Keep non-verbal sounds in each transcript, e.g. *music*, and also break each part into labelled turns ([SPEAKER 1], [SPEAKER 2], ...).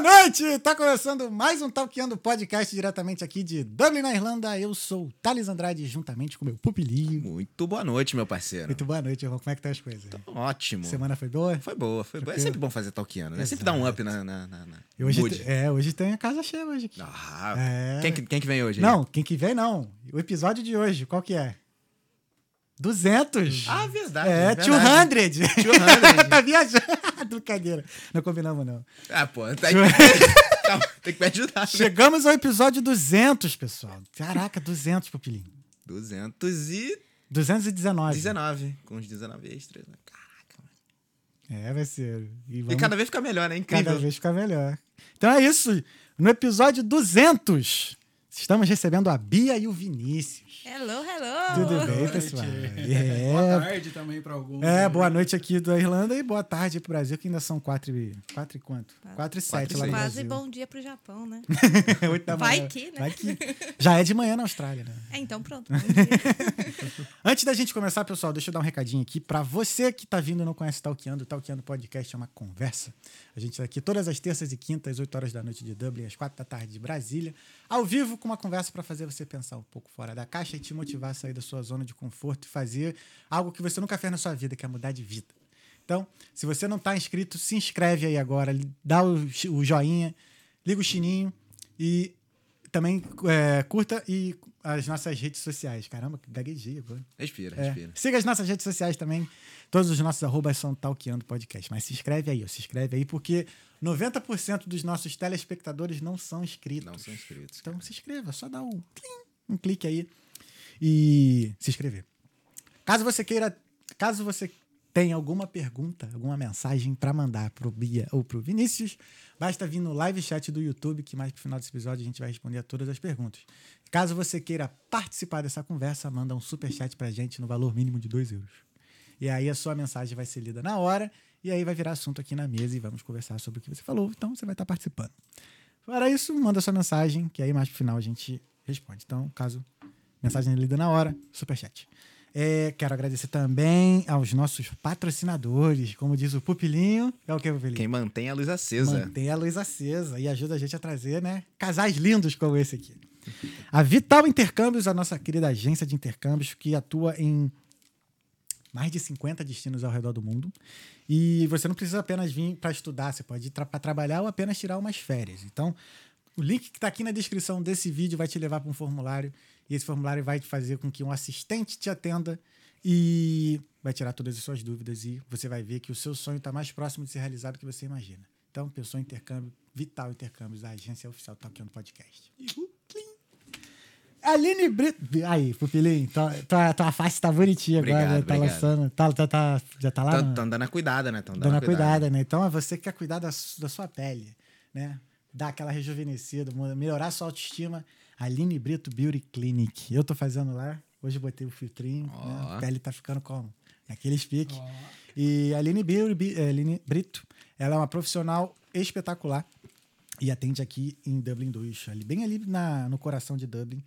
[SPEAKER 1] noite! Tá começando mais um Talkando Podcast diretamente aqui de Dublin, na Irlanda. Eu sou o Thales Andrade, juntamente com meu pupilinho.
[SPEAKER 2] Muito boa noite, meu parceiro.
[SPEAKER 1] Muito boa noite, irmão. Como é que estão as coisas?
[SPEAKER 2] Tá
[SPEAKER 1] aí?
[SPEAKER 2] Ótimo.
[SPEAKER 1] Semana foi boa?
[SPEAKER 2] Foi boa, foi boa. É
[SPEAKER 1] Tranquilo.
[SPEAKER 2] sempre bom fazer talkiano, né? Sempre dá um up na. na, na, na-
[SPEAKER 1] E hoje,
[SPEAKER 2] mood.
[SPEAKER 1] te- é, hoje tem a casa cheia hoje aqui.
[SPEAKER 2] Ah,
[SPEAKER 1] É.
[SPEAKER 2] quem, que- quem que vem hoje? aí?
[SPEAKER 1] Não, quem que vem não. O episódio de hoje, qual que é? 200!
[SPEAKER 2] Ah, verdade.
[SPEAKER 1] é,
[SPEAKER 2] verdade.
[SPEAKER 1] 200!
[SPEAKER 2] 200.
[SPEAKER 1] *laughs* tá viajando, cadeira. Não combinamos, não.
[SPEAKER 2] Ah, pô, tá aí. Calma, tem que me ajudar. né?
[SPEAKER 1] Chegamos ao episódio 200, pessoal. Caraca, 200, pupilinho.
[SPEAKER 2] 219.
[SPEAKER 1] 219.
[SPEAKER 2] Com uns 19 extras. né? Caraca. mano.
[SPEAKER 1] É, vai ser.
[SPEAKER 2] E cada vez fica melhor, né? Incrível.
[SPEAKER 1] Cada vez fica melhor. Então é isso. No episódio 200, estamos recebendo a Bia e o Vinícius.
[SPEAKER 3] Hello, hello!
[SPEAKER 1] Tudo bem,
[SPEAKER 4] noite.
[SPEAKER 1] pessoal?
[SPEAKER 4] Boa
[SPEAKER 1] É.
[SPEAKER 4] tarde também pra alguns. né?
[SPEAKER 1] É, boa noite aqui da Irlanda e boa tarde pro Brasil, que ainda são quatro e... quatro e quanto? Quatro e sete lá no
[SPEAKER 3] Quase
[SPEAKER 1] Brasil.
[SPEAKER 3] bom dia pro
[SPEAKER 1] *laughs*
[SPEAKER 3] Japão, né?
[SPEAKER 1] Oito da
[SPEAKER 3] Vai
[SPEAKER 1] manhã.
[SPEAKER 3] que, né?
[SPEAKER 1] Vai que. Já é de manhã na Austrália, né?
[SPEAKER 3] É, então pronto.
[SPEAKER 1] *laughs*
[SPEAKER 3] Bom dia.
[SPEAKER 1] Antes da gente começar, pessoal, deixa eu dar um recadinho aqui para você que tá vindo e não conhece Talkeando. Talkeando Podcast é uma conversa. A gente tá aqui todas as terças e quintas, 8 horas da noite de Dublin, às 4 da tarde de Brasília, ao vivo com uma conversa para fazer você pensar um pouco fora da caixa e te motivar a sair da sua zona de conforto e fazer algo que você nunca fez na sua vida, que é mudar de vida. Então, se você não tá inscrito, se inscreve aí agora, li- dá o, chi- o joinha, liga o sininho e também é, curta e as nossas redes sociais. Caramba, gaguejei agora.
[SPEAKER 2] Respira,
[SPEAKER 1] É.
[SPEAKER 2] respira.
[SPEAKER 1] Siga as nossas redes sociais também. Todos os nossos arrobas são Talkeando Podcast. Mas se inscreve aí, ó, se inscreve aí, porque 90% dos nossos telespectadores não são inscritos.
[SPEAKER 2] Não são inscritos.
[SPEAKER 1] Então se inscreva, só dá um, clim, um clique aí e se inscrever. Caso você queira, caso você tenha alguma pergunta, alguma mensagem para mandar pro Bia ou pro Vinícius, basta vir no live chat do YouTube que mais pro final desse episódio a gente vai responder a todas as perguntas. Caso você queira participar dessa conversa, manda um super chat pra gente no valor mínimo de 2 euros. E aí a sua mensagem vai ser lida na hora e aí vai virar assunto aqui na mesa e vamos conversar sobre o que você falou, então você vai estar participando. Para isso, manda sua mensagem, que aí mais pro final a gente responde. Então, caso mensagem lida na hora, superchat. É, quero agradecer também aos nossos patrocinadores, como diz o Pupilinho. É o que, Pupilinho?
[SPEAKER 2] Quem mantém a luz acesa.
[SPEAKER 1] Mantém a luz acesa e ajuda a gente a trazer, né? Casais lindos como esse aqui. A Vital Intercâmbios, a nossa querida agência de intercâmbios que atua em mais de 50 destinos ao redor do mundo. E você não precisa apenas vir para estudar, você pode ir para trabalhar ou apenas tirar umas férias. Então, o link que está aqui na descrição desse vídeo vai te levar para um formulário e esse formulário vai fazer com que um assistente te atenda e vai tirar todas as suas dúvidas e você vai ver que o seu sonho está mais próximo de ser realizado do que você imagina. Então, pessoa intercâmbio, Vital Intercâmbios, a agência oficial Talkando Podcast. Clim. Aline Brito. Aí, Pupilinho, tua, tua, tua face tá bonitinha agora,
[SPEAKER 2] Obrigado,
[SPEAKER 1] né? tá
[SPEAKER 2] obrigado.
[SPEAKER 1] lançando. Tá, tá, tá- já tá lá?
[SPEAKER 2] Tão
[SPEAKER 1] no-
[SPEAKER 2] tão dando a cuidada, né? Tão
[SPEAKER 1] dando
[SPEAKER 2] a
[SPEAKER 1] a cuidada, né? Então é você que quer cuidar da, su- da sua pele, né? Dar aquela rejuvenescida, mu- melhorar sua autoestima. Aline Brito Beauty Clinic. Eu tô fazendo lá. Hoje eu botei o filtrinho.
[SPEAKER 2] Ó.
[SPEAKER 1] né? A pele tá ficando como? Naquele speak. E a Aline, Beauty, Bi- eh, Aline Brito, ela é uma profissional espetacular e atende aqui em Dublin 2, ali, bem ali na, no coração de Dublin.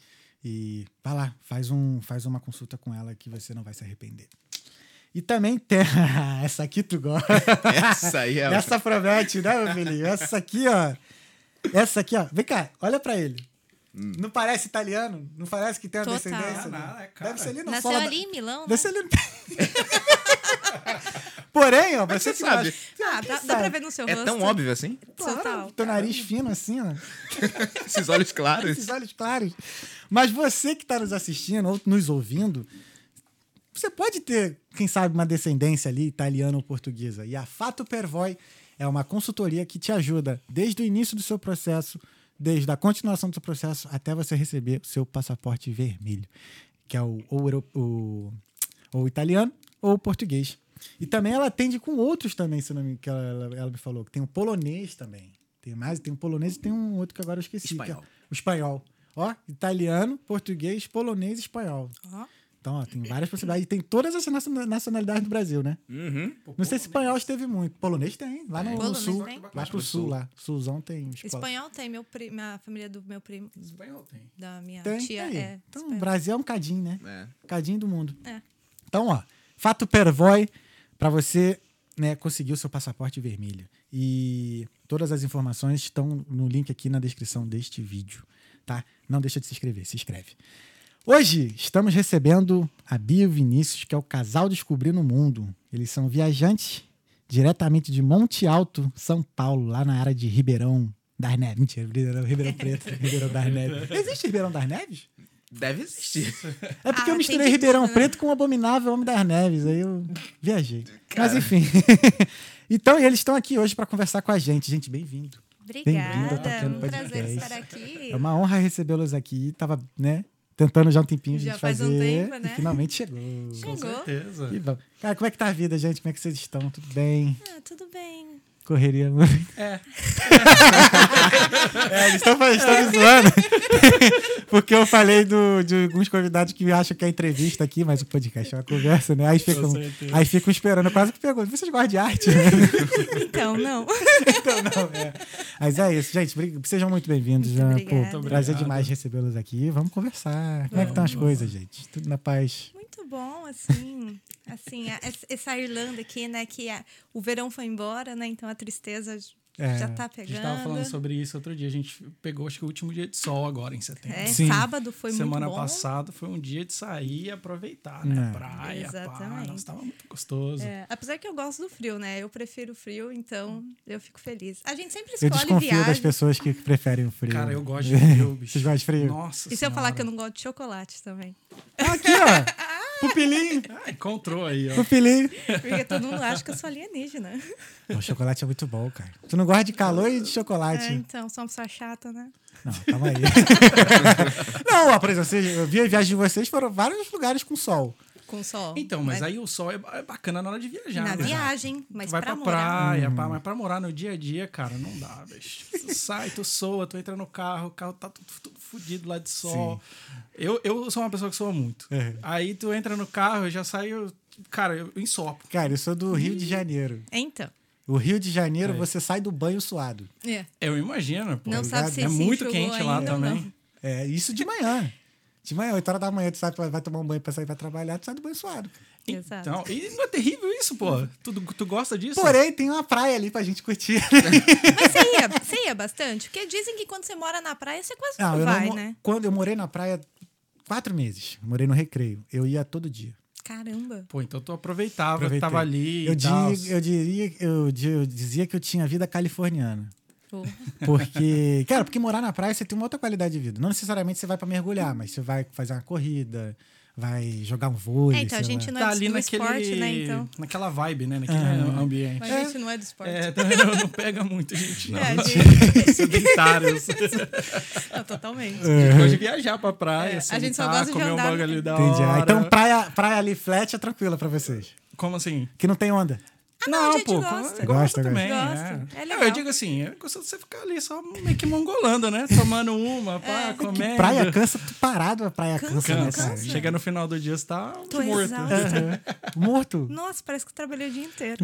[SPEAKER 1] E vai lá, faz, um, faz uma consulta com ela que você não vai se arrepender. E também tem. *laughs* Essa aqui tu gosta.
[SPEAKER 2] Essa aí é.
[SPEAKER 1] *laughs* Essa promete, né, meu filhinho? Essa aqui, ó. Essa aqui, ó. Vem cá, olha pra ele. Não parece italiano? Não parece que tem uma
[SPEAKER 3] Total.
[SPEAKER 1] descendência? né?
[SPEAKER 4] Nada, é cara.
[SPEAKER 1] Deve ser ali na
[SPEAKER 3] Nasceu
[SPEAKER 1] sola da-
[SPEAKER 3] ali em Milão, né?
[SPEAKER 1] Deve ser ali no... Porém, ó, você
[SPEAKER 2] você
[SPEAKER 1] que
[SPEAKER 2] sabe.
[SPEAKER 1] acha-
[SPEAKER 3] Ah, dá, dá pra ver tá no seu
[SPEAKER 2] É
[SPEAKER 3] rosto.
[SPEAKER 2] tão óbvio assim?
[SPEAKER 3] Total.
[SPEAKER 1] Claro, teu nariz fino assim, ó.
[SPEAKER 2] Esses olhos claros.
[SPEAKER 1] Esses olhos claros. Mas você que está nos assistindo ou nos ouvindo, você pode ter, quem sabe, uma descendência ali italiana ou portuguesa. E a Fato Pervoi é uma consultoria que te ajuda desde o início do seu processo, desde a continuação do seu processo, até você receber o seu passaporte vermelho, que é o, ou euro- o- ou italiano ou português. E também ela atende com outros também, se não me que ela, ela- ela me falou, que tem o polonês também. Tem mais, tem um polonês e tem um outro que agora eu esqueci. que é-
[SPEAKER 2] Espanhol.
[SPEAKER 1] o espanhol. Ó, italiano, português, polonês e espanhol.
[SPEAKER 3] Ó.
[SPEAKER 1] Então, ó, tem várias possibilidades. E tem todas as naciona- nacionalidades do Brasil, né?
[SPEAKER 2] Uhum.
[SPEAKER 1] Não sei se espanhol esteve muito. Polonês tem, lá no, no
[SPEAKER 3] Polonês
[SPEAKER 1] sul.
[SPEAKER 3] tem?
[SPEAKER 1] Lá pro sul, lá. Sulzão tem espanhol.
[SPEAKER 3] Espanhol tem, meu pri... minha família é do meu primo,
[SPEAKER 4] Espanhol tem.
[SPEAKER 3] da minha
[SPEAKER 1] Tem,
[SPEAKER 3] tia
[SPEAKER 1] aí.
[SPEAKER 3] é.
[SPEAKER 1] Então, o
[SPEAKER 3] espanhol.
[SPEAKER 1] Brasil é um cadinho, né?
[SPEAKER 2] É.
[SPEAKER 1] Cadinho do mundo.
[SPEAKER 3] É.
[SPEAKER 1] Então, ó, Fato Pervoy, pra você né, conseguir o seu passaporte vermelho. E Todas as informações estão no link aqui na descrição deste vídeo, tá? Não deixa de se inscrever, se inscreve. Hoje estamos recebendo a Bia e o Vinícius, que é o casal Descobrindo o Mundo. Eles são viajantes diretamente de Monte Alto, São Paulo, lá na área de Ribeirão das Neves. Mentira, Ribeirão, Ribeirão Preto, Ribeirão das Neves. Existe Ribeirão das Neves?
[SPEAKER 2] Deve existir.
[SPEAKER 1] É porque
[SPEAKER 3] Ah,
[SPEAKER 1] eu
[SPEAKER 3] tem
[SPEAKER 1] misturei
[SPEAKER 3] de
[SPEAKER 1] Ribeirão
[SPEAKER 3] tudo, né?
[SPEAKER 1] Preto com o abominável Homem das Neves, aí eu viajei.
[SPEAKER 2] Cara.
[SPEAKER 1] Mas enfim. *laughs* então, eles estão aqui hoje para conversar com a gente. Gente, bem-vindo. Bem-vindo ao
[SPEAKER 3] Obrigada.
[SPEAKER 1] Tocando
[SPEAKER 3] É um prazer
[SPEAKER 1] tá Podcast.
[SPEAKER 3] estar aqui.
[SPEAKER 1] É uma honra recebê-los aqui. Tava, né, tentando já um tempinho
[SPEAKER 3] Já
[SPEAKER 1] de
[SPEAKER 3] faz
[SPEAKER 1] fazer
[SPEAKER 3] um tempo, né?
[SPEAKER 1] e finalmente chegou.
[SPEAKER 4] Com
[SPEAKER 3] Chegou.
[SPEAKER 4] certeza.
[SPEAKER 1] Que bom. Cara, como é que tá a vida, gente? Como é que vocês estão? Tudo bem?
[SPEAKER 3] Ah, tudo bem.
[SPEAKER 1] Correria muito. É. eles estão fa- estão me zoando. *laughs* Porque eu falei do- de alguns convidados que acham que é entrevista aqui, mas o podcast é uma conversa, né? Aí ficam,
[SPEAKER 4] certeza.
[SPEAKER 1] aí ficam esperando. Eu quase que pergunto: vocês gostam de
[SPEAKER 4] *laughs*
[SPEAKER 1] arte?
[SPEAKER 3] Então, não. *laughs*
[SPEAKER 1] então, não, é. Mas é isso, gente. bri- Sejam muito bem-vindos.
[SPEAKER 3] Muito
[SPEAKER 1] né?
[SPEAKER 3] obrigada.
[SPEAKER 1] Pô,
[SPEAKER 4] Muito
[SPEAKER 1] prazer
[SPEAKER 4] obrigado.
[SPEAKER 1] demais recebê-los aqui. Vamos conversar. Como é que estão as
[SPEAKER 4] Vamos.
[SPEAKER 1] coisas, gente? Tudo na paz.
[SPEAKER 3] Muito bom, assim. Assim, a- es- essa Irlanda aqui, né? Que a- o verão foi embora, né? Então a tristeza j-
[SPEAKER 1] É,
[SPEAKER 3] já tá
[SPEAKER 4] A gente tava
[SPEAKER 3] pegando.
[SPEAKER 4] falando sobre isso outro dia. A gente pegou, acho que o último dia de sol agora, em setembro.
[SPEAKER 3] É,
[SPEAKER 1] Sim.
[SPEAKER 3] sábado foi
[SPEAKER 4] Semana
[SPEAKER 3] muito bom.
[SPEAKER 4] passada foi um dia de sair e aproveitar, né?
[SPEAKER 1] É.
[SPEAKER 4] Praia, pá.
[SPEAKER 3] Exatamente.
[SPEAKER 4] Nossa, tava muito gostoso.
[SPEAKER 3] É, apesar que eu gosto do frio, né? Eu prefiro o frio, então eu fico feliz. A gente sempre
[SPEAKER 1] Eu
[SPEAKER 3] escolhe
[SPEAKER 1] desconfio das
[SPEAKER 3] viagem.
[SPEAKER 1] pessoas que preferem o frio.
[SPEAKER 4] Cara, eu gosto
[SPEAKER 1] *laughs*
[SPEAKER 4] de frio, bicho.
[SPEAKER 1] Vocês gostam de frio?
[SPEAKER 4] Nossa
[SPEAKER 3] E se eu falar que eu não gosto de chocolate também?
[SPEAKER 1] Aqui,
[SPEAKER 4] *laughs*
[SPEAKER 1] ó. Pupilinho.
[SPEAKER 4] Ah, encontrou aí, ó.
[SPEAKER 1] Pupilinho.
[SPEAKER 3] Porque todo mundo acha que eu sou alienígena.
[SPEAKER 1] O chocolate é muito bom, cara. Tu não gosta de calor e de
[SPEAKER 3] É,
[SPEAKER 1] chocolate.
[SPEAKER 3] então, sou uma pessoa chata, né?
[SPEAKER 1] Não,
[SPEAKER 3] *laughs*
[SPEAKER 1] calma aí. não, ó, por exemplo, vocês, eu vi a viagem de vocês, foram vários lugares com sol.
[SPEAKER 3] Com sol.
[SPEAKER 4] Então, mas aí o sol é ba- é bacana na hora de viajar,
[SPEAKER 3] Na
[SPEAKER 4] né?
[SPEAKER 3] viagem,
[SPEAKER 4] Tu
[SPEAKER 3] mas
[SPEAKER 4] vai
[SPEAKER 3] pra,
[SPEAKER 4] pra,
[SPEAKER 3] morar.
[SPEAKER 4] praia,
[SPEAKER 1] Uhum.
[SPEAKER 4] pá, mas pra morar no dia a dia, cara, não dá, bicho. Tu sai, tu soa, tu entra no carro, o carro tá tudo, tudo fudido lá de sol. Eu, eu sou uma pessoa que soa muito.
[SPEAKER 1] É.
[SPEAKER 4] Aí tu entra no carro, eu já saio, cara, eu ensopo.
[SPEAKER 1] Cara, eu sou do Rio de Janeiro.
[SPEAKER 3] Então.
[SPEAKER 1] O Rio de Janeiro,
[SPEAKER 4] É.
[SPEAKER 1] você sai do banho suado.
[SPEAKER 3] É.
[SPEAKER 4] Eu imagino, pô.
[SPEAKER 3] Não sabe se se
[SPEAKER 4] é muito
[SPEAKER 3] enxugou
[SPEAKER 4] quente lá
[SPEAKER 3] ainda ou
[SPEAKER 4] também.
[SPEAKER 3] não.
[SPEAKER 1] É, isso de manhã. De manhã, 8 horas da manhã, tu sai, pra- vai tomar um banho pra sair pra trabalhar, tu sai do banho suado.
[SPEAKER 3] *laughs* Exato.
[SPEAKER 4] Então, e não é terrível isso, pô? Tu, tu gosta disso?
[SPEAKER 1] Porém, tem uma praia ali pra gente curtir.
[SPEAKER 3] Mas você ia, você ia bastante? Porque dizem que quando você mora na praia, você quase não,
[SPEAKER 4] Ah,
[SPEAKER 1] Não, eu não
[SPEAKER 3] vai,
[SPEAKER 1] mo-
[SPEAKER 3] né?
[SPEAKER 1] Quando eu morei na praia, quatro meses, eu morei no recreio. Eu ia todo dia.
[SPEAKER 3] Caramba.
[SPEAKER 4] Pô, então tu aproveitava,
[SPEAKER 1] Aproveitei.
[SPEAKER 4] tava ali
[SPEAKER 1] Eu,
[SPEAKER 4] e tal.
[SPEAKER 1] di- eu diria, eu, di- eu dizia que eu tinha vida californiana.
[SPEAKER 3] Pô,
[SPEAKER 1] Porque, *laughs* cara, porque morar na praia você tem uma outra qualidade de vida. Não necessariamente você vai pra mergulhar, mas você vai fazer uma corrida, vai jogar um vôlei.
[SPEAKER 3] É, então, a
[SPEAKER 1] sei
[SPEAKER 3] gente
[SPEAKER 1] lá.
[SPEAKER 3] não é
[SPEAKER 4] tá
[SPEAKER 3] do,
[SPEAKER 4] ali
[SPEAKER 3] do
[SPEAKER 4] naquele,
[SPEAKER 3] esporte, né? Então.
[SPEAKER 4] naquela vibe, né?
[SPEAKER 1] É.
[SPEAKER 4] Naquele ambiente.
[SPEAKER 3] Mas a gente não é do esporte.
[SPEAKER 4] É, *laughs* também não, não pega muito, gente. Não.
[SPEAKER 3] É, a gente-
[SPEAKER 4] *laughs* Sedentários.
[SPEAKER 3] não, totalmente.
[SPEAKER 1] É.
[SPEAKER 4] Gosta de viajar pra praia,
[SPEAKER 3] É,
[SPEAKER 4] sentar,
[SPEAKER 3] a gente só gosta de
[SPEAKER 4] comer
[SPEAKER 3] andar
[SPEAKER 4] um
[SPEAKER 3] no-
[SPEAKER 4] bagulho da
[SPEAKER 1] Entendi. Ah,
[SPEAKER 4] hora.
[SPEAKER 1] Então, praia, praia ali flat é tranquila pra vocês.
[SPEAKER 4] Como assim?
[SPEAKER 1] Que não tem onda.
[SPEAKER 3] Ah, não, a gente gosta.
[SPEAKER 4] gosta,
[SPEAKER 1] Gosta,
[SPEAKER 4] também.
[SPEAKER 3] gosta.
[SPEAKER 4] É.
[SPEAKER 3] É
[SPEAKER 4] Não, eu
[SPEAKER 3] legal.
[SPEAKER 4] digo assim, eu gosto de você ficar ali só meio que mongolando, né? Tomando uma,
[SPEAKER 3] É.
[SPEAKER 4] pá, comendo.
[SPEAKER 1] é Praia cansa, tu parado a praia
[SPEAKER 3] Cansa,
[SPEAKER 1] cansa, né,
[SPEAKER 4] Cansa.
[SPEAKER 1] cara?
[SPEAKER 3] cansa.
[SPEAKER 4] Chega no final do dia, você tá
[SPEAKER 3] Tô
[SPEAKER 4] morto.
[SPEAKER 3] exausta.
[SPEAKER 1] Uhum. Morto?
[SPEAKER 3] Nossa, parece que eu trabalhei o dia inteiro.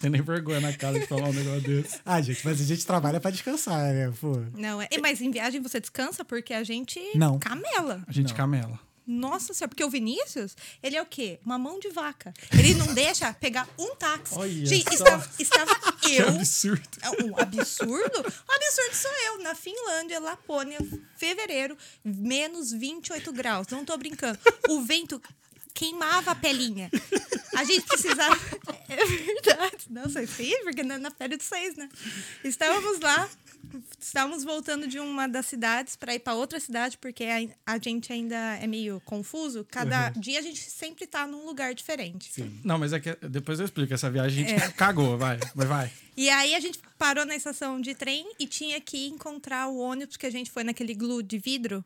[SPEAKER 4] Tem nem vergonha na cara de falar um negócio desse.
[SPEAKER 1] Ah, gente, mas a gente trabalha pra descansar, né? Pô.
[SPEAKER 3] Não, é, mas em viagem você descansa porque a gente
[SPEAKER 1] Não.
[SPEAKER 3] camela.
[SPEAKER 4] A gente camela.
[SPEAKER 3] Nossa senhora, porque o Vinícius, ele é o quê? Uma mão de vaca. Ele não deixa pegar um táxi.
[SPEAKER 4] Olha
[SPEAKER 3] Gente,
[SPEAKER 4] só.
[SPEAKER 3] estava, estava
[SPEAKER 4] Que
[SPEAKER 3] eu.
[SPEAKER 4] absurdo.
[SPEAKER 3] É Um absurdo? Um absurdo sou eu, na Finlândia, Lapônia, fevereiro, menos 28 graus. Não tô brincando. O vento queimava a pelinha. A gente precisava. *laughs* É verdade. Não sei se, porque não é na pele de seis, né? Estávamos lá, estávamos voltando de uma das cidades para ir para outra cidade, porque a, a gente ainda é meio confuso. Cada dia a gente sempre tá num lugar diferente.
[SPEAKER 4] Não, mas é que depois eu explico. Essa viagem a gente
[SPEAKER 3] É.
[SPEAKER 4] cagou, vai. Mas vai.
[SPEAKER 3] E aí a gente parou na estação de trem e tinha que encontrar o ônibus que a gente foi naquele glue de vidro.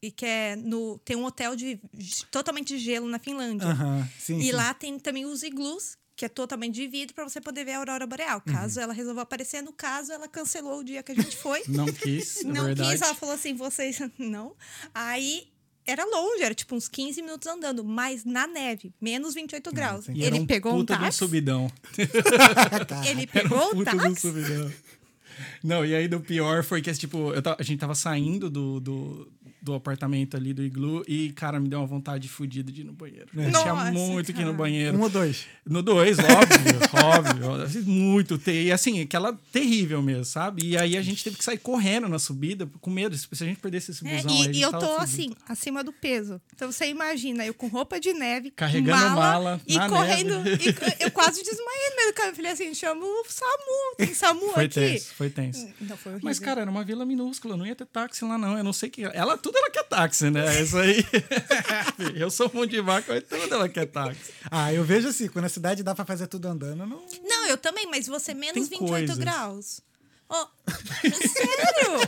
[SPEAKER 3] E que é no. Tem um hotel de g- totalmente de gelo na Finlândia.
[SPEAKER 1] Aham, sim,
[SPEAKER 3] e
[SPEAKER 1] sim.
[SPEAKER 3] lá tem também os iglus, que é totalmente de vidro, pra você poder ver a Aurora Boreal.
[SPEAKER 4] Uhum.
[SPEAKER 3] Caso ela resolva aparecer, no caso, ela cancelou o dia que a gente foi.
[SPEAKER 4] *laughs* Não quis, na
[SPEAKER 3] não
[SPEAKER 4] verdade.
[SPEAKER 3] quis, ela falou assim, vocês. *laughs* Não. Aí. Era longe, era tipo uns 15 minutos andando, mas na neve, menos 28 graus.
[SPEAKER 1] sim.
[SPEAKER 4] E era
[SPEAKER 3] Ele
[SPEAKER 4] um
[SPEAKER 3] pegou um
[SPEAKER 4] puta de um
[SPEAKER 3] táxi.
[SPEAKER 4] subidão.
[SPEAKER 3] ele
[SPEAKER 4] *laughs* Era
[SPEAKER 3] pegou
[SPEAKER 4] um
[SPEAKER 3] o
[SPEAKER 4] puta de um
[SPEAKER 3] táxi.
[SPEAKER 4] subidão. Não, e aí do pior foi que, tipo, eu tava- a gente tava saindo do, do, do apartamento ali do iglu e, cara, me deu uma vontade fodida de ir no banheiro. Eu
[SPEAKER 3] É. Nossa,
[SPEAKER 4] tinha muito que ir no
[SPEAKER 3] cara.
[SPEAKER 4] banheiro.
[SPEAKER 1] Um ou dois.
[SPEAKER 4] No 2, óbvio, *laughs* óbvio. Assim, Muito. te- E assim, aquela terrível mesmo, sabe? E aí a gente teve que sair correndo na subida, com medo. Se se a gente perdesse esse
[SPEAKER 3] É,
[SPEAKER 4] busão aí, a
[SPEAKER 3] e,
[SPEAKER 4] gente
[SPEAKER 3] e eu
[SPEAKER 4] tava
[SPEAKER 3] tô
[SPEAKER 4] fudido.
[SPEAKER 3] assim, acima do peso. Então você imagina, eu com roupa de neve,
[SPEAKER 4] Carregando mala
[SPEAKER 3] e
[SPEAKER 4] na
[SPEAKER 3] correndo. e co- eu quase desmaiei no meio do caminho. Eu Falei assim: chama o SAMU, tem SAMU
[SPEAKER 4] Foi
[SPEAKER 3] aqui.
[SPEAKER 4] tenso, foi tenso.
[SPEAKER 3] Não, foi horrível.
[SPEAKER 4] Mas, cara, era uma vila minúscula, não ia ter táxi lá, não. Eu não sei que. Ela, tudo ela quer táxi, né? Isso
[SPEAKER 3] *laughs*
[SPEAKER 4] aí. eu sou mão de vaca, mas tudo ela quer táxi.
[SPEAKER 1] Ah, eu vejo assim, quando a cidade dá pra fazer tudo andando, não.
[SPEAKER 3] Não, eu também, mas você menos
[SPEAKER 4] Tem
[SPEAKER 3] 28
[SPEAKER 4] coisas.
[SPEAKER 3] graus.
[SPEAKER 4] *laughs*
[SPEAKER 3] Ó, sério?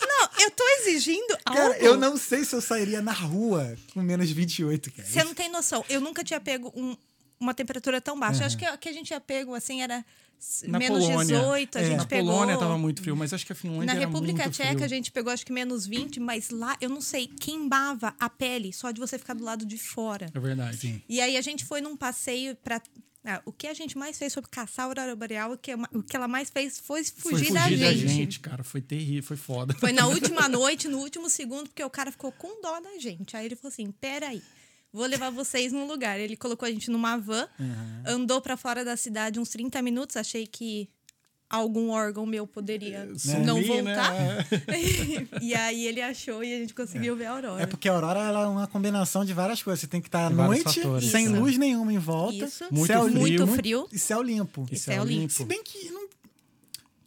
[SPEAKER 3] Não, eu tô exigindo algo.
[SPEAKER 1] Cara, eu não sei se eu sairia na rua com menos 28, cara.
[SPEAKER 3] Você não tem noção. Eu nunca tinha pego um- uma temperatura tão baixa. Eu acho que a que a gente tinha pego, assim, era s-
[SPEAKER 4] Na
[SPEAKER 3] menos
[SPEAKER 4] Polônia.
[SPEAKER 3] 18, a
[SPEAKER 4] É.
[SPEAKER 3] gente
[SPEAKER 4] Na
[SPEAKER 3] pegou.
[SPEAKER 4] Polônia tava muito frio, mas acho que a Finlândia
[SPEAKER 3] Na
[SPEAKER 4] Um era
[SPEAKER 3] República
[SPEAKER 4] muito
[SPEAKER 3] Tcheca
[SPEAKER 4] frio.
[SPEAKER 3] a gente pegou acho que menos 20, mas lá eu não sei, queimava a pele só de você ficar do lado de fora.
[SPEAKER 4] É verdade.
[SPEAKER 3] E aí a gente foi num passeio pra. Ah, o que a gente mais fez foi caçar a aurora boreal, o que, é o que ela mais fez foi fugir,
[SPEAKER 4] Foi
[SPEAKER 3] da,
[SPEAKER 4] fugir da
[SPEAKER 3] gente.
[SPEAKER 4] gente, cara. Foi terrível, foi foda.
[SPEAKER 3] Foi na última noite, no último segundo, porque o cara ficou com dó da gente. Aí ele falou assim: peraí, vou levar vocês num lugar. Ele colocou a gente numa van,
[SPEAKER 4] Uhum.
[SPEAKER 3] andou pra fora da cidade uns 30 minutos, achei que algum órgão meu poderia não
[SPEAKER 4] É, Sumir, né? É.
[SPEAKER 3] voltar. *laughs* e aí ele achou e a gente conseguiu ver a Aurora.
[SPEAKER 1] É porque a aurora ela é uma combinação de várias coisas. Você tem que estar à
[SPEAKER 4] Tem vários
[SPEAKER 1] noite,
[SPEAKER 4] fatores,
[SPEAKER 1] sem
[SPEAKER 4] né?
[SPEAKER 1] luz nenhuma em volta,
[SPEAKER 3] Isso.
[SPEAKER 4] Muito
[SPEAKER 1] céu
[SPEAKER 4] frio.
[SPEAKER 1] limpo
[SPEAKER 3] Muito frio.
[SPEAKER 1] e céu limpo.
[SPEAKER 4] E
[SPEAKER 3] Céu
[SPEAKER 4] céu
[SPEAKER 3] limpo.
[SPEAKER 4] limpo.
[SPEAKER 1] Se bem que não-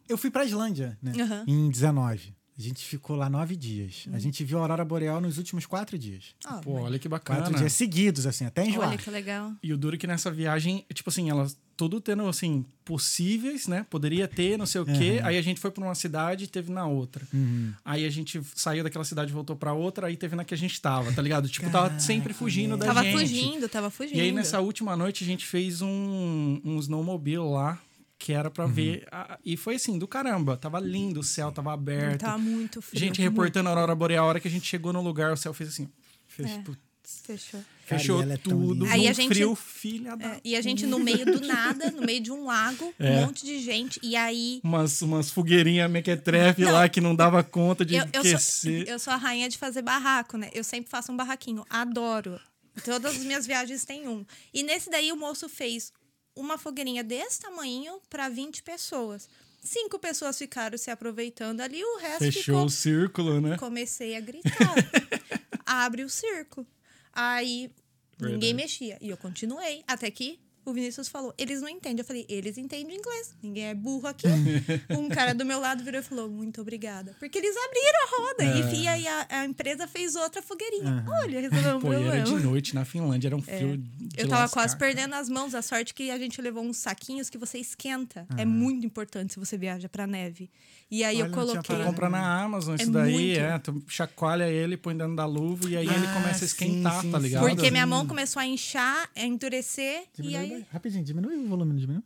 [SPEAKER 1] eu fui pra Islândia, né?
[SPEAKER 3] Aham.
[SPEAKER 1] Em 19. A gente ficou lá nove dias. A gente viu a aurora boreal nos últimos quatro dias.
[SPEAKER 3] Ah,
[SPEAKER 4] Pô, olha que bacana.
[SPEAKER 1] Quatro dias seguidos, assim, até enjoar.
[SPEAKER 3] olha que legal.
[SPEAKER 4] E o duro é que nessa viagem, tipo assim, elas tudo tendo, assim, possíveis, né? Poderia ter, não sei o quê. Aí a gente foi pra uma cidade e teve na outra.
[SPEAKER 1] Uhum.
[SPEAKER 4] Aí a gente saiu daquela cidade, voltou pra outra, aí teve na que a gente tava, tá ligado? Tipo, tava sempre fugindo da
[SPEAKER 3] Tava
[SPEAKER 4] gente.
[SPEAKER 3] fugindo, tava fugindo.
[SPEAKER 4] E aí nessa última noite a gente fez um, um snowmobile lá. Que era
[SPEAKER 1] Uhum.
[SPEAKER 4] pra ver. a- e foi assim, do caramba. Tava lindo, o céu tava aberto.
[SPEAKER 3] Tava muito frio.
[SPEAKER 4] gente reportando a Aurora Boreal. A hora que a gente chegou no lugar, o céu fez assim. Fez,
[SPEAKER 3] É.
[SPEAKER 4] putz,
[SPEAKER 3] Fechou.
[SPEAKER 1] Cara,
[SPEAKER 4] fechou
[SPEAKER 1] e ela é tão
[SPEAKER 4] tudo.
[SPEAKER 1] linda.
[SPEAKER 3] Aí
[SPEAKER 4] num
[SPEAKER 3] a gente-
[SPEAKER 4] frio, filha da
[SPEAKER 3] É, e a gente no meio do nada, no meio de um lago,
[SPEAKER 4] É.
[SPEAKER 3] um monte de gente. E aí
[SPEAKER 4] umas, umas fogueirinhas mequetrefe lá que não dava conta de
[SPEAKER 3] eu, eu, sou,
[SPEAKER 4] aquecer.
[SPEAKER 3] eu sou a rainha de fazer barraco, né? Eu sempre faço um barraquinho. Adoro. Todas as minhas viagens tem um. E nesse daí o moço fez uma fogueirinha desse tamanho para 20 pessoas. Cinco pessoas ficaram se aproveitando ali, o resto
[SPEAKER 4] Fechou
[SPEAKER 3] ficou
[SPEAKER 4] o círculo, né?
[SPEAKER 3] Comecei a gritar. *laughs* Abre o circo. Aí ninguém
[SPEAKER 4] Verdade.
[SPEAKER 3] mexia. E eu continuei. Até que o Vinícius falou: eles não entendem. Eu falei: eles entendem inglês. Ninguém é burro aqui.
[SPEAKER 4] *laughs*
[SPEAKER 3] um cara do meu lado virou e falou: muito obrigada. Porque eles abriram a roda.
[SPEAKER 4] É.
[SPEAKER 3] E, e aí a, a empresa fez outra fogueirinha. Olha, resolveu um
[SPEAKER 4] Pô, e era de
[SPEAKER 3] problema.
[SPEAKER 4] noite na Finlândia, era um frio de
[SPEAKER 3] É. Eu tava
[SPEAKER 4] lascar.
[SPEAKER 3] quase perdendo as mãos. A sorte que a gente levou uns saquinhos que você esquenta. É muito importante se você viaja pra neve. E aí
[SPEAKER 1] Olha,
[SPEAKER 3] eu
[SPEAKER 1] não tinha
[SPEAKER 3] coloquei.
[SPEAKER 1] parado.
[SPEAKER 4] Compra na Amazon isso
[SPEAKER 3] É
[SPEAKER 4] daí,
[SPEAKER 3] muito.
[SPEAKER 4] é. Tu chacoalha ele, põe dentro da luva e aí ele
[SPEAKER 1] Ah,
[SPEAKER 4] começa a esquentar,
[SPEAKER 1] sim,
[SPEAKER 4] tá
[SPEAKER 1] sim,
[SPEAKER 4] ligado?
[SPEAKER 1] sim.
[SPEAKER 3] Porque minha mão começou a inchar, a endurecer
[SPEAKER 1] Diminui
[SPEAKER 3] e aí.
[SPEAKER 1] ba- Rapidinho, diminui o volume, não diminui.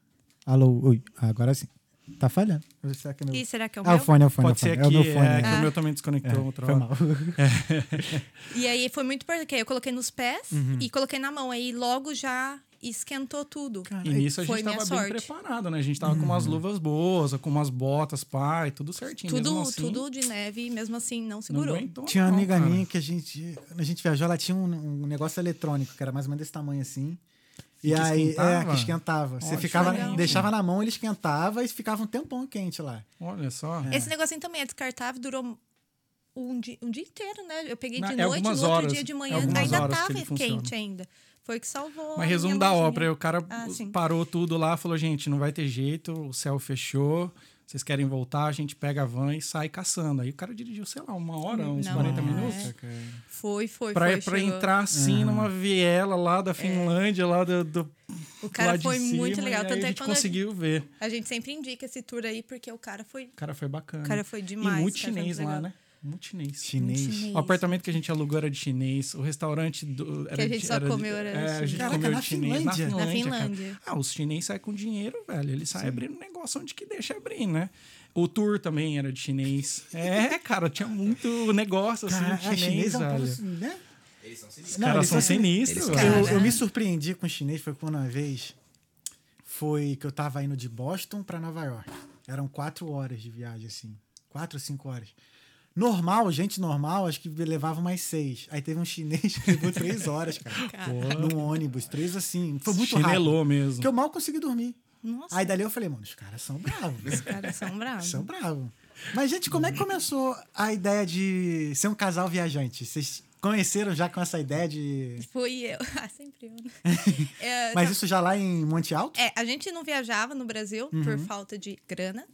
[SPEAKER 1] Alô, oi. Agora sim. Tá falhando. Será que é meu...
[SPEAKER 3] Ih, será que é o
[SPEAKER 1] Ah, o
[SPEAKER 3] meu?
[SPEAKER 1] fone, é o fone. é o
[SPEAKER 4] Pode ser
[SPEAKER 1] fone.
[SPEAKER 4] que,
[SPEAKER 1] é o meu fone.
[SPEAKER 4] é, que
[SPEAKER 1] né?
[SPEAKER 4] o meu também desconectou outra
[SPEAKER 1] Foi
[SPEAKER 4] hora.
[SPEAKER 1] mal.
[SPEAKER 3] E aí foi muito importante. porque Eu coloquei nos pés
[SPEAKER 4] Uhum.
[SPEAKER 3] e coloquei na mão. Aí logo já esquentou tudo.
[SPEAKER 4] E nisso a
[SPEAKER 3] Foi
[SPEAKER 4] gente
[SPEAKER 3] minha
[SPEAKER 4] tava
[SPEAKER 3] sorte.
[SPEAKER 4] bem preparado, né? A gente tava com
[SPEAKER 1] Uhum.
[SPEAKER 4] umas luvas boas, com umas botas, pai, tudo certinho.
[SPEAKER 3] Tudo,
[SPEAKER 4] mesmo assim,
[SPEAKER 3] tudo de neve, e mesmo assim não
[SPEAKER 4] não
[SPEAKER 3] segurou.
[SPEAKER 4] aguentou, né?
[SPEAKER 1] Tinha uma
[SPEAKER 4] não,
[SPEAKER 1] amiga
[SPEAKER 4] cara.
[SPEAKER 1] minha que a gente. Quando a gente viajou, ela tinha um, um negócio eletrônico, que era mais ou menos desse tamanho assim. E,
[SPEAKER 4] que
[SPEAKER 1] aí, é,
[SPEAKER 4] esquentava?
[SPEAKER 1] que esquentava. Você
[SPEAKER 4] Ótimo.
[SPEAKER 1] ficava,
[SPEAKER 3] Legal.
[SPEAKER 1] deixava na mão, ele esquentava e ficava um tempão quente lá.
[SPEAKER 4] Olha só.
[SPEAKER 3] Esse negocinho também é descartável, durou um dia, um dia inteiro, né? Eu peguei
[SPEAKER 4] Na-
[SPEAKER 3] de
[SPEAKER 4] é
[SPEAKER 3] noite, no
[SPEAKER 4] algumas
[SPEAKER 3] outro
[SPEAKER 4] horas,
[SPEAKER 3] dia de manhã
[SPEAKER 4] é algumas
[SPEAKER 3] ainda
[SPEAKER 4] horas que
[SPEAKER 3] tava
[SPEAKER 4] ele
[SPEAKER 3] quente
[SPEAKER 4] funciona.
[SPEAKER 3] ainda. Foi o que salvou.
[SPEAKER 4] Mas
[SPEAKER 3] a
[SPEAKER 4] resumo
[SPEAKER 3] minha
[SPEAKER 4] da é
[SPEAKER 3] mãozinha.
[SPEAKER 4] ópera, o cara
[SPEAKER 3] Ah, sim.
[SPEAKER 4] parou tudo lá, falou, gente, não vai ter jeito, o céu fechou, vocês querem voltar, a gente pega a van e sai caçando. Aí o cara dirigiu, sei lá, uma hora, uns
[SPEAKER 3] Não,
[SPEAKER 4] 40
[SPEAKER 3] é.
[SPEAKER 4] minutos.
[SPEAKER 3] Foi, foi,
[SPEAKER 4] Pra,
[SPEAKER 3] foi.
[SPEAKER 4] pra
[SPEAKER 3] chegou. É.
[SPEAKER 4] entrar assim numa viela lá da Finlândia, lá do, do
[SPEAKER 3] O cara
[SPEAKER 4] lá de
[SPEAKER 3] foi muito
[SPEAKER 4] cima,
[SPEAKER 3] legal,
[SPEAKER 4] e aí
[SPEAKER 3] tanto é
[SPEAKER 4] a
[SPEAKER 3] que
[SPEAKER 4] gente
[SPEAKER 3] quando a
[SPEAKER 4] conseguiu ver.
[SPEAKER 3] A gente sempre indica esse tour aí, porque o cara foi.
[SPEAKER 4] O cara foi bacana.
[SPEAKER 3] O cara foi demais,
[SPEAKER 4] E muito
[SPEAKER 3] o cara foi
[SPEAKER 4] chinês
[SPEAKER 3] muito
[SPEAKER 4] lá,
[SPEAKER 3] legal.
[SPEAKER 4] né? Muito chinês.
[SPEAKER 1] Chinês.
[SPEAKER 3] chinês.
[SPEAKER 4] O apartamento que a gente alugou era de chinês, o restaurante do, era
[SPEAKER 3] a gente
[SPEAKER 4] de-
[SPEAKER 3] só
[SPEAKER 4] era de-
[SPEAKER 3] comeu era
[SPEAKER 4] é, a
[SPEAKER 3] chinês.
[SPEAKER 4] gente
[SPEAKER 1] Caraca,
[SPEAKER 4] comeu
[SPEAKER 1] na
[SPEAKER 4] de chinês na
[SPEAKER 1] Finlândia?
[SPEAKER 4] Finlândia.
[SPEAKER 3] Na
[SPEAKER 4] cara.
[SPEAKER 3] Finlândia.
[SPEAKER 4] Ah, os chinês saem com dinheiro, velho. Ele sai abrindo negócio onde que deixa abrir, né? O tour também era de chinês. É, cara, tinha muito negócio assim,
[SPEAKER 1] Cara,
[SPEAKER 4] chinês, velho.
[SPEAKER 1] povo, né?
[SPEAKER 2] Eles são sinistros.
[SPEAKER 1] Não,
[SPEAKER 4] Os caras
[SPEAKER 1] eles
[SPEAKER 4] são
[SPEAKER 1] assim-
[SPEAKER 4] sinistros,
[SPEAKER 2] Eles são
[SPEAKER 4] velho.
[SPEAKER 1] Eu, eu me surpreendi com o chinês, foi quando uma vez foi que eu tava indo de Boston pra Nova York. Eram quatro horas de viagem, assim. Quatro, cinco horas. Normal, gente normal, acho que levava mais seis. Aí teve um chinês que levou três horas, cara. Num ônibus, três assim. Foi muito
[SPEAKER 4] Chinelou
[SPEAKER 1] rápido.
[SPEAKER 4] mesmo.
[SPEAKER 1] Que eu mal consegui dormir.
[SPEAKER 3] Nossa,
[SPEAKER 1] Aí dali eu falei, mano, os caras são bravos.
[SPEAKER 3] os caras
[SPEAKER 4] *laughs*
[SPEAKER 3] são bravos.
[SPEAKER 1] são bravos. Mas, gente, como é que começou a ideia de ser um casal viajante? Vocês conheceram já com essa ideia de.
[SPEAKER 3] Fui eu. *laughs* Ah, sempre eu,
[SPEAKER 4] *laughs*
[SPEAKER 3] né? É,
[SPEAKER 1] Mas isso já lá em Monte Alto?
[SPEAKER 3] É, a gente não viajava no Brasil por falta de grana.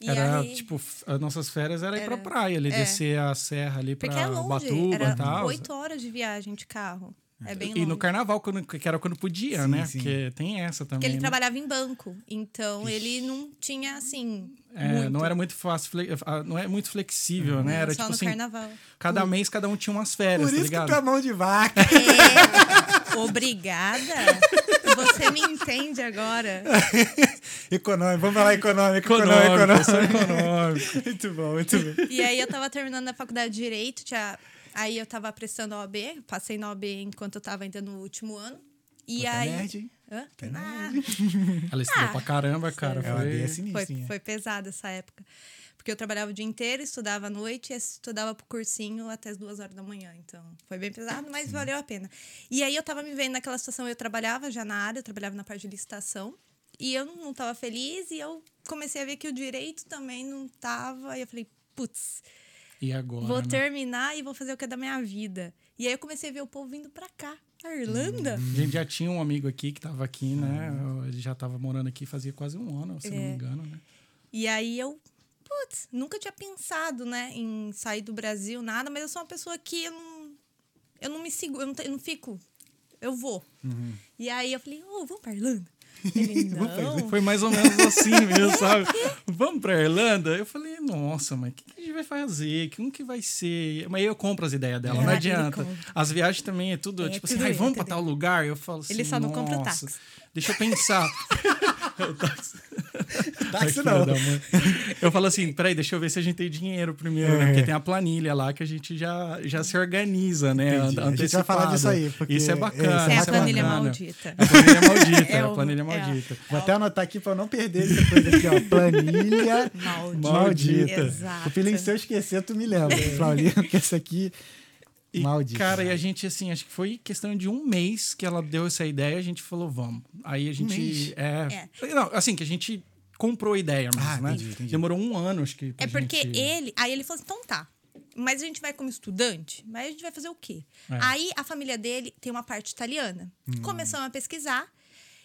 [SPEAKER 3] E
[SPEAKER 4] Uhum. era,
[SPEAKER 3] aí,
[SPEAKER 4] tipo, f- as nossas férias era, ir pra
[SPEAKER 3] Era-
[SPEAKER 4] praia ali,
[SPEAKER 3] é.
[SPEAKER 4] descer a serra ali pra
[SPEAKER 3] porque é longe,
[SPEAKER 4] Batuba e
[SPEAKER 3] era
[SPEAKER 4] tal.
[SPEAKER 3] oito horas de viagem de carro. É bem
[SPEAKER 4] E
[SPEAKER 3] longe.
[SPEAKER 4] no carnaval, quando, que era quando podia,
[SPEAKER 1] Sim,
[SPEAKER 4] né?
[SPEAKER 1] sim.
[SPEAKER 4] Porque tem essa também.
[SPEAKER 3] Porque ele
[SPEAKER 4] né?
[SPEAKER 3] trabalhava em banco, então ele não tinha assim.
[SPEAKER 4] É,
[SPEAKER 3] muito. Uhum.
[SPEAKER 4] não era muito fácil, fle- ah, não é muito flexível, né? Era
[SPEAKER 3] só
[SPEAKER 4] tipo
[SPEAKER 3] no
[SPEAKER 4] assim, *laughs*
[SPEAKER 3] carnaval.
[SPEAKER 4] cada mês cada um tinha umas
[SPEAKER 1] Por
[SPEAKER 4] férias, tá
[SPEAKER 1] isso que
[SPEAKER 4] ligado?
[SPEAKER 1] tu é mão de vaca. *laughs*
[SPEAKER 3] É, obrigada. Você me entende agora?
[SPEAKER 1] Econômico, vamos falar econômico,
[SPEAKER 3] é
[SPEAKER 1] econômico,
[SPEAKER 4] Econômico,
[SPEAKER 3] né?
[SPEAKER 1] econômico.
[SPEAKER 4] só econômico.
[SPEAKER 1] Muito bom, muito bom.
[SPEAKER 3] E aí eu tava terminando a faculdade de Direito, tinha... aí eu tava prestando a OAB, passei na OAB enquanto eu tava ainda no último ano. E
[SPEAKER 1] Puta
[SPEAKER 3] aí.
[SPEAKER 1] nerd, hein?
[SPEAKER 3] Hã? Ah,
[SPEAKER 4] Ela estudou
[SPEAKER 3] Ah,
[SPEAKER 4] pra caramba, cara.
[SPEAKER 1] É uma ideia
[SPEAKER 4] Foi...
[SPEAKER 1] sinistra.
[SPEAKER 3] foi,
[SPEAKER 1] hein?
[SPEAKER 3] foi pesada essa época. Porque eu trabalhava o dia inteiro, estudava à noite e estudava pro cursinho até as duas horas da manhã. Então, foi bem pesado, mas valeu a pena. E aí eu tava me vendo naquela situação, eu trabalhava já na área, eu trabalhava na parte de licitação. E eu não tava feliz e eu comecei a ver que o direito também não tava. E eu falei, putz,
[SPEAKER 4] E agora?
[SPEAKER 3] vou
[SPEAKER 4] né?
[SPEAKER 3] terminar e vou fazer o que é da minha vida. E aí eu comecei a ver o povo vindo pra cá, a Irlanda.
[SPEAKER 4] A gente já tinha um amigo aqui que tava aqui, né?
[SPEAKER 3] Uhum.
[SPEAKER 4] Ele já tava morando aqui fazia quase um ano, se não
[SPEAKER 3] É.
[SPEAKER 4] me engano, né?
[SPEAKER 3] E aí eu, putz, nunca tinha pensado, né, em sair do Brasil, nada, mas eu sou uma pessoa que eu não, eu não me sigo, eu não, te- eu não fico, eu vou.
[SPEAKER 4] Uhum.
[SPEAKER 3] E aí eu falei, ô, vamos pra Irlanda?
[SPEAKER 4] *laughs*
[SPEAKER 3] Ele, não.
[SPEAKER 4] Foi mais ou menos assim mesmo, sabe? *laughs* Vamos pra Irlanda? Eu falei, nossa, mas o que, que a gente vai fazer? Como que vai ser? Mas eu compro as ideias dela,
[SPEAKER 3] Ah,
[SPEAKER 4] não
[SPEAKER 3] ele
[SPEAKER 4] adianta.
[SPEAKER 3] compra.
[SPEAKER 4] As viagens também é tudo,
[SPEAKER 3] É,
[SPEAKER 4] tipo
[SPEAKER 3] tudo
[SPEAKER 4] assim, ai,
[SPEAKER 3] ele,
[SPEAKER 4] vamos pra
[SPEAKER 3] entendeu?
[SPEAKER 4] tal lugar? Eu falo assim,
[SPEAKER 3] Ele só não compra o
[SPEAKER 4] "Nossa,
[SPEAKER 3] táxi."
[SPEAKER 4] Deixa
[SPEAKER 3] *laughs*
[SPEAKER 4] eu pensar. O táxi.
[SPEAKER 1] Táxi
[SPEAKER 4] Ai, filha
[SPEAKER 1] Tá, não.
[SPEAKER 4] da mãe. *laughs* Eu falo assim, peraí, deixa eu ver se a gente tem dinheiro primeiro,
[SPEAKER 3] É.
[SPEAKER 4] né? Porque tem a planilha lá que a gente já, já se organiza, né?
[SPEAKER 1] Entendi.
[SPEAKER 4] Ante-
[SPEAKER 1] A gente vai falar
[SPEAKER 4] antecipada.
[SPEAKER 1] disso aí, porque
[SPEAKER 4] Isso é
[SPEAKER 1] essa
[SPEAKER 4] bacana.
[SPEAKER 3] é
[SPEAKER 1] Essa
[SPEAKER 3] a
[SPEAKER 4] isso
[SPEAKER 3] planilha
[SPEAKER 4] bacana. *laughs*
[SPEAKER 3] maldita.
[SPEAKER 4] A planilha
[SPEAKER 3] *laughs*
[SPEAKER 4] maldita,
[SPEAKER 3] É
[SPEAKER 4] é a
[SPEAKER 3] o-
[SPEAKER 4] planilha
[SPEAKER 3] é a-
[SPEAKER 4] maldita.
[SPEAKER 1] Vou até anotar aqui pra eu não perder essa coisa aqui, ó. Planilha
[SPEAKER 3] Maldita.
[SPEAKER 1] maldita.
[SPEAKER 3] Exato.
[SPEAKER 1] O Pilinho, se eu esquecer, tu me lembra, Paulinho, porque esse aqui.
[SPEAKER 4] E,
[SPEAKER 1] maldito.
[SPEAKER 4] Cara, e a gente, assim, acho que foi questão de um mês que ela deu essa ideia, a gente falou, vamos. Aí a gente.
[SPEAKER 1] Um mês?
[SPEAKER 4] É, Não, assim, que a gente comprou a ideia mesmo,
[SPEAKER 1] Ah,
[SPEAKER 4] né?
[SPEAKER 1] entendi, entendi.
[SPEAKER 4] Demorou um ano, acho que. pra
[SPEAKER 3] É porque
[SPEAKER 4] gente-
[SPEAKER 3] ele. Aí ele falou assim: então tá. Mas a gente vai como estudante? Mas a gente vai fazer o quê?
[SPEAKER 4] É. Hum.
[SPEAKER 3] Aí a família dele tem uma parte italiana. Começamos a pesquisar.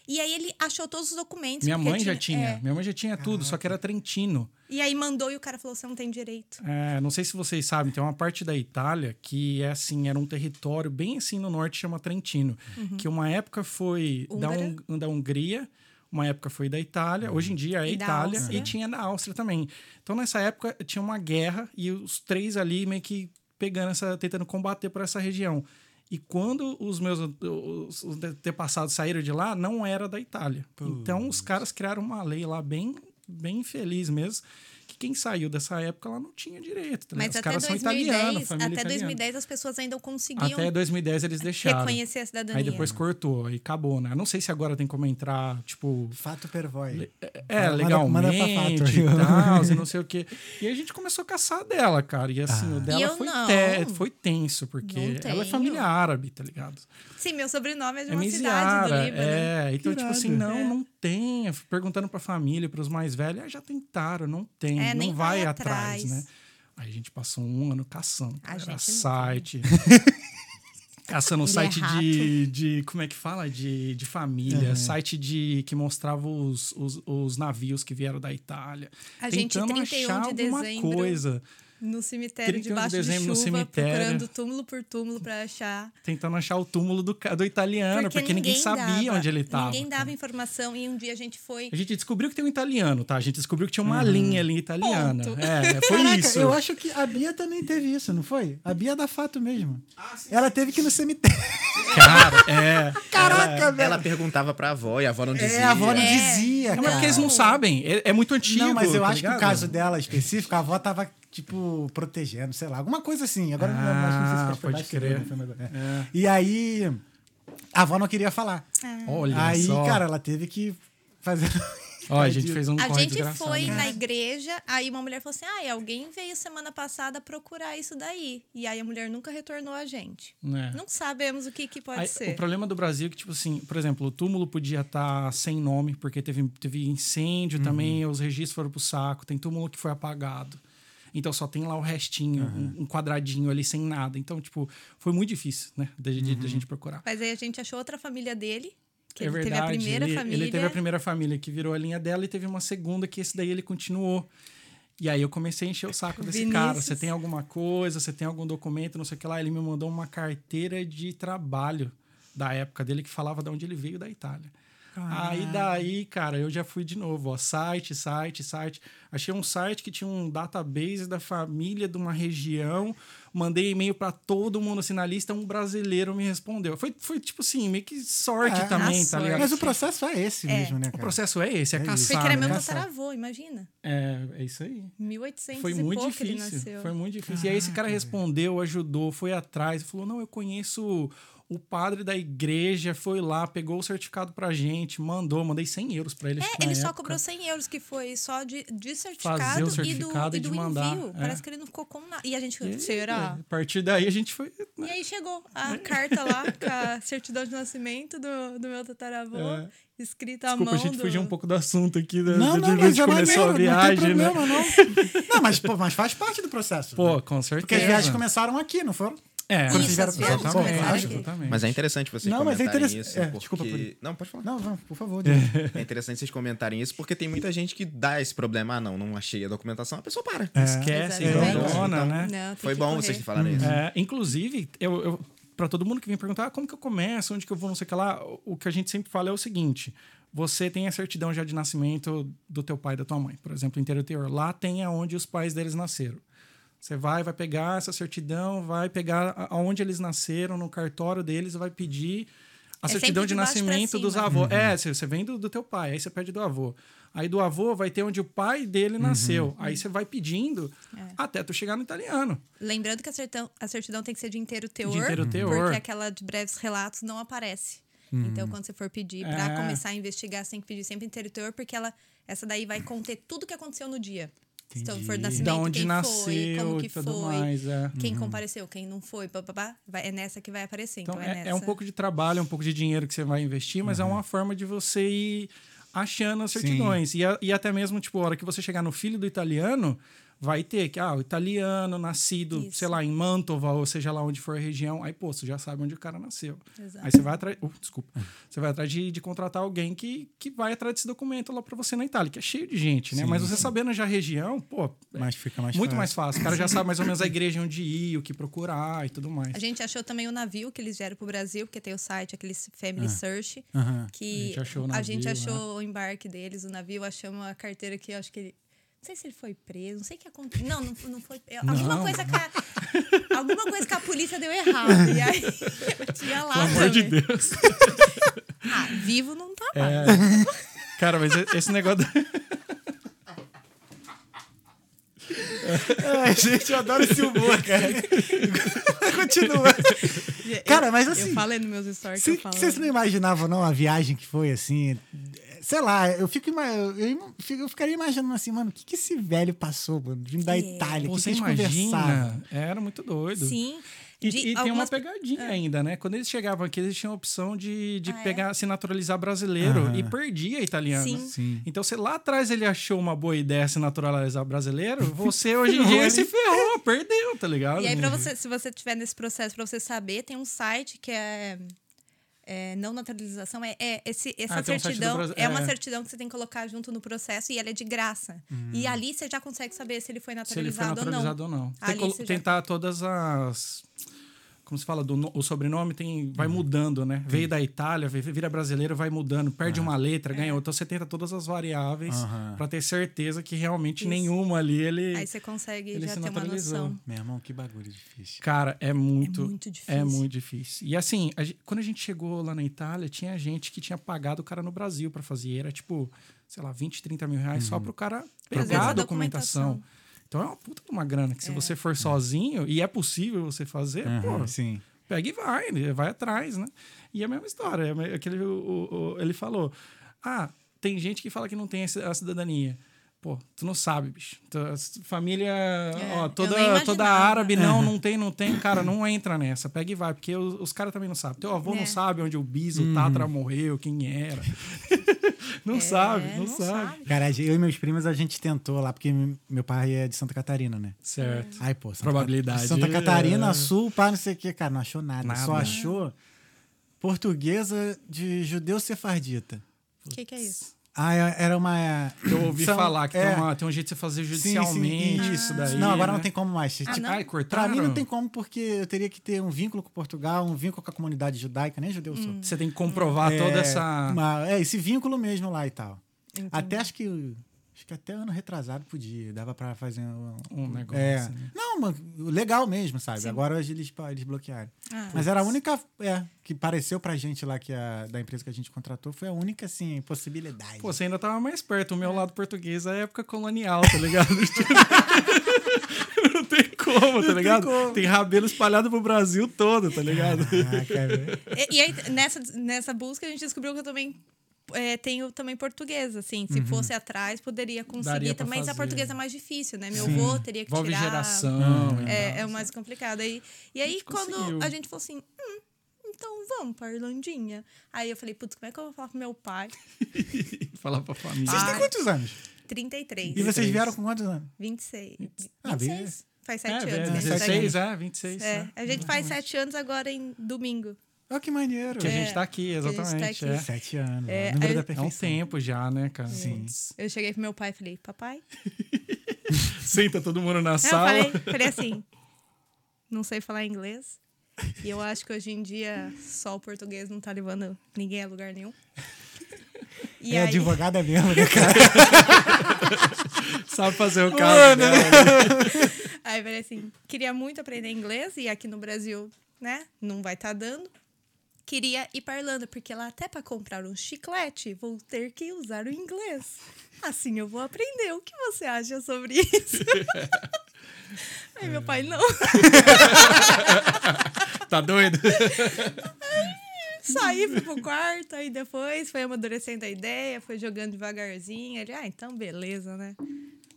[SPEAKER 3] E aí ele achou todos os documentos.
[SPEAKER 4] Minha
[SPEAKER 3] porque
[SPEAKER 4] mãe já tinha.
[SPEAKER 3] é.
[SPEAKER 4] Minha mãe já tinha tudo, só que era Trentino.
[SPEAKER 3] e aí mandou e o cara falou: você não tem direito.
[SPEAKER 4] É, não sei se vocês sabem, tem uma parte da Itália que é assim, era um território bem assim no norte, chama Trentino. Que uma época foi da,
[SPEAKER 3] Uhum. Húngara.
[SPEAKER 4] Hung- da Hungria, uma época foi da Itália, hoje em dia é
[SPEAKER 3] E da
[SPEAKER 4] Itália
[SPEAKER 3] Áustria.
[SPEAKER 4] e tinha da Áustria também. Então nessa época tinha uma guerra e os três ali meio que pegando essa, tentando combater por essa região. E quando os meus os, os antepassados saíram de lá, não era da Itália. Então os caras criaram uma lei lá bem bem feliz mesmo, que quem saiu dessa época lá não tinha direito. tá ligado?
[SPEAKER 3] Mas
[SPEAKER 4] os
[SPEAKER 3] até
[SPEAKER 4] caras são
[SPEAKER 3] 2010,
[SPEAKER 4] italianos, família
[SPEAKER 3] até
[SPEAKER 4] italiana.
[SPEAKER 3] 2010 as pessoas ainda conseguiam
[SPEAKER 4] Até 2010 eles deixaram.
[SPEAKER 3] reconhecer a cidadania.
[SPEAKER 4] Aí depois cortou, aí acabou, né? Não sei se agora tem como entrar, tipo,
[SPEAKER 1] Fato pervói.
[SPEAKER 4] é,
[SPEAKER 1] Manda-
[SPEAKER 4] legalmente
[SPEAKER 1] manda pra
[SPEAKER 4] e
[SPEAKER 1] Fato.
[SPEAKER 4] tal, e
[SPEAKER 1] *laughs*
[SPEAKER 4] não sei o quê. E a gente começou a caçar dela, cara. E assim,
[SPEAKER 1] Ah.
[SPEAKER 4] o
[SPEAKER 3] E
[SPEAKER 4] dela
[SPEAKER 3] eu
[SPEAKER 4] foi,
[SPEAKER 3] não.
[SPEAKER 4] te- foi tenso,
[SPEAKER 3] Não
[SPEAKER 4] porque ela é
[SPEAKER 3] tenho.
[SPEAKER 4] família árabe, tá ligado?
[SPEAKER 3] Sim, meu sobrenome é de
[SPEAKER 4] É
[SPEAKER 3] uma
[SPEAKER 4] miseára,
[SPEAKER 3] cidade do Líbano. né?
[SPEAKER 4] é. Então,
[SPEAKER 1] Que
[SPEAKER 4] tipo assim,
[SPEAKER 1] irado.
[SPEAKER 4] não, não tem. Perguntando pra família, pros mais velhos, ah, já tentaram, não tem,
[SPEAKER 3] É,
[SPEAKER 4] não
[SPEAKER 3] nem
[SPEAKER 4] vai,
[SPEAKER 3] vai atrás.
[SPEAKER 4] atrás, né? Aí a gente passou um ano caçando, cara,
[SPEAKER 3] gente não-
[SPEAKER 4] site... *laughs* Caçando
[SPEAKER 3] Ele é
[SPEAKER 4] site
[SPEAKER 3] rato.
[SPEAKER 4] de, de. Como é que fala? De, de família. Site de que mostrava os, os, os navios que vieram da Itália.
[SPEAKER 3] A gente,
[SPEAKER 4] tentando
[SPEAKER 3] 31
[SPEAKER 4] achar
[SPEAKER 3] de
[SPEAKER 4] alguma
[SPEAKER 3] dezembro,
[SPEAKER 4] coisa.
[SPEAKER 3] No cemitério
[SPEAKER 4] 31 de
[SPEAKER 3] debaixo de,
[SPEAKER 4] dezembro, no
[SPEAKER 3] chuva,
[SPEAKER 4] cemitério.
[SPEAKER 3] procurando túmulo por túmulo pra achar.
[SPEAKER 4] Tentando achar o túmulo do, ca- do italiano, porque, ninguém, sabia
[SPEAKER 3] dava-
[SPEAKER 4] onde ele estava.
[SPEAKER 3] Ninguém dava informação e um dia a gente foi.
[SPEAKER 4] A gente descobriu que tem um italiano, tá? A gente descobriu que tinha uma linha ali italiana.
[SPEAKER 3] Ponto.
[SPEAKER 4] É, foi
[SPEAKER 1] Uhum. Caraca,
[SPEAKER 4] isso.
[SPEAKER 1] eu acho que a Bia também teve isso, não foi? A Bia é da Fato mesmo. Ela teve que ir no cemitério.
[SPEAKER 4] Cara, é.
[SPEAKER 1] Caraca, velho.
[SPEAKER 2] Ela perguntava pra avó e a avó não dizia.
[SPEAKER 1] É, a avó não
[SPEAKER 3] É.
[SPEAKER 1] dizia,
[SPEAKER 4] É
[SPEAKER 1] cara.
[SPEAKER 4] porque eles não sabem. É, é muito antigo.
[SPEAKER 1] Não, mas eu
[SPEAKER 4] tá
[SPEAKER 1] acho que
[SPEAKER 4] ligado?
[SPEAKER 1] o caso dela específico, a avó tava, tipo, protegendo, sei lá, alguma coisa assim. Agora não lembro mais, não sei se
[SPEAKER 4] Ah,
[SPEAKER 1] foi pra
[SPEAKER 4] pode
[SPEAKER 1] baixo, se foi
[SPEAKER 4] crer.
[SPEAKER 1] pra cima agora. É. E aí, a avó não queria falar.
[SPEAKER 4] É. Olha
[SPEAKER 1] aí,
[SPEAKER 4] só.
[SPEAKER 1] cara, ela teve que fazer.
[SPEAKER 4] Ó, a gente fez um
[SPEAKER 3] A
[SPEAKER 4] corre
[SPEAKER 3] gente
[SPEAKER 4] desgraçado. né?
[SPEAKER 3] foi na igreja, aí uma mulher falou assim: Ah, alguém veio semana passada procurar isso daí. E aí a mulher nunca retornou a gente.
[SPEAKER 4] Né?
[SPEAKER 3] Não sabemos o que, que pode
[SPEAKER 4] Aí,
[SPEAKER 3] ser.
[SPEAKER 4] O problema do Brasil é que, tipo assim, por exemplo, o túmulo podia estar sem nome, porque teve, teve
[SPEAKER 1] Uhum.
[SPEAKER 4] incêndio também, os registros foram pro saco, tem túmulo que foi apagado. Então só tem lá o restinho,
[SPEAKER 1] Uhum.
[SPEAKER 4] um, um quadradinho ali sem nada. Então, tipo, foi muito difícil, né? Da de-
[SPEAKER 1] Uhum.
[SPEAKER 4] da gente procurar.
[SPEAKER 3] Mas aí a gente achou outra família dele, que
[SPEAKER 4] é
[SPEAKER 3] ele
[SPEAKER 4] verdade.
[SPEAKER 3] teve a primeira
[SPEAKER 4] ele,
[SPEAKER 3] família.
[SPEAKER 4] ele teve a primeira família que virou a linha dela e teve uma segunda que esse daí ele continuou. E aí eu comecei a encher o saco desse cara.
[SPEAKER 3] Vinícius.
[SPEAKER 4] Você tem alguma coisa, você tem algum documento, não sei o que lá. Ele me mandou uma carteira de trabalho da época dele que falava de onde ele veio da Itália. Aí
[SPEAKER 1] Ah.
[SPEAKER 4] daí, cara, eu já fui de novo, ó, site, site, site. Achei um site que tinha um database da família de uma região. Mandei e-mail pra todo mundo sinalista, um brasileiro me respondeu. Foi, foi tipo assim, meio que sorte
[SPEAKER 1] É.
[SPEAKER 4] também,
[SPEAKER 3] A
[SPEAKER 4] tá ligado?
[SPEAKER 1] Mas o processo é esse mesmo, né,
[SPEAKER 4] O
[SPEAKER 1] cara?
[SPEAKER 4] processo é esse, é,
[SPEAKER 1] É isso.
[SPEAKER 3] Porque
[SPEAKER 4] caçar.
[SPEAKER 3] era
[SPEAKER 4] né?
[SPEAKER 3] meu
[SPEAKER 1] Caçar.
[SPEAKER 3] tataravô, imagina.
[SPEAKER 4] É, é isso aí.
[SPEAKER 3] 1800
[SPEAKER 4] Foi
[SPEAKER 3] e
[SPEAKER 4] muito
[SPEAKER 3] pouco ele
[SPEAKER 4] difícil.
[SPEAKER 3] nasceu.
[SPEAKER 4] Foi muito difícil. e aí esse cara respondeu, ajudou, foi atrás, falou: "Não, eu conheço o padre da igreja, foi lá, pegou o certificado pra gente, mandou, mandei 100 euros pra ele. acho que
[SPEAKER 3] É,
[SPEAKER 4] na
[SPEAKER 3] ele só
[SPEAKER 4] época.
[SPEAKER 3] cobrou 100 euros, que foi só de, de
[SPEAKER 4] Fazer
[SPEAKER 3] certificado,
[SPEAKER 4] o certificado
[SPEAKER 3] e
[SPEAKER 4] e
[SPEAKER 3] do,
[SPEAKER 4] de
[SPEAKER 3] e do
[SPEAKER 4] mandar,
[SPEAKER 3] envio.
[SPEAKER 4] é.
[SPEAKER 3] Parece que ele não ficou com nada. E a gente,
[SPEAKER 4] E aí,
[SPEAKER 3] será?
[SPEAKER 4] é, A partir daí a gente foi
[SPEAKER 3] E aí chegou a carta
[SPEAKER 4] *laughs*
[SPEAKER 3] lá com a certidão de nascimento do, do meu tataravô,
[SPEAKER 4] É.
[SPEAKER 3] escrita à
[SPEAKER 4] Desculpa, a
[SPEAKER 3] mão.
[SPEAKER 4] gente
[SPEAKER 3] do...
[SPEAKER 4] fugiu um pouco do assunto aqui, né?
[SPEAKER 1] Não,
[SPEAKER 4] de
[SPEAKER 1] não,
[SPEAKER 4] onde
[SPEAKER 1] mas é
[SPEAKER 4] começou
[SPEAKER 1] maneiro,
[SPEAKER 4] a
[SPEAKER 1] não
[SPEAKER 4] viagem, né?
[SPEAKER 1] tem problema, não. Não, mas, pô, mas faz parte do processo. né?
[SPEAKER 4] Pô, é. com certeza.
[SPEAKER 1] Porque as viagens começaram aqui, não foram?
[SPEAKER 4] É,
[SPEAKER 3] Quando vocês
[SPEAKER 4] exatamente,
[SPEAKER 3] vieram pra cá, pô,
[SPEAKER 4] exatamente,
[SPEAKER 3] aqui.
[SPEAKER 4] exatamente.
[SPEAKER 2] Mas é interessante vocês
[SPEAKER 1] Não, mas é
[SPEAKER 2] comentarem
[SPEAKER 1] interessante-
[SPEAKER 2] isso.
[SPEAKER 1] é,
[SPEAKER 2] porque...
[SPEAKER 1] desculpa, Felipe.
[SPEAKER 2] Não, pode falar.
[SPEAKER 1] Não, não, por favor. Diego.
[SPEAKER 2] É interessante vocês comentarem isso, porque tem muita gente que dá esse problema. Ah, não, não achei a documentação, a pessoa para.
[SPEAKER 1] É.
[SPEAKER 4] Esquece,
[SPEAKER 3] Exatamente.
[SPEAKER 4] abandona,
[SPEAKER 2] Então,
[SPEAKER 4] né?
[SPEAKER 3] Não, tem
[SPEAKER 2] Foi
[SPEAKER 3] que
[SPEAKER 2] bom
[SPEAKER 3] correr.
[SPEAKER 2] vocês que falaram
[SPEAKER 1] Uhum.
[SPEAKER 2] isso.
[SPEAKER 4] É, inclusive, eu, eu para todo mundo que vem perguntar ah, como que eu começo, onde que eu vou, não sei o que lá, o que a gente sempre fala é o seguinte: você tem a certidão já de nascimento do teu pai e da tua mãe, por exemplo, interior interior. Lá tem aonde os pais deles nasceram. Você vai, vai pegar essa certidão, vai pegar a- aonde eles nasceram, no cartório deles, vai pedir a
[SPEAKER 3] É
[SPEAKER 4] certidão
[SPEAKER 3] sempre
[SPEAKER 4] de
[SPEAKER 3] de baixo pra
[SPEAKER 4] nascimento dos
[SPEAKER 3] cima.
[SPEAKER 4] avós. É, você você vem do, do teu pai, aí você pede do avô. Aí do avô vai ter onde o pai dele nasceu. Aí você vai pedindo
[SPEAKER 3] É.
[SPEAKER 4] até tu chegar no italiano.
[SPEAKER 3] Lembrando que a certidão, a certidão tem que ser de inteiro teor,
[SPEAKER 4] De inteiro teor.
[SPEAKER 3] porque aquela de breves relatos não aparece. Então, quando você for pedir pra
[SPEAKER 4] Hum. É.
[SPEAKER 3] começar a investigar, você tem que pedir sempre inteiro teor, porque ela, essa daí vai conter tudo que aconteceu no dia. Então, for nascimento,
[SPEAKER 4] da onde
[SPEAKER 3] quem
[SPEAKER 4] nasceu
[SPEAKER 3] foi, como que
[SPEAKER 4] e tudo
[SPEAKER 3] foi,
[SPEAKER 4] mais. É.
[SPEAKER 3] quem compareceu, quem não foi, papapá, vai- é nessa que vai aparecer. Então,
[SPEAKER 4] Então,
[SPEAKER 3] é,
[SPEAKER 4] é,
[SPEAKER 3] nessa.
[SPEAKER 4] é um pouco de trabalho, é um pouco de dinheiro que você vai investir, mas é uma forma de você ir achando as certidões. E, a- e até mesmo, tipo, a hora que você chegar no filho do italiano, vai ter que, ah, o italiano nascido,
[SPEAKER 3] Isso.
[SPEAKER 4] sei lá, em Mantova, ou seja lá onde for a região, aí, pô, você já sabe onde o cara nasceu.
[SPEAKER 3] Exato.
[SPEAKER 4] Aí você vai atrás. Uh, desculpa. Você vai atrás de, de contratar alguém que, que vai atrás desse documento lá pra você na Itália, que é cheio de gente, né? Mas você sabendo já a região, pô, é
[SPEAKER 1] Mas fica mais
[SPEAKER 4] muito
[SPEAKER 1] fácil.
[SPEAKER 4] mais fácil. O cara já sabe mais ou *laughs* menos a igreja onde ir, o que procurar e tudo mais.
[SPEAKER 3] A gente achou também o navio que eles vieram pro Brasil, porque tem o site, aquele Family Search,
[SPEAKER 1] Aham.
[SPEAKER 3] que
[SPEAKER 4] Ah. A gente achou o
[SPEAKER 3] a gente
[SPEAKER 4] navio,
[SPEAKER 3] achou o embarque deles, o navio, achamos a carteira que eu acho que ele. Não sei se ele foi preso, não sei o que aconteceu. Não, não, não foi. eu- Alguma,
[SPEAKER 4] Não.
[SPEAKER 3] coisa que a, alguma coisa que a polícia deu errado. E aí *laughs* tinha lá.
[SPEAKER 4] Pelo amor de É.
[SPEAKER 3] também.
[SPEAKER 4] Deus.
[SPEAKER 3] Ah, vivo não tá mais.
[SPEAKER 4] Cara, mas esse negócio.
[SPEAKER 1] Ai, É, gente, eu adoro esse humor, cara.
[SPEAKER 4] *laughs*
[SPEAKER 1] Continua. Cara, mas assim-
[SPEAKER 3] Eu falei nos meus stories que eu falo.
[SPEAKER 1] Vocês não imaginavam, não, a viagem que foi assim? Sei lá, eu fico ima- eu, eu fico- eu ficaria imaginando assim, mano, o que, que esse velho passou, mano? Vindo da
[SPEAKER 3] Yeah.
[SPEAKER 1] Itália, o que, que
[SPEAKER 4] Você
[SPEAKER 1] eles
[SPEAKER 4] imagina? É,
[SPEAKER 1] conversavam?
[SPEAKER 4] Era muito doido.
[SPEAKER 3] Sim.
[SPEAKER 4] E,
[SPEAKER 3] de
[SPEAKER 4] e tem uma
[SPEAKER 3] algumas- É.
[SPEAKER 4] pegadinha ainda, né? Quando eles chegavam aqui, eles tinham a opção de, de
[SPEAKER 3] Ah, é?
[SPEAKER 4] pegar, se naturalizar brasileiro e perdia italiano.
[SPEAKER 3] Sim.
[SPEAKER 1] Sim.
[SPEAKER 4] Então, se lá atrás ele achou uma boa ideia se
[SPEAKER 3] *laughs*
[SPEAKER 4] naturalizar brasileiro, você hoje em dia se ferrou, perdeu, tá ligado?
[SPEAKER 3] E aí, pra você, se você tiver nesse processo, pra você saber, tem um site que é. é, não naturalização, é, é esse, essa
[SPEAKER 4] Ah, tem um site do
[SPEAKER 3] certidão.
[SPEAKER 4] Brasil-
[SPEAKER 3] é uma
[SPEAKER 4] é.
[SPEAKER 3] certidão que você tem que colocar junto no processo e ela é de graça. E ali você já consegue saber se ele foi
[SPEAKER 4] Hum. se ele foi
[SPEAKER 3] naturalizado,
[SPEAKER 4] naturalizado
[SPEAKER 3] ou
[SPEAKER 4] ou não.
[SPEAKER 3] Ali
[SPEAKER 4] Tem que
[SPEAKER 3] você já-
[SPEAKER 4] tentar todas as. Como se fala? Do no- o sobrenome tem, vai mudando, né? Veio da Itália, vi- vira brasileiro, vai mudando, perde uma letra,
[SPEAKER 3] É.
[SPEAKER 4] ganha outra. Então você tenta todas as variáveis
[SPEAKER 1] Aham.
[SPEAKER 4] pra ter certeza que realmente
[SPEAKER 3] Isso.
[SPEAKER 4] nenhuma ali ele.
[SPEAKER 3] não. Aí você consegue
[SPEAKER 4] Ele
[SPEAKER 3] já ter
[SPEAKER 4] se
[SPEAKER 3] uma
[SPEAKER 4] naturalizou.
[SPEAKER 3] noção.
[SPEAKER 1] Meu irmão, que bagulho difícil.
[SPEAKER 4] Cara, é muito.
[SPEAKER 3] muito difícil.
[SPEAKER 4] é muito difícil. E assim, a gen- quando a gente chegou lá na Itália, tinha gente que tinha pagado o cara no Brasil pra fazer. Era tipo, sei lá, 20, 30 mil reais só pro cara
[SPEAKER 3] Fazer
[SPEAKER 4] pegar
[SPEAKER 3] essa
[SPEAKER 4] a documentação.
[SPEAKER 3] documentação.
[SPEAKER 4] Então é uma puta de uma grana que se você for sozinho, e é possível você fazer,
[SPEAKER 1] Aham,
[SPEAKER 4] pô,
[SPEAKER 1] sim.
[SPEAKER 4] pega e vai, né? vai atrás, né? E é a mesma história. é me- Aquele, o- o- o- ele falou: ah, tem- tem gente que fala que não tem esse- a cidadania. Pô, tu não sabe, bicho. Tu- a s- família, ó,
[SPEAKER 3] É, eu
[SPEAKER 4] toda,
[SPEAKER 3] nem
[SPEAKER 4] toda
[SPEAKER 3] imaginava. É.
[SPEAKER 4] árabe, não, não tem, não tem. Cara, não entra nessa. Pega e vai, porque os, os caras também não sabem. Teu avô
[SPEAKER 3] É.
[SPEAKER 4] não sabe onde o bis,
[SPEAKER 1] Uhum.
[SPEAKER 4] o tatra morreu, quem era. *laughs* não
[SPEAKER 3] É,
[SPEAKER 4] sabe, não, sabe.
[SPEAKER 1] Cara, eu e meus primos, a gente tentou lá, porque meu pai é de Santa Catarina, né?
[SPEAKER 4] Certo.
[SPEAKER 1] Ai, pô, Santa
[SPEAKER 4] Probabilidade.
[SPEAKER 1] Ca- Santa Catarina,
[SPEAKER 4] É.
[SPEAKER 1] Sul, pá, não sei o que, cara. Não achou nada.
[SPEAKER 4] Nada.
[SPEAKER 1] Só achou portuguesa de judeu sefardita.
[SPEAKER 3] O que, que é isso?
[SPEAKER 1] Ah, é- era uma.
[SPEAKER 4] Eu ouvi
[SPEAKER 1] São-
[SPEAKER 4] falar que
[SPEAKER 1] é,
[SPEAKER 4] tem, uma- tem um jeito de você fazer
[SPEAKER 1] sim, sim,
[SPEAKER 4] judicialmente
[SPEAKER 1] e-
[SPEAKER 4] isso daí.
[SPEAKER 1] Não, agora
[SPEAKER 4] né?
[SPEAKER 1] não tem como mais.
[SPEAKER 3] Ah,
[SPEAKER 1] Tipo,
[SPEAKER 3] não?
[SPEAKER 4] Ai,
[SPEAKER 1] pra
[SPEAKER 4] cortaram?
[SPEAKER 1] mim não tem como, porque eu teria que ter um vínculo com Portugal, um vínculo com a comunidade judaica, nem judeu eu
[SPEAKER 3] Hum.
[SPEAKER 1] sou.
[SPEAKER 4] Você tem que comprovar
[SPEAKER 1] É,
[SPEAKER 4] toda essa.
[SPEAKER 1] uma- é, esse vínculo mesmo lá e tal. Até acho que. Acho que até ano retrasado podia. Dava pra fazer um,
[SPEAKER 4] Um negócio,
[SPEAKER 1] É.
[SPEAKER 4] né?
[SPEAKER 1] Não, mano, legal mesmo, sabe? Agora eles, eles bloquearam.
[SPEAKER 3] Ah.
[SPEAKER 1] Mas era a única. É, que pareceu pra gente lá que a, da empresa que a gente contratou, foi a única, assim, possibilidade.
[SPEAKER 4] Pô, você ainda tava mais perto. O meu lado português é a época colonial, tá ligado? *laughs* não tem como, tá ligado? Tem, rabelo espalhado pro Brasil todo,
[SPEAKER 3] *laughs*
[SPEAKER 4] tá ligado?
[SPEAKER 1] Ah, cara.
[SPEAKER 3] E, e aí, nessa, nessa busca, a gente descobriu que eu também é, tenho também português, assim. Se fosse atrás, poderia
[SPEAKER 4] Uhum. Daria
[SPEAKER 3] conseguir
[SPEAKER 4] pra
[SPEAKER 3] também. Mas a
[SPEAKER 4] fazer.
[SPEAKER 3] portuguesa é mais difícil, né? Meu avô teria que
[SPEAKER 4] Envolve
[SPEAKER 3] tirar.
[SPEAKER 4] geração. e
[SPEAKER 3] É,
[SPEAKER 4] tal.
[SPEAKER 3] é o mais complicado. aí e aí, quando
[SPEAKER 4] conseguiu.
[SPEAKER 3] a gente falou assim, hum, então vamos pra Irlandinha. Aí eu falei, putz, como é que eu vou falar pro meu pai?
[SPEAKER 4] Falar pra
[SPEAKER 1] *laughs*
[SPEAKER 4] família.
[SPEAKER 1] Vocês têm
[SPEAKER 3] Ah.
[SPEAKER 1] quantos anos?
[SPEAKER 3] 33,
[SPEAKER 1] E vocês vieram com quantos anos?
[SPEAKER 3] 26.
[SPEAKER 1] Ah,
[SPEAKER 3] 26? Faz
[SPEAKER 4] É,
[SPEAKER 3] 7 anos.
[SPEAKER 4] velho,
[SPEAKER 3] né?
[SPEAKER 4] 16, é, 26.
[SPEAKER 3] É,
[SPEAKER 4] né?
[SPEAKER 3] a gente faz 7 anos agora em domingo.
[SPEAKER 1] Olha que maneiro.
[SPEAKER 4] Que a
[SPEAKER 1] É.
[SPEAKER 4] gente tá aqui,
[SPEAKER 3] a gente tá
[SPEAKER 4] exatamente.
[SPEAKER 3] aqui.
[SPEAKER 4] É.
[SPEAKER 1] Sete anos.
[SPEAKER 3] É,
[SPEAKER 1] ó, número
[SPEAKER 3] aí-
[SPEAKER 1] da
[SPEAKER 4] É um
[SPEAKER 1] perfeição.
[SPEAKER 4] tempo já, né, cara?
[SPEAKER 1] Sim.
[SPEAKER 4] Putz.
[SPEAKER 3] Eu cheguei pro meu pai e falei, papai,
[SPEAKER 4] Senta todo mundo na
[SPEAKER 3] Aí
[SPEAKER 4] sala.
[SPEAKER 3] Eu falei, falei assim, não sei falar inglês. E eu acho que hoje em dia só o português não tá levando ninguém a lugar nenhum. E
[SPEAKER 1] é
[SPEAKER 3] aí,
[SPEAKER 1] advogada mesmo, né,
[SPEAKER 4] *laughs*
[SPEAKER 1] cara?
[SPEAKER 4] Sabe fazer
[SPEAKER 3] um
[SPEAKER 4] o cara.
[SPEAKER 3] aí eu falei assim, queria muito aprender inglês e aqui no Brasil, né, não vai tá dando. Queria ir para Irlanda, porque lá até para comprar um chiclete vou ter que usar o inglês. Assim eu vou aprender. O que você acha sobre isso? Aí meu pai, não.
[SPEAKER 4] Tá doido?
[SPEAKER 3] Saí,
[SPEAKER 4] *laughs*
[SPEAKER 3] fui pro quarto, aí depois foi amadurecendo a ideia, foi jogando devagarzinho. Ele, ah, então beleza, né?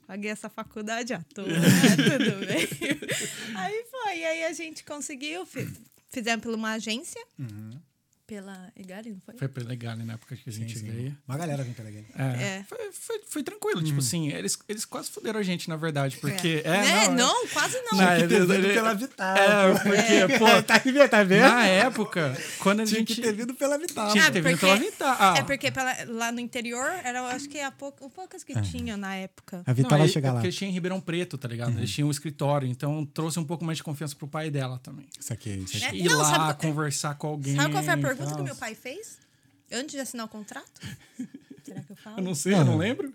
[SPEAKER 3] Paguei essa faculdade à
[SPEAKER 4] *laughs*
[SPEAKER 3] toa, né? tudo bem. Aí foi, aí a gente conseguiu, fi- fizemos por uma agência, pela Igari, não foi?
[SPEAKER 4] Uhum.
[SPEAKER 3] É.
[SPEAKER 4] Foi legal, né, na época que a gente veio.
[SPEAKER 1] Uma galera vem pela galera.
[SPEAKER 4] É.
[SPEAKER 3] É.
[SPEAKER 4] Foi, foi- foi tranquilo,
[SPEAKER 1] Hum.
[SPEAKER 4] tipo assim, eles, eles quase fuderam a gente, na verdade, porque... É,
[SPEAKER 3] né?
[SPEAKER 4] não, é-
[SPEAKER 3] não, quase não.
[SPEAKER 4] Não,
[SPEAKER 1] Tinha que ter
[SPEAKER 4] ele-
[SPEAKER 1] vindo
[SPEAKER 4] ele-
[SPEAKER 1] pela Vital.
[SPEAKER 4] É,
[SPEAKER 1] *laughs*
[SPEAKER 4] porque, pô,
[SPEAKER 1] tá, vendo? tá vendo?
[SPEAKER 4] na época, quando a
[SPEAKER 1] Tinha
[SPEAKER 4] gente...
[SPEAKER 1] que ter vindo pela Vital.
[SPEAKER 4] Tinha- teve pela Vital. Ah.
[SPEAKER 3] é porque pela- lá no interior, era, eu acho que é a pouca, poucas
[SPEAKER 4] É.
[SPEAKER 3] que tinham na época.
[SPEAKER 1] A Vital
[SPEAKER 4] Não,
[SPEAKER 1] vai
[SPEAKER 4] ele-
[SPEAKER 1] chegar lá. Uhum.
[SPEAKER 4] Porque eles tinham em Ribeirão Preto, tá ligado? Eles tinham um escritório, então trouxe um pouco mais de confiança pro pai dela também.
[SPEAKER 1] Isso aqui, isso aqui.
[SPEAKER 3] É,
[SPEAKER 4] Ir
[SPEAKER 3] não,
[SPEAKER 4] lá,
[SPEAKER 3] sabe qual-
[SPEAKER 4] conversar com alguém...
[SPEAKER 3] Sabe qual foi a pergunta
[SPEAKER 4] tal.
[SPEAKER 3] que meu pai fez? Antes de assinar o
[SPEAKER 4] *laughs*
[SPEAKER 3] contrato? Será que eu falo?
[SPEAKER 4] Eu não sei, eu
[SPEAKER 1] Ah.
[SPEAKER 3] *laughs*
[SPEAKER 4] não lembro.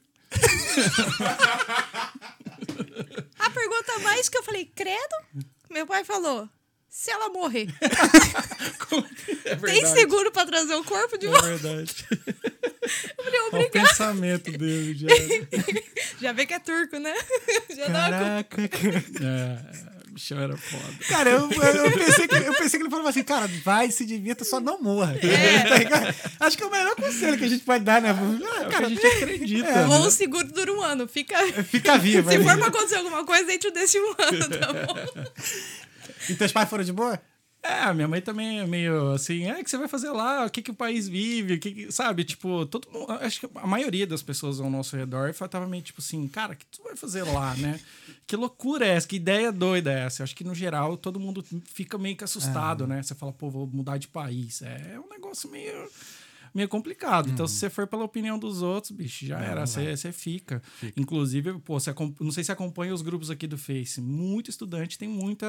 [SPEAKER 3] A pergunta mais que eu falei, credo, meu pai falou. Se ela
[SPEAKER 4] *laughs*
[SPEAKER 3] morrer,
[SPEAKER 4] É
[SPEAKER 3] tem
[SPEAKER 4] verdade.
[SPEAKER 3] seguro pra trazer o corpo de
[SPEAKER 4] É
[SPEAKER 3] volta?
[SPEAKER 4] verdade. *laughs*
[SPEAKER 3] Eu falei,
[SPEAKER 4] Olha o
[SPEAKER 3] obrigado.
[SPEAKER 4] pensamento dele, já. É,
[SPEAKER 3] Já vê que é turco, né? *laughs* Já dá uma
[SPEAKER 1] Caraca, cara.
[SPEAKER 4] É, o bichão era foda.
[SPEAKER 1] Cara, eu, eu, pensei que, eu pensei que ele falava assim, cara, vai, se divirta, só não morra. Tá ligado? Acho que é o melhor conselho que a gente pode dar, né? Ah,
[SPEAKER 4] É o que
[SPEAKER 1] cara,
[SPEAKER 4] a gente acredita,
[SPEAKER 3] culpa.
[SPEAKER 4] né?
[SPEAKER 3] Ou o seguro dura um ano.
[SPEAKER 4] *laughs*
[SPEAKER 3] Fica...
[SPEAKER 1] fica vivo.
[SPEAKER 3] Se
[SPEAKER 1] né?
[SPEAKER 3] for pra acontecer alguma coisa, dentro desse um ano, tá bom?
[SPEAKER 1] E teus pais foram de boa?
[SPEAKER 4] É, minha mãe também é meio assim, é o que você vai fazer lá, o que, que o país vive, o que, que- sabe? Tipo, todo mundo, acho que a maioria das pessoas ao nosso redor fa- tava meio tipo assim, cara, o que tu vai fazer lá, né? *laughs* Que loucura é essa? Que ideia doida é essa? Eu acho que no geral todo mundo fica meio que assustado, né? Você fala, pô, vou mudar de país. É um negócio meio meio complicado. Então, se você for pela opinião dos outros, bicho, já era. Você você fica. Inclusive, pô, você acom- não sei se acompanha os grupos aqui do Face. Muito estudante tem muita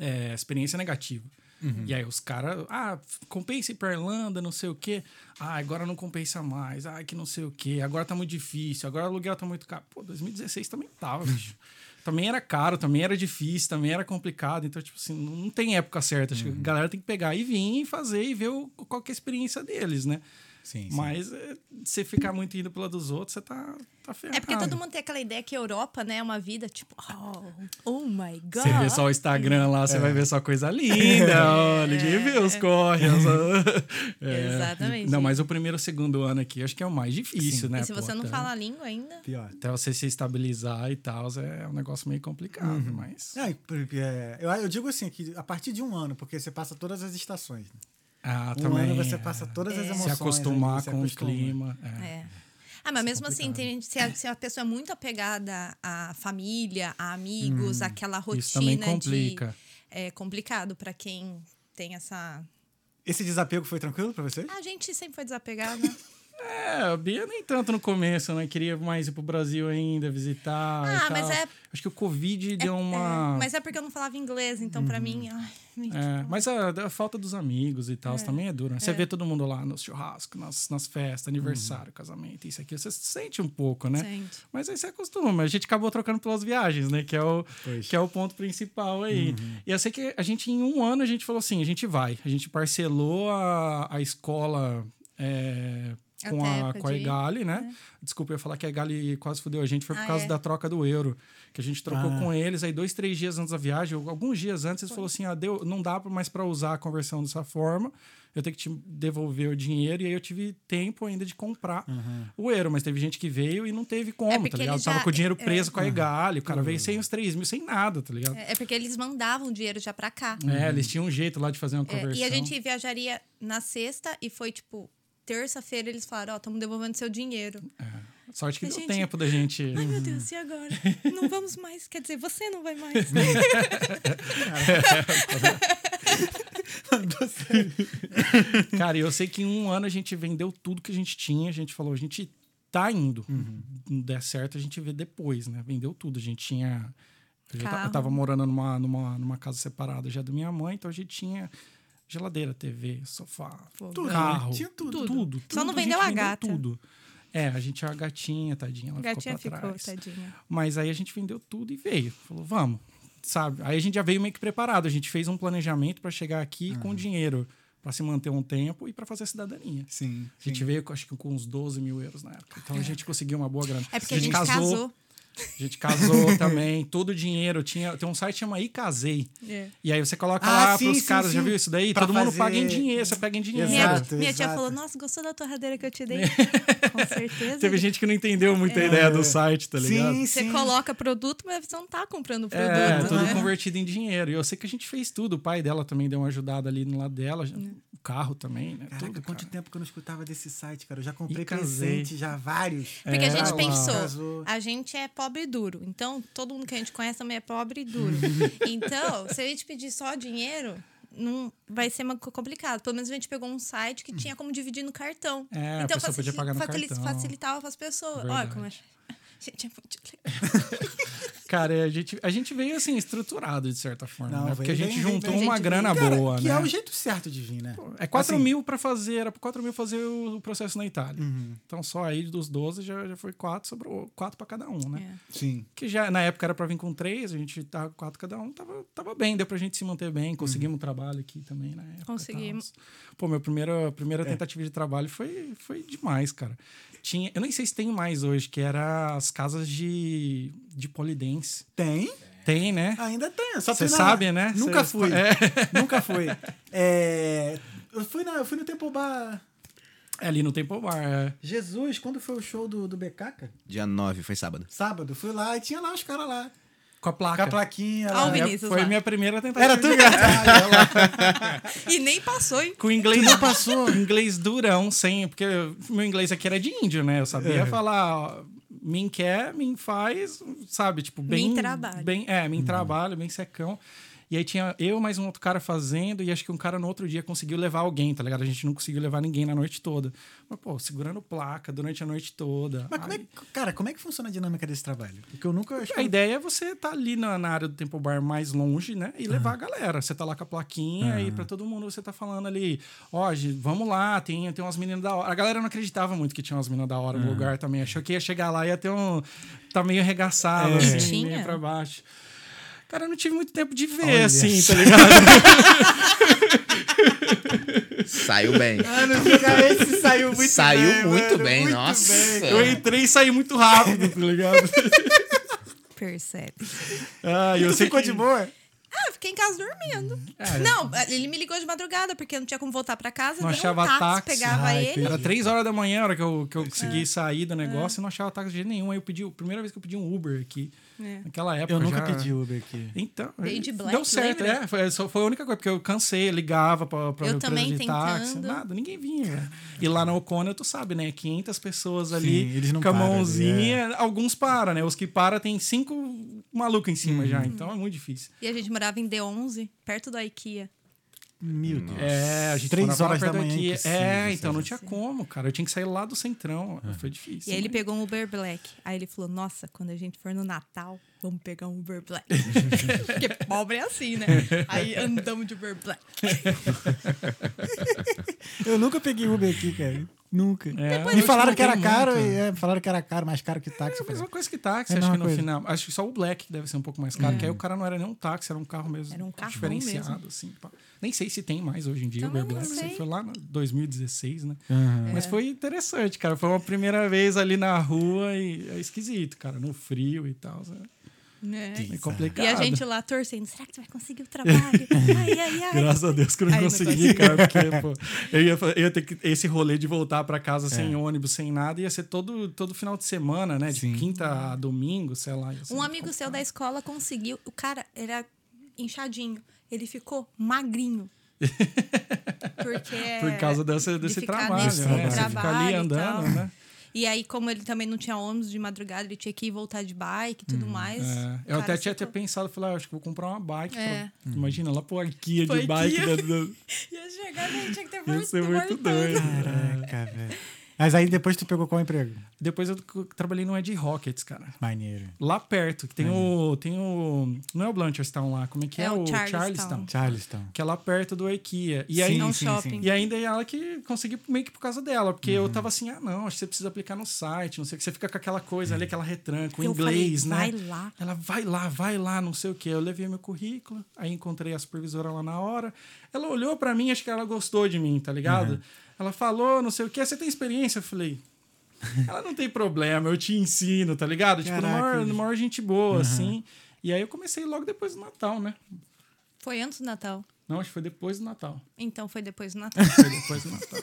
[SPEAKER 4] é, experiência negativa.
[SPEAKER 1] Uhum.
[SPEAKER 4] E aí os caras, ah, compense pra Irlanda, não sei o quê. Ah, agora não compensa mais. Ah, que não sei o quê. Agora tá muito difícil. Agora o aluguel tá muito caro. Pô, 2016 também
[SPEAKER 1] *laughs*
[SPEAKER 4] tava, bicho. Também era caro, também era difícil, também era complicado. Então, tipo assim, não
[SPEAKER 1] Uhum.
[SPEAKER 4] não tem época certa. Acho que a galera tem que pegar e vir e fazer e ver o, qual que é a experiência deles, né?
[SPEAKER 1] Sim, sim.
[SPEAKER 4] Mas é, você ficar muito indo pela dos outros, você tá, tá ferrado.
[SPEAKER 3] É porque todo mundo tem aquela ideia que Europa, né, é uma vida tipo, oh, oh my god.
[SPEAKER 4] Você vê só o Instagram lá, você
[SPEAKER 1] É.
[SPEAKER 4] vai ver só coisa linda.
[SPEAKER 1] *laughs*
[SPEAKER 4] ó, ninguém vê os corres. ó. É.
[SPEAKER 3] É. *laughs* Exatamente.
[SPEAKER 4] Não, mas o primeiro e o segundo ano aqui, acho que é o mais difícil, né?
[SPEAKER 3] E se
[SPEAKER 4] pô,
[SPEAKER 3] você não
[SPEAKER 4] até-
[SPEAKER 3] fala a língua ainda,
[SPEAKER 1] Pior.
[SPEAKER 4] Até você se estabilizar e tal, é um negócio meio complicado,
[SPEAKER 1] Uhum.
[SPEAKER 4] mas.
[SPEAKER 1] Não, e por- é, eu, eu digo assim, que a partir de um ano, porque você passa todas as estações. né?
[SPEAKER 4] Ah,
[SPEAKER 1] Um
[SPEAKER 4] também.
[SPEAKER 1] ano você
[SPEAKER 4] é.
[SPEAKER 1] passa todas as
[SPEAKER 4] Se
[SPEAKER 1] emoções.
[SPEAKER 4] acostumar
[SPEAKER 1] ali, se
[SPEAKER 4] com o
[SPEAKER 1] acostuma.
[SPEAKER 4] clima. é.
[SPEAKER 3] É. Ah, mas mesmo assim, tem gente- se, a, se a pessoa é muito apegada à família, a amigos, àquela rotina
[SPEAKER 4] Hum, Isso também complica.
[SPEAKER 3] de. É complicado pra quem tem essa.
[SPEAKER 1] Esse desapego foi tranquilo pra vocês?
[SPEAKER 3] A gente sempre foi desapegada.
[SPEAKER 4] É, a Bia nem tanto no começo, né? Queria mais ir pro Brasil ainda, visitar. e
[SPEAKER 3] Ah, mas
[SPEAKER 4] tal.
[SPEAKER 3] é-
[SPEAKER 4] Acho que o Covid deu
[SPEAKER 3] É,
[SPEAKER 4] *laughs* uma.
[SPEAKER 3] mas é porque eu não falava inglês, então pra mim. Ai, me-
[SPEAKER 4] É, mas a, a falta dos amigos e tal também é Uhum. dura. né? Você vê todo mundo lá nos churrascos, nas, nas festas, aniversário, casamento, isso aqui. Você sente um pouco,
[SPEAKER 3] *laughs*
[SPEAKER 4] né?
[SPEAKER 3] Sente.
[SPEAKER 4] Mas aí você acostuma. A gente acabou trocando pelas viagens, né? Que é o,
[SPEAKER 1] Pois. Uhum.
[SPEAKER 4] que é o ponto principal aí. E eu sei que a gente, em um ano, a gente falou assim: a gente vai. A gente parcelou a, a escola. é, com
[SPEAKER 3] Até
[SPEAKER 4] a,
[SPEAKER 3] época
[SPEAKER 4] com a
[SPEAKER 3] de- É.
[SPEAKER 4] Egali, né? Desculpa, eu ia falar que a Egali quase fudeu a gente, foi por
[SPEAKER 3] Ah,
[SPEAKER 4] causa
[SPEAKER 3] é.
[SPEAKER 4] da troca do euro. Que a gente trocou
[SPEAKER 1] Ah.
[SPEAKER 4] com eles, aí dois, três dias antes da viagem, ou alguns dias antes, eles falaram assim: ah, deu, não dá mais para usar a conversão dessa forma, eu tenho que te devolver o dinheiro, e aí eu tive tempo ainda de comprar o euro, mas teve gente que veio e não teve como,
[SPEAKER 3] É
[SPEAKER 4] tá
[SPEAKER 3] porque
[SPEAKER 4] ligado?
[SPEAKER 3] eles
[SPEAKER 4] Tava
[SPEAKER 3] já-
[SPEAKER 4] com o dinheiro
[SPEAKER 3] é.
[SPEAKER 4] preso
[SPEAKER 1] Uhum.
[SPEAKER 4] com a Egali, o cara veio sem os 3 mil, sem nada, tá ligado? É,
[SPEAKER 3] É é porque eles mandavam dinheiro já pra cá.
[SPEAKER 1] Uhum.
[SPEAKER 4] eles tinham um jeito lá de fazer uma
[SPEAKER 3] É,
[SPEAKER 4] conversão.
[SPEAKER 3] e a gente viajaria na sexta e foi tipo. Terça-feira eles falaram, ó, estamos devolvendo seu dinheiro.
[SPEAKER 4] Sorte que
[SPEAKER 3] a
[SPEAKER 4] deu
[SPEAKER 3] gente-
[SPEAKER 4] tempo da gente.
[SPEAKER 3] *laughs* Ai, meu Deus, e
[SPEAKER 4] *laughs*
[SPEAKER 3] agora? Não vamos mais. Quer dizer, você não vai mais.
[SPEAKER 4] Cara, eu sei que em um ano a gente vendeu tudo que a gente tinha. A gente falou, a gente tá indo.
[SPEAKER 1] Uhum.
[SPEAKER 4] Não der certo, a gente vê depois, né? Vendeu tudo. A gente tinha. Eu, já ta- eu
[SPEAKER 3] Carro.
[SPEAKER 4] tava morando numa, numa, numa casa separada já da minha mãe, então a gente tinha geladeira, TV, sofá,
[SPEAKER 3] Fogo.
[SPEAKER 1] Tudo, né?
[SPEAKER 4] carro.
[SPEAKER 1] Tinha tudo.
[SPEAKER 4] Tudo.
[SPEAKER 3] Só não
[SPEAKER 4] tudo,
[SPEAKER 3] vendeu
[SPEAKER 4] gente
[SPEAKER 3] a gata.
[SPEAKER 4] Tudo. É, a gente tinha a gatinha, tadinha. Ela
[SPEAKER 3] A gatinha
[SPEAKER 4] ficou pra
[SPEAKER 3] ficou,
[SPEAKER 4] trás.
[SPEAKER 3] tadinha.
[SPEAKER 4] Mas aí a gente vendeu tudo e veio. Falou, vamos, sabe? Aí a gente já veio meio que preparado. A gente fez um planejamento para chegar aqui com dinheiro para se manter um tempo e para fazer a cidadania.
[SPEAKER 1] Sim. É.
[SPEAKER 4] A gente veio, com- acho que com uns 12 mil euros na época. Então a gente conseguiu uma boa grana.
[SPEAKER 3] É porque a gente casou.
[SPEAKER 4] A gente
[SPEAKER 1] *laughs*
[SPEAKER 4] casou também. Todo o dinheiro. Tinha, tem um site que chama Icasei.
[SPEAKER 3] É.
[SPEAKER 4] E aí você coloca
[SPEAKER 1] Ah,
[SPEAKER 4] lá
[SPEAKER 1] sim,
[SPEAKER 4] pros
[SPEAKER 1] sim,
[SPEAKER 4] caras. Já
[SPEAKER 1] sim.
[SPEAKER 4] viu isso daí?
[SPEAKER 1] Pra
[SPEAKER 4] Todo mundo
[SPEAKER 1] fazer-
[SPEAKER 4] paga em dinheiro. Você pega em dinheiro.
[SPEAKER 3] Minha,
[SPEAKER 1] Exato,
[SPEAKER 3] minha tia
[SPEAKER 1] exato.
[SPEAKER 3] falou: Nossa, gostou da torradeira que eu te
[SPEAKER 4] *laughs*
[SPEAKER 3] dei? Com certeza.
[SPEAKER 4] Teve gente que não entendeu
[SPEAKER 3] É.
[SPEAKER 4] muito a ideia do site, tá ligado?
[SPEAKER 1] Sim,
[SPEAKER 3] Você
[SPEAKER 1] sim.
[SPEAKER 3] coloca produto, mas você não tá comprando produto.
[SPEAKER 4] É, tudo
[SPEAKER 3] né?
[SPEAKER 4] convertido em dinheiro. E eu sei que a gente fez tudo. O pai dela também deu uma ajudada ali no lado dela. O carro também, né?
[SPEAKER 1] Né. Caraca,
[SPEAKER 4] tudo,
[SPEAKER 1] quanto
[SPEAKER 4] cara.
[SPEAKER 1] tempo que eu não escutava desse site, cara. Eu já comprei
[SPEAKER 4] E casei. É.
[SPEAKER 1] presente, já vários.
[SPEAKER 3] Porque a gente
[SPEAKER 1] Casou,
[SPEAKER 3] pensou,
[SPEAKER 1] casou.
[SPEAKER 3] a gente é pobre e duro. Então, todo mundo que a gente conhece também é pobre e
[SPEAKER 4] *laughs*
[SPEAKER 3] duro. então, se a gente pedir só dinheiro, não vai ser ma- complicado. Pelo menos a gente pegou um site que tinha como dividir no cartão.
[SPEAKER 4] É, a
[SPEAKER 3] então,
[SPEAKER 4] pessoa podia
[SPEAKER 3] facil-
[SPEAKER 4] pagar no
[SPEAKER 3] facil-
[SPEAKER 4] cartão.
[SPEAKER 3] facilitava para as pessoas. Olha
[SPEAKER 4] Verdade.
[SPEAKER 3] como é. *laughs* Gente, é muito legal.
[SPEAKER 4] Cara, é, a gente, a gente veio assim, estruturado de certa forma.
[SPEAKER 1] Não,
[SPEAKER 4] né? Porque a
[SPEAKER 1] veio
[SPEAKER 4] gente
[SPEAKER 1] bem,
[SPEAKER 4] juntou
[SPEAKER 1] bem,
[SPEAKER 4] uma
[SPEAKER 3] bem.
[SPEAKER 4] grana
[SPEAKER 1] Cara,
[SPEAKER 4] boa,
[SPEAKER 1] que
[SPEAKER 4] né?
[SPEAKER 1] é o jeito certo de vir, né?
[SPEAKER 4] É 4
[SPEAKER 1] Assim,
[SPEAKER 4] mil pra fazer, era 4 mil fazer o, o processo na Itália.
[SPEAKER 1] Uhum.
[SPEAKER 4] Então só aí dos 12 já, já foi 4, sobrou 4 pra cada um, né?
[SPEAKER 3] É.
[SPEAKER 1] Sim.
[SPEAKER 4] Que já na época era pra vir com 3, a gente tava com 4 cada um, tava, tava bem, deu pra gente se manter bem, conseguimos
[SPEAKER 1] Uhum.
[SPEAKER 4] um trabalho aqui também na época. e tal.
[SPEAKER 3] Conseguimos.
[SPEAKER 4] Pô, meu primeiro,
[SPEAKER 1] É.
[SPEAKER 4] primeira tentativa de trabalho foi, foi demais, cara. Tinha, eu nem sei se tem mais hoje, que era as casas de, de polidense.
[SPEAKER 1] Tem?
[SPEAKER 4] Tem, né?
[SPEAKER 1] Ainda tem. é Só
[SPEAKER 4] Cê
[SPEAKER 1] fui na-
[SPEAKER 4] sabe, né?
[SPEAKER 1] Nunca
[SPEAKER 4] Cê-
[SPEAKER 1] fui.
[SPEAKER 4] É.
[SPEAKER 1] Nunca fui. É, Eu, fui na, eu fui no Temple Bar.
[SPEAKER 4] É ali no Temple Bar, é.
[SPEAKER 1] Jesus, quando foi o show do, do Becaca?
[SPEAKER 2] Dia 9, foi sábado.
[SPEAKER 1] Sábado, fui lá e tinha lá os caras lá.
[SPEAKER 4] Com a
[SPEAKER 1] Com
[SPEAKER 4] placa.
[SPEAKER 1] a plaquinha
[SPEAKER 3] Ah,
[SPEAKER 1] lá.
[SPEAKER 3] o Vinícius.
[SPEAKER 4] É, foi
[SPEAKER 3] lá.
[SPEAKER 4] minha primeira tentativa.
[SPEAKER 1] Era tudo engraçado.
[SPEAKER 4] *laughs*
[SPEAKER 3] E nem passou, hein?
[SPEAKER 4] Com inglês não passou. inglês durão, sem. Porque meu inglês aqui era de índio, né? Eu
[SPEAKER 1] É.
[SPEAKER 4] sabia falar. ó, Mim quer, mim faz, sabe? Tipo, bem.
[SPEAKER 3] Mim trabalho.
[SPEAKER 4] Bem, é,
[SPEAKER 1] Uhum.
[SPEAKER 4] mim trabalho, bem secão. E aí tinha eu mais um outro cara fazendo, e acho que um cara no outro dia conseguiu levar alguém, tá ligado? A gente não conseguiu levar ninguém na noite toda. Mas, pô, segurando placa durante a noite toda.
[SPEAKER 1] Mas como é,
[SPEAKER 4] Aí-
[SPEAKER 1] que- cara, como é que funciona a dinâmica desse trabalho? Porque eu nunca...
[SPEAKER 4] A ideia é você estar ali na, na área do Temple Bar mais longe, né? E levar a galera. Você tá lá com a plaquinha e pra todo mundo você tá falando ali, ó, gente, vamos lá, tem, tem umas meninas da hora. A galera não acreditava muito que tinha umas meninas da hora
[SPEAKER 1] É.
[SPEAKER 4] no lugar também. Achou que ia chegar lá e ia ter um. Tá meio arregaçado,
[SPEAKER 1] É.
[SPEAKER 4] assim,
[SPEAKER 3] Tinha?
[SPEAKER 4] meio pra baixo. Cara, assim, tá eu não tive muito tempo de ver,
[SPEAKER 1] Olha
[SPEAKER 4] assim,
[SPEAKER 1] só.
[SPEAKER 4] tá ligado?
[SPEAKER 1] *laughs*
[SPEAKER 2] Saiu bem.
[SPEAKER 1] *laughs* Mano, cara, esse saiu Ah, muito
[SPEAKER 2] Saiu
[SPEAKER 1] bem.
[SPEAKER 2] muito
[SPEAKER 1] mano,
[SPEAKER 2] bem, nossa.
[SPEAKER 4] Eu
[SPEAKER 3] É.
[SPEAKER 4] entrei e saí muito rápido,
[SPEAKER 1] *laughs*
[SPEAKER 4] tá ligado?
[SPEAKER 3] Percebe.
[SPEAKER 4] Ah, eu
[SPEAKER 1] Tu
[SPEAKER 4] sei
[SPEAKER 1] ficou
[SPEAKER 4] que-
[SPEAKER 1] de boa?
[SPEAKER 3] Ah, eu fiquei em casa dormindo.
[SPEAKER 4] Cara.
[SPEAKER 3] Não, ele me ligou de madrugada, porque não tinha como voltar pra casa.
[SPEAKER 4] É. Não
[SPEAKER 3] deu
[SPEAKER 4] achava
[SPEAKER 3] um táxi,
[SPEAKER 4] táxi. Ah,
[SPEAKER 3] pegava
[SPEAKER 1] Ai,
[SPEAKER 3] ele.
[SPEAKER 1] entendi.
[SPEAKER 4] Era três horas da manhã, a hora que eu, que eu
[SPEAKER 3] É.
[SPEAKER 4] consegui sair do negócio, e não achava táxi de jeito nenhum. Aí eu pedi, a primeira vez que eu pedi um Uber aqui,
[SPEAKER 3] É.
[SPEAKER 4] naquela época.
[SPEAKER 1] Eu nunca
[SPEAKER 4] já-
[SPEAKER 1] pedi Uber aqui.
[SPEAKER 4] Então,
[SPEAKER 3] Veio de black,
[SPEAKER 4] deu certo,
[SPEAKER 3] lembra?
[SPEAKER 4] é. Foi, só foi a única coisa, porque eu cansei, ligava pra, pra
[SPEAKER 3] Eu
[SPEAKER 4] empresa
[SPEAKER 3] também
[SPEAKER 4] de táxi,
[SPEAKER 3] tentando.
[SPEAKER 4] nada, ninguém vinha. velho. E lá na Ocona, tu sabe, né? 500 pessoas ali,
[SPEAKER 1] Sim, eles não
[SPEAKER 4] com a
[SPEAKER 1] param ali,
[SPEAKER 4] mãozinha. Alguns param, né? Os que param tem cinco malucos em cima já, então é muito difícil.
[SPEAKER 3] E a gente morava em D11, perto da IKEA.
[SPEAKER 1] Meu Deus.
[SPEAKER 4] É, a gente
[SPEAKER 1] Três
[SPEAKER 4] morava lá
[SPEAKER 1] horas da
[SPEAKER 4] perto
[SPEAKER 1] manhã.
[SPEAKER 4] daqui.
[SPEAKER 1] impossível,
[SPEAKER 4] É,
[SPEAKER 1] você
[SPEAKER 4] então não
[SPEAKER 1] acha?
[SPEAKER 4] tinha como, cara. Eu tinha que sair lá do centrão, foi
[SPEAKER 3] e
[SPEAKER 4] difícil.
[SPEAKER 3] aí ele
[SPEAKER 4] né?
[SPEAKER 3] pegou um Uber Black. Aí ele falou: Nossa, quando a gente for no Natal, vamos pegar um Uber Black.
[SPEAKER 4] *laughs*
[SPEAKER 3] Porque pobre é assim, né? Aí andamos de Uber Black.
[SPEAKER 1] Eu nunca peguei Uber aqui, cara. Nunca.
[SPEAKER 4] É, eu
[SPEAKER 1] Me
[SPEAKER 4] te
[SPEAKER 1] falaram que era
[SPEAKER 4] contei
[SPEAKER 1] caro,
[SPEAKER 4] muito.
[SPEAKER 1] e, é, falaram que era caro, mais caro que táxi. Eu
[SPEAKER 4] É a
[SPEAKER 1] falei,
[SPEAKER 4] mesma coisa que táxi,
[SPEAKER 1] É a
[SPEAKER 4] acho
[SPEAKER 1] mesma
[SPEAKER 4] que no
[SPEAKER 1] coisa. É.
[SPEAKER 4] final. Acho que só o Black que deve ser um pouco mais caro, que aí o cara não era nem um táxi, era um carro mesmo.
[SPEAKER 3] Era um carrão
[SPEAKER 4] diferenciado,
[SPEAKER 3] mesmo.
[SPEAKER 4] assim. pá. Nem sei se tem mais hoje em dia o
[SPEAKER 3] Também
[SPEAKER 4] Uber Black.
[SPEAKER 3] não
[SPEAKER 4] isso aí
[SPEAKER 3] sei. É.
[SPEAKER 4] Foi lá em 2016, né?
[SPEAKER 1] Aham.
[SPEAKER 4] Mas foi interessante, cara. Foi uma primeira vez ali na rua e é esquisito, cara. No frio e tal. sabe?
[SPEAKER 3] Né?
[SPEAKER 4] É complicado.
[SPEAKER 3] E a gente lá torcendo: Será que tu vai conseguir o trabalho? Ai, ai, ai.
[SPEAKER 4] *laughs* Graças a Deus que eu não
[SPEAKER 3] Aí não consegui.
[SPEAKER 4] consegui, cara, porque pô, eu, ia, fa- eu ia ter que, esse rolê de voltar pra casa sem ônibus, sem nada, ia ser todo, todo final de semana, né? De
[SPEAKER 1] É. Sim.
[SPEAKER 4] quinta a domingo, sei lá. ia ser
[SPEAKER 3] Um
[SPEAKER 4] é muito
[SPEAKER 3] amigo seu da escola conseguiu. O cara era inchadinho. Ele ficou
[SPEAKER 4] *laughs*
[SPEAKER 3] magrinho. Porque.
[SPEAKER 4] Por causa dessa-
[SPEAKER 3] É, de
[SPEAKER 4] desse
[SPEAKER 3] ficar
[SPEAKER 4] trabalho,
[SPEAKER 3] nesse
[SPEAKER 4] né? Você
[SPEAKER 3] trabalho
[SPEAKER 4] fica ali
[SPEAKER 3] e tal.
[SPEAKER 4] andando, né?
[SPEAKER 3] E aí, como ele também não tinha ônibus de madrugada, ele tinha que ir voltar de bike e tudo mais.
[SPEAKER 4] É, eu
[SPEAKER 3] Cara,
[SPEAKER 4] até tinha
[SPEAKER 3] ficou-
[SPEAKER 4] até pensado, falei, ah, acho que vou comprar uma bike. pra-
[SPEAKER 3] É.
[SPEAKER 4] Imagina, lá pro Arquia de
[SPEAKER 3] Pro
[SPEAKER 4] bike.
[SPEAKER 3] Ikea.
[SPEAKER 4] Da, da-
[SPEAKER 3] Ia chegar, né? Tinha que ter
[SPEAKER 4] *laughs* ia
[SPEAKER 3] voltado.
[SPEAKER 4] ser muito doido. cara.
[SPEAKER 1] Caraca, velho. Mas aí depois tu pegou qual emprego?
[SPEAKER 4] Depois eu c- trabalhei no Ed Rockets, cara.
[SPEAKER 1] Maneiro.
[SPEAKER 4] Lá perto, que tem o. Tem o. Não é o Blanchardstown lá, como é que é?
[SPEAKER 3] É o
[SPEAKER 4] o Charlestown.
[SPEAKER 3] Charlestown.
[SPEAKER 1] Charleston.
[SPEAKER 4] Que é lá perto do IKEA. E
[SPEAKER 1] Sim,
[SPEAKER 4] aí,
[SPEAKER 3] É um
[SPEAKER 1] sim, Uhum.
[SPEAKER 3] shopping.
[SPEAKER 4] E ainda é ela que consegui meio que por causa dela, porque eu tava assim, ah, não, acho que você precisa aplicar no site, não sei o que. Você fica com aquela coisa ali, aquela retranca, o
[SPEAKER 3] Eu
[SPEAKER 4] inglês,
[SPEAKER 3] falei,
[SPEAKER 4] né?
[SPEAKER 3] vai lá.
[SPEAKER 4] Ela vai lá, vai lá, não sei o que. Eu levei meu currículo, aí encontrei a supervisora lá na hora. Ela olhou pra mim, acho que ela gostou de mim, tá ligado?
[SPEAKER 1] Uhum.
[SPEAKER 4] Ela falou, não sei o que, você tem experiência? Eu falei. Ela não tem problema, eu te ensino, tá ligado? tipo,
[SPEAKER 1] Caraca, Uhum.
[SPEAKER 4] na maior,
[SPEAKER 1] bicho.
[SPEAKER 4] na maior gente boa, assim. E aí eu comecei logo depois do Natal, né?
[SPEAKER 3] Foi antes do Natal.
[SPEAKER 4] Não, acho que foi depois do Natal.
[SPEAKER 3] Então foi depois do
[SPEAKER 4] *laughs*
[SPEAKER 3] Natal.
[SPEAKER 4] Foi depois tá. do Natal.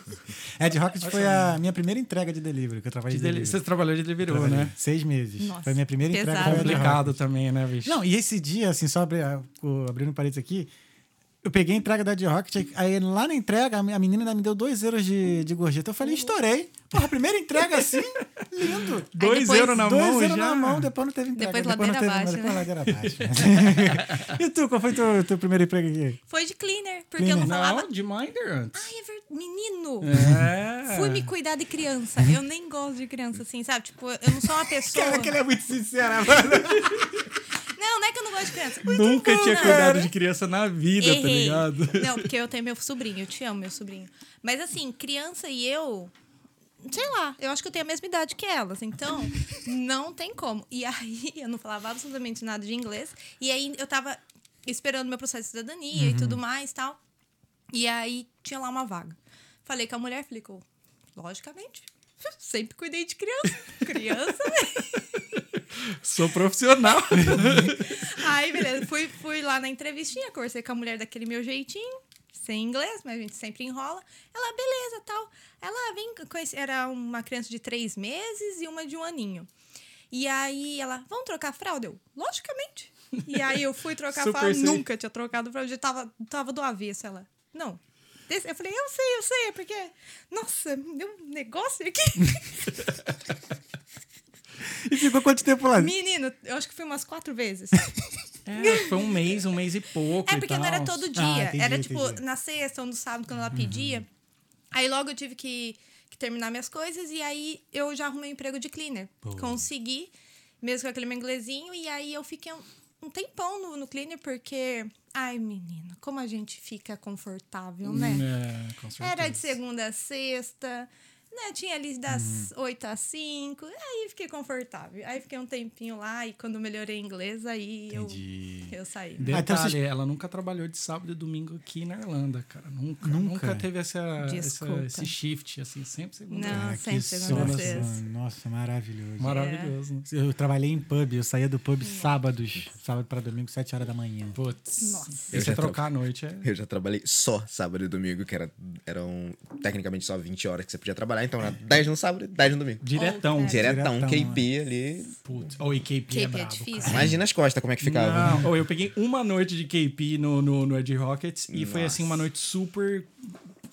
[SPEAKER 1] Ed Rocket foi a minha primeira entrega de delivery, que eu trabalhei
[SPEAKER 4] De
[SPEAKER 1] de
[SPEAKER 4] deli-
[SPEAKER 1] delivery.
[SPEAKER 4] Você trabalhou de deliveroo,
[SPEAKER 1] Trabalhei
[SPEAKER 4] né?
[SPEAKER 1] Seis meses.
[SPEAKER 3] Nossa,
[SPEAKER 1] foi a minha primeira
[SPEAKER 3] pesado.
[SPEAKER 1] entrega. Foi a
[SPEAKER 4] Complicado também, né, bicho?
[SPEAKER 1] Não, e esse dia, assim, só abri, a- o- abrindo um parênteses aqui, eu peguei a entrega da Ed Rocket, aí lá na entrega, a me- a menina ainda me deu dois euros de, de gorjeta. Eu falei, estourei. Porra, a primeira entrega assim, *laughs* lindo.
[SPEAKER 4] Dois
[SPEAKER 3] depois-
[SPEAKER 4] euros na
[SPEAKER 1] dois
[SPEAKER 4] mão
[SPEAKER 1] euros
[SPEAKER 4] já?
[SPEAKER 1] na mão, depois não teve entrega.
[SPEAKER 3] Depois
[SPEAKER 1] não
[SPEAKER 3] ladeira
[SPEAKER 1] teve-
[SPEAKER 3] abaixo, né?
[SPEAKER 1] depois ladeira abaixo. *laughs* e tu, qual foi teu, teu primeiro emprego aqui?
[SPEAKER 3] Foi de cleaner, porque eu
[SPEAKER 1] Cleaner.
[SPEAKER 3] não falava.
[SPEAKER 4] Não, de Minder antes.
[SPEAKER 3] Ai, é ver... menino!
[SPEAKER 4] É.
[SPEAKER 3] Fui me cuidar de criança. Eu nem gosto de criança, assim, sabe? Tipo, eu não
[SPEAKER 4] *laughs*
[SPEAKER 3] sou uma pessoa.
[SPEAKER 1] Cara, que *laughs* ele é muito sincera, mano.
[SPEAKER 3] Não, não é que eu não gosto de criança.
[SPEAKER 4] Nunca
[SPEAKER 3] bom,
[SPEAKER 4] tinha
[SPEAKER 3] né?
[SPEAKER 4] cuidado de criança na vida, tá
[SPEAKER 3] Errei.
[SPEAKER 4] ligado?
[SPEAKER 3] *laughs*
[SPEAKER 4] *laughs*
[SPEAKER 3] Não, porque eu tenho meu sobrinho, eu te amo, meu sobrinho. Mas assim, criança e eu, sei lá, eu acho que eu tenho a mesma idade que elas,
[SPEAKER 4] *laughs*
[SPEAKER 3] então não tem como. E aí *laughs* eu não falava absolutamente nada de inglês, e aí eu tava esperando meu processo de cidadania e
[SPEAKER 4] Uhum.
[SPEAKER 3] tudo mais tal. E aí tinha lá uma vaga. Falei com a mulher, falei, com- logicamente. *laughs* Sempre cuidei de criança. Criança, *laughs*
[SPEAKER 4] Sou profissional.
[SPEAKER 3] Aí, beleza. Fui, fui lá na entrevistinha, conversei com a mulher daquele meu jeitinho, sem inglês, mas a gente sempre enrola. Ela, beleza, tal. Ela vem conhecer. Era uma criança de três meses e uma de um aninho. E aí ela, vamos trocar fralda? Eu, logicamente. E aí eu fui trocar
[SPEAKER 4] Super
[SPEAKER 3] fralda,
[SPEAKER 4] sim.
[SPEAKER 3] nunca tinha trocado fralda, eu tava, tava do avesso. Ela, não. Desse- Eu falei, eu sei, eu sei, é porque. Nossa, meu negócio aqui.
[SPEAKER 1] E ficou quanto tempo lá?
[SPEAKER 3] Menino, eu acho que fui umas quatro vezes.
[SPEAKER 4] É, foi um mês, um mês e pouco.
[SPEAKER 3] É
[SPEAKER 4] e
[SPEAKER 3] porque não
[SPEAKER 4] tal.
[SPEAKER 3] era todo dia.
[SPEAKER 1] Ah, entendi,
[SPEAKER 3] era tipo
[SPEAKER 1] entendi.
[SPEAKER 3] na sexta ou no sábado quando ela pedia. Aí logo eu tive que, que terminar minhas coisas e aí eu já arrumei um emprego de cleaner. Consegui, mesmo com aquele meu inglesinho. E aí eu fiquei um, um tempão no, no cleaner porque. Ai, menina, como a gente fica confortável, né?
[SPEAKER 4] Hum, É, com certeza.
[SPEAKER 3] Era de segunda a sexta. né, tinha ali das 8 às 5. Aí fiquei confortável. Aí fiquei um tempinho lá e quando melhorei inglês, aí eu,
[SPEAKER 1] Entendi.
[SPEAKER 3] eu saí.
[SPEAKER 4] Detalhe,
[SPEAKER 1] então vocês-
[SPEAKER 4] ela nunca trabalhou de sábado e domingo aqui na Irlanda, cara. Nunca. Nunca,
[SPEAKER 1] Nunca?
[SPEAKER 4] teve essa, essa-
[SPEAKER 3] Desculpa.
[SPEAKER 4] esse shift, assim, sempre segunda.
[SPEAKER 3] Não,
[SPEAKER 1] Cara,
[SPEAKER 3] sempre
[SPEAKER 1] que
[SPEAKER 3] segunda a
[SPEAKER 1] sono,
[SPEAKER 3] sexta.
[SPEAKER 1] mano. Nossa, maravilhoso.
[SPEAKER 4] Maravilhoso. né?
[SPEAKER 3] É.
[SPEAKER 1] Eu trabalhei em pub, eu saía do pub sábados, sábado pra domingo, 7 horas da manhã.
[SPEAKER 4] Putz.
[SPEAKER 3] Nossa.
[SPEAKER 4] E
[SPEAKER 2] Eu
[SPEAKER 4] você
[SPEAKER 2] já
[SPEAKER 4] trocar a noite é.
[SPEAKER 2] Eu já trabalhei só sábado e domingo, que era, eram tecnicamente só 20 horas que você podia trabalhar, então era 10 no sábado e 10 no domingo.
[SPEAKER 4] Diretão.
[SPEAKER 3] Ou,
[SPEAKER 2] Diretão,
[SPEAKER 1] Diretão, é.
[SPEAKER 2] KP ali.
[SPEAKER 4] Putz. Ou KP é
[SPEAKER 3] KP é
[SPEAKER 4] brabo.
[SPEAKER 3] difícil.
[SPEAKER 2] Imagina as costas, como é que ficava.
[SPEAKER 4] Não, ou eu peguei uma noite de KP no, no, no Edge Rockets e foi assim uma noite super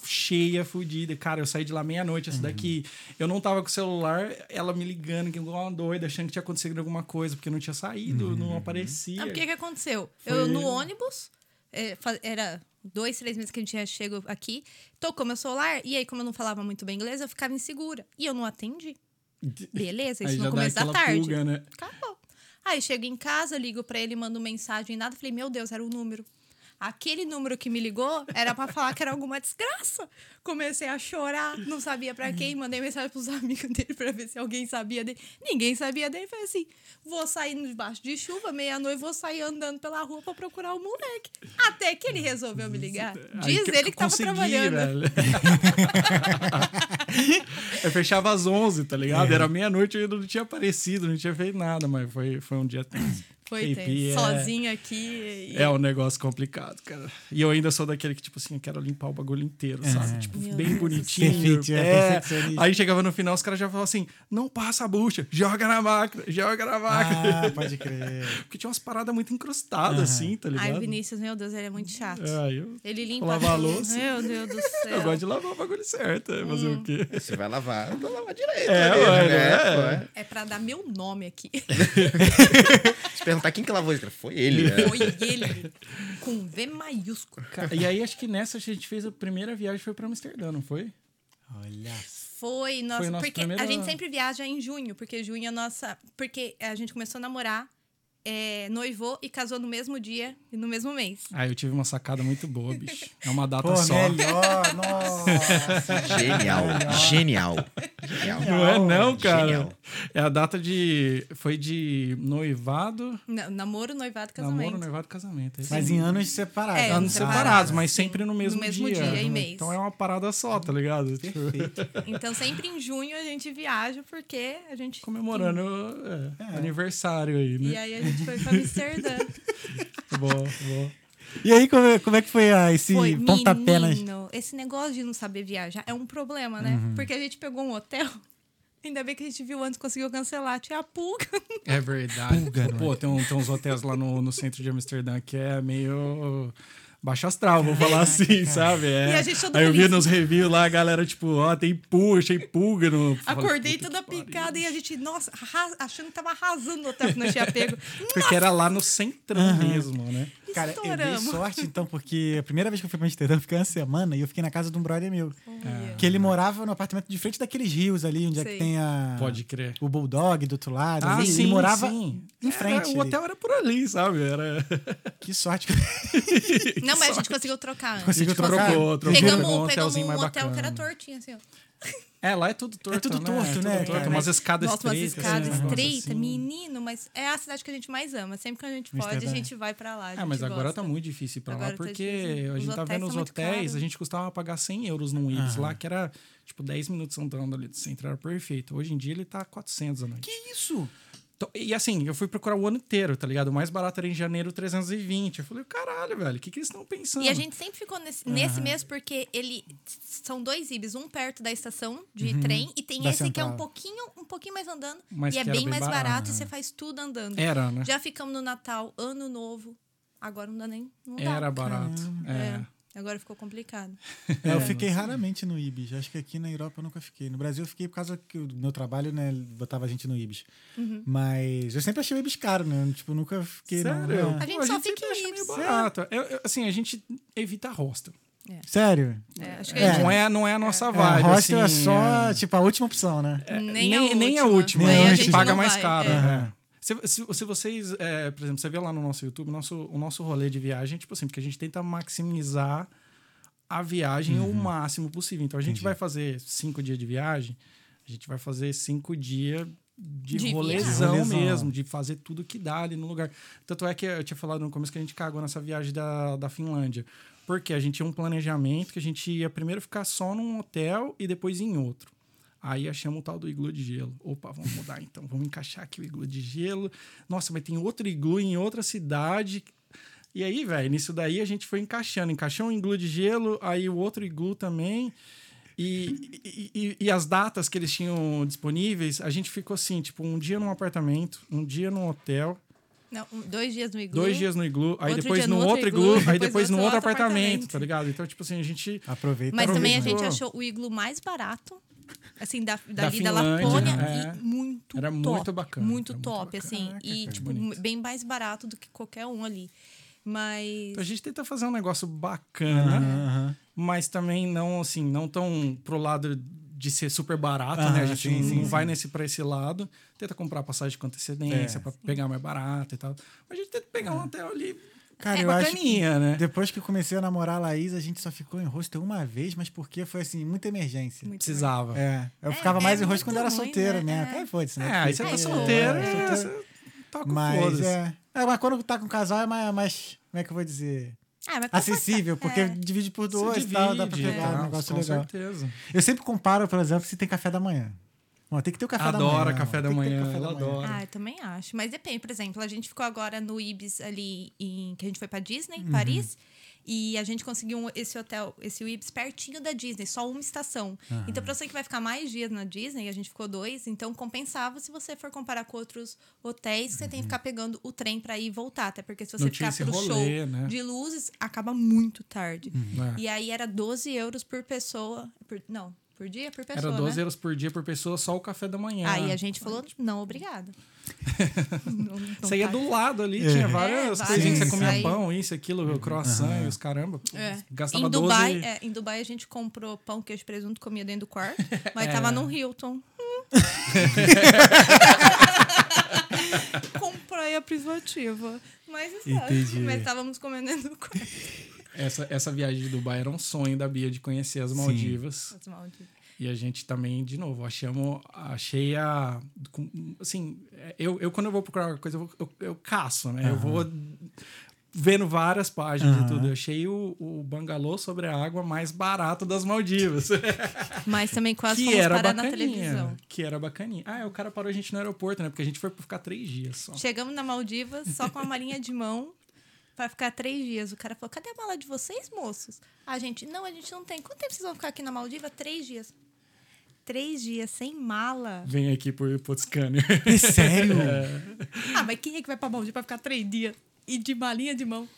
[SPEAKER 4] cheia, fodida. Cara, eu saí de lá meia-noite, essa daqui. Eu não tava com o celular, ela me ligando, que igual uma doida, achando que tinha acontecido alguma coisa, porque eu não tinha saído, não aparecia.
[SPEAKER 3] Ah, porque que aconteceu?
[SPEAKER 4] Foi-
[SPEAKER 3] Eu no ônibus, é, fa- era dois, três meses que a gente tinha chego aqui, tocou meu celular, e aí, como eu não falava muito bem inglês, eu ficava insegura. E eu não atendi. Beleza, isso
[SPEAKER 4] *laughs* Aí já
[SPEAKER 3] no
[SPEAKER 4] dá
[SPEAKER 3] começo da
[SPEAKER 4] aquela
[SPEAKER 3] tarde.
[SPEAKER 4] pulga, né?
[SPEAKER 3] Acabou. Aí chego em casa, ligo pra ele, mando mensagem, nada. Falei, meu Deus, era o número. Aquele número que me ligou era pra falar que era alguma desgraça. Comecei a chorar, não sabia pra quem, mandei mensagem pros amigos dele pra ver se alguém sabia dele. Ninguém sabia dele, falei assim: vou sair debaixo de chuva, meia-noite, vou sair andando pela rua pra procurar o moleque. Até que ele resolveu me ligar.
[SPEAKER 4] Aí
[SPEAKER 3] Diz
[SPEAKER 4] eu
[SPEAKER 3] ele que tava
[SPEAKER 4] consegui, né?
[SPEAKER 3] trabalhando.
[SPEAKER 4] velho. *laughs* eu fechava às 11, tá ligado?
[SPEAKER 3] É.
[SPEAKER 4] Era meia-noite, eu ainda não tinha aparecido, não tinha feito nada, mas foi, foi um dia tenso.
[SPEAKER 3] Foi
[SPEAKER 4] KP
[SPEAKER 3] tenso,
[SPEAKER 4] é-
[SPEAKER 3] sozinha aqui. e-
[SPEAKER 4] É um negócio complicado, cara. E eu ainda sou daquele que, tipo assim, eu quero limpar o bagulho inteiro, sabe? Tipo,
[SPEAKER 3] É. Meu
[SPEAKER 4] bem
[SPEAKER 3] Deus.
[SPEAKER 4] bonitinho.
[SPEAKER 1] Perfeito, é,
[SPEAKER 4] É.
[SPEAKER 1] perfeccionista.
[SPEAKER 4] Aí chegava no final, os caras já falavam assim: não passa a bucha, joga na máquina, joga na máquina.
[SPEAKER 1] Ah, pode crer.
[SPEAKER 4] Porque tinha umas paradas muito encrustadas, assim, tá ligado?
[SPEAKER 3] Ai, Vinícius, meu Deus, ele é muito chato.
[SPEAKER 4] É, eu,
[SPEAKER 3] Ele limpa
[SPEAKER 4] Lavar a
[SPEAKER 3] tudo.
[SPEAKER 4] louça.
[SPEAKER 3] Meu Deus do céu. Hum.
[SPEAKER 4] eu gosto de lavar o bagulho certo, é fazer o quê?
[SPEAKER 2] Você vai lavar, eu vou lavar direito.
[SPEAKER 4] É,
[SPEAKER 2] ali,
[SPEAKER 4] ué,
[SPEAKER 2] né?
[SPEAKER 4] não é?
[SPEAKER 2] Pô,
[SPEAKER 3] É pra dar meu nome aqui.
[SPEAKER 4] *laughs*
[SPEAKER 2] Se perguntar quem que lavou isso, cara, foi ele. né?
[SPEAKER 3] Foi ele. Com V maiúsculo.
[SPEAKER 4] Cara, e aí, acho que nessa a gente fez a primeira viagem, foi pra Amsterdã, não foi?
[SPEAKER 1] Olha
[SPEAKER 3] Foi, nossa.
[SPEAKER 4] Foi nosso
[SPEAKER 3] porque
[SPEAKER 4] primeiro-
[SPEAKER 3] a gente sempre viaja em junho, porque junho é a nossa. Porque a gente começou a namorar, é, noivou e casou no mesmo dia e no mesmo mês.
[SPEAKER 4] Ah, eu tive uma sacada muito boa, bicho. É uma data
[SPEAKER 1] Pô,
[SPEAKER 4] só.
[SPEAKER 1] *laughs* melhor, nossa.
[SPEAKER 2] Genial, genial. Genial.
[SPEAKER 4] Não é
[SPEAKER 1] né?
[SPEAKER 4] não, cara.
[SPEAKER 2] Genial.
[SPEAKER 4] É a data de... Foi de noivado,
[SPEAKER 3] Na- namoro, noivado, casamento.
[SPEAKER 4] namoro, noivado, casamento. É isso
[SPEAKER 1] Mas
[SPEAKER 4] aí.
[SPEAKER 1] em anos separados.
[SPEAKER 3] É,
[SPEAKER 1] né?
[SPEAKER 4] anos
[SPEAKER 3] Anos separados,
[SPEAKER 4] separados, mas
[SPEAKER 3] sim.
[SPEAKER 4] sempre no
[SPEAKER 3] No
[SPEAKER 4] mesmo,
[SPEAKER 3] mesmo dia e mês.
[SPEAKER 4] Então é uma parada só, tá ligado? Tipo,
[SPEAKER 1] Perfeito.
[SPEAKER 3] Então sempre em junho a gente viaja, porque a gente.
[SPEAKER 4] comemorando é, aniversário aí,
[SPEAKER 3] E
[SPEAKER 4] né?
[SPEAKER 3] aí a gente foi pra Amsterdã.
[SPEAKER 4] Bom, bom.
[SPEAKER 1] E aí, como, é- como é que foi ah, esse
[SPEAKER 3] Foi,
[SPEAKER 1] pontapé nas...
[SPEAKER 3] menino, esse negócio de não saber viajar é um problema, né? Porque a gente pegou um hotel, *laughs* ainda bem que a gente viu antes, conseguiu cancelar, tinha a pulga.
[SPEAKER 4] É verdade.
[SPEAKER 1] Pulga, não é?
[SPEAKER 4] Pô, tem, um- tem uns hotéis lá no, no centro de Amsterdã que é meio baixo astral, vou falar assim, sabe? É.
[SPEAKER 3] E a gente todo
[SPEAKER 4] aí eu vi
[SPEAKER 3] feliz.
[SPEAKER 4] nos reviews lá, a galera tipo, ó, tem puxa e pulga no...
[SPEAKER 3] Acordei
[SPEAKER 4] Puta
[SPEAKER 3] toda
[SPEAKER 4] que pariu.
[SPEAKER 3] picada e a gente, nossa, arra- achando que tava arrasando no hotel que nós tinha pego.
[SPEAKER 4] Porque era lá no centrão mesmo, né?
[SPEAKER 1] Cara, eu dei
[SPEAKER 3] Estouramos.
[SPEAKER 1] sorte, então, porque a primeira vez que eu fui pra Amsterdã, eu fiquei uma semana e eu fiquei na casa de um brother meu.
[SPEAKER 3] Olha.
[SPEAKER 1] Que ele morava no apartamento de frente daqueles rios ali, onde é que
[SPEAKER 3] Sei.
[SPEAKER 1] tem a...
[SPEAKER 4] Pode crer.
[SPEAKER 1] o Bulldog do outro lado.
[SPEAKER 4] Ah,
[SPEAKER 1] ele
[SPEAKER 4] sim,
[SPEAKER 1] morava
[SPEAKER 4] sim.
[SPEAKER 1] em frente.
[SPEAKER 4] Era,
[SPEAKER 1] ali.
[SPEAKER 4] o hotel era por ali, sabe? Era...
[SPEAKER 1] Que sorte.
[SPEAKER 3] Não, mas a gente conseguiu trocar antes.
[SPEAKER 1] Conseguiu
[SPEAKER 4] A gente
[SPEAKER 1] trocar?
[SPEAKER 4] trocou, trocou.
[SPEAKER 3] Pegamos,
[SPEAKER 4] Pegou um
[SPEAKER 3] um- pegamos
[SPEAKER 4] hotelzinho
[SPEAKER 3] um
[SPEAKER 4] mais
[SPEAKER 3] hotel que
[SPEAKER 4] bacana.
[SPEAKER 3] era tortinho, assim, ó.
[SPEAKER 4] É, lá é tudo torto.
[SPEAKER 1] É tudo
[SPEAKER 4] né?
[SPEAKER 1] torto,
[SPEAKER 4] tudo
[SPEAKER 1] né,
[SPEAKER 4] torto,
[SPEAKER 1] cara?
[SPEAKER 4] Umas escadas
[SPEAKER 3] Nossa, umas
[SPEAKER 4] estreitas.
[SPEAKER 3] escadas
[SPEAKER 4] né? Um negócio
[SPEAKER 3] estreitas,
[SPEAKER 4] assim.
[SPEAKER 3] menino, mas é a cidade que a gente mais ama. Sempre que a gente pode,
[SPEAKER 1] Amsterdã.
[SPEAKER 3] a gente vai pra lá. a
[SPEAKER 4] Ah, mas
[SPEAKER 3] gente
[SPEAKER 4] agora
[SPEAKER 3] gosta.
[SPEAKER 4] tá muito difícil ir pra lá,
[SPEAKER 3] Agora tá
[SPEAKER 4] porque
[SPEAKER 3] difícil.
[SPEAKER 4] a gente
[SPEAKER 3] Os
[SPEAKER 4] tá
[SPEAKER 3] hotéis
[SPEAKER 4] vendo os
[SPEAKER 3] são muito
[SPEAKER 4] hotéis,
[SPEAKER 3] caros.
[SPEAKER 4] a gente custava pagar 100 euros num
[SPEAKER 1] Ah.
[SPEAKER 4] Ibis lá, que era tipo 10 minutos andando ali do centro, era perfeito. Hoje em dia ele tá 400 a noite.
[SPEAKER 1] que *laughs* isso?
[SPEAKER 4] Então, e assim, eu fui procurar o ano inteiro, tá ligado? O mais barato era em janeiro 320. Eu falei, caralho, velho, o que, que eles estão pensando?
[SPEAKER 3] E a gente sempre ficou nesse, nesse mesmo porque ele são dois ibis, um perto da estação de trem e tem
[SPEAKER 1] Da
[SPEAKER 3] esse que é um
[SPEAKER 1] central.
[SPEAKER 3] pouquinho, um pouquinho mais andando
[SPEAKER 4] Uhum. Mas
[SPEAKER 3] e é
[SPEAKER 4] que era
[SPEAKER 3] bem
[SPEAKER 4] bem
[SPEAKER 3] mais barato,
[SPEAKER 4] barato,
[SPEAKER 3] e você faz tudo andando.
[SPEAKER 4] Era, né?
[SPEAKER 3] Já ficamos no Natal, Ano Novo, agora não dá nem não dá.
[SPEAKER 4] Era barato. É.
[SPEAKER 3] É, Agora ficou complicado.
[SPEAKER 1] É, eu fiquei raramente no Ibis. Acho que aqui na Europa eu nunca fiquei. No Brasil eu fiquei por causa que o meu trabalho, né, botava a gente no Ibis.
[SPEAKER 3] Uhum.
[SPEAKER 1] Mas eu sempre achei o Ibis caro, né? Tipo, nunca fiquei. não-
[SPEAKER 4] Sério?
[SPEAKER 1] não.
[SPEAKER 3] A gente só fica
[SPEAKER 4] sempre
[SPEAKER 3] em
[SPEAKER 4] acha meio
[SPEAKER 3] Ibis. É.
[SPEAKER 4] barato. Eu- eu- assim, a gente evita hostel.
[SPEAKER 1] Sério?
[SPEAKER 3] É, acho que
[SPEAKER 4] É,
[SPEAKER 3] a gente
[SPEAKER 4] não, é, não é a nossa
[SPEAKER 1] a
[SPEAKER 4] vibe.
[SPEAKER 1] hostel
[SPEAKER 4] assim,
[SPEAKER 1] é só, tipo, a última opção, né?
[SPEAKER 3] nem,
[SPEAKER 4] nem, nem a última,
[SPEAKER 1] Nem
[SPEAKER 4] né?
[SPEAKER 1] a
[SPEAKER 4] a
[SPEAKER 1] gente
[SPEAKER 4] gente
[SPEAKER 1] não
[SPEAKER 4] paga
[SPEAKER 3] vai,
[SPEAKER 4] mais caro.
[SPEAKER 3] é.
[SPEAKER 4] né? Se, se, se vocês, é, por exemplo, você vê lá no nosso YouTube, nosso, o nosso rolê de viagem, tipo assim, porque a gente tenta maximizar a viagem o máximo possível. Então a gente vai fazer cinco dias de viagem, a gente vai fazer cinco dias de,
[SPEAKER 3] De
[SPEAKER 4] rolezão
[SPEAKER 1] viagem.
[SPEAKER 4] mesmo, de fazer tudo que dá ali no lugar. Tanto é que eu tinha falado no começo que a gente cagou nessa viagem da, da Finlândia. Porque a gente tinha um planejamento que a gente ia primeiro ficar só num hotel e depois em outro. Aí achamos o tal do iglu de gelo. Opa, vamos mudar então. Vamos encaixar aqui o iglu de gelo. Nossa, mas tem outro iglu em outra cidade. E aí, velho, nisso daí a gente foi encaixando. Encaixou um iglu de gelo, aí o outro iglu também. E, e- e- e as datas que eles tinham disponíveis, a gente ficou assim, tipo, um dia num apartamento, um dia num hotel,
[SPEAKER 3] Não, um- dois dias no iglu.
[SPEAKER 4] dois dias no iglu, aí
[SPEAKER 3] Outro
[SPEAKER 4] depois
[SPEAKER 3] dia
[SPEAKER 4] no
[SPEAKER 3] no
[SPEAKER 4] outro
[SPEAKER 3] outro
[SPEAKER 4] iglu,
[SPEAKER 3] iglu,
[SPEAKER 4] aí
[SPEAKER 3] depois
[SPEAKER 4] depois no
[SPEAKER 3] no
[SPEAKER 4] outro
[SPEAKER 3] outro
[SPEAKER 4] apartamento,
[SPEAKER 3] apartamento.
[SPEAKER 4] tá ligado? Então, tipo assim, a gente...
[SPEAKER 1] Aproveita.
[SPEAKER 3] Mas
[SPEAKER 1] pra
[SPEAKER 3] também a
[SPEAKER 1] ver, né?
[SPEAKER 4] Aproveitou.
[SPEAKER 3] gente achou o iglu mais barato, assim, da,
[SPEAKER 4] Da
[SPEAKER 3] dali da,
[SPEAKER 4] Finlândia,
[SPEAKER 3] Lapônia.
[SPEAKER 4] né?
[SPEAKER 3] E muito
[SPEAKER 4] Era
[SPEAKER 3] top.
[SPEAKER 4] muito bacana,
[SPEAKER 3] Muito
[SPEAKER 4] era muito
[SPEAKER 3] top,
[SPEAKER 4] bacana.
[SPEAKER 3] assim.
[SPEAKER 4] Caraca,
[SPEAKER 3] e,
[SPEAKER 4] cara,
[SPEAKER 3] tipo,
[SPEAKER 4] bonito.
[SPEAKER 3] bem mais barato do que qualquer um ali. Mas.
[SPEAKER 4] A gente tenta fazer um negócio bacana, mas também não, assim, não tão pro lado de ser super barato, né? A
[SPEAKER 1] Aham,
[SPEAKER 4] gente
[SPEAKER 1] Ah, sim,
[SPEAKER 4] não,
[SPEAKER 1] sim,
[SPEAKER 4] não
[SPEAKER 1] sim.
[SPEAKER 4] vai nesse pra esse lado. Tenta comprar passagem com antecedência
[SPEAKER 1] É.
[SPEAKER 4] pra pegar mais barato e tal. Mas a gente tenta pegar um hotel ali
[SPEAKER 1] Cara,
[SPEAKER 4] é
[SPEAKER 1] eu acho
[SPEAKER 4] bacaninha, né?
[SPEAKER 1] Depois que eu comecei a namorar a Laís, a gente só ficou em rosto uma vez, mas porque foi assim, muita emergência.
[SPEAKER 3] Muito
[SPEAKER 4] Precisava.
[SPEAKER 1] É, eu
[SPEAKER 3] É,
[SPEAKER 1] ficava mais
[SPEAKER 3] é
[SPEAKER 1] em rosto quando
[SPEAKER 3] muito
[SPEAKER 1] era
[SPEAKER 3] ruim,
[SPEAKER 1] solteira,
[SPEAKER 3] né?
[SPEAKER 1] né?
[SPEAKER 3] É.
[SPEAKER 1] Até foda-se, né?
[SPEAKER 4] É, aí você tá
[SPEAKER 3] É,
[SPEAKER 4] solteiro,
[SPEAKER 1] é,
[SPEAKER 4] é,
[SPEAKER 1] solteiro.
[SPEAKER 4] você toca o
[SPEAKER 1] Mas
[SPEAKER 4] foda-se.
[SPEAKER 1] é. é. Mas quando tá com casal é mais, mais- Como é que eu vou dizer?
[SPEAKER 3] Ah, mas
[SPEAKER 1] Acessível, porque
[SPEAKER 3] É.
[SPEAKER 1] divide por
[SPEAKER 4] Você
[SPEAKER 1] dois e tal, dá pra
[SPEAKER 4] divide é. e
[SPEAKER 1] pegar um
[SPEAKER 4] tal,
[SPEAKER 1] negócio
[SPEAKER 4] com
[SPEAKER 1] legal.
[SPEAKER 4] certeza.
[SPEAKER 1] Eu sempre comparo, por exemplo, se tem café da manhã. Ó, tem que ter o café da manhã.
[SPEAKER 4] Adora café
[SPEAKER 1] ó,
[SPEAKER 4] da
[SPEAKER 1] tem que ter
[SPEAKER 4] manhã,
[SPEAKER 1] café da
[SPEAKER 4] ela adora.
[SPEAKER 3] Ah, eu também acho. Mas depende, por exemplo, a gente ficou agora no Ibis ali em que a gente foi pra Disney,
[SPEAKER 4] Uhum.
[SPEAKER 3] Paris. E a gente conseguiu um- esse hotel, esse Ibis pertinho da Disney, só uma estação.
[SPEAKER 4] Ah.
[SPEAKER 3] Então, pra você que vai ficar mais dias na Disney, a gente ficou dois, então compensava se você for comparar com outros hotéis, você tem que ficar pegando o trem pra ir e voltar. Até porque se você
[SPEAKER 4] Não tinha
[SPEAKER 3] ficar
[SPEAKER 4] esse
[SPEAKER 3] pro
[SPEAKER 4] Uhum. rolê,
[SPEAKER 3] show
[SPEAKER 4] né?
[SPEAKER 3] de luzes, acaba muito tarde.
[SPEAKER 4] É.
[SPEAKER 3] E aí era 12 euros por pessoa. por- não, por dia? Por pessoa.
[SPEAKER 4] Era 12
[SPEAKER 3] né?
[SPEAKER 4] euros por dia por pessoa, só o café da manhã.
[SPEAKER 3] Aí a gente falou, não, obrigada. não, não
[SPEAKER 4] *laughs* Isso aí é
[SPEAKER 3] paga.
[SPEAKER 4] do lado ali,
[SPEAKER 1] É. Uhum.
[SPEAKER 4] tinha várias
[SPEAKER 3] várias.
[SPEAKER 4] coisinhas que
[SPEAKER 1] Sim,
[SPEAKER 4] você comia
[SPEAKER 3] sim.
[SPEAKER 4] pão, isso, aquilo, croissant e os caramba.
[SPEAKER 3] É.
[SPEAKER 4] Gastava
[SPEAKER 3] Em Dubai,
[SPEAKER 4] 12.
[SPEAKER 3] é, em Dubai a gente comprou pão, queijo, presunto, comia dentro do
[SPEAKER 4] *laughs*
[SPEAKER 3] quarto,
[SPEAKER 4] É.
[SPEAKER 3] mas tava num Hilton. Hum. Comprei a privativa. Mas
[SPEAKER 1] Entendi.
[SPEAKER 3] sabe, mas estávamos comendo dentro do quarto.
[SPEAKER 4] Essa, essa viagem de Dubai era um sonho da Bia de conhecer as Maldivas.
[SPEAKER 3] Nossa, maldito.
[SPEAKER 4] E a gente também, de novo, achamos, achei a. com- Assim, eu, eu quando eu vou procurar alguma coisa, eu, eu, eu caço, né? Eu vou vendo várias páginas e tudo. Eu achei o, o bangalô sobre a água mais barato
[SPEAKER 3] *laughs*
[SPEAKER 4] das Maldivas.
[SPEAKER 3] Mas também quase
[SPEAKER 4] que
[SPEAKER 3] fomos
[SPEAKER 4] era
[SPEAKER 3] parar na
[SPEAKER 4] bacaninha.
[SPEAKER 3] televisão.
[SPEAKER 4] Que era bacaninha. Ah, é, o cara parou a gente no aeroporto, né? Porque a gente foi ficar três dias só.
[SPEAKER 3] Chegamos na Maldivas só com a malinha de mão pra ficar três dias. O cara falou: cadê a mala de vocês, moços? A gente, não, a gente não tem. Quanto tempo vocês vão ficar aqui na Maldiva? Três dias. Três dias sem mala.
[SPEAKER 4] Vem aqui por, por scanner.
[SPEAKER 1] E
[SPEAKER 4] *laughs*
[SPEAKER 1] sério? É.
[SPEAKER 3] Ah, mas quem é que vai pra Maldiva pra ficar três dias? E de malinha de mão.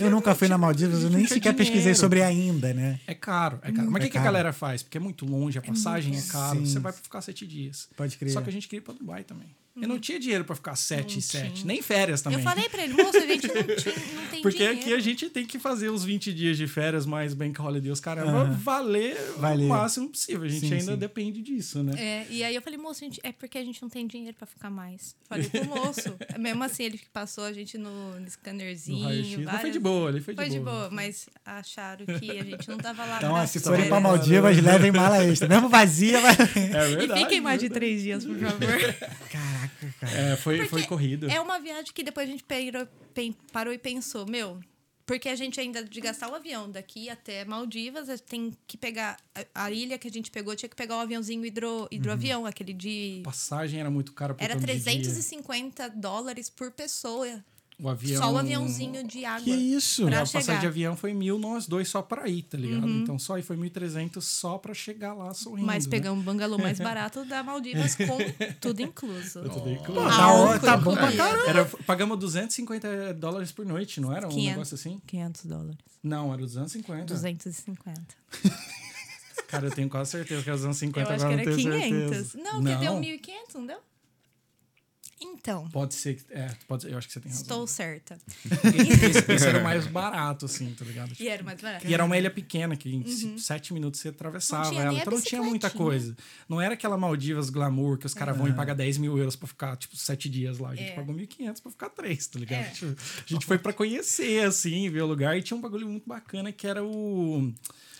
[SPEAKER 1] Eu nunca fui na Maldivas, eu nem
[SPEAKER 4] Tinha
[SPEAKER 1] sequer
[SPEAKER 4] dinheiro.
[SPEAKER 1] pesquisei sobre ainda, né?
[SPEAKER 4] É caro, é caro. Mas o que, que a
[SPEAKER 1] caro. Hum,
[SPEAKER 4] galera faz? Porque é muito longe, a passagem é, cara.
[SPEAKER 1] Sim.
[SPEAKER 4] Você vai ficar sete dias.
[SPEAKER 1] Pode crer.
[SPEAKER 4] Só que a gente queria ir pra Dubai também. Eu não tinha dinheiro pra ficar sete e sete. Nem férias também.
[SPEAKER 3] Hum. Eu falei pra ele, moço, a gente não, tinha, não tem
[SPEAKER 4] Porque
[SPEAKER 3] dinheiro.
[SPEAKER 4] aqui a gente tem que fazer os 20 dias de férias mais bank holiday. Os caras vão valer
[SPEAKER 1] Valer.
[SPEAKER 4] o máximo possível. A gente
[SPEAKER 1] Sim,
[SPEAKER 4] ainda
[SPEAKER 1] sim.
[SPEAKER 4] depende disso, né?
[SPEAKER 3] É, e aí eu falei, moço, gente, é porque a gente não tem dinheiro pra ficar mais. Falei pro moço. Mesmo assim, ele passou a gente no, no
[SPEAKER 4] No
[SPEAKER 3] scannerzinho.
[SPEAKER 4] raio-x. Não foi
[SPEAKER 3] várias-
[SPEAKER 4] de boa, ele foi de
[SPEAKER 3] Foi de
[SPEAKER 4] boa.
[SPEAKER 3] boa, mas acharam que a gente não tava lá.
[SPEAKER 1] Então, ó,
[SPEAKER 3] pra
[SPEAKER 1] se
[SPEAKER 3] as
[SPEAKER 1] forem pra
[SPEAKER 3] férias.
[SPEAKER 1] Maldivas, levem mala extra. Mesmo vazia, vai. *laughs*
[SPEAKER 4] É
[SPEAKER 3] E
[SPEAKER 4] verdade.
[SPEAKER 3] fiquem mais de três dias, por favor.
[SPEAKER 1] Caraca, cara.
[SPEAKER 4] É, foi, foi
[SPEAKER 3] Porque
[SPEAKER 4] corrido.
[SPEAKER 3] É uma viagem que depois a gente peirou- pen- parou e pensou, meu, porque a gente ainda de gastar o avião daqui até Maldivas, a gente tem que pegar a, a ilha que a gente pegou, tinha que pegar o aviãozinho hidro, hidroavião,
[SPEAKER 1] Uhum.
[SPEAKER 3] aquele de
[SPEAKER 4] Passagem era muito cara por
[SPEAKER 3] era
[SPEAKER 4] tanto de dia.
[SPEAKER 3] 350 dólares por pessoa.
[SPEAKER 4] O avião...
[SPEAKER 3] Só o aviãozinho de água.
[SPEAKER 1] Que isso?
[SPEAKER 4] É,
[SPEAKER 3] Pra
[SPEAKER 4] a passagem
[SPEAKER 3] chegar. Uhum.
[SPEAKER 4] de avião foi mil, nós dois só pra ir, tá ligado? Então só aí foi 1.300 só pra chegar lá sorrindo.
[SPEAKER 3] Mas
[SPEAKER 4] né?
[SPEAKER 3] pegamos o bangalô
[SPEAKER 1] *laughs*
[SPEAKER 3] mais barato da Maldivas com tudo incluso.
[SPEAKER 4] Tudo bem,
[SPEAKER 1] Pô,
[SPEAKER 4] claro.
[SPEAKER 1] da hora,
[SPEAKER 3] álcool
[SPEAKER 1] tá
[SPEAKER 3] e
[SPEAKER 1] bom pra
[SPEAKER 3] comida.
[SPEAKER 1] caramba.
[SPEAKER 4] Era, pagamos 250 dólares por noite, não era? Um
[SPEAKER 3] 500.
[SPEAKER 4] negócio assim?
[SPEAKER 3] 500 dólares.
[SPEAKER 4] Não, era 250.
[SPEAKER 3] 250.
[SPEAKER 4] Cara, eu tenho quase certeza que era
[SPEAKER 3] Eu
[SPEAKER 4] 250
[SPEAKER 3] acho
[SPEAKER 4] agora,
[SPEAKER 3] que
[SPEAKER 4] não
[SPEAKER 3] era
[SPEAKER 4] tenho
[SPEAKER 3] 500.
[SPEAKER 4] certeza.
[SPEAKER 3] Não, que deu 1.500, não deu? Então,
[SPEAKER 4] Pode ser que. É, pode, eu acho que você tem razão.
[SPEAKER 3] estou certa.
[SPEAKER 4] Esse, esse era o mais barato, assim,
[SPEAKER 3] *laughs*
[SPEAKER 4] tá ligado?
[SPEAKER 3] E era mais barata.
[SPEAKER 4] E era uma ilha pequena que em se- sete minutos você atravessava
[SPEAKER 3] Uhum. Não tinha
[SPEAKER 4] ela.
[SPEAKER 3] nem a
[SPEAKER 4] Então não tinha muita
[SPEAKER 3] bicicletinha.
[SPEAKER 4] coisa. Não era aquela Maldivas glamour que os caras vão e pagam 10 mil euros pra ficar, tipo, sete dias lá. A gente
[SPEAKER 3] É.
[SPEAKER 4] pagou 1.500 pra ficar três, tá ligado?
[SPEAKER 3] É.
[SPEAKER 4] Tipo, a gente foi pra conhecer, assim, ver o lugar. E tinha um bagulho muito bacana que era o,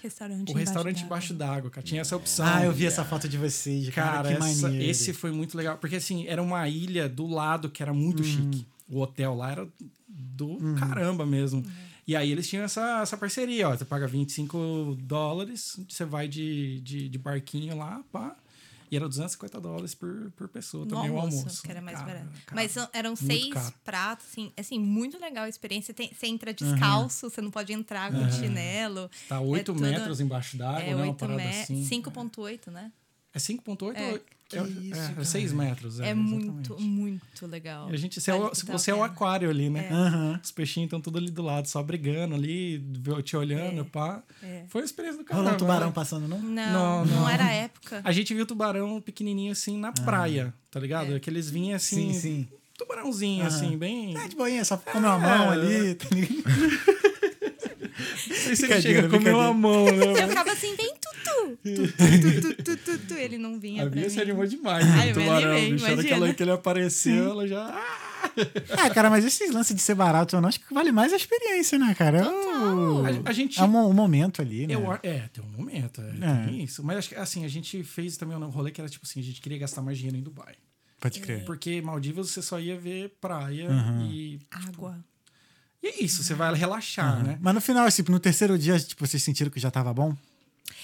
[SPEAKER 3] Restaurante
[SPEAKER 4] o restaurante
[SPEAKER 3] embaixo
[SPEAKER 4] embaixo d'água, cara. Tinha essa opção.
[SPEAKER 1] Ah, eu vi essa foto de vocês, cara.
[SPEAKER 4] Cara,
[SPEAKER 1] que
[SPEAKER 4] essa-
[SPEAKER 1] maneiro.
[SPEAKER 4] esse foi muito legal. Porque, assim, era uma ilha do lado que era
[SPEAKER 1] Hum.
[SPEAKER 4] muito chique. O hotel lá era do caramba mesmo.
[SPEAKER 3] Uhum.
[SPEAKER 4] E aí eles tinham essa, essa parceria, ó. Você paga 25 dólares, você vai de, de, de barquinho lá, pá. E era 250 dólares por, por pessoa
[SPEAKER 3] No
[SPEAKER 4] também o
[SPEAKER 3] almoço,
[SPEAKER 4] almoço.
[SPEAKER 3] que era mais
[SPEAKER 4] Cara,
[SPEAKER 3] barato.
[SPEAKER 4] cara,
[SPEAKER 3] Mas são- eram
[SPEAKER 4] muito
[SPEAKER 3] seis
[SPEAKER 4] caro.
[SPEAKER 3] pratos, assim, assim, muito legal a experiência. Tem- você entra descalço, você não pode entrar com chinelo.
[SPEAKER 4] Tá 8
[SPEAKER 3] é tudo-
[SPEAKER 4] metros embaixo d'água,
[SPEAKER 3] É
[SPEAKER 4] né? Uma
[SPEAKER 3] 8
[SPEAKER 4] parada
[SPEAKER 3] metros.
[SPEAKER 4] assim.
[SPEAKER 3] 5,8, né?
[SPEAKER 4] É 5,8?
[SPEAKER 3] É.
[SPEAKER 4] É,
[SPEAKER 1] Que isso, cara.
[SPEAKER 4] 6 metros.
[SPEAKER 3] É, muito, muito legal.
[SPEAKER 4] A gente, você, é
[SPEAKER 3] Vale
[SPEAKER 4] o,
[SPEAKER 3] que tá dá
[SPEAKER 4] você
[SPEAKER 3] a
[SPEAKER 4] é o
[SPEAKER 3] pena.
[SPEAKER 4] aquário ali, né?
[SPEAKER 1] Aham.
[SPEAKER 4] Os peixinhos estão tudo ali do lado, só brigando ali, te olhando, pá.
[SPEAKER 3] é.
[SPEAKER 4] Foi a experiência do
[SPEAKER 1] Rolou
[SPEAKER 4] carnaval.
[SPEAKER 1] um tubarão passando, não?
[SPEAKER 3] Não, não,
[SPEAKER 4] Não, não.
[SPEAKER 3] era a época.
[SPEAKER 4] A gente viu tubarão pequenininho assim na praia, tá
[SPEAKER 3] É.
[SPEAKER 4] ligado? Que eles vinham assim,
[SPEAKER 1] Ah. Sim, sim.
[SPEAKER 4] tubarãozinho assim, bem...
[SPEAKER 1] É de boinha, só comeu a mão
[SPEAKER 4] É.
[SPEAKER 1] ali. tá ligado?
[SPEAKER 4] Não sei se
[SPEAKER 1] brincadeira,
[SPEAKER 4] ele chega com
[SPEAKER 1] brincadeira.
[SPEAKER 4] a mão, né?
[SPEAKER 3] *laughs* Eu ficava assim, vem tutu, tutu, tutu, tutu, tutu. Ele não vinha
[SPEAKER 4] A
[SPEAKER 3] pra
[SPEAKER 4] Bia se
[SPEAKER 3] mim.
[SPEAKER 4] animou demais
[SPEAKER 3] Ai,
[SPEAKER 4] do
[SPEAKER 3] eu me
[SPEAKER 4] tubarão,
[SPEAKER 3] animei,
[SPEAKER 4] bicho. A hora que,
[SPEAKER 3] imagina.
[SPEAKER 4] ela- que
[SPEAKER 3] *laughs*
[SPEAKER 4] ele apareceu, ela já... Ah!
[SPEAKER 1] Ah, cara, mas esses lances de ser barato ou não, acho que vale mais a experiência, né, cara? É
[SPEAKER 3] Ah,
[SPEAKER 1] o-
[SPEAKER 4] A- a gente-
[SPEAKER 1] É um, um momento ali, né?
[SPEAKER 4] Eu, a- é, tem um momento, é, tem isso. Mas acho que, assim, a gente fez também um rolê que era tipo assim, a gente queria gastar mais dinheiro em Dubai.
[SPEAKER 1] Pode crer.
[SPEAKER 4] Porque Maldivas você só ia ver praia e,
[SPEAKER 3] Água.
[SPEAKER 4] e é isso, você vai relaxar, né?
[SPEAKER 1] Mas no final, assim, no terceiro dia, tipo, vocês sentiram que já tava bom?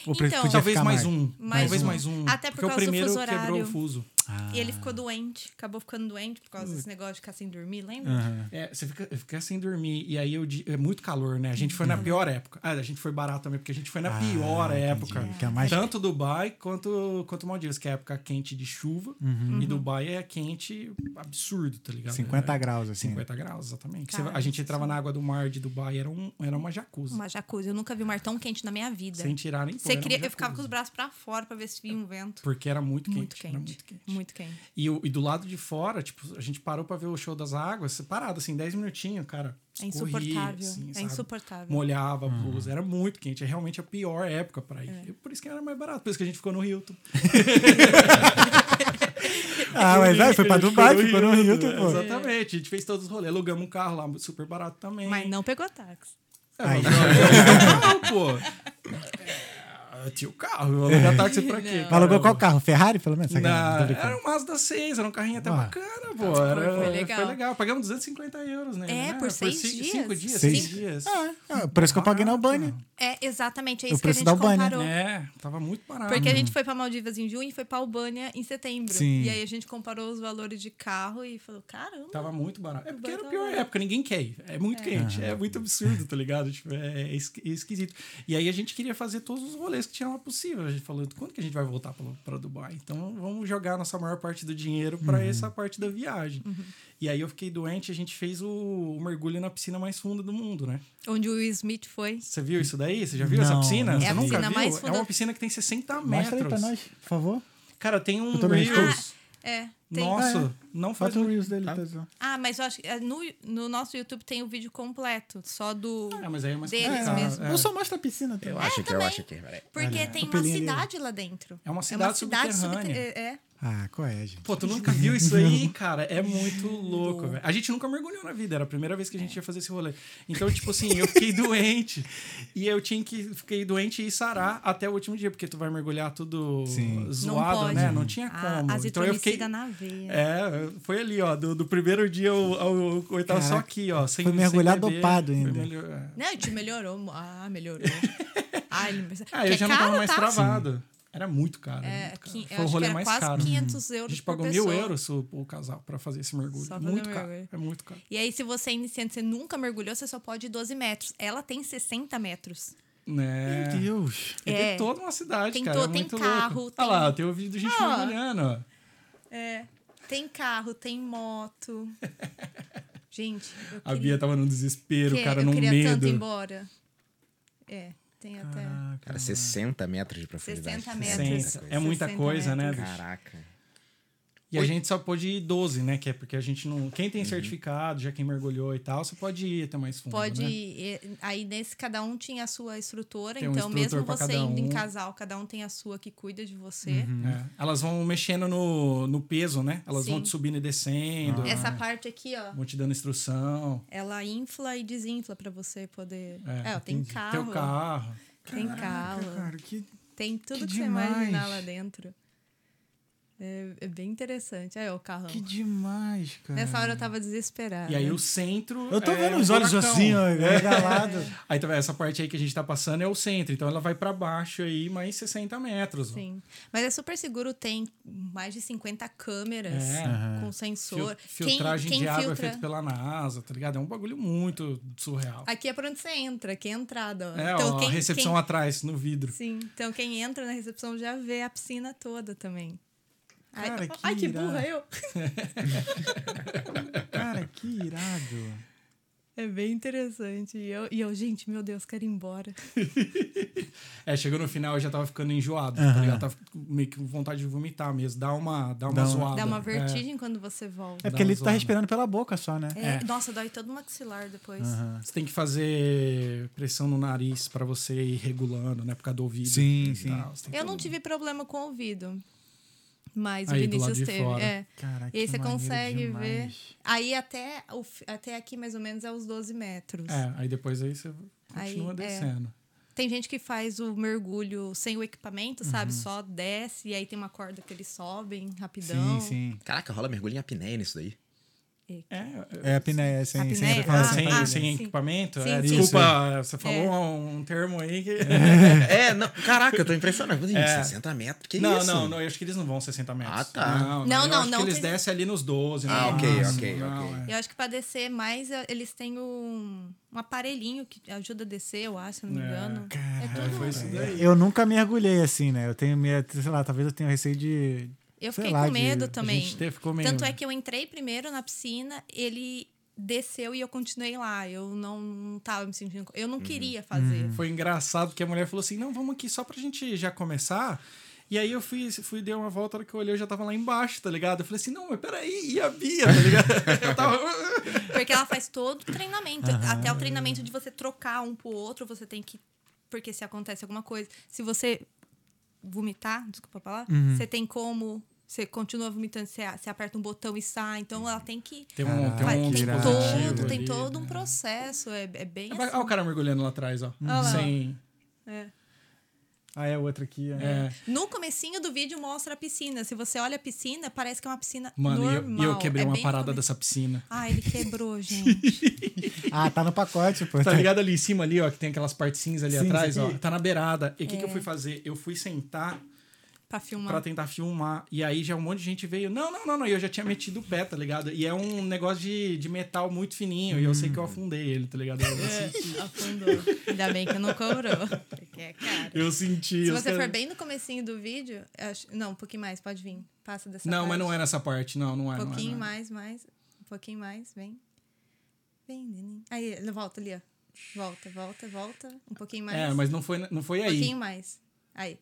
[SPEAKER 1] Ou pre-
[SPEAKER 3] Então,
[SPEAKER 1] podia
[SPEAKER 4] Talvez
[SPEAKER 1] ficar
[SPEAKER 4] mais, um.
[SPEAKER 3] Mais
[SPEAKER 4] Talvez
[SPEAKER 3] um.
[SPEAKER 4] mais um.
[SPEAKER 3] Até por
[SPEAKER 4] porque o
[SPEAKER 3] causa do
[SPEAKER 4] primeiro
[SPEAKER 3] fuso
[SPEAKER 4] quebrou
[SPEAKER 3] horário.
[SPEAKER 4] o fuso.
[SPEAKER 3] E ele ficou doente, acabou ficando doente por causa desse negócio de ficar sem dormir, lembra?
[SPEAKER 4] É, você fica, fica sem dormir. E aí eu di- é muito calor, né? A gente foi
[SPEAKER 1] Uhum.
[SPEAKER 4] na pior época. Ah, a gente foi barato também, porque a gente foi na pior época.
[SPEAKER 1] Que é mais-
[SPEAKER 4] Tanto Dubai quanto, quanto Maldivas, que é a época quente de chuva.
[SPEAKER 1] Uhum.
[SPEAKER 4] E Dubai é quente absurdo, tá ligado?
[SPEAKER 1] 50
[SPEAKER 4] É,
[SPEAKER 1] graus, assim.
[SPEAKER 4] 50 graus, exatamente. Você-
[SPEAKER 3] Cara,
[SPEAKER 4] a gente entrava na água do mar de Dubai, era, um, era uma jacuzzi.
[SPEAKER 3] é assim. Uma jacuzzi. Eu nunca vi um mar tão quente na minha vida.
[SPEAKER 4] Sem tipo, tirar nem pôr,
[SPEAKER 3] Você
[SPEAKER 4] era uma
[SPEAKER 3] queria, eu ficava com
[SPEAKER 4] jacuzzi.
[SPEAKER 3] os braços pra fora pra ver se vinha um vento.
[SPEAKER 4] Porque era muito quente.
[SPEAKER 3] Muito quente.
[SPEAKER 4] Era muito quente.
[SPEAKER 3] Muito quente.
[SPEAKER 4] E, o- e do lado de fora, tipo, a gente parou pra ver o show das águas, separado, assim, 10 minutinhos, cara.
[SPEAKER 3] É
[SPEAKER 4] escorria,
[SPEAKER 3] insuportável.
[SPEAKER 4] assim,
[SPEAKER 3] é
[SPEAKER 4] sabe?
[SPEAKER 3] insuportável.
[SPEAKER 4] Molhava a
[SPEAKER 1] Uhum.
[SPEAKER 4] blusa, era muito quente. É realmente a pior época pra
[SPEAKER 3] É.
[SPEAKER 4] ir. Por isso que era mais barato, por isso que a gente ficou no
[SPEAKER 1] *laughs*
[SPEAKER 4] Hilton.
[SPEAKER 1] Ah, mas é, foi pra
[SPEAKER 4] A gente
[SPEAKER 1] Dubai, ficou no Rio, tipo,
[SPEAKER 4] né?
[SPEAKER 1] pô.
[SPEAKER 4] Exatamente, a gente fez todos os rolês. Alugamos um carro lá, super barato também.
[SPEAKER 3] Mas não pegou táxi.
[SPEAKER 4] É, mas não,
[SPEAKER 1] *laughs*
[SPEAKER 4] não, pô. É, tinha o carro, eu alugar táxi pra quê?
[SPEAKER 1] Mas Alugou
[SPEAKER 4] caramba?
[SPEAKER 1] qual carro? Ferrari, pelo menos?
[SPEAKER 4] Na-
[SPEAKER 1] Sacanagem, Tá tô brincando.
[SPEAKER 4] era um Mazda 6, era um carrinho até
[SPEAKER 1] Ah.
[SPEAKER 4] bacana, pô. Era,
[SPEAKER 3] foi
[SPEAKER 4] foi
[SPEAKER 3] legal.
[SPEAKER 4] legal. Pagamos 250 euros, né?
[SPEAKER 3] É,
[SPEAKER 4] né?
[SPEAKER 3] por seis
[SPEAKER 4] ci-
[SPEAKER 3] dias.
[SPEAKER 4] Cinco dias,
[SPEAKER 1] Seis.
[SPEAKER 4] seis, dias.
[SPEAKER 1] Ah, por isso que eu paguei na Albânia.
[SPEAKER 3] É, exatamente. É
[SPEAKER 1] O
[SPEAKER 3] isso que a
[SPEAKER 1] preço
[SPEAKER 3] gente
[SPEAKER 1] da Albânia,
[SPEAKER 3] comparou.
[SPEAKER 4] É, tava muito barato.
[SPEAKER 3] Porque a gente foi pra Maldivas em junho e foi pra Albânia em setembro.
[SPEAKER 1] Sim.
[SPEAKER 3] E aí a gente comparou os valores de carro e falou, caramba.
[SPEAKER 4] Tava muito barato. É porque era a
[SPEAKER 3] Tava
[SPEAKER 4] pior
[SPEAKER 3] barato.
[SPEAKER 4] época, ninguém quer. ir. É muito quente, é muito absurdo, tá ligado? Tipo, é es- é esquisito. E aí a gente queria fazer todos os rolês que tinha lá possível. A gente falou, quando que a gente vai voltar pra, pra Dubai? Então vamos jogar a nossa maior parte do dinheiro
[SPEAKER 1] Uhum.
[SPEAKER 4] pra essa parte da viagem.
[SPEAKER 3] Uhum.
[SPEAKER 4] E aí eu fiquei doente, a gente fez o, o mergulho na piscina mais funda do mundo, né?
[SPEAKER 3] Onde o Will Smith foi.
[SPEAKER 4] Você viu isso daí? Você já viu essa
[SPEAKER 1] Não,
[SPEAKER 4] piscina?
[SPEAKER 1] não
[SPEAKER 4] Você
[SPEAKER 1] É a
[SPEAKER 4] nunca
[SPEAKER 3] piscina
[SPEAKER 4] viu?
[SPEAKER 3] mais
[SPEAKER 4] É
[SPEAKER 3] funda-
[SPEAKER 4] uma piscina que tem 60
[SPEAKER 1] Mostra aí pra
[SPEAKER 4] metros.
[SPEAKER 1] nós, por favor.
[SPEAKER 4] Cara, tem um
[SPEAKER 1] Eu também estou.
[SPEAKER 4] Reels.
[SPEAKER 3] É. Tem...
[SPEAKER 4] Nossa,
[SPEAKER 1] Ah,
[SPEAKER 4] não faz um
[SPEAKER 1] Bota o Reels
[SPEAKER 4] muito...
[SPEAKER 1] dele.
[SPEAKER 2] Tá.
[SPEAKER 1] tá vendo?
[SPEAKER 3] Ah, mas eu acho que é, no, no nosso YouTube tem o vídeo completo, só do.
[SPEAKER 4] Ah, mas aí é mais
[SPEAKER 3] Deles
[SPEAKER 1] É,
[SPEAKER 4] complicado.
[SPEAKER 3] mesmo.
[SPEAKER 4] É.
[SPEAKER 1] Eu só mostro a piscina. tá?
[SPEAKER 2] É, Eu acho que eu
[SPEAKER 3] também.
[SPEAKER 2] acho que. Peraí.
[SPEAKER 3] Porque
[SPEAKER 1] Olha, o
[SPEAKER 3] tem uma
[SPEAKER 1] pelinho ali.
[SPEAKER 3] cidade lá dentro.
[SPEAKER 4] né? É uma cidade subterrânea.
[SPEAKER 3] subter- é, é.
[SPEAKER 1] Ah, qual é, gente?
[SPEAKER 4] Pô, tu nunca viu isso aí, cara? É muito louco, velho. A gente nunca mergulhou na vida, era a primeira vez que a gente ia fazer esse rolê. Então, tipo assim,
[SPEAKER 1] *laughs*
[SPEAKER 4] eu fiquei doente. E eu tinha que. Fiquei doente e sarar até o último dia, porque tu vai mergulhar tudo
[SPEAKER 1] Sim.
[SPEAKER 4] zoado,
[SPEAKER 3] pode.
[SPEAKER 4] né? Não tinha
[SPEAKER 3] A-
[SPEAKER 4] como. então eu fiquei.
[SPEAKER 3] azitromicina na veia.
[SPEAKER 4] É, foi ali, ó, do, do primeiro dia ao, ao oitavo, só
[SPEAKER 1] Caraca.
[SPEAKER 4] aqui, ó. Sem,
[SPEAKER 1] Foi mergulhar
[SPEAKER 4] sem beber.
[SPEAKER 1] dopado
[SPEAKER 4] Foi é.
[SPEAKER 1] ainda.
[SPEAKER 4] mergulhar-
[SPEAKER 3] Não, te melhorou. mo- Ah,
[SPEAKER 4] *laughs*
[SPEAKER 3] melhorou. Ah, ele...
[SPEAKER 4] Ah, eu
[SPEAKER 3] Que é
[SPEAKER 4] já não tava
[SPEAKER 3] caro,
[SPEAKER 4] mais
[SPEAKER 3] tá?
[SPEAKER 4] travado. Era muito caro. era
[SPEAKER 3] É,
[SPEAKER 4] muito caro.
[SPEAKER 3] quin- eu
[SPEAKER 4] Foi o
[SPEAKER 3] acho que
[SPEAKER 4] rolê
[SPEAKER 3] era
[SPEAKER 4] mais
[SPEAKER 3] quase
[SPEAKER 4] caro. né?
[SPEAKER 3] 500
[SPEAKER 4] A
[SPEAKER 3] euros
[SPEAKER 4] gente
[SPEAKER 3] por
[SPEAKER 4] pagou
[SPEAKER 3] pessoa.
[SPEAKER 4] mil euros o, o casal pra fazer esse mergulho.
[SPEAKER 3] Só fazer
[SPEAKER 4] muito
[SPEAKER 3] o
[SPEAKER 4] caro.
[SPEAKER 3] mergulho.
[SPEAKER 4] É muito caro.
[SPEAKER 3] E aí, se você é iniciante, você nunca mergulhou, você só pode ir 12 metros. Ela tem 60 metros.
[SPEAKER 4] Né?
[SPEAKER 1] Meu Deus.
[SPEAKER 4] E
[SPEAKER 3] É.
[SPEAKER 4] Tem toda uma cidade,
[SPEAKER 3] Tem
[SPEAKER 4] cara.
[SPEAKER 3] to-
[SPEAKER 4] é
[SPEAKER 3] tem
[SPEAKER 4] muito
[SPEAKER 3] carro,
[SPEAKER 4] louco.
[SPEAKER 3] tem-
[SPEAKER 4] Olha lá, tem o vídeo de gente
[SPEAKER 3] Ah.
[SPEAKER 4] mergulhando. ó.
[SPEAKER 3] É. Tem carro, tem
[SPEAKER 4] *laughs*
[SPEAKER 3] moto. Gente, eu
[SPEAKER 4] A
[SPEAKER 3] queria,
[SPEAKER 4] Bia tava num desespero,
[SPEAKER 3] que-
[SPEAKER 4] cara,
[SPEAKER 3] eu
[SPEAKER 4] num
[SPEAKER 3] queria tanto ir
[SPEAKER 4] medo. né?
[SPEAKER 3] embora. É, tem até...
[SPEAKER 1] Caraca.
[SPEAKER 2] Cara, 60 metros de profundidade.
[SPEAKER 3] 60
[SPEAKER 4] Sim,
[SPEAKER 3] metros.
[SPEAKER 4] é muita
[SPEAKER 3] 60
[SPEAKER 4] coisa, né,
[SPEAKER 3] metros.
[SPEAKER 4] bicho?
[SPEAKER 2] Caraca.
[SPEAKER 4] E a gente só pôde ir 12, né? Que é porque a gente não. Quem
[SPEAKER 1] Uhum.
[SPEAKER 4] tem certificado, já quem mergulhou e tal, você pode ir até mais fundo.
[SPEAKER 3] Pode.
[SPEAKER 4] né?
[SPEAKER 3] e- Aí nesse cada um tinha a sua instrutora,
[SPEAKER 4] Tem um
[SPEAKER 3] então
[SPEAKER 4] instrutor
[SPEAKER 3] mesmo
[SPEAKER 4] pra
[SPEAKER 3] você
[SPEAKER 4] cada
[SPEAKER 3] indo em
[SPEAKER 4] um.
[SPEAKER 3] casal, cada um tem a sua que cuida de você.
[SPEAKER 4] É, Elas vão mexendo no, no peso, né? Elas vão
[SPEAKER 3] Sim.
[SPEAKER 4] te subindo e descendo.
[SPEAKER 3] Essa parte aqui, ó,
[SPEAKER 4] Vão te dando instrução.
[SPEAKER 3] ela infla e desinfla pra você poder.
[SPEAKER 4] É,
[SPEAKER 3] É, ó, tem carro,
[SPEAKER 4] Teu carro.
[SPEAKER 3] tem carro,
[SPEAKER 1] Cara, que.
[SPEAKER 3] tem tudo
[SPEAKER 1] que
[SPEAKER 3] que, você
[SPEAKER 1] demais.
[SPEAKER 3] imaginar lá dentro. É, é bem interessante. Aí, ó, o carrão.
[SPEAKER 1] Que demais, cara.
[SPEAKER 3] Nessa hora eu tava desesperada.
[SPEAKER 4] E aí o centro.
[SPEAKER 1] Eu tô
[SPEAKER 4] é
[SPEAKER 1] vendo
[SPEAKER 4] um
[SPEAKER 1] os olhos
[SPEAKER 4] furacão.
[SPEAKER 1] assim, ó, *laughs* regalado.
[SPEAKER 4] Aí tá vendo? essa parte aí que a gente tá passando é o centro. Então ela vai pra baixo aí mais 60 metros. ó.
[SPEAKER 3] Sim. Mas é super seguro, tem mais de 50 câmeras
[SPEAKER 4] É.
[SPEAKER 3] com sensor.
[SPEAKER 4] Fil- filtragem de água é feita pela NASA, tá ligado? É um bagulho muito surreal.
[SPEAKER 3] Aqui é pra onde você entra, que é a entrada. ó.
[SPEAKER 4] É, ó, a recepção atrás, no vidro.
[SPEAKER 3] Sim, então quem entra na recepção já vê a piscina toda também. Ai,
[SPEAKER 1] Cara,
[SPEAKER 3] ai,
[SPEAKER 1] que
[SPEAKER 3] que, burra
[SPEAKER 1] irado.
[SPEAKER 3] eu!
[SPEAKER 1] Cara, que irado.
[SPEAKER 3] É bem interessante. E eu, e eu, gente, meu Deus, quero ir embora.
[SPEAKER 4] É, chegou no final eu já tava ficando enjoado, tá ligado? Tava meio que com vontade de vomitar mesmo. Dá uma, dá uma
[SPEAKER 1] Dá uma-
[SPEAKER 4] zoada.
[SPEAKER 3] Dá uma
[SPEAKER 4] É.
[SPEAKER 3] vertigem quando você volta.
[SPEAKER 1] É porque ele tá
[SPEAKER 4] zoada.
[SPEAKER 1] respirando pela boca só, né?
[SPEAKER 3] É,
[SPEAKER 4] É.
[SPEAKER 3] Nossa, dói todo o maxilar depois.
[SPEAKER 4] Você tem que fazer pressão no nariz pra você ir regulando, né? Por causa do ouvido.
[SPEAKER 1] Sim,
[SPEAKER 4] e
[SPEAKER 1] sim.
[SPEAKER 4] tal. Você tem
[SPEAKER 3] Eu
[SPEAKER 4] que-
[SPEAKER 3] não tive problema com o ouvido. Mas
[SPEAKER 4] Aí,
[SPEAKER 3] o
[SPEAKER 4] do lado
[SPEAKER 3] Vinícius
[SPEAKER 4] de
[SPEAKER 3] teve.
[SPEAKER 4] fora.
[SPEAKER 3] É.
[SPEAKER 1] Cara,
[SPEAKER 3] E aí
[SPEAKER 1] que
[SPEAKER 3] você
[SPEAKER 1] maneiro
[SPEAKER 3] consegue
[SPEAKER 1] demais.
[SPEAKER 3] ver. Aí até, o fi- até aqui, mais ou menos, é os 12 metros.
[SPEAKER 4] É, aí depois aí você
[SPEAKER 3] Aí,
[SPEAKER 4] continua
[SPEAKER 3] é.
[SPEAKER 4] descendo.
[SPEAKER 3] Tem gente que faz o mergulho sem o equipamento, sabe? Só desce e aí tem uma corda que eles sobem rapidão.
[SPEAKER 1] Sim, sim.
[SPEAKER 2] Caraca, rola mergulho em apneia nisso daí.
[SPEAKER 4] É,
[SPEAKER 1] É a pinéia, sem,
[SPEAKER 3] Apneia?
[SPEAKER 1] sem
[SPEAKER 3] Ah,
[SPEAKER 1] sem-
[SPEAKER 4] sem
[SPEAKER 3] ah,
[SPEAKER 4] sem
[SPEAKER 3] sim.
[SPEAKER 4] equipamento?
[SPEAKER 3] Sim, É.
[SPEAKER 4] é,
[SPEAKER 3] sim.
[SPEAKER 4] desculpa, você falou um termo aí que.
[SPEAKER 2] É,
[SPEAKER 4] *laughs*
[SPEAKER 2] não, caraca, eu tô impressionado. Mas, gente,
[SPEAKER 4] É.
[SPEAKER 2] 60 metros, que
[SPEAKER 4] não,
[SPEAKER 2] isso?
[SPEAKER 4] não, não, eu acho que eles não vão 60 metros.
[SPEAKER 2] Ah, tá.
[SPEAKER 4] Não,
[SPEAKER 3] Não,
[SPEAKER 4] eu
[SPEAKER 3] não,
[SPEAKER 4] acho
[SPEAKER 3] não
[SPEAKER 4] que eles
[SPEAKER 3] tem-
[SPEAKER 4] descem ali nos 12. no
[SPEAKER 2] Ah, ok,
[SPEAKER 4] máximo,
[SPEAKER 2] ok,
[SPEAKER 4] não,
[SPEAKER 2] ok.
[SPEAKER 4] é.
[SPEAKER 3] Eu acho que pra descer mais, eh, eles têm um, um aparelhinho que ajuda a descer, eu acho, se eu não me
[SPEAKER 4] É.
[SPEAKER 3] engano.
[SPEAKER 1] Caraca,
[SPEAKER 3] é tudo.
[SPEAKER 4] Foi isso daí.
[SPEAKER 1] Eu nunca mergulhei assim, né? Eu tenho medo, sei lá, talvez eu tenha receio de.
[SPEAKER 3] Eu
[SPEAKER 1] sei
[SPEAKER 3] fiquei
[SPEAKER 1] lá,
[SPEAKER 3] com
[SPEAKER 1] de-
[SPEAKER 3] medo
[SPEAKER 1] a
[SPEAKER 4] A
[SPEAKER 3] também.
[SPEAKER 4] gente né? te- ficou meio...
[SPEAKER 3] Tanto é que eu entrei primeiro na piscina, ele desceu e eu continuei lá. Eu não, não tava me sentindo. co- Eu não queria fazer.
[SPEAKER 4] Foi engraçado que a mulher falou assim: não, vamos aqui só pra gente já começar. E aí eu fui, fui dei uma volta, a hora que eu olhei, eu já tava lá embaixo, tá ligado? Eu falei assim, não, mas peraí, e a Bia, tá ligado? *laughs* Eu tava.
[SPEAKER 3] Porque ela faz todo o treinamento. Até o treinamento de você trocar um pro outro, você tem que. Porque se acontece alguma coisa. Se você vomitar, desculpa a palavra,
[SPEAKER 4] Uhum.
[SPEAKER 3] você tem como. Você continua vomitando, você, a- você aperta um botão e sai. Então ela tem que.
[SPEAKER 4] Tem um,
[SPEAKER 1] Caraca,
[SPEAKER 4] tem
[SPEAKER 3] faz-
[SPEAKER 4] um
[SPEAKER 3] tem
[SPEAKER 1] irado.
[SPEAKER 4] dispositivo
[SPEAKER 3] tipo, todo, tem
[SPEAKER 4] ali,
[SPEAKER 3] todo um
[SPEAKER 4] né?
[SPEAKER 3] processo. É, é bem assim.
[SPEAKER 4] Ah, Olha o cara mergulhando lá atrás, ó.
[SPEAKER 3] lá.
[SPEAKER 4] Sem.
[SPEAKER 3] É.
[SPEAKER 1] Ah, é outra aqui. É.
[SPEAKER 4] é.
[SPEAKER 3] No comecinho do vídeo mostra a piscina. Se você olha a piscina, parece que é uma piscina
[SPEAKER 4] Mano, e eu-
[SPEAKER 3] normal.
[SPEAKER 4] e eu, quebrei
[SPEAKER 3] É
[SPEAKER 4] uma
[SPEAKER 3] bem no
[SPEAKER 4] parada
[SPEAKER 3] come-
[SPEAKER 4] dessa piscina.
[SPEAKER 3] Ah, ele quebrou, gente.
[SPEAKER 1] *laughs*
[SPEAKER 4] *laughs*
[SPEAKER 1] Ah, tá no pacote, pô.
[SPEAKER 4] Tá ligado ali em cima ali, ó, que tem aquelas partes cinza ali
[SPEAKER 1] Cinza
[SPEAKER 4] atrás, ó.
[SPEAKER 1] aqui.
[SPEAKER 4] Tá na beirada. E o que,
[SPEAKER 3] É.
[SPEAKER 4] que eu fui fazer? Eu fui sentar
[SPEAKER 3] pra
[SPEAKER 4] pra
[SPEAKER 3] filmar.
[SPEAKER 4] tentar filmar. E aí já um monte de gente veio. Não, não, não, não. E eu já tinha metido o pé, tá ligado? E é um negócio de, de metal muito fininho. E eu sei que
[SPEAKER 1] Hum.
[SPEAKER 4] eu afundei ele, tá ligado? Eu, assim,
[SPEAKER 3] É, afundou. Ainda bem que não cobrou. Porque é caro.
[SPEAKER 4] eu senti.
[SPEAKER 3] Se
[SPEAKER 4] os
[SPEAKER 3] você
[SPEAKER 4] caras-
[SPEAKER 3] for bem no comecinho do vídeo, eu acho- não, um pouquinho mais, pode vir. Passa dessa
[SPEAKER 4] Não, mas
[SPEAKER 3] parte.
[SPEAKER 4] não é nessa parte. Não, não é.
[SPEAKER 3] Um
[SPEAKER 4] não é,
[SPEAKER 3] pouquinho
[SPEAKER 4] não é.
[SPEAKER 3] mais, mais. Um pouquinho mais, vem. Vem, neném. Aí, ele volta ali, ó. Volta, volta, volta. Um pouquinho mais.
[SPEAKER 4] É, mas não foi, não foi
[SPEAKER 3] Um
[SPEAKER 4] aí.
[SPEAKER 3] pouquinho mais. Aí.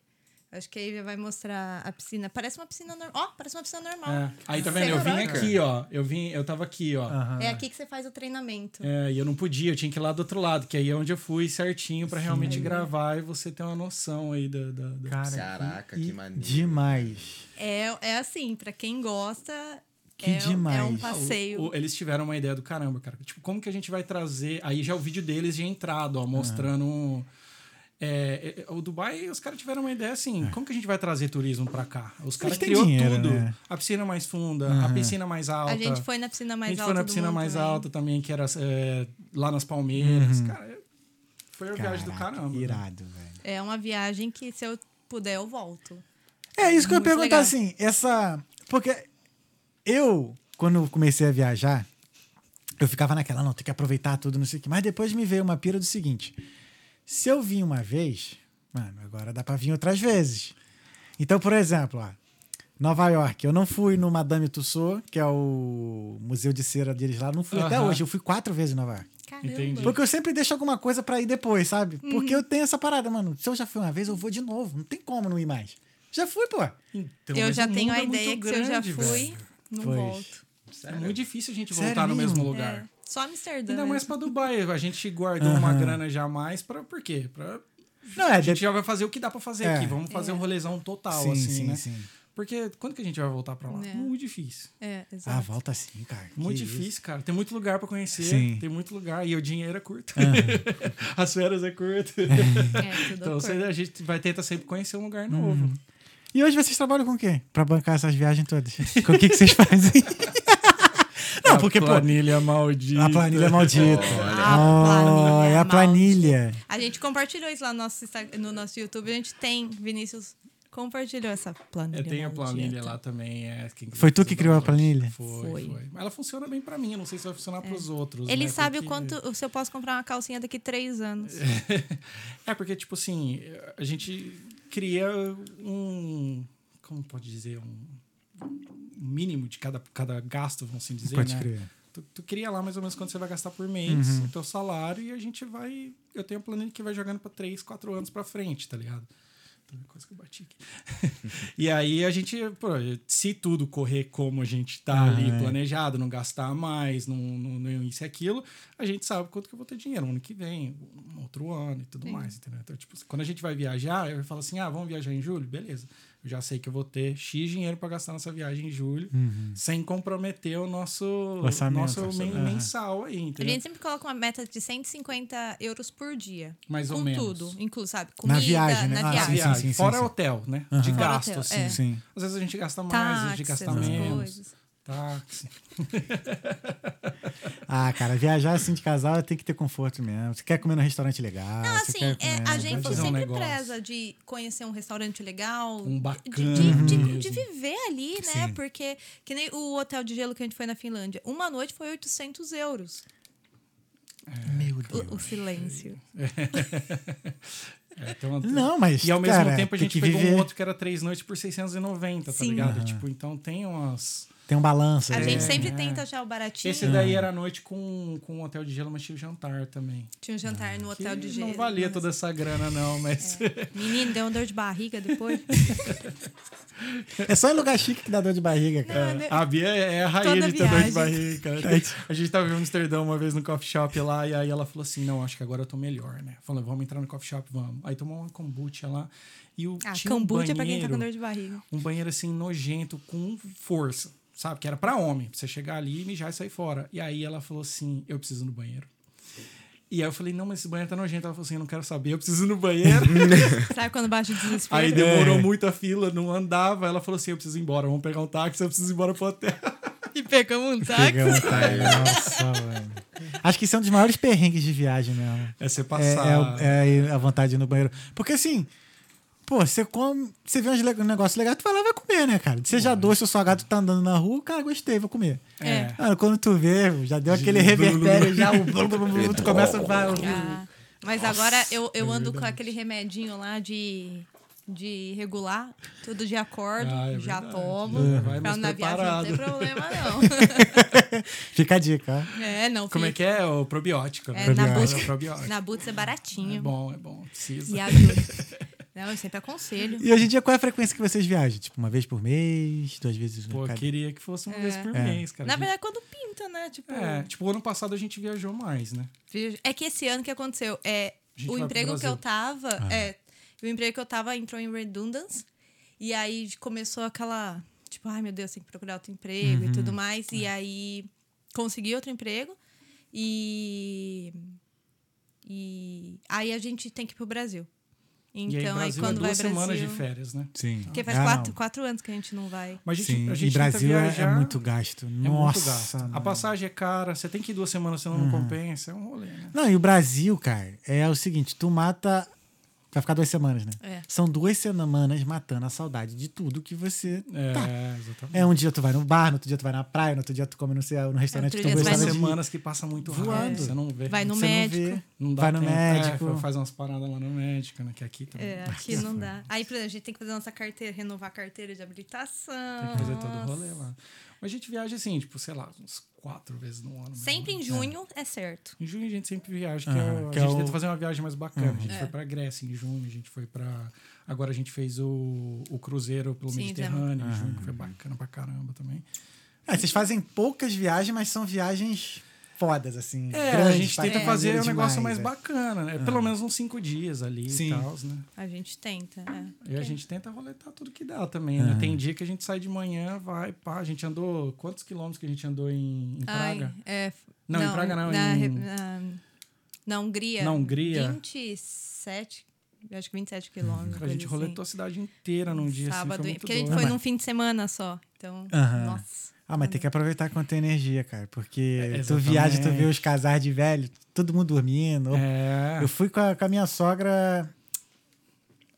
[SPEAKER 3] Acho que aí já vai mostrar a piscina. Parece uma piscina normal. Ó, parece uma piscina normal.
[SPEAKER 4] É. Aí tá vendo? Eu vim
[SPEAKER 3] Caraca.
[SPEAKER 4] aqui, ó. Eu vim, eu tava aqui, ó.
[SPEAKER 1] Aham.
[SPEAKER 3] É. aqui que você faz o treinamento.
[SPEAKER 4] É, e eu não podia, eu tinha que ir lá do outro lado, que aí é onde eu fui certinho pra realmente gravar e você ter uma noção aí da. da, da-
[SPEAKER 1] Cara,
[SPEAKER 2] Caraca, que maneiro.
[SPEAKER 1] Demais.
[SPEAKER 3] É, é assim, pra quem gosta.
[SPEAKER 1] Que
[SPEAKER 3] é, um- É um
[SPEAKER 1] demais.
[SPEAKER 3] passeio.
[SPEAKER 4] O- o- eles tiveram uma ideia do caramba, cara. Tipo, como que a gente vai trazer. Aí já é o vídeo deles de entrada, ó, mostrando. um- É, é, o Dubai, os caras tiveram uma ideia assim:
[SPEAKER 1] É.
[SPEAKER 4] como que a gente vai trazer turismo pra cá? Os caras
[SPEAKER 1] têm
[SPEAKER 4] criou
[SPEAKER 1] dinheiro,
[SPEAKER 4] tudo.
[SPEAKER 1] né?
[SPEAKER 4] A piscina mais funda, a piscina mais alta.
[SPEAKER 3] a gente foi na piscina
[SPEAKER 4] A
[SPEAKER 3] mais
[SPEAKER 4] gente
[SPEAKER 3] alta.
[SPEAKER 4] foi na
[SPEAKER 3] do
[SPEAKER 4] piscina
[SPEAKER 3] mundo né?
[SPEAKER 4] mais
[SPEAKER 3] também.
[SPEAKER 4] alta também, que era é, lá nas Palmeiras. Cara, é- foi a viagem do
[SPEAKER 1] Uhum. Caraca,
[SPEAKER 4] caramba. né?
[SPEAKER 1] Irado, velho.
[SPEAKER 3] É uma viagem que se eu puder eu volto.
[SPEAKER 1] É isso que eu ia
[SPEAKER 3] Muito
[SPEAKER 1] perguntar,
[SPEAKER 3] legal.
[SPEAKER 1] assim, essa. Porque eu, quando comecei a viajar, eu ficava naquela, não, tem que aproveitar tudo, não sei o quê. Mas depois me veio uma pira do seguinte: se eu vim uma vez, mano, agora dá pra vir outras vezes. Então, por exemplo, ó, Nova York, eu não fui no Madame Tussauds, que é o museu de cera deles lá, não fui até
[SPEAKER 4] Aham.
[SPEAKER 1] hoje, eu fui quatro vezes em Nova York.
[SPEAKER 3] Caramba.
[SPEAKER 4] Entendi.
[SPEAKER 1] Porque eu sempre deixo alguma
[SPEAKER 3] Hum.
[SPEAKER 1] coisa pra ir depois, sabe? Porque eu tenho essa parada, mano. Se eu já fui uma vez, eu vou de novo. Não tem como não ir mais. Já fui, pô.
[SPEAKER 4] Então,
[SPEAKER 3] eu
[SPEAKER 4] mas
[SPEAKER 3] já
[SPEAKER 4] o
[SPEAKER 3] tenho
[SPEAKER 4] mundo
[SPEAKER 3] a
[SPEAKER 4] é muito
[SPEAKER 3] ideia que se eu já
[SPEAKER 4] grande,
[SPEAKER 3] fui,
[SPEAKER 4] velho.
[SPEAKER 3] não
[SPEAKER 1] Pois.
[SPEAKER 3] volto.
[SPEAKER 4] É muito difícil a gente
[SPEAKER 1] Sério
[SPEAKER 4] voltar no mesmo
[SPEAKER 1] mesmo?
[SPEAKER 4] lugar.
[SPEAKER 3] É, só Amsterdã.
[SPEAKER 1] Né?
[SPEAKER 3] né?
[SPEAKER 4] Ainda mais
[SPEAKER 3] mesmo.
[SPEAKER 4] pra Dubai. A gente guardou uma grana já a mais pra. Por quê? Pra.
[SPEAKER 1] Não, é,
[SPEAKER 4] A gente
[SPEAKER 1] de-
[SPEAKER 4] já vai fazer o que dá pra fazer
[SPEAKER 1] É.
[SPEAKER 4] aqui. Vamos fazer um rolezão total,
[SPEAKER 1] Sim,
[SPEAKER 4] assim,
[SPEAKER 1] sim,
[SPEAKER 4] né?
[SPEAKER 1] sim.
[SPEAKER 4] Porque quando que a gente vai voltar pra lá?
[SPEAKER 3] É.
[SPEAKER 4] Muito difícil.
[SPEAKER 3] É, exato.
[SPEAKER 1] Ah, volta sim, cara. Que
[SPEAKER 4] Muito
[SPEAKER 1] isso.
[SPEAKER 4] difícil, cara. Tem muito lugar pra conhecer.
[SPEAKER 1] Sim.
[SPEAKER 4] Tem muito lugar. E o dinheiro é curto. *laughs* As férias é curto.
[SPEAKER 3] É, tudo
[SPEAKER 4] então você-
[SPEAKER 3] acordo.
[SPEAKER 4] a gente vai tentar sempre conhecer um lugar
[SPEAKER 1] Uhum.
[SPEAKER 4] novo.
[SPEAKER 1] E hoje vocês trabalham com quem? Pra bancar essas viagens todas? *laughs* Com o que, que vocês
[SPEAKER 4] *laughs*
[SPEAKER 1] fazem? Não, porque, pô,
[SPEAKER 4] planilha maldita.
[SPEAKER 1] a planilha maldita.
[SPEAKER 3] A
[SPEAKER 1] Oh,
[SPEAKER 3] planilha
[SPEAKER 1] é a planilha.
[SPEAKER 3] A gente compartilhou isso lá no nosso, Insta- no nosso YouTube. A gente tem, Vinícius compartilhou essa planilha.
[SPEAKER 4] Eu tenho É, a
[SPEAKER 3] maldita.
[SPEAKER 4] planilha lá também. é, quem
[SPEAKER 1] Foi tu
[SPEAKER 4] precisa
[SPEAKER 1] que criou
[SPEAKER 4] da
[SPEAKER 1] a planilha?
[SPEAKER 4] Foi,
[SPEAKER 3] Foi. É.
[SPEAKER 4] foi, Mas ela funciona bem pra mim. Eu não sei se vai funcionar pros outros.
[SPEAKER 3] Ele
[SPEAKER 4] né?
[SPEAKER 3] sabe
[SPEAKER 4] Porque-
[SPEAKER 3] o quanto se eu posso comprar uma calcinha daqui três anos.
[SPEAKER 4] É, porque, tipo assim, a gente cria um. Como pode dizer? Um um mínimo de cada, cada gasto, vamos assim dizer.
[SPEAKER 1] Pode
[SPEAKER 4] né?
[SPEAKER 1] crer. Uhum.
[SPEAKER 4] Tu, tu cria lá mais ou menos quanto você vai gastar por mês, o teu salário, e a gente vai. Eu tenho um planilha que vai jogando pra 3, 4 anos pra frente, tá ligado? Então, é coisa que eu bati aqui. *laughs* e aí a gente, pô, se tudo correr como a gente tá
[SPEAKER 1] Ah,
[SPEAKER 4] ali
[SPEAKER 1] é.
[SPEAKER 4] planejado, não gastar mais, não, não, não isso e aquilo, a gente sabe quanto que eu vou ter dinheiro ano que vem, um outro ano e tudo mais, entendeu? Então, tipo, quando a gente vai viajar, eu falo assim: ah, vamos viajar em julho? Beleza. Eu já sei que eu vou ter X dinheiro pra gastar nessa viagem em julho, sem comprometer o nosso,
[SPEAKER 1] Uhum. Orçamento,
[SPEAKER 4] nosso
[SPEAKER 1] orçamento.
[SPEAKER 4] men-
[SPEAKER 1] Aham.
[SPEAKER 4] mensal aí,
[SPEAKER 3] A
[SPEAKER 4] entendeu?
[SPEAKER 3] gente sempre coloca uma meta de 150 euros por dia.
[SPEAKER 4] Mais ou
[SPEAKER 3] com
[SPEAKER 4] menos.
[SPEAKER 3] tudo, inclusive, sabe? Comida,
[SPEAKER 1] Na viagem, né?
[SPEAKER 3] na
[SPEAKER 1] Ah,
[SPEAKER 3] viagem.
[SPEAKER 1] sim, sim, sim,
[SPEAKER 4] Tipo, Fora
[SPEAKER 1] sim.
[SPEAKER 4] hotel, né? De
[SPEAKER 3] Fora
[SPEAKER 4] gasto,
[SPEAKER 3] hotel,
[SPEAKER 4] assim.
[SPEAKER 3] é.
[SPEAKER 1] Sim.
[SPEAKER 4] Às vezes a gente gasta mais, a
[SPEAKER 3] Táxi,
[SPEAKER 4] gente gasta
[SPEAKER 3] essas
[SPEAKER 4] menos.
[SPEAKER 3] coisas.
[SPEAKER 4] Táxi.
[SPEAKER 1] Ah, cara, viajar assim de casal tem que ter conforto mesmo. Você quer comer num restaurante legal.
[SPEAKER 3] Não,
[SPEAKER 1] você
[SPEAKER 3] assim,
[SPEAKER 1] quer
[SPEAKER 3] é,
[SPEAKER 1] comer-
[SPEAKER 3] a gente
[SPEAKER 4] fazer um
[SPEAKER 3] sempre
[SPEAKER 4] negócio.
[SPEAKER 3] preza de conhecer um restaurante legal.
[SPEAKER 4] Um
[SPEAKER 3] de-
[SPEAKER 4] bacana
[SPEAKER 3] De, de-
[SPEAKER 4] mesmo.
[SPEAKER 3] de viver ali, né? Porque, que nem o hotel de gelo que a gente foi na Finlândia. Uma noite foi 800 euros.
[SPEAKER 1] Meu
[SPEAKER 3] O-
[SPEAKER 1] Deus.
[SPEAKER 3] O, silêncio.
[SPEAKER 4] É, então-
[SPEAKER 1] Não, mas,
[SPEAKER 4] E ao mesmo
[SPEAKER 1] cara,
[SPEAKER 4] tempo a
[SPEAKER 1] tem
[SPEAKER 4] gente
[SPEAKER 1] que
[SPEAKER 4] pegou
[SPEAKER 1] viver.
[SPEAKER 4] um outro que era três noites por 690, tá
[SPEAKER 3] Sim.
[SPEAKER 4] ligado? Tipo, então tem umas.
[SPEAKER 1] Tem um balanço.
[SPEAKER 3] A
[SPEAKER 1] né?
[SPEAKER 3] gente sempre tenta achar o baratinho.
[SPEAKER 4] É. Esse daí era a noite com, com um hotel de gelo, mas tinha o jantar também.
[SPEAKER 3] Tinha um jantar no
[SPEAKER 4] Que
[SPEAKER 3] hotel de gelo. né?
[SPEAKER 4] não valia toda essa grana, não,
[SPEAKER 3] *laughs*
[SPEAKER 4] mas.
[SPEAKER 3] Menino, deu uma dor de barriga
[SPEAKER 4] *laughs*
[SPEAKER 3] depois.
[SPEAKER 1] É só em lugar chique que dá dor de barriga, cara.
[SPEAKER 4] *laughs* A Bia é a rainha
[SPEAKER 3] Toda
[SPEAKER 4] de ter dor de
[SPEAKER 3] viagem.
[SPEAKER 4] barriga, cara. A gente tava em Amsterdã uma vez no coffee shop lá, e aí ela falou assim: não, acho que agora eu tô melhor, né? Falou, vamos entrar no coffee shop, vamos. Aí tomou uma kombucha lá. E o
[SPEAKER 3] Ah,
[SPEAKER 4] tinha um
[SPEAKER 3] kombucha é pra quem tá com
[SPEAKER 4] banheiro-
[SPEAKER 3] dor de barriga.
[SPEAKER 4] um banheiro assim nojento com força, sabe? Que era pra homem, pra você chegar ali, mijar e sair fora. E aí ela falou assim: "Eu preciso ir no banheiro". E aí eu falei: "Não, mas esse banheiro tá nojento". Ela falou assim: "Eu não quero saber, eu preciso ir
[SPEAKER 1] *laughs*
[SPEAKER 4] no banheiro".
[SPEAKER 3] Sabe quando baixa o desespero?
[SPEAKER 4] aí
[SPEAKER 1] É.
[SPEAKER 4] demorou muito a fila, não andava. Ela falou assim: "Eu preciso ir embora, vamos pegar um táxi, eu preciso ir embora pro hotel".
[SPEAKER 3] *laughs* E pegamos um táxi.
[SPEAKER 1] Pegamos, cara. Nossa, velho. Acho que isso é um dos maiores perrengues de viagem mesmo.
[SPEAKER 4] É você passar.
[SPEAKER 1] É, é, é a vontade de ir no banheiro. Porque assim, pô, você come, você vê uns le- um negócio legal, tu vai lá e vai comer, né, cara? Seja doce, o salgado tá andando na rua, cara, gostei, vou comer.
[SPEAKER 3] É.
[SPEAKER 1] Cara, quando tu vê, já deu aquele revertério, já o blu, blu, blu, blu, tu começa a falar.
[SPEAKER 3] Ah, mas agora eu,
[SPEAKER 4] é
[SPEAKER 3] eu ando com aquele remedinho lá de, de regular. Todo dia acordo,
[SPEAKER 4] Ah, é
[SPEAKER 3] já
[SPEAKER 4] verdade.
[SPEAKER 3] tomo.
[SPEAKER 4] Já vai
[SPEAKER 3] pra
[SPEAKER 4] mais
[SPEAKER 3] na viagem não tem problema,
[SPEAKER 4] *laughs*
[SPEAKER 3] não.
[SPEAKER 1] Fica a dica, ó.
[SPEAKER 3] é, não.
[SPEAKER 4] Como é que é o probiótico?
[SPEAKER 3] É, na
[SPEAKER 1] Probiótico.
[SPEAKER 3] Boots, *laughs*
[SPEAKER 4] probiótico.
[SPEAKER 3] na Boots é
[SPEAKER 4] É
[SPEAKER 3] baratinho.
[SPEAKER 4] bom, é bom, precisa.
[SPEAKER 3] e
[SPEAKER 4] *laughs*
[SPEAKER 3] ajuda. Não, eu sempre aconselho.
[SPEAKER 1] E hoje em dia, qual é a frequência que vocês viajam? Tipo, uma vez por mês, duas vezes no
[SPEAKER 4] Pô, eu
[SPEAKER 1] cada-
[SPEAKER 4] queria que fosse uma vez por
[SPEAKER 1] É.
[SPEAKER 4] mês, cara.
[SPEAKER 3] Na
[SPEAKER 4] A gente-
[SPEAKER 3] verdade, quando pinta, né? Tipo,
[SPEAKER 4] É, tipo, ano passado a gente viajou mais, né?
[SPEAKER 3] Veja- É que esse ano que aconteceu, é,
[SPEAKER 4] A gente
[SPEAKER 3] o
[SPEAKER 4] vai pro
[SPEAKER 3] emprego que
[SPEAKER 4] Brasil. Ah.
[SPEAKER 3] eu tava, é, o emprego que eu tava entrou em redundance e aí começou aquela, tipo, ai meu Deus, tem que procurar outro emprego e
[SPEAKER 4] Uhum.
[SPEAKER 3] tudo mais,
[SPEAKER 4] É.
[SPEAKER 3] e aí consegui outro emprego e e aí a gente tem que ir pro Brasil. Então
[SPEAKER 4] e aí,
[SPEAKER 3] aí,
[SPEAKER 4] Brasil
[SPEAKER 3] quando
[SPEAKER 4] é duas
[SPEAKER 3] vai
[SPEAKER 4] semanas
[SPEAKER 3] Brasil,
[SPEAKER 4] de férias, né?
[SPEAKER 1] Sim.
[SPEAKER 3] porque faz
[SPEAKER 1] Ah, não.
[SPEAKER 3] quatro, quatro anos que a gente não vai.
[SPEAKER 4] Mas a gente,
[SPEAKER 1] Sim,
[SPEAKER 4] a
[SPEAKER 1] e
[SPEAKER 4] gente
[SPEAKER 1] Brasil
[SPEAKER 4] tenta
[SPEAKER 1] é-
[SPEAKER 4] viajar,
[SPEAKER 1] é muito gasto.
[SPEAKER 4] é muito
[SPEAKER 1] Nossa.
[SPEAKER 4] gasto. A
[SPEAKER 1] mano. Uhum.
[SPEAKER 4] passagem é cara, você tem que ir duas semanas, senão não compensa. É um rolê, né?
[SPEAKER 1] Não, e o Brasil, cara, é o seguinte: tu mata. Vai ficar duas semanas, né?
[SPEAKER 3] É.
[SPEAKER 1] São duas semanas matando a saudade de tudo que você.
[SPEAKER 4] É,
[SPEAKER 1] Tá.
[SPEAKER 4] exatamente.
[SPEAKER 1] É um dia tu vai no bar, no outro dia tu vai na praia, no outro dia tu come no, sei, lá, no restaurante
[SPEAKER 3] outro
[SPEAKER 1] que tu
[SPEAKER 3] dia tu vai
[SPEAKER 1] gostava
[SPEAKER 4] Duas
[SPEAKER 3] no-
[SPEAKER 1] de.
[SPEAKER 4] semanas que passa muito
[SPEAKER 1] Voando.
[SPEAKER 4] rápido, você não vê.
[SPEAKER 3] Vai no
[SPEAKER 1] Você não
[SPEAKER 3] médico.
[SPEAKER 1] vê.
[SPEAKER 4] Não dá
[SPEAKER 1] vai no
[SPEAKER 4] tempo.
[SPEAKER 1] médico.
[SPEAKER 4] É, faz umas paradas lá no médico, né? Que aqui também.
[SPEAKER 3] É, aqui não dá. Aí, por exemplo, a gente tem que fazer nossa carteira, renovar a carteira de habilitação.
[SPEAKER 4] Tem que fazer todo é o rolê né? lá. Mas a gente viaja assim, tipo, sei lá, uns quatro vezes no ano. mesmo.
[SPEAKER 3] Sempre em junho é certo.
[SPEAKER 4] Em junho a gente sempre viaja, que é
[SPEAKER 1] Aham,
[SPEAKER 4] o- a
[SPEAKER 1] que é
[SPEAKER 4] gente
[SPEAKER 1] o-
[SPEAKER 4] tenta fazer uma viagem mais bacana. A gente
[SPEAKER 3] É.
[SPEAKER 4] foi pra Grécia em junho, a gente foi pra. Agora a gente fez o, o cruzeiro pelo
[SPEAKER 3] Sim,
[SPEAKER 4] Mediterrâneo em junho, que
[SPEAKER 1] Uhum.
[SPEAKER 4] foi bacana pra caramba também.
[SPEAKER 1] É, vocês fazem poucas viagens, mas são viagens fodas, assim.
[SPEAKER 4] É,
[SPEAKER 1] grandes,
[SPEAKER 4] a gente tenta
[SPEAKER 1] pra
[SPEAKER 4] fazer
[SPEAKER 1] maneiro
[SPEAKER 4] um negócio
[SPEAKER 1] demais,
[SPEAKER 4] mais
[SPEAKER 1] é.
[SPEAKER 4] bacana, né? Pelo menos uns cinco dias ali
[SPEAKER 1] Sim.
[SPEAKER 4] e tal, né?
[SPEAKER 3] A gente tenta. é.
[SPEAKER 4] E a gente tenta roletar tudo que dá também,
[SPEAKER 1] É.
[SPEAKER 4] né? Tem dia que a gente sai de manhã, vai, pá. A gente andou. Quantos quilômetros que a gente andou em, em
[SPEAKER 3] Ai,
[SPEAKER 4] Praga?
[SPEAKER 3] é,
[SPEAKER 4] Não, em Praga não,
[SPEAKER 3] Na,
[SPEAKER 4] em-
[SPEAKER 3] re- na, na Hungria.
[SPEAKER 4] Na Hungria.
[SPEAKER 3] 27, acho que 27 quilômetros.
[SPEAKER 4] Cara, a gente
[SPEAKER 3] coisa assim.
[SPEAKER 4] roletou a cidade inteira num dia
[SPEAKER 3] Sábado,
[SPEAKER 4] assim. Foi muito
[SPEAKER 3] porque a gente
[SPEAKER 4] doido.
[SPEAKER 3] foi
[SPEAKER 1] Ah,
[SPEAKER 3] num fim de semana só. Então,
[SPEAKER 1] Aham.
[SPEAKER 3] nossa.
[SPEAKER 1] Ah, mas tem que aproveitar quando tem energia, cara. Porque
[SPEAKER 4] É,
[SPEAKER 1] tu viaja, tu vê
[SPEAKER 4] exatamente.
[SPEAKER 1] os casais de velho, todo mundo dormindo.
[SPEAKER 4] É.
[SPEAKER 1] Eu fui com a, com a minha sogra.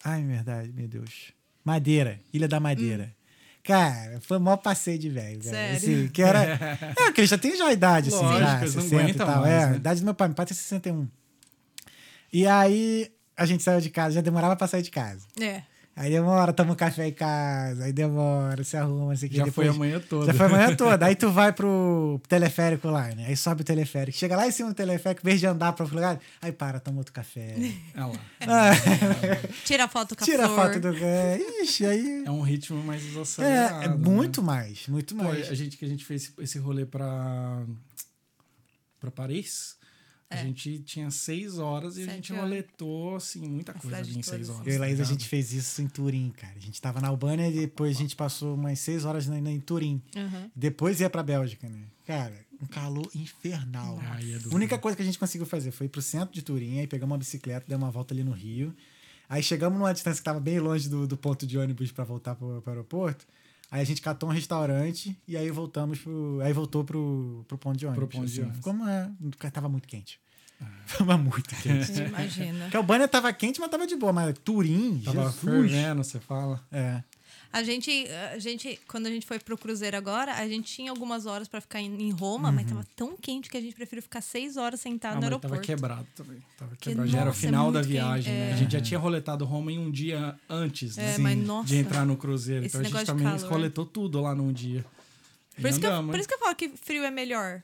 [SPEAKER 1] Ai, verdade, meu Deus. Madeira, Ilha da Madeira.
[SPEAKER 4] Hum.
[SPEAKER 1] Cara, foi o maior passeio de velho. velho.
[SPEAKER 3] Sério?
[SPEAKER 1] Assim, que era.
[SPEAKER 4] *laughs*
[SPEAKER 1] É, porque eles já têm já a idade, assim,
[SPEAKER 4] Lógico,
[SPEAKER 1] já,
[SPEAKER 4] eles não
[SPEAKER 1] 60 e
[SPEAKER 4] aguentam
[SPEAKER 1] tal.
[SPEAKER 4] mais,
[SPEAKER 1] é, a
[SPEAKER 4] né?
[SPEAKER 1] idade do meu pai, meu pai tem 61. E aí a gente saiu de casa, já demorava pra sair de casa.
[SPEAKER 3] É.
[SPEAKER 1] Aí demora, toma um café em casa, aí demora, se arruma, não sei o que.
[SPEAKER 4] Já foi
[SPEAKER 1] depois-
[SPEAKER 4] a manhã toda.
[SPEAKER 1] Já foi a
[SPEAKER 4] *laughs*
[SPEAKER 1] manhã toda. Aí tu vai pro teleférico lá, né? Aí sobe o teleférico. Chega lá em cima do teleférico, em vez de andar pra outro lugar, aí para, toma outro café.
[SPEAKER 4] Ah
[SPEAKER 1] *laughs*
[SPEAKER 4] lá.
[SPEAKER 1] Ah,
[SPEAKER 3] Tira a foto
[SPEAKER 1] *laughs*
[SPEAKER 3] com a
[SPEAKER 1] tira a
[SPEAKER 3] flor.
[SPEAKER 1] foto do. é, Ixi, aí.
[SPEAKER 4] É um ritmo mais né?
[SPEAKER 1] É,
[SPEAKER 4] desacelerado.
[SPEAKER 1] é muito mais, muito
[SPEAKER 4] Né? Pô,
[SPEAKER 1] mais.
[SPEAKER 4] a gente que a gente fez esse, esse rolê pra, pra Paris, a gente tinha seis horas e a
[SPEAKER 3] É. Sete
[SPEAKER 4] gente
[SPEAKER 3] horas.
[SPEAKER 4] roletou, assim, muita coisa
[SPEAKER 3] cidade
[SPEAKER 4] ali em
[SPEAKER 3] toda,
[SPEAKER 4] seis
[SPEAKER 3] assim.
[SPEAKER 4] horas.
[SPEAKER 1] Eu e a Laís, a
[SPEAKER 4] tá
[SPEAKER 1] gente fez isso em Turim, cara. A gente tava na Albânia e depois a gente passou umas seis horas na- na- em Turim.
[SPEAKER 3] Aham.
[SPEAKER 1] Depois ia pra Bélgica, né? Cara, um calor infernal.
[SPEAKER 4] Ah, aí é
[SPEAKER 1] a
[SPEAKER 4] duro.
[SPEAKER 1] única coisa que a gente conseguiu fazer foi ir pro centro de Turim, aí pegamos uma bicicleta, demos uma volta ali no Rio. Aí chegamos numa distância que tava bem longe do, do ponto de ônibus pra voltar pro, pro aeroporto. Aí a gente catou um restaurante e aí voltamos pro. Aí voltou pro, pro ponto de ônibus. Assim,
[SPEAKER 4] ponto de ônibus. Ah.
[SPEAKER 1] Ficou uma, tava muito quente. *laughs* Tava muito quente.
[SPEAKER 4] *laughs*
[SPEAKER 3] Imagina.
[SPEAKER 1] Porque a Albânia tava quente, mas tava de boa. Mas Turim,
[SPEAKER 4] Tava né?
[SPEAKER 1] Jesus.
[SPEAKER 4] fervendo, você fala.
[SPEAKER 1] É.
[SPEAKER 3] A gente, a gente, quando a gente foi pro Cruzeiro agora, a gente tinha algumas horas pra ficar em, em Roma, mas tava tão quente que a gente preferiu ficar seis horas sentado
[SPEAKER 4] Ah,
[SPEAKER 3] no
[SPEAKER 4] mas tava
[SPEAKER 3] aeroporto.
[SPEAKER 4] quebrado também. Tava
[SPEAKER 3] Que
[SPEAKER 4] quebrado. Já era o
[SPEAKER 3] nossa, é
[SPEAKER 4] final
[SPEAKER 3] muito
[SPEAKER 4] da
[SPEAKER 3] quente,
[SPEAKER 4] viagem, né?
[SPEAKER 3] é.
[SPEAKER 4] A gente já tinha roletado Roma em um dia antes, né?
[SPEAKER 3] É, mas nossa.
[SPEAKER 4] De entrar no cruzeiro.
[SPEAKER 3] Esse
[SPEAKER 4] então a gente
[SPEAKER 3] negócio de
[SPEAKER 4] também
[SPEAKER 3] calor.
[SPEAKER 4] roletou tudo lá num dia.
[SPEAKER 3] Por isso, que eu,
[SPEAKER 4] Andamos,
[SPEAKER 3] por
[SPEAKER 4] hein?
[SPEAKER 3] isso que eu falo que frio é melhor.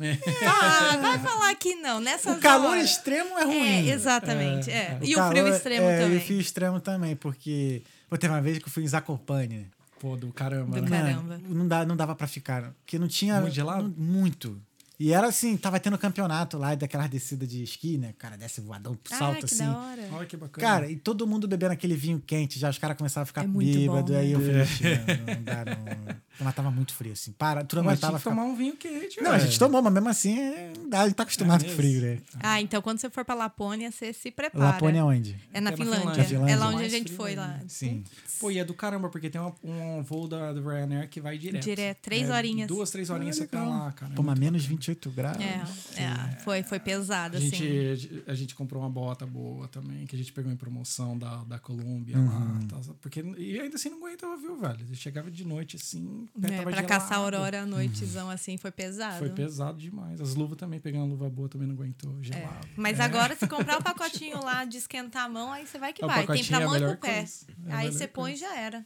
[SPEAKER 4] É.
[SPEAKER 3] Ah, vai falar que não. Nessas
[SPEAKER 1] O calor
[SPEAKER 3] horas.
[SPEAKER 1] extremo é
[SPEAKER 3] Tá É,
[SPEAKER 1] ruim.
[SPEAKER 3] exatamente. é. E o
[SPEAKER 1] calor-
[SPEAKER 3] frio extremo
[SPEAKER 1] é, E o
[SPEAKER 3] também. Ah,
[SPEAKER 1] frio extremo também, porque. Pô, teve uma vez que eu fui em Zakopane. né?
[SPEAKER 4] Pô, do caramba,
[SPEAKER 3] Do
[SPEAKER 4] né?
[SPEAKER 3] ca- Caramba.
[SPEAKER 1] Mano, não, dá, não dava pra ficar. Porque não tinha.
[SPEAKER 4] Muito gelado?
[SPEAKER 1] não- muito. E era assim, tava tendo campeonato lá, daquelas descidas de esqui, né? O cara desce voadão,
[SPEAKER 3] Ah,
[SPEAKER 1] salto
[SPEAKER 3] que
[SPEAKER 1] assim.
[SPEAKER 3] da hora.
[SPEAKER 4] Olha que bacana.
[SPEAKER 1] Cara, e todo mundo bebendo aquele vinho quente, já os caras começavam a ficar
[SPEAKER 3] É muito
[SPEAKER 1] bêbado.
[SPEAKER 3] bom, né?
[SPEAKER 1] Aí eu falei, "Ixi, não, não dá, não. Mas tava muito frio, assim. Para, tu não
[SPEAKER 4] É. Mas tinha
[SPEAKER 1] aguentava
[SPEAKER 4] que
[SPEAKER 1] ficar.
[SPEAKER 4] tomar um vinho quente,
[SPEAKER 1] Não, a
[SPEAKER 4] velho.
[SPEAKER 1] gente tomou, mas mesmo assim, é, não dá, a gente tá acostumado com
[SPEAKER 4] mesmo?
[SPEAKER 1] frio, né?
[SPEAKER 3] Ah, então quando você for pra Lapônia, você se prepara.
[SPEAKER 1] Lapônia é onde?
[SPEAKER 3] É na
[SPEAKER 4] É na
[SPEAKER 3] Finlândia.
[SPEAKER 4] Finlândia.
[SPEAKER 3] É lá onde a
[SPEAKER 4] Mais
[SPEAKER 3] gente
[SPEAKER 4] frio
[SPEAKER 3] foi
[SPEAKER 4] ainda.
[SPEAKER 3] lá.
[SPEAKER 1] Sim.
[SPEAKER 4] Pô, e é do caramba, porque tem uma- um voo da, da Ryanair que vai direto.
[SPEAKER 3] Direto, três
[SPEAKER 4] É,
[SPEAKER 3] horinhas.
[SPEAKER 4] Duas, três horinhas
[SPEAKER 1] Ah,
[SPEAKER 4] você tá
[SPEAKER 1] legal.
[SPEAKER 4] lá, cara. É
[SPEAKER 1] Toma
[SPEAKER 4] muito
[SPEAKER 1] menos 28 graus.
[SPEAKER 3] É, é, foi, foi
[SPEAKER 4] bacana.
[SPEAKER 3] pesado,
[SPEAKER 4] a
[SPEAKER 3] assim.
[SPEAKER 4] gente, a gente comprou uma bota boa também, que a gente pegou em promoção da, da Colômbia lá. tá? porque, e ainda assim não aguentava, viu, velho? Eu chegava de noite assim. o pé
[SPEAKER 3] É,
[SPEAKER 4] tava
[SPEAKER 3] pra
[SPEAKER 4] gelado.
[SPEAKER 3] caçar a aurora à noitezão, assim, foi pesado.
[SPEAKER 4] Foi pesado demais. As luvas também, pegando uma luva boa também não
[SPEAKER 3] É.
[SPEAKER 4] aguentou, gelado.
[SPEAKER 3] Mas agora, se comprar o pacotinho lá de esquentar a mão, aí você vai que
[SPEAKER 4] É, o
[SPEAKER 3] vai. Tem
[SPEAKER 4] pacotinho
[SPEAKER 3] pra
[SPEAKER 4] é a
[SPEAKER 3] mão e pro
[SPEAKER 4] melhor
[SPEAKER 3] pé.
[SPEAKER 4] coisa. É a
[SPEAKER 3] aí
[SPEAKER 4] melhor
[SPEAKER 3] você põe e já era.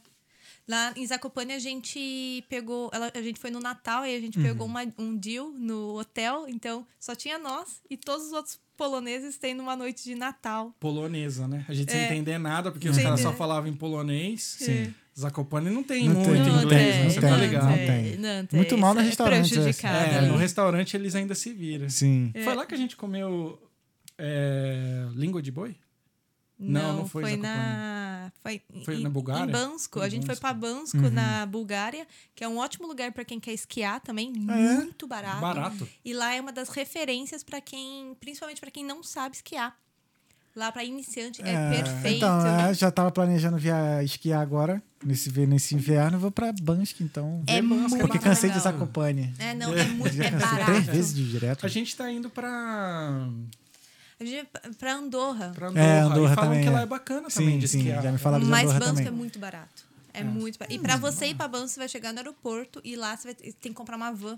[SPEAKER 3] Lá em Zacopane, a gente pegou... ela- a gente foi no Natal, aí a gente
[SPEAKER 4] Uhum.
[SPEAKER 3] pegou uma- um deal no hotel. Então, só tinha nós e todos os outros poloneses têm numa noite de Natal.
[SPEAKER 4] Polonesa, né? A gente sem entender nada, porque os
[SPEAKER 3] Sem
[SPEAKER 4] caras só
[SPEAKER 3] É. entender.
[SPEAKER 4] falavam em polonês.
[SPEAKER 1] Sim.
[SPEAKER 4] Zacopane não tem
[SPEAKER 1] Não
[SPEAKER 4] muito
[SPEAKER 1] tem.
[SPEAKER 4] inglês,
[SPEAKER 1] Não tem,
[SPEAKER 4] né? Você tá
[SPEAKER 1] não
[SPEAKER 4] ligado.
[SPEAKER 1] tem. Muito mal no restaurante,
[SPEAKER 3] é Prejudicado.
[SPEAKER 1] né?
[SPEAKER 4] É, no restaurante eles ainda se viram.
[SPEAKER 1] Sim.
[SPEAKER 3] É.
[SPEAKER 4] Foi lá que a gente comeu é, língua de boi? Não, não foi em
[SPEAKER 3] na foi,
[SPEAKER 4] Foi
[SPEAKER 3] em-
[SPEAKER 4] na Bulgária?
[SPEAKER 3] Em Bansko.
[SPEAKER 4] Em
[SPEAKER 3] a gente foi
[SPEAKER 4] Bansko.
[SPEAKER 3] para Bansko na Bulgária, que é um ótimo lugar para quem quer esquiar também,
[SPEAKER 1] Ah, é?
[SPEAKER 3] muito barato.
[SPEAKER 4] Barato.
[SPEAKER 3] E lá é uma das referências para quem, principalmente para quem não sabe esquiar. Lá para iniciante é, perfeito. né?
[SPEAKER 1] Então, eu já tava planejando via esquiar agora, nesse, nesse inverno, eu vou pra Bansk, então.
[SPEAKER 3] É muito
[SPEAKER 1] Porque cansei de
[SPEAKER 3] legal.
[SPEAKER 1] Zakopane.
[SPEAKER 3] É, não, é muito
[SPEAKER 1] Já
[SPEAKER 3] é
[SPEAKER 1] cansei três
[SPEAKER 3] barato.
[SPEAKER 1] vezes de direto.
[SPEAKER 4] A gente tá indo pra,
[SPEAKER 3] A gente vai pra Andorra,
[SPEAKER 4] pra Andorra.
[SPEAKER 1] É, Andorra
[SPEAKER 4] e falam
[SPEAKER 1] também,
[SPEAKER 4] que
[SPEAKER 1] é.
[SPEAKER 4] lá é bacana também
[SPEAKER 1] Sim,
[SPEAKER 4] de
[SPEAKER 1] sim,
[SPEAKER 4] esquiar.
[SPEAKER 1] já me falaram de
[SPEAKER 3] mas
[SPEAKER 1] Andorra
[SPEAKER 3] Bansko
[SPEAKER 1] também.
[SPEAKER 3] é muito barato. É, muito barato. E para você ir para Bansko, você vai chegar no aeroporto e lá você vai, tem que comprar uma van.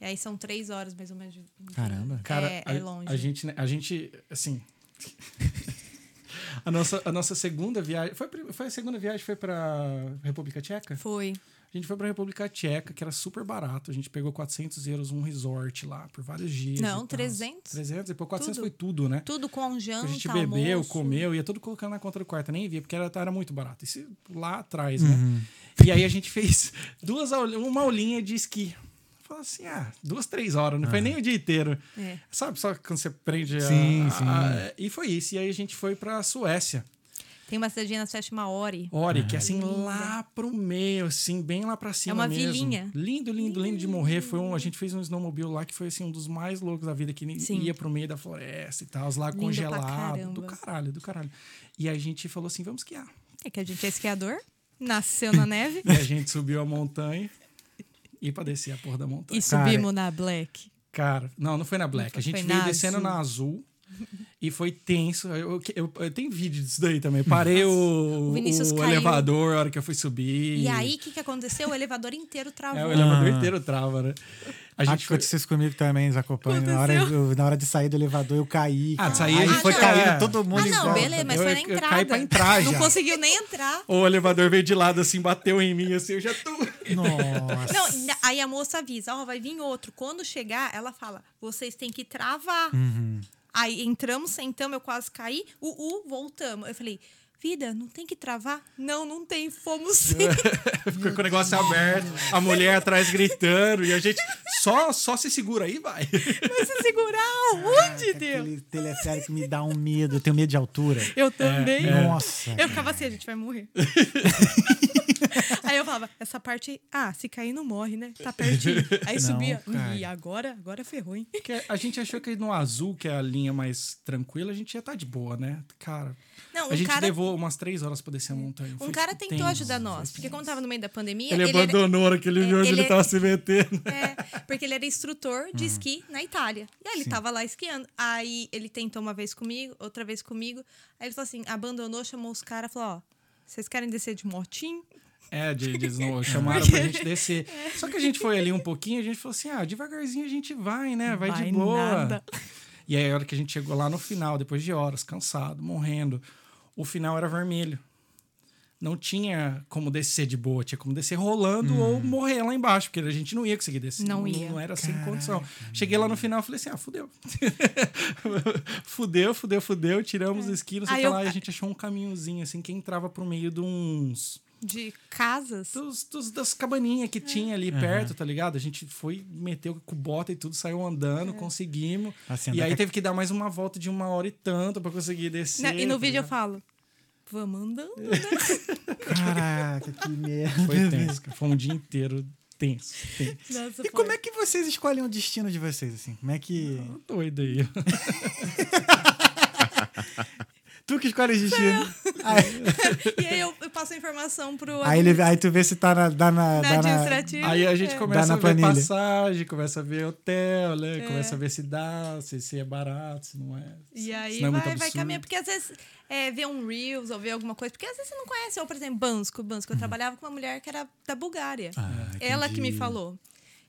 [SPEAKER 3] E aí são três horas mais ou menos. de-
[SPEAKER 1] Caramba.
[SPEAKER 4] Cara,
[SPEAKER 3] é,
[SPEAKER 4] a,
[SPEAKER 3] é longe.
[SPEAKER 4] a gente, a gente, assim. *laughs* a nossa, a nossa segunda viagem. Foi, a prim- foi a segunda viagem, foi pra República Tcheca?
[SPEAKER 3] Foi.
[SPEAKER 4] A A gente foi pra República Tcheca, que era super barato. A gente pegou 400 euros um resort lá por vários dias.
[SPEAKER 3] Não,
[SPEAKER 4] e tal.
[SPEAKER 3] 300.
[SPEAKER 4] 300 e pô, 400
[SPEAKER 3] Tudo.
[SPEAKER 4] foi tudo, né?
[SPEAKER 3] Tudo com janta,
[SPEAKER 4] A gente bebeu,
[SPEAKER 3] almoço.
[SPEAKER 4] comeu, ia tudo colocando na conta do quarto. Nem via, porque era, era muito barato. Isso lá atrás,
[SPEAKER 1] Uhum.
[SPEAKER 4] né? E aí a gente fez *laughs* duas aul- uma aulinha de esqui. Falei assim, ah, duas, três horas. Não foi nem o dia inteiro.
[SPEAKER 3] É.
[SPEAKER 4] Sabe, só quando você prende a-
[SPEAKER 1] Ah. Sim,
[SPEAKER 4] a,
[SPEAKER 1] sim.
[SPEAKER 4] a- E foi isso. E aí a gente foi pra Suécia.
[SPEAKER 3] Tem uma cidadinha na festa chamada Ori.
[SPEAKER 4] Ori, que é assim, lá pro meio, assim, bem lá pra cima
[SPEAKER 3] É uma
[SPEAKER 4] mesmo.
[SPEAKER 3] vilinha.
[SPEAKER 4] Lindo, lindo, lindo de morrer. Foi um, a gente fez um snowmobile lá que foi, assim, um dos mais loucos da vida, que nem-
[SPEAKER 3] Sim.
[SPEAKER 4] ia pro meio da floresta e tal, os lagos
[SPEAKER 3] Lindo pra
[SPEAKER 4] congelados. Do
[SPEAKER 3] caramba.
[SPEAKER 4] caralho, do caralho. E a gente falou assim, vamos esquiar.
[SPEAKER 3] É que a gente é esquiador, nasceu na
[SPEAKER 4] *laughs*
[SPEAKER 3] neve
[SPEAKER 4] E a gente subiu a montanha e pra descer a porra da montanha.
[SPEAKER 3] e subimos na Black.
[SPEAKER 4] Cara, não, não foi na Black.
[SPEAKER 3] Não foi-
[SPEAKER 4] a gente
[SPEAKER 3] foi
[SPEAKER 4] veio
[SPEAKER 3] na
[SPEAKER 4] descendo
[SPEAKER 3] Azul.
[SPEAKER 4] na Azul e foi tenso. Eu, eu- eu- tem vídeo disso daí também. Parei o,
[SPEAKER 3] o Vinícius
[SPEAKER 4] o
[SPEAKER 3] caiu.
[SPEAKER 4] elevador a hora que eu fui subir.
[SPEAKER 3] E aí, o que, que aconteceu? O elevador inteiro travou.
[SPEAKER 4] É, o elevador inteiro trava, né? A gente foi...
[SPEAKER 1] Aconteceu isso comigo também, Zacopan. Na hora, eu- na hora de sair do elevador, eu caí.
[SPEAKER 4] Ah, de sair,
[SPEAKER 1] Aí
[SPEAKER 4] a gente
[SPEAKER 1] foi
[SPEAKER 3] não.
[SPEAKER 1] caindo todo mundo
[SPEAKER 3] Ah, não,
[SPEAKER 1] igual.
[SPEAKER 3] beleza, mas
[SPEAKER 4] Eu-
[SPEAKER 3] foi na
[SPEAKER 4] eu caí
[SPEAKER 3] entrada.
[SPEAKER 4] pra entrar já.
[SPEAKER 3] Não conseguiu nem entrar.
[SPEAKER 4] O elevador veio de lado, assim, bateu em mim, assim, eu já tô... *laughs*
[SPEAKER 1] Nossa.
[SPEAKER 3] *laughs* Não, ainda- aí a moça avisa, ó, vai vir outro. Quando chegar, ela fala, vocês têm que travar.
[SPEAKER 4] Uhum.
[SPEAKER 3] Aí entramos, sentamos, eu quase caí. O U, voltamos. Eu falei, vida, não tem que travar? Não, não tem,
[SPEAKER 4] *laughs*
[SPEAKER 3] fomos sim.
[SPEAKER 4] Ficou com o negócio aberto, a mulher atrás gritando, e a gente só, só se segura aí, vai.
[SPEAKER 3] Mas se segurar, onde, Deus?
[SPEAKER 1] Aquele teleférico me dá um medo. Eu tenho medo de altura.
[SPEAKER 4] É,
[SPEAKER 3] Eu também.
[SPEAKER 1] Nossa.
[SPEAKER 3] *laughs* Eu ficava assim, a gente vai
[SPEAKER 4] *laughs*
[SPEAKER 3] morrer. aí eu falava, essa parte, ah, se cair não morre, né? Tá pertinho. Aí subia,
[SPEAKER 1] cara.
[SPEAKER 3] e agora, agora ferrou, hein?
[SPEAKER 4] Porque a gente achou É que no azul, que é a linha mais tranquila, a gente ia estar de boa, né? Cara,
[SPEAKER 3] Não,
[SPEAKER 4] a
[SPEAKER 3] um
[SPEAKER 4] gente
[SPEAKER 3] cara-
[SPEAKER 4] levou tipo umas três horas pra descer a montanha.
[SPEAKER 3] Um cara tentou ajudar nós, porque quando tava no meio da pandemia,
[SPEAKER 4] Ele,
[SPEAKER 3] ele era-
[SPEAKER 4] abandonou era... aquele
[SPEAKER 3] É,
[SPEAKER 4] viu onde ele,
[SPEAKER 3] ele é-
[SPEAKER 4] tava se metendo.
[SPEAKER 3] É, porque ele era instrutor de esqui na Itália. E aí ele tava lá esquiando. Aí ele tentou uma vez comigo, outra vez comigo. Aí ele falou assim: abandonou, chamou os caras, falou: ó, vocês querem descer de motim?
[SPEAKER 4] É, de, de
[SPEAKER 3] *laughs*
[SPEAKER 4] snow, chamaram pra gente descer.
[SPEAKER 3] É.
[SPEAKER 4] Só que a gente foi ali um pouquinho, a gente falou assim, ah, devagarzinho a gente vai, né? Vai,
[SPEAKER 3] Vai
[SPEAKER 4] de boa.
[SPEAKER 3] nada.
[SPEAKER 4] E aí a hora que a gente chegou lá no final, depois de horas, cansado, morrendo, o final era vermelho. Não tinha como descer de boa, tinha como descer rolando ou morrer lá embaixo, porque a gente não ia conseguir descer.
[SPEAKER 3] Hum. Não ia.
[SPEAKER 4] Não era sem condição. Cheguei lá no final e falei assim: ah, fudeu. *laughs* fudeu, fudeu, fudeu. Tiramos o esqui, não
[SPEAKER 3] É.
[SPEAKER 4] sei o
[SPEAKER 3] Aí
[SPEAKER 4] que
[SPEAKER 3] eu-
[SPEAKER 4] lá. E a gente achou um caminhozinho assim que entrava pro meio de uns
[SPEAKER 3] De casas.
[SPEAKER 4] dos, dos- das cabaninhas que tinha ali perto, tá ligado? A gente foi, meteu com bota e tudo, saiu andando,
[SPEAKER 3] É.
[SPEAKER 4] conseguimos.
[SPEAKER 1] Assim,
[SPEAKER 4] e
[SPEAKER 1] andar
[SPEAKER 4] aí
[SPEAKER 1] com-
[SPEAKER 4] teve que dar mais uma volta de uma hora e tanto pra conseguir descer.
[SPEAKER 3] Na- e
[SPEAKER 4] tá
[SPEAKER 3] no vídeo eu
[SPEAKER 4] ligado?
[SPEAKER 3] falo: vamos andando, né?
[SPEAKER 1] Caraca, que merda. *laughs*
[SPEAKER 4] Foi tenso, cara. Foi um dia inteiro tenso. tenso.
[SPEAKER 3] Nossa,
[SPEAKER 1] E como é que vocês escolhem o destino de vocês, assim? Como é que...
[SPEAKER 4] Tô Tá Doido aí.
[SPEAKER 1] Tu que escolhe o destino. Aí,
[SPEAKER 3] E aí eu, eu passo a informação pro.
[SPEAKER 1] aí, ele- aí tu vê se tá na... Dá na,
[SPEAKER 3] Na
[SPEAKER 1] dá na-
[SPEAKER 3] administrativa.
[SPEAKER 4] Aí a gente
[SPEAKER 3] É.
[SPEAKER 4] começa
[SPEAKER 1] na
[SPEAKER 4] a ver
[SPEAKER 1] planilha.
[SPEAKER 4] passagem, começa a ver hotel, né? Começa a ver se dá, se, se é barato, se não é.
[SPEAKER 3] E aí
[SPEAKER 4] se não é muito
[SPEAKER 3] vai, vai
[SPEAKER 4] absurdo.
[SPEAKER 3] caminhar. Porque às vezes é, vê um Reels ou vê alguma coisa. Porque às vezes você não conhece. Ou, por exemplo, Bansko. Bansko. Eu trabalhava com uma mulher que era da Bulgária.
[SPEAKER 1] Ah,
[SPEAKER 4] Ah,
[SPEAKER 3] Ela que me falou.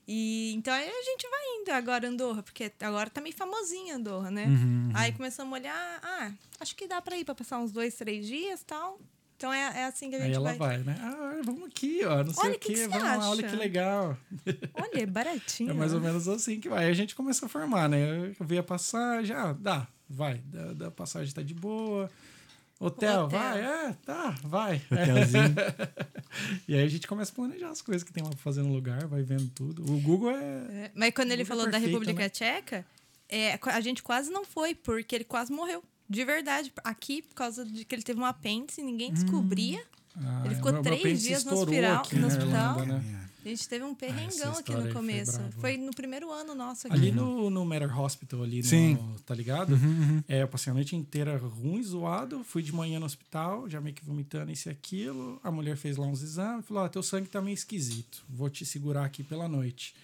[SPEAKER 3] E então aí a gente vai indo agora, Andorra, porque agora tá meio famosinha Andorra,
[SPEAKER 4] Uhum,
[SPEAKER 3] né? Aí começamos a olhar, ah, acho que dá pra ir pra passar uns dois, três dias e tal. Então é, é assim que a
[SPEAKER 4] Aí
[SPEAKER 3] gente
[SPEAKER 4] ela vai, né? Ah, vamos aqui, ó. Não sei
[SPEAKER 3] Olha,
[SPEAKER 4] o
[SPEAKER 3] o que
[SPEAKER 4] quê.
[SPEAKER 3] que você
[SPEAKER 4] vamos lá, olha
[SPEAKER 3] acha?
[SPEAKER 4] que legal.
[SPEAKER 3] Olha, é baratinho.
[SPEAKER 4] É mais ou menos assim que vai. Aí a gente começa a formar, né? Eu vi a passagem, ah, dá, vai. Da, da passagem tá de boa. Hotel,
[SPEAKER 3] Hotel.
[SPEAKER 4] vai, é, tá, vai.
[SPEAKER 1] *laughs* Hotelzinho.
[SPEAKER 4] *laughs* E aí a gente começa a planejar as coisas que tem lá pra fazer no lugar, vai vendo tudo. O Google é.
[SPEAKER 3] É, Mas quando ele
[SPEAKER 4] Nunca é
[SPEAKER 3] falou da
[SPEAKER 4] perfeito,
[SPEAKER 3] República
[SPEAKER 4] né?
[SPEAKER 3] Tcheca, é, qu- a gente quase não foi, porque ele quase morreu. De verdade. Aqui, por causa de que ele teve um apêndice, ninguém descobria.
[SPEAKER 4] Ah,
[SPEAKER 3] Ele ficou
[SPEAKER 4] meu- meu
[SPEAKER 3] três
[SPEAKER 4] apêndice
[SPEAKER 3] dias no
[SPEAKER 4] estourou
[SPEAKER 3] hospiral-
[SPEAKER 4] aqui
[SPEAKER 3] no
[SPEAKER 4] na
[SPEAKER 3] hospital.
[SPEAKER 4] Irlanda, né?
[SPEAKER 1] É.
[SPEAKER 3] A gente teve um perrengão aqui
[SPEAKER 4] história aí
[SPEAKER 3] no
[SPEAKER 4] foi
[SPEAKER 3] começo.
[SPEAKER 4] brava, né?
[SPEAKER 3] Foi, no primeiro ano nosso aqui.
[SPEAKER 4] Ali no, no Matter Hospital, ali no-
[SPEAKER 1] Sim.
[SPEAKER 4] tá ligado? É, eu passei a noite inteira ruim, zoado. Fui de manhã no hospital, já meio que vomitando isso e aquilo. A mulher fez lá uns exames, falou: Ó, teu sangue tá meio esquisito, vou te segurar aqui pela noite.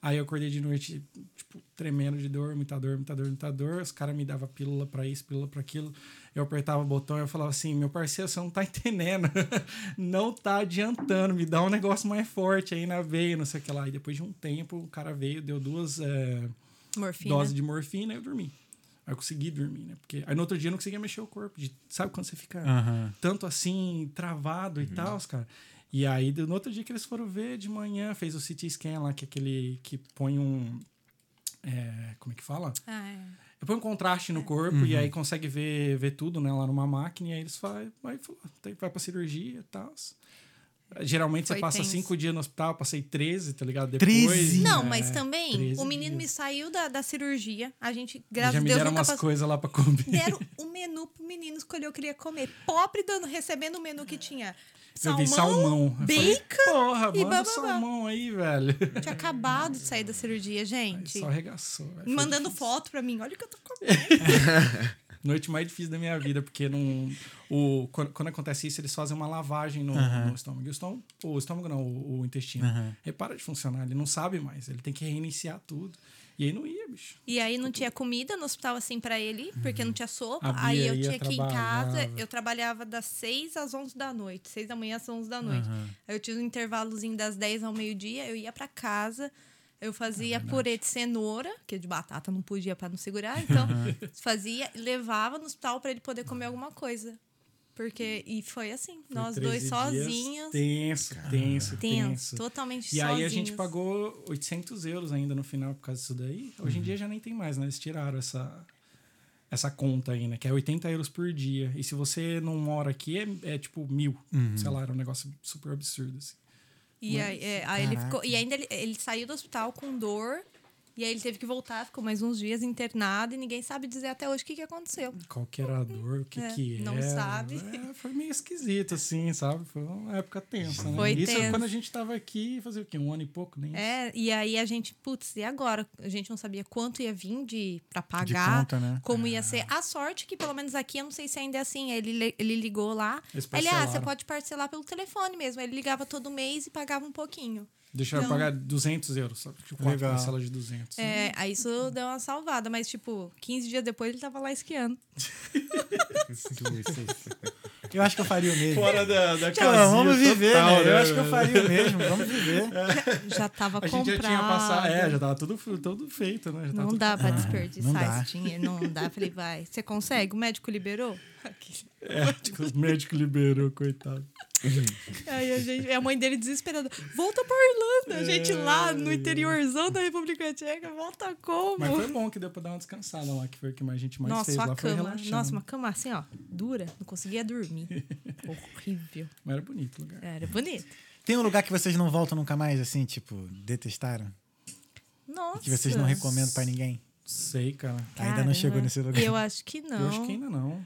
[SPEAKER 4] Aí eu acordei de noite, tipo, tremendo de dor, muita dor, muita dor, muita dor. Os caras me davam pílula pra isso, pílula pra aquilo. Eu apertava o botão e eu falava assim: meu parceiro, você não tá *laughs* entendendo. não tá adiantando, me dá um negócio mais forte aí na veia, não sei o que lá. E depois de um tempo, o cara veio, deu duas. é,
[SPEAKER 3] Morfina.
[SPEAKER 4] dose de morfina, eu dormi. Aí eu consegui dormir, né? Porque aí no outro dia eu não conseguia mexer o corpo. de- sabe quando você fica
[SPEAKER 1] Aham.
[SPEAKER 4] tanto assim, travado e tal, cara? E aí, do- no outro dia que eles foram ver de manhã, fez o CT scan lá, que é aquele que põe um. é, como é que fala?
[SPEAKER 3] Ah, é.
[SPEAKER 4] Põe um contraste no corpo e aí consegue ver, ver tudo, né? Lá numa máquina, e aí eles vai, vai, "Ah, vai pra cirurgia e tal. Geralmente
[SPEAKER 3] Foi
[SPEAKER 4] você passa
[SPEAKER 3] tenso.
[SPEAKER 4] cinco dias no hospital, eu passei 13, tá ligado? Depois.
[SPEAKER 1] 13?
[SPEAKER 4] é,
[SPEAKER 3] Não, mas também,
[SPEAKER 4] 13
[SPEAKER 3] o menino me
[SPEAKER 4] dias.
[SPEAKER 3] saiu da, da cirurgia. A gente,
[SPEAKER 4] Já
[SPEAKER 3] graças a
[SPEAKER 4] me
[SPEAKER 3] Deus,
[SPEAKER 4] deram
[SPEAKER 3] nunca
[SPEAKER 4] umas
[SPEAKER 3] passou.
[SPEAKER 4] coisas lá pra comer.
[SPEAKER 3] Deram o menu pro menino escolher o que ele ia comer. Pobre dando, recebendo o menu que tinha
[SPEAKER 4] Eu
[SPEAKER 3] salmão,
[SPEAKER 4] vi salmão. Eu falei,
[SPEAKER 3] bacon.
[SPEAKER 4] Porra,
[SPEAKER 3] e
[SPEAKER 4] manda o
[SPEAKER 3] bababá."
[SPEAKER 4] salmão aí, velho.
[SPEAKER 3] Tinha acabado de sair da cirurgia, gente.
[SPEAKER 4] Só arregaçou. velho. Foi
[SPEAKER 3] Mandando foto pra mim. Olha o que eu tô comendo.
[SPEAKER 4] Noite mais difícil da minha vida, porque não. O, quando, quando acontece isso, eles fazem uma lavagem no, no estômago. E O estômago. O estômago não, o, o intestino. Ele para de funcionar, ele não sabe mais. Ele tem que reiniciar tudo. E aí não ia, bicho.
[SPEAKER 3] E aí não tinha comida no hospital, assim, pra ele, porque não tinha sopa.
[SPEAKER 4] Uhum. A Bia
[SPEAKER 3] aí eu
[SPEAKER 4] ia
[SPEAKER 3] tinha que ir em casa.
[SPEAKER 4] trabalhava.
[SPEAKER 3] Eu trabalhava das 6 às 11 da noite. 6 da manhã às 11 da noite.
[SPEAKER 4] Uhum.
[SPEAKER 3] Aí eu tinha um intervalozinho das 10 ao meio-dia. Eu ia pra casa. Eu
[SPEAKER 4] É
[SPEAKER 3] fazia purê de cenoura, que de batata não podia pra não segurar.
[SPEAKER 4] *laughs*
[SPEAKER 3] Então, fazia e levava no hospital pra ele poder comer alguma coisa. Porque... E foi assim.
[SPEAKER 4] Foi
[SPEAKER 3] nós dois
[SPEAKER 4] 13 dias,
[SPEAKER 3] sozinhos.
[SPEAKER 4] Tenso, tenso,
[SPEAKER 3] Tenso.
[SPEAKER 4] tenso.
[SPEAKER 3] Totalmente
[SPEAKER 4] E
[SPEAKER 3] sozinhos.
[SPEAKER 4] aí a gente pagou 800 euros ainda no final por causa disso daí. Hoje em dia já nem tem mais, né? Eles tiraram essa, essa conta aí, né? Que é 80 euros por dia. E se você não mora aqui, é, é tipo mil. Sei lá, era um negócio super absurdo, assim.
[SPEAKER 3] E aí, é, aí ele
[SPEAKER 1] Caraca.
[SPEAKER 3] ficou. E ainda ele, ele saiu do hospital com dor. E aí ele teve que voltar, ficou mais uns dias internado e ninguém sabe dizer até hoje o que, que aconteceu.
[SPEAKER 4] Qual que era a dor, o que
[SPEAKER 3] É,
[SPEAKER 4] que era.
[SPEAKER 3] não sabe.
[SPEAKER 4] É, foi meio esquisito, assim, sabe? Foi uma época tensa, né?
[SPEAKER 3] Foi
[SPEAKER 4] Isso
[SPEAKER 3] tenso.
[SPEAKER 4] quando a gente tava aqui, fazia o quê? Um ano e pouco, nem isso.
[SPEAKER 3] É, e aí a gente, putz, e agora? A gente não sabia quanto ia vir de para
[SPEAKER 1] De
[SPEAKER 3] pagar,
[SPEAKER 1] conta, né?
[SPEAKER 3] como ia ser. A sorte que pelo menos aqui, eu não sei se ainda é assim, ele, li- ele ligou lá.
[SPEAKER 4] Eles
[SPEAKER 3] Ele, ah, você
[SPEAKER 4] parcelaram.
[SPEAKER 3] pode parcelar pelo telefone mesmo. Ele ligava todo mês e pagava um pouquinho.
[SPEAKER 4] Deixaram eu
[SPEAKER 3] Não.
[SPEAKER 4] pagar 200 euros, sabe? Tipo, quatro
[SPEAKER 1] Legal.
[SPEAKER 4] parcelas de 200. né?
[SPEAKER 3] É, aí isso deu uma salvada, mas tipo, 15 dias depois ele tava lá esquiando.
[SPEAKER 1] Eu acho que eu faria o mesmo.
[SPEAKER 4] Fora da, da
[SPEAKER 1] Pô,
[SPEAKER 4] casinha
[SPEAKER 1] vamos viver,
[SPEAKER 4] total,
[SPEAKER 1] né?
[SPEAKER 4] né,
[SPEAKER 1] Eu acho que eu
[SPEAKER 4] velho?
[SPEAKER 1] faria o mesmo. Vamos viver.
[SPEAKER 3] Já tava
[SPEAKER 4] *laughs* A
[SPEAKER 3] comprado.
[SPEAKER 4] gente já tinha passado. É, já tava tudo, tudo feito, né? Já tava
[SPEAKER 3] né? Não
[SPEAKER 4] tudo-
[SPEAKER 3] dá pra
[SPEAKER 1] não
[SPEAKER 3] desperdiçar
[SPEAKER 1] dá.
[SPEAKER 3] esse dinheiro, não dá. Falei, vai, você consegue? O médico liberou?
[SPEAKER 4] *laughs* É, tipo, os médicos liberou, coitado.
[SPEAKER 3] Aí a, gente, a mãe dele desesperada, volta pra Irlanda. A
[SPEAKER 4] É.
[SPEAKER 3] gente lá no interiorzão da República Tcheca, volta como?
[SPEAKER 4] Mas foi bom que deu pra dar uma descansada lá, que foi o que mais a gente mais
[SPEAKER 3] Nossa,
[SPEAKER 4] fez.
[SPEAKER 3] só
[SPEAKER 4] lá
[SPEAKER 3] a
[SPEAKER 4] foi
[SPEAKER 3] cama.
[SPEAKER 4] relaxando.
[SPEAKER 3] Nossa, uma cama assim, ó, dura. Não conseguia
[SPEAKER 4] *laughs*
[SPEAKER 3] dormir. Horrível.
[SPEAKER 4] Mas era bonito o lugar.
[SPEAKER 3] Era bonito.
[SPEAKER 1] Tem um lugar que vocês não voltam nunca mais, assim, tipo, detestaram?
[SPEAKER 3] Nossa.
[SPEAKER 1] Que vocês não recomendam pra ninguém?
[SPEAKER 4] Sei, cara.
[SPEAKER 1] Ainda não chegou
[SPEAKER 3] Caramba.
[SPEAKER 1] nesse lugar.
[SPEAKER 3] Eu acho que não.
[SPEAKER 4] Eu acho que ainda não.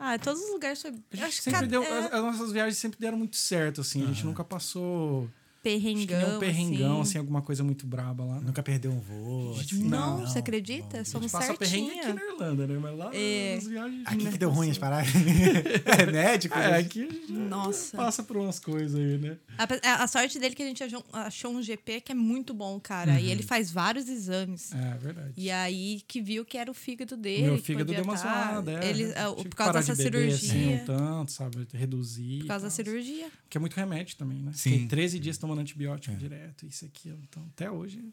[SPEAKER 3] Ah, todos os lugares foi...
[SPEAKER 4] A gente
[SPEAKER 3] acho que
[SPEAKER 4] sempre
[SPEAKER 3] cada-
[SPEAKER 4] deu,
[SPEAKER 3] é,
[SPEAKER 4] as, as nossas viagens sempre deram muito certo, assim. A gente nunca passou acho que
[SPEAKER 3] perrengão,
[SPEAKER 4] nem um perrengão, assim.
[SPEAKER 3] assim.
[SPEAKER 4] alguma coisa muito braba lá. né?
[SPEAKER 1] Nunca perdeu um voo. assim,
[SPEAKER 3] Não,
[SPEAKER 1] não.
[SPEAKER 3] você acredita?
[SPEAKER 4] A gente
[SPEAKER 3] Somos
[SPEAKER 4] passa perrengue aqui
[SPEAKER 3] certinha.
[SPEAKER 4] na Irlanda, né? Mas lá
[SPEAKER 3] É.
[SPEAKER 4] nas viagens.
[SPEAKER 1] Aqui
[SPEAKER 4] nunca
[SPEAKER 1] que deu ruim as
[SPEAKER 4] passou.
[SPEAKER 1] paradas. *laughs* é médico?
[SPEAKER 4] É,
[SPEAKER 1] né?
[SPEAKER 4] aqui a gente
[SPEAKER 3] Nossa.
[SPEAKER 4] passa por umas coisas aí, né?
[SPEAKER 3] A, a- a sorte dele é que a gente achou, achou um GP que é muito bom, cara.
[SPEAKER 4] Uhum.
[SPEAKER 3] E ele faz vários exames.
[SPEAKER 4] É, verdade.
[SPEAKER 3] E aí que viu que era o fígado dele.
[SPEAKER 4] Meu
[SPEAKER 3] que
[SPEAKER 4] fígado
[SPEAKER 3] podia
[SPEAKER 4] deu uma
[SPEAKER 3] tá-
[SPEAKER 4] zoada, é.
[SPEAKER 3] Ele, ah,
[SPEAKER 4] Tive
[SPEAKER 3] por
[SPEAKER 4] que
[SPEAKER 3] causa
[SPEAKER 4] parar
[SPEAKER 3] dessa
[SPEAKER 4] de beber, assim,
[SPEAKER 3] cirurgia.
[SPEAKER 4] um tanto, sabe? Reduzir.
[SPEAKER 3] por causa da
[SPEAKER 4] e tal.
[SPEAKER 3] cirurgia.
[SPEAKER 4] Porque é muito remédio também, né?
[SPEAKER 1] Sim. É.
[SPEAKER 4] Fiquei 13 dias tomando antibiótico direto, isso aqui. Então, até hoje.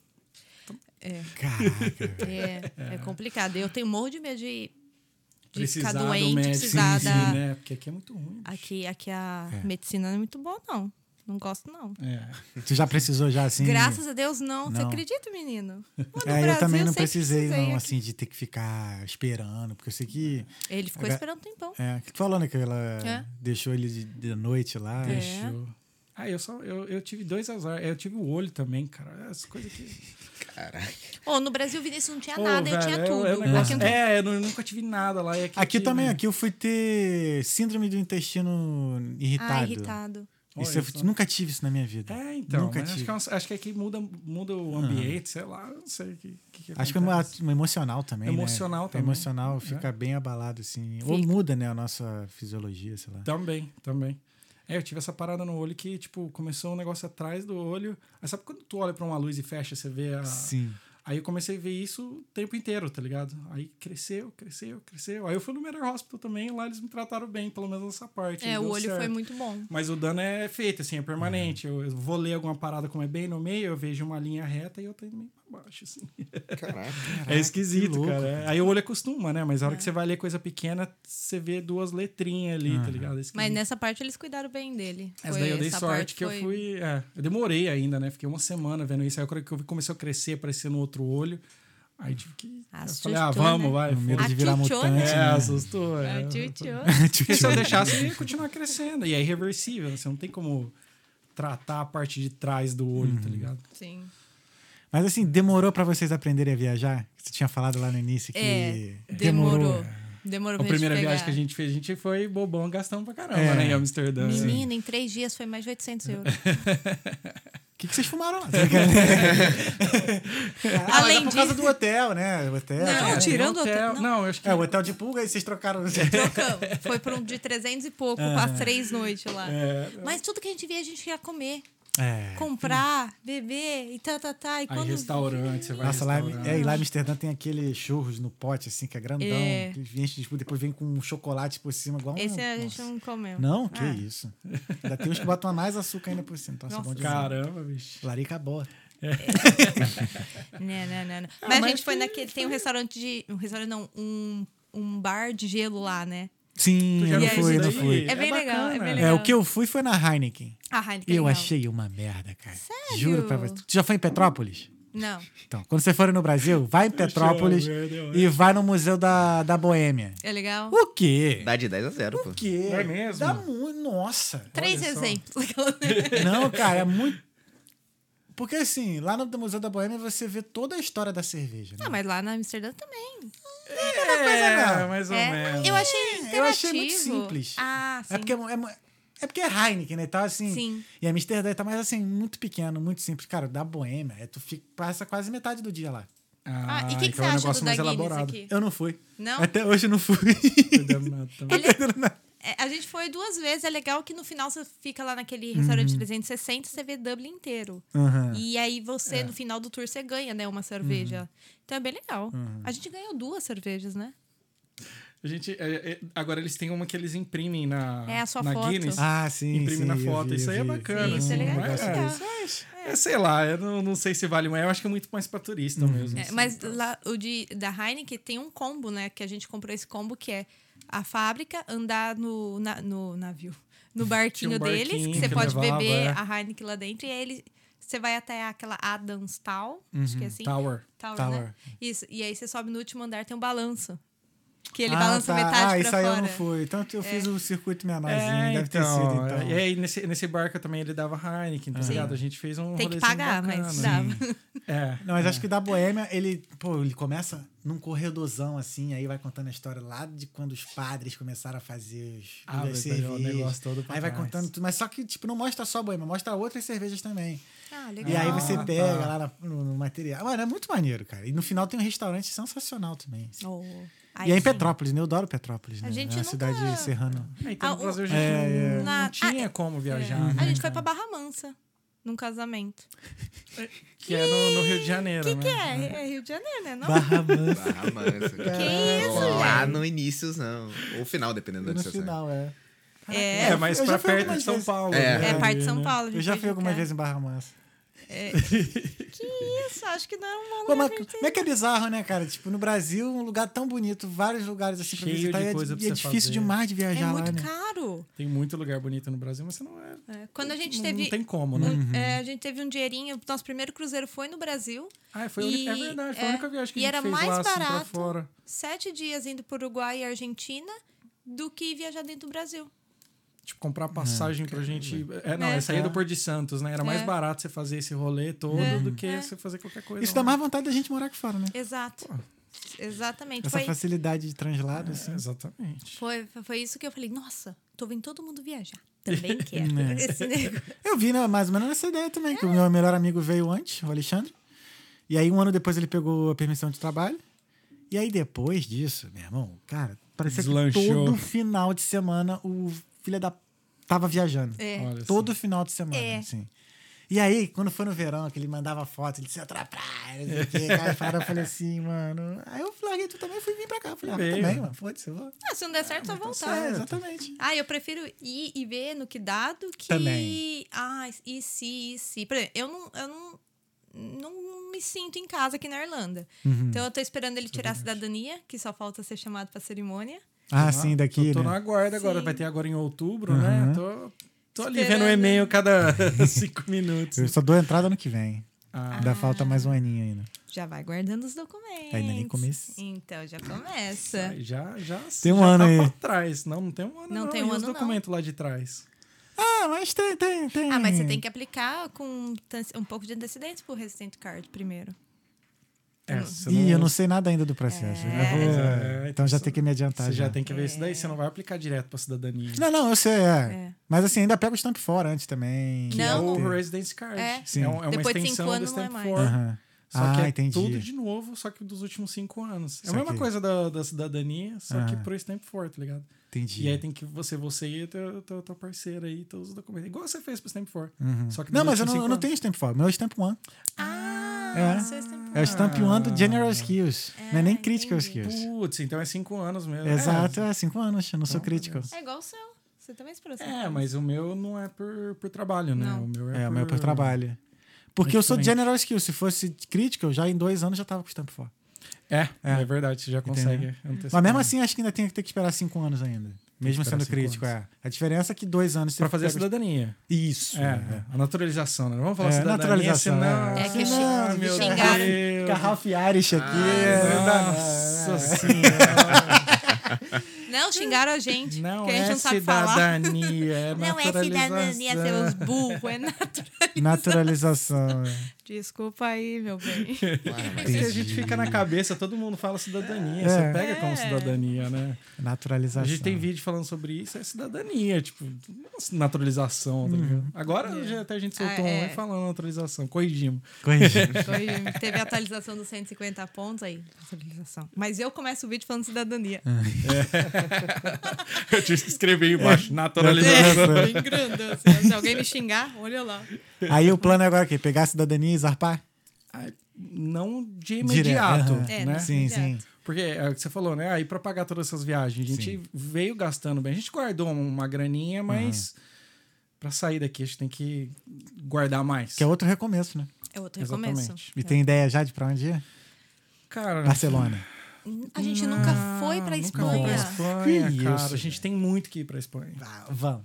[SPEAKER 3] É,
[SPEAKER 1] Caraca. velho.
[SPEAKER 4] *laughs*
[SPEAKER 3] é, é complicado. Eu tenho um monte de medo de, de
[SPEAKER 4] Precisar
[SPEAKER 3] ficar
[SPEAKER 4] do
[SPEAKER 3] doente,
[SPEAKER 4] médico,
[SPEAKER 3] precisar
[SPEAKER 4] sim,
[SPEAKER 3] da.
[SPEAKER 4] sim, né? Porque aqui é muito ruim. bicho.
[SPEAKER 3] Aqui, aqui a
[SPEAKER 1] É.
[SPEAKER 3] medicina não é muito boa, não. Não gosto, não.
[SPEAKER 4] É.
[SPEAKER 1] Tu já precisou já, assim?
[SPEAKER 3] Graças a Deus, não. Você
[SPEAKER 1] Não.
[SPEAKER 3] acredita, menino?
[SPEAKER 4] *laughs*
[SPEAKER 3] Pô, no
[SPEAKER 1] é, eu
[SPEAKER 3] Brasil,
[SPEAKER 1] também não
[SPEAKER 3] sempre
[SPEAKER 1] precisei,
[SPEAKER 3] precisei
[SPEAKER 1] não,
[SPEAKER 3] aqui.
[SPEAKER 1] assim, de ter que ficar esperando, porque eu sei que.
[SPEAKER 3] Ele ficou
[SPEAKER 1] Gra-
[SPEAKER 3] esperando um tempão.
[SPEAKER 1] É, que tu falou, né? Que ela
[SPEAKER 3] É.
[SPEAKER 1] deixou ele de, de noite lá.
[SPEAKER 3] É.
[SPEAKER 4] Fechou. Ah, eu só. Eu, eu tive dois azar. Eu tive o olho também, cara. Essas coisas que.
[SPEAKER 2] Caraca.
[SPEAKER 3] Ô, no Brasil, Vinícius não tinha
[SPEAKER 4] Pô,
[SPEAKER 3] nada, eu
[SPEAKER 4] velho,
[SPEAKER 3] tinha
[SPEAKER 4] é-
[SPEAKER 3] tudo.
[SPEAKER 4] É, um negócio-
[SPEAKER 3] Aqui não tem
[SPEAKER 4] é, eu nu- nunca tive nada lá. e aqui,
[SPEAKER 1] Aqui também, é
[SPEAKER 4] né?
[SPEAKER 1] aqui eu fui ter síndrome do intestino irritado.
[SPEAKER 3] Ah, irritado.
[SPEAKER 1] Isso eu
[SPEAKER 4] Olha só.
[SPEAKER 1] nunca tive isso na minha vida.
[SPEAKER 4] É, então.
[SPEAKER 1] Nunca
[SPEAKER 4] mas acho,
[SPEAKER 1] tive. Ah.
[SPEAKER 4] que, é uma- acho que aqui muda, muda o ambiente, sei lá. Não sei o que, que, que
[SPEAKER 1] Acho que é
[SPEAKER 4] acontece.
[SPEAKER 1] uma- uma emocional também.
[SPEAKER 4] Emocional
[SPEAKER 1] né?
[SPEAKER 4] também. É.
[SPEAKER 1] Emocional fica bem abalado, assim. Ou
[SPEAKER 3] Fica.
[SPEAKER 1] muda, né, a nossa fisiologia, sei lá.
[SPEAKER 4] Também, também. É, eu tive essa parada no olho que, tipo, começou um negócio atrás do olho. Aí sabe quando tu olha pra uma luz e fecha, você vê a.
[SPEAKER 1] Sim.
[SPEAKER 4] Aí eu comecei a ver isso o tempo inteiro, tá ligado? Aí cresceu, cresceu, cresceu. Aí eu fui no Menor Hospital também, lá eles me trataram bem, pelo menos nessa parte.
[SPEAKER 3] É,
[SPEAKER 4] deu
[SPEAKER 3] o olho
[SPEAKER 4] certo.
[SPEAKER 3] foi muito bom.
[SPEAKER 4] Mas o dano é feito, assim, é permanente. Eu, eu vou ler alguma parada como é bem no meio, eu vejo uma linha reta e outra meio pra baixo, assim.
[SPEAKER 2] Caraca.
[SPEAKER 4] é esquisito,
[SPEAKER 1] que louco,
[SPEAKER 4] cara. É, Aí o olho acostuma, né? Mas a
[SPEAKER 3] É.
[SPEAKER 4] hora que você vai ler coisa pequena, você vê duas letrinhas ali, tá ligado? É esquisito.
[SPEAKER 3] Mas nessa parte eles cuidaram bem dele.
[SPEAKER 4] Essa
[SPEAKER 3] Foi-
[SPEAKER 4] daí eu dei
[SPEAKER 3] essa
[SPEAKER 4] sorte
[SPEAKER 3] parte
[SPEAKER 4] que
[SPEAKER 3] foi-
[SPEAKER 4] eu fui. É, eu demorei ainda, né? Fiquei uma semana vendo isso. Aí a hora que eu vi começou a crescer, aparecer no outro olho. Aí tive que.
[SPEAKER 3] Ah,
[SPEAKER 4] eu falei, ah,
[SPEAKER 3] assustou,
[SPEAKER 4] vamos,
[SPEAKER 3] né?
[SPEAKER 4] vai.
[SPEAKER 1] O medo
[SPEAKER 4] foda-se.
[SPEAKER 1] de virar
[SPEAKER 3] Atchutchou,
[SPEAKER 1] mutante.
[SPEAKER 4] É,
[SPEAKER 1] né?
[SPEAKER 4] assustou.
[SPEAKER 3] Ah,
[SPEAKER 4] é.
[SPEAKER 3] tio, tio.
[SPEAKER 1] *laughs*
[SPEAKER 4] *laughs*
[SPEAKER 1] Tchutchu.
[SPEAKER 4] Porque se eu deixasse, ia continuar crescendo. E é irreversível. Você não tem como tratar a parte de trás do olho,
[SPEAKER 1] Uhum.
[SPEAKER 4] tá ligado?
[SPEAKER 3] Sim.
[SPEAKER 1] Mas assim, demorou pra vocês aprenderem a viajar? Você tinha falado lá no início que
[SPEAKER 3] É, demorou. Demorou
[SPEAKER 4] A
[SPEAKER 3] pra gente
[SPEAKER 4] primeira
[SPEAKER 3] pegar.
[SPEAKER 4] viagem que a gente fez, a gente foi bobão gastando pra caramba,
[SPEAKER 1] É.
[SPEAKER 4] né? Em Amsterdã.
[SPEAKER 3] Menina, em três dias foi mais de 800
[SPEAKER 4] *laughs*
[SPEAKER 3] euros.
[SPEAKER 1] O que, que vocês fumaram *laughs* lá?
[SPEAKER 3] Além
[SPEAKER 1] Além por causa
[SPEAKER 3] É, disso-
[SPEAKER 1] do hotel, né? O hotel.
[SPEAKER 3] Não,
[SPEAKER 1] né?
[SPEAKER 4] É,
[SPEAKER 3] tirando
[SPEAKER 4] no hotel.
[SPEAKER 3] hotel-
[SPEAKER 4] Não, eu acho que.
[SPEAKER 1] É, o hotel de pulga e vocês trocaram.
[SPEAKER 3] Trocamos. Foi por um de 300 e pouco, as três noites lá.
[SPEAKER 4] É.
[SPEAKER 3] Mas tudo que a gente via, a gente ia comer,
[SPEAKER 1] É.
[SPEAKER 3] comprar, beber e tá, tá, tá. E
[SPEAKER 4] Aí,
[SPEAKER 3] quando...
[SPEAKER 4] restaurante, você vai.
[SPEAKER 1] Nossa, lá,
[SPEAKER 4] restaurante.
[SPEAKER 1] é, e lá em Amsterdã tem aquele churros no pote, assim, que é grandão.
[SPEAKER 3] É.
[SPEAKER 1] Que enche, tipo, depois vem com um chocolate por cima, igual um-
[SPEAKER 3] Esse é, a gente
[SPEAKER 1] Nossa.
[SPEAKER 3] não comeu.
[SPEAKER 1] Não, que
[SPEAKER 3] Ah.
[SPEAKER 1] isso. Ainda tem uns que botam mais açúcar ainda por cima. Nossa, é
[SPEAKER 3] Nossa,
[SPEAKER 1] bom demais.
[SPEAKER 4] Caramba, bicho.
[SPEAKER 1] Larica boa.
[SPEAKER 3] Não, não, não, não. né, Mas, a
[SPEAKER 4] mas
[SPEAKER 3] gente foi naquele. Tem um restaurante de. Um restaurante não, um, um bar de gelo lá, né?
[SPEAKER 1] Sim,
[SPEAKER 4] Tu já
[SPEAKER 1] eu não
[SPEAKER 4] fez
[SPEAKER 1] fui,
[SPEAKER 4] isso
[SPEAKER 1] não
[SPEAKER 4] daí?
[SPEAKER 1] fui.
[SPEAKER 3] É bem legal, é
[SPEAKER 4] bacana.
[SPEAKER 3] bem
[SPEAKER 1] É, o que eu fui foi na Heineken.
[SPEAKER 3] A Heineken.
[SPEAKER 1] Eu
[SPEAKER 3] não.
[SPEAKER 1] achei uma merda, cara. Juro pra você. Tu já foi em Petrópolis?
[SPEAKER 3] Não.
[SPEAKER 1] Então, quando você for no Brasil, vai em Petrópolis
[SPEAKER 4] uma merda, eu
[SPEAKER 1] e vai no Museu da, da Boêmia.
[SPEAKER 3] É legal?
[SPEAKER 1] O quê?
[SPEAKER 2] Dá de 10 a 0, pô.
[SPEAKER 1] O quê?
[SPEAKER 4] Não é mesmo?
[SPEAKER 1] Dá muito. Nossa.
[SPEAKER 3] Três
[SPEAKER 4] olha só.
[SPEAKER 3] exemplos. *laughs*
[SPEAKER 1] Não, cara, é muito. Porque assim, lá no Museu da Boêmia você vê toda a história da cerveja. Né?
[SPEAKER 3] não, Ah, mas lá na Amsterdã também.
[SPEAKER 1] coisa,
[SPEAKER 4] É,
[SPEAKER 1] não.
[SPEAKER 4] mais ou menos.
[SPEAKER 3] É, eu achei interativo.
[SPEAKER 1] eu achei muito simples.
[SPEAKER 3] Ah, sim.
[SPEAKER 1] É porque é, mu- é mu- é porque é Heineken, né? Então, assim.
[SPEAKER 3] Sim.
[SPEAKER 1] E Amsterdã tá, mas assim, muito pequeno, muito simples. Cara, da Boêmia, é tu fica, passa quase metade do dia lá.
[SPEAKER 3] Ah, e o que, que você
[SPEAKER 4] então é um
[SPEAKER 3] acha
[SPEAKER 4] negócio
[SPEAKER 3] do da
[SPEAKER 4] mais
[SPEAKER 3] Guinness
[SPEAKER 4] elaborado.
[SPEAKER 3] aqui?
[SPEAKER 1] Eu não fui.
[SPEAKER 3] Não?
[SPEAKER 1] Até hoje eu não fui.
[SPEAKER 4] *laughs*
[SPEAKER 1] *laughs*
[SPEAKER 3] Ele- é, a gente foi duas vezes. É legal que no final você fica lá naquele
[SPEAKER 1] Uhum.
[SPEAKER 3] restaurante 360 e você vê Dublin inteiro.
[SPEAKER 1] Aham.
[SPEAKER 3] E aí você,
[SPEAKER 1] É.
[SPEAKER 3] no final do tour, você ganha, né? Uma cerveja.
[SPEAKER 1] Uhum.
[SPEAKER 3] Então é bem legal. A gente ganhou duas cervejas, né?
[SPEAKER 4] A gente, é, é, agora eles têm uma que eles imprimem na,
[SPEAKER 3] É, a sua
[SPEAKER 4] na
[SPEAKER 3] foto.
[SPEAKER 4] Guinness.
[SPEAKER 1] Ah, sim.
[SPEAKER 4] imprime
[SPEAKER 1] sim,
[SPEAKER 4] na
[SPEAKER 1] eu
[SPEAKER 4] foto.
[SPEAKER 1] vi,
[SPEAKER 4] isso
[SPEAKER 1] eu
[SPEAKER 4] aí é
[SPEAKER 1] vi.
[SPEAKER 4] bacana.
[SPEAKER 3] Sim, isso é
[SPEAKER 4] assim,
[SPEAKER 3] legal,
[SPEAKER 4] né?
[SPEAKER 3] isso é
[SPEAKER 4] É,
[SPEAKER 3] legal.
[SPEAKER 4] isso é- isso é- sei lá, eu não, não sei se vale, mas eu acho que é muito mais pra
[SPEAKER 1] Uhum.
[SPEAKER 4] turista mesmo.
[SPEAKER 3] É,
[SPEAKER 4] assim.
[SPEAKER 3] mas lá, o de, da Heineken tem um combo, né? Que a gente comprou esse combo que é a fábrica andar no, na- no navio, no barquinho,
[SPEAKER 4] Tinha um barquinho
[SPEAKER 3] deles, que você
[SPEAKER 4] que
[SPEAKER 3] pode
[SPEAKER 4] levava,
[SPEAKER 3] beber
[SPEAKER 4] é.
[SPEAKER 3] a Heineken lá dentro, e aí ele, você vai até aquela Adams Tower, acho que é assim.
[SPEAKER 4] Tower.
[SPEAKER 3] Tower,
[SPEAKER 1] Tower.
[SPEAKER 3] né? Isso. E aí você sobe no último andar, tem um balanço. Que ele
[SPEAKER 1] Ah,
[SPEAKER 3] balança
[SPEAKER 1] tá.
[SPEAKER 3] metade
[SPEAKER 1] Ah,
[SPEAKER 3] pra
[SPEAKER 1] isso
[SPEAKER 3] fora.
[SPEAKER 1] aí eu não fui. Tanto eu fiz o circuito menorzinho,
[SPEAKER 4] É,
[SPEAKER 1] deve ter sido, então.
[SPEAKER 4] é, E aí, nesse, nesse barco também ele dava Heineken, tá ligado? A gente fez um
[SPEAKER 3] Tem que
[SPEAKER 4] rolezinho
[SPEAKER 3] pagar, mas dá.
[SPEAKER 4] bacana. assim. É.
[SPEAKER 1] Não, mas acho que da Boêmia, ele, pô, ele começa num corredorzão, assim, aí vai contando a história lá de quando os padres começaram a fazer os
[SPEAKER 4] Ah,
[SPEAKER 1] as
[SPEAKER 4] vai pegar o
[SPEAKER 1] cervejas.
[SPEAKER 4] negócio todo pra
[SPEAKER 1] Aí vai
[SPEAKER 4] trás.
[SPEAKER 1] contando tudo, mas só que, tipo, não mostra só a Boêmia, mostra outras cervejas também.
[SPEAKER 3] *laughs* Ah, legal.
[SPEAKER 1] E aí você
[SPEAKER 4] Ah,
[SPEAKER 1] pega
[SPEAKER 4] tá.
[SPEAKER 1] lá na- no, no material. Mano, é muito maneiro, cara. E no final tem um restaurante sensacional também.
[SPEAKER 3] Oh.
[SPEAKER 1] e é em
[SPEAKER 3] sim.
[SPEAKER 1] Petrópolis, né? Eu adoro Petrópolis, né?
[SPEAKER 3] A
[SPEAKER 1] é
[SPEAKER 3] gente
[SPEAKER 1] uma
[SPEAKER 3] nunca-
[SPEAKER 1] cidade serrana.
[SPEAKER 4] Aí, então,
[SPEAKER 3] Ah,
[SPEAKER 4] no
[SPEAKER 3] o-
[SPEAKER 4] Brasil a gente
[SPEAKER 1] É,
[SPEAKER 4] não,
[SPEAKER 3] é.
[SPEAKER 4] não
[SPEAKER 3] Na-
[SPEAKER 4] tinha
[SPEAKER 3] ah,
[SPEAKER 4] como
[SPEAKER 3] É.
[SPEAKER 4] viajar.
[SPEAKER 1] Uhum.
[SPEAKER 4] né,
[SPEAKER 3] A gente foi
[SPEAKER 4] cara?
[SPEAKER 3] pra Barra Mansa, num casamento.
[SPEAKER 4] Que é no, no Rio de Janeiro,
[SPEAKER 3] O Ah, que,
[SPEAKER 4] né?
[SPEAKER 3] que é? É Rio de Janeiro, né? Não?
[SPEAKER 1] Barra Mansa.
[SPEAKER 2] Barra mansa.
[SPEAKER 3] isso,
[SPEAKER 2] Lá
[SPEAKER 3] gente?
[SPEAKER 2] é Ah, no início, não. Ou final, dependendo da
[SPEAKER 1] *laughs* No
[SPEAKER 2] distância.
[SPEAKER 1] final, é.
[SPEAKER 3] É,
[SPEAKER 4] É, mas
[SPEAKER 1] Eu já
[SPEAKER 4] pra
[SPEAKER 1] fui
[SPEAKER 4] perto
[SPEAKER 1] algumas
[SPEAKER 4] de São
[SPEAKER 1] vezes.
[SPEAKER 4] Paulo.
[SPEAKER 2] É.
[SPEAKER 4] né?
[SPEAKER 3] é parte de São
[SPEAKER 4] né?
[SPEAKER 3] Paulo. a
[SPEAKER 1] Eu
[SPEAKER 3] gente
[SPEAKER 1] já
[SPEAKER 3] foi
[SPEAKER 1] fui algumas
[SPEAKER 3] visitar.
[SPEAKER 1] vezes em Barra Mansa.
[SPEAKER 3] Isso, acho que não é um
[SPEAKER 1] Pô,
[SPEAKER 3] lugar
[SPEAKER 1] mas como é que é bizarro, né, cara? Tipo, no Brasil, um lugar tão bonito, vários lugares assim pra
[SPEAKER 4] Cheio
[SPEAKER 1] visitar,
[SPEAKER 4] de
[SPEAKER 1] e é,
[SPEAKER 4] coisa
[SPEAKER 1] e
[SPEAKER 4] pra
[SPEAKER 1] é
[SPEAKER 4] você
[SPEAKER 1] difícil
[SPEAKER 4] fazer.
[SPEAKER 1] demais de
[SPEAKER 3] É
[SPEAKER 1] viajar lá,
[SPEAKER 3] muito
[SPEAKER 1] né?
[SPEAKER 3] caro.
[SPEAKER 4] Tem muito lugar bonito no Brasil, mas você não é.
[SPEAKER 3] É, Quando a gente
[SPEAKER 4] não,
[SPEAKER 3] teve.
[SPEAKER 4] não tem como, né?
[SPEAKER 3] um-
[SPEAKER 1] Uhum.
[SPEAKER 3] é, a gente teve um dinheirinho. Nosso primeiro cruzeiro foi no Brasil.
[SPEAKER 4] Ah, foi a única-
[SPEAKER 3] E-
[SPEAKER 4] é verdade, foi a
[SPEAKER 3] é,
[SPEAKER 4] única viagem que
[SPEAKER 3] e
[SPEAKER 4] a gente
[SPEAKER 3] era
[SPEAKER 4] fez
[SPEAKER 3] mais
[SPEAKER 4] lá assim, pra
[SPEAKER 3] barato.
[SPEAKER 4] fora.
[SPEAKER 3] Sete dias indo pro Uruguai e Argentina do que viajar dentro do Brasil.
[SPEAKER 4] Tipo, comprar passagem pra gente. É, não,
[SPEAKER 3] É.
[SPEAKER 4] é sair do Porto de Santos, né? Era mais
[SPEAKER 3] É.
[SPEAKER 4] barato você fazer esse rolê todo do que
[SPEAKER 3] É.
[SPEAKER 4] você fazer qualquer coisa.
[SPEAKER 1] Isso dá
[SPEAKER 4] lá.
[SPEAKER 1] mais vontade da gente morar aqui fora, né?
[SPEAKER 3] Exato. Exatamente.
[SPEAKER 1] Essa
[SPEAKER 3] Foi,
[SPEAKER 1] facilidade de translado, assim.
[SPEAKER 4] É, exatamente.
[SPEAKER 3] foi, foi isso que eu falei. Nossa, tô vendo todo mundo viajar.
[SPEAKER 1] *laughs*
[SPEAKER 3] Também quero.
[SPEAKER 1] É.
[SPEAKER 3] Esse negócio. *laughs*
[SPEAKER 1] Eu vi, né, mais ou menos essa ideia também,
[SPEAKER 3] É.
[SPEAKER 1] que o meu melhor amigo veio antes, o Alexandre. E aí, um ano depois, ele pegou a permissão de trabalho. E aí, depois disso, meu irmão, cara, parecia que
[SPEAKER 4] Deslanchou.
[SPEAKER 1] todo final de semana o filho da. tava viajando.
[SPEAKER 3] É.
[SPEAKER 4] Olha só.
[SPEAKER 1] Todo final de semana,
[SPEAKER 3] É.
[SPEAKER 1] assim. E aí, quando foi no verão, que ele mandava foto, ele disse, eu tô na praia, não sei o
[SPEAKER 4] É.
[SPEAKER 1] quê. Cara, falaram, eu falei assim, mano. Aí eu larguei tu também, fui vir pra cá. Eu falei, ah,
[SPEAKER 4] Veio.
[SPEAKER 1] também, mano, foda-se, eu vou.
[SPEAKER 3] Ah, se não der certo, só
[SPEAKER 1] É,
[SPEAKER 3] voltar.
[SPEAKER 1] exatamente.
[SPEAKER 3] Ah, eu prefiro ir e ver no que dá do que.
[SPEAKER 1] Também.
[SPEAKER 3] Ah, e se, e se. Por exemplo, eu não, eu não, não, não me sinto em casa aqui na Irlanda. Então eu tô esperando ele tirar a cidadania, que só falta ser chamado pra cerimônia.
[SPEAKER 1] Ah,
[SPEAKER 4] Ah,
[SPEAKER 1] sim, daqui,
[SPEAKER 4] Tô, tô
[SPEAKER 1] né?
[SPEAKER 4] na guarda agora, vai ter agora em outubro, né? Tô, tô ali vendo o
[SPEAKER 3] Esperando.
[SPEAKER 4] e-mail cada *laughs* cinco minutos.
[SPEAKER 1] Eu só dou entrada ano que vem.
[SPEAKER 4] Ah.
[SPEAKER 1] Ainda falta mais um aninho ainda.
[SPEAKER 3] Já vai guardando os documentos.
[SPEAKER 1] Ainda nem comecei.
[SPEAKER 3] Então já começa.
[SPEAKER 4] Aí É. Já, já.
[SPEAKER 1] Tem um
[SPEAKER 4] já
[SPEAKER 1] ano
[SPEAKER 4] tá
[SPEAKER 1] aí.
[SPEAKER 4] pra trás. Não, não tem um ano.
[SPEAKER 3] É. Não
[SPEAKER 4] Não,
[SPEAKER 3] tem
[SPEAKER 4] E
[SPEAKER 3] um
[SPEAKER 4] os
[SPEAKER 3] ano, não.
[SPEAKER 4] documentos lá de trás.
[SPEAKER 1] Ah, mas tem, tem, tem.
[SPEAKER 3] Ah, mas você tem que aplicar com tan- um pouco de antecedência pro Resident Card primeiro.
[SPEAKER 4] É,
[SPEAKER 3] um
[SPEAKER 4] você
[SPEAKER 1] Ih, eu não sei nada ainda do processo.
[SPEAKER 3] É.
[SPEAKER 1] Eu vou-
[SPEAKER 4] É,
[SPEAKER 1] então já
[SPEAKER 4] então
[SPEAKER 1] tem que me adiantar.
[SPEAKER 4] Você
[SPEAKER 1] já.
[SPEAKER 4] já tem que ver isso daí. Você não vai aplicar direto pra cidadania.
[SPEAKER 1] Não, não, eu sei. É.
[SPEAKER 3] É.
[SPEAKER 1] Mas assim, ainda pega o stamp fora antes também.
[SPEAKER 4] Que é
[SPEAKER 3] Não.
[SPEAKER 4] o Residence Card.
[SPEAKER 3] É.
[SPEAKER 1] Sim.
[SPEAKER 4] um- uma
[SPEAKER 3] Depois de cinco
[SPEAKER 4] extensão do
[SPEAKER 3] anos, não é
[SPEAKER 4] Stamp
[SPEAKER 3] mais.
[SPEAKER 4] for.
[SPEAKER 1] Aham.
[SPEAKER 4] Só
[SPEAKER 1] ah,
[SPEAKER 4] que é
[SPEAKER 1] entendi.
[SPEAKER 4] tudo de novo, só que dos últimos cinco anos. É a
[SPEAKER 1] Saquei.
[SPEAKER 4] mesma coisa da, da cidadania, só que
[SPEAKER 1] Aham.
[SPEAKER 4] pro Stamp for, tá ligado?
[SPEAKER 1] Entendi.
[SPEAKER 4] E aí tem que você, você e teu, teu, teu parceiro aí, todos os documentos. Igual você fez pro Stamp for.
[SPEAKER 1] Uhum.
[SPEAKER 4] Só que
[SPEAKER 1] não,
[SPEAKER 4] dos
[SPEAKER 1] mas eu não,
[SPEAKER 4] últimos
[SPEAKER 1] eu não
[SPEAKER 4] cinco
[SPEAKER 1] tenho stamp fora. Meu é stamp one.
[SPEAKER 3] Ah,
[SPEAKER 1] É.
[SPEAKER 3] seu tempo.
[SPEAKER 1] É o stamp one do
[SPEAKER 4] Ah.
[SPEAKER 1] General Skills. não é nem
[SPEAKER 3] Ah,
[SPEAKER 1] critical
[SPEAKER 3] entendi.
[SPEAKER 1] skills.
[SPEAKER 4] Putz, então é cinco anos mesmo.
[SPEAKER 1] Exato, é cinco anos. Eu não sou
[SPEAKER 4] Pelo amor de
[SPEAKER 1] critical.
[SPEAKER 4] Deus.
[SPEAKER 3] É igual o seu. Você também esperou cinco
[SPEAKER 4] É,
[SPEAKER 3] anos.
[SPEAKER 4] mas o meu não é por, por trabalho, né?
[SPEAKER 3] Não.
[SPEAKER 4] O meu
[SPEAKER 1] É,
[SPEAKER 4] é, por...
[SPEAKER 1] o meu é por trabalho. Porque eu sou
[SPEAKER 4] diferente.
[SPEAKER 1] General Skills. Se fosse critical, já em dois anos já tava com stamp fora.
[SPEAKER 4] É, é, verdade, você já consegue
[SPEAKER 1] Mas
[SPEAKER 4] antecipar.
[SPEAKER 1] mesmo assim, acho que ainda tem que ter que esperar cinco anos ainda. Mesmo
[SPEAKER 4] é. esperar
[SPEAKER 1] sendo
[SPEAKER 4] cinco
[SPEAKER 1] crítico, é. A diferença é que dois anos você
[SPEAKER 4] Pra fazer a
[SPEAKER 1] pega-
[SPEAKER 4] cidadania.
[SPEAKER 1] Isso.
[SPEAKER 4] É, a naturalização, né? Vamos falar
[SPEAKER 1] É,
[SPEAKER 4] cidadania,
[SPEAKER 1] naturalização,
[SPEAKER 4] senão...
[SPEAKER 1] é.
[SPEAKER 3] É que
[SPEAKER 4] Ah,
[SPEAKER 3] xing-
[SPEAKER 4] meu
[SPEAKER 3] xingaram.
[SPEAKER 4] Deus. Ah,
[SPEAKER 1] Garraf Irish aqui. é,
[SPEAKER 4] Nossa senhora.
[SPEAKER 3] Não, xingaram a gente.
[SPEAKER 4] Não
[SPEAKER 3] que a gente
[SPEAKER 4] é
[SPEAKER 3] não sabe falar.
[SPEAKER 4] cidadania, é
[SPEAKER 3] Não é cidadania, seus burros. É natural.
[SPEAKER 1] Naturalização.
[SPEAKER 3] *laughs*
[SPEAKER 1] é.
[SPEAKER 3] Desculpa aí, meu bem.
[SPEAKER 4] É que a gente fica na cabeça, todo mundo fala cidadania.
[SPEAKER 1] É.
[SPEAKER 4] Você pega como
[SPEAKER 3] É.
[SPEAKER 4] cidadania, né?
[SPEAKER 1] é. Naturalização.
[SPEAKER 4] A gente tem vídeo falando sobre isso, é cidadania, tipo, naturalização, tá ligado? Agora já até a gente soltou
[SPEAKER 3] Ah,
[SPEAKER 4] um
[SPEAKER 3] é.
[SPEAKER 4] aí falando naturalização, corrigimos. *laughs*
[SPEAKER 1] Corrigi.
[SPEAKER 3] Corrigi- Teve a atualização dos 150 pontos aí. Atualização. Mas eu começo o vídeo falando cidadania.
[SPEAKER 4] É. Eu tive que escrever embaixo,
[SPEAKER 3] É, bem grande. assim. Se alguém me xingar, olha lá.
[SPEAKER 1] Aí o plano é agora o quê? Pegar a cidadania e zarpar?
[SPEAKER 4] Ah, Não de imediato,
[SPEAKER 1] aham.
[SPEAKER 3] É,
[SPEAKER 4] né?
[SPEAKER 3] não.
[SPEAKER 1] Sim,
[SPEAKER 3] Exato.
[SPEAKER 1] sim.
[SPEAKER 4] Porque é o que você falou, né? Aí pra pagar todas essas viagens, a gente veio gastando bem. A gente guardou um, uma graninha, mas pra sair daqui a gente tem que guardar mais.
[SPEAKER 1] Que é outro recomeço, né?
[SPEAKER 3] É outro recomeço. É.
[SPEAKER 4] Exatamente.
[SPEAKER 1] E tem ideia já de pra onde ir?
[SPEAKER 4] Cara,
[SPEAKER 1] Barcelona.
[SPEAKER 3] A gente nunca foi pra
[SPEAKER 4] nunca fui pra
[SPEAKER 3] Espanha.
[SPEAKER 4] Espanha,
[SPEAKER 1] Que
[SPEAKER 4] cara.
[SPEAKER 1] isso,
[SPEAKER 4] a gente tem muito que ir pra Espanha.
[SPEAKER 1] Ah, vamos.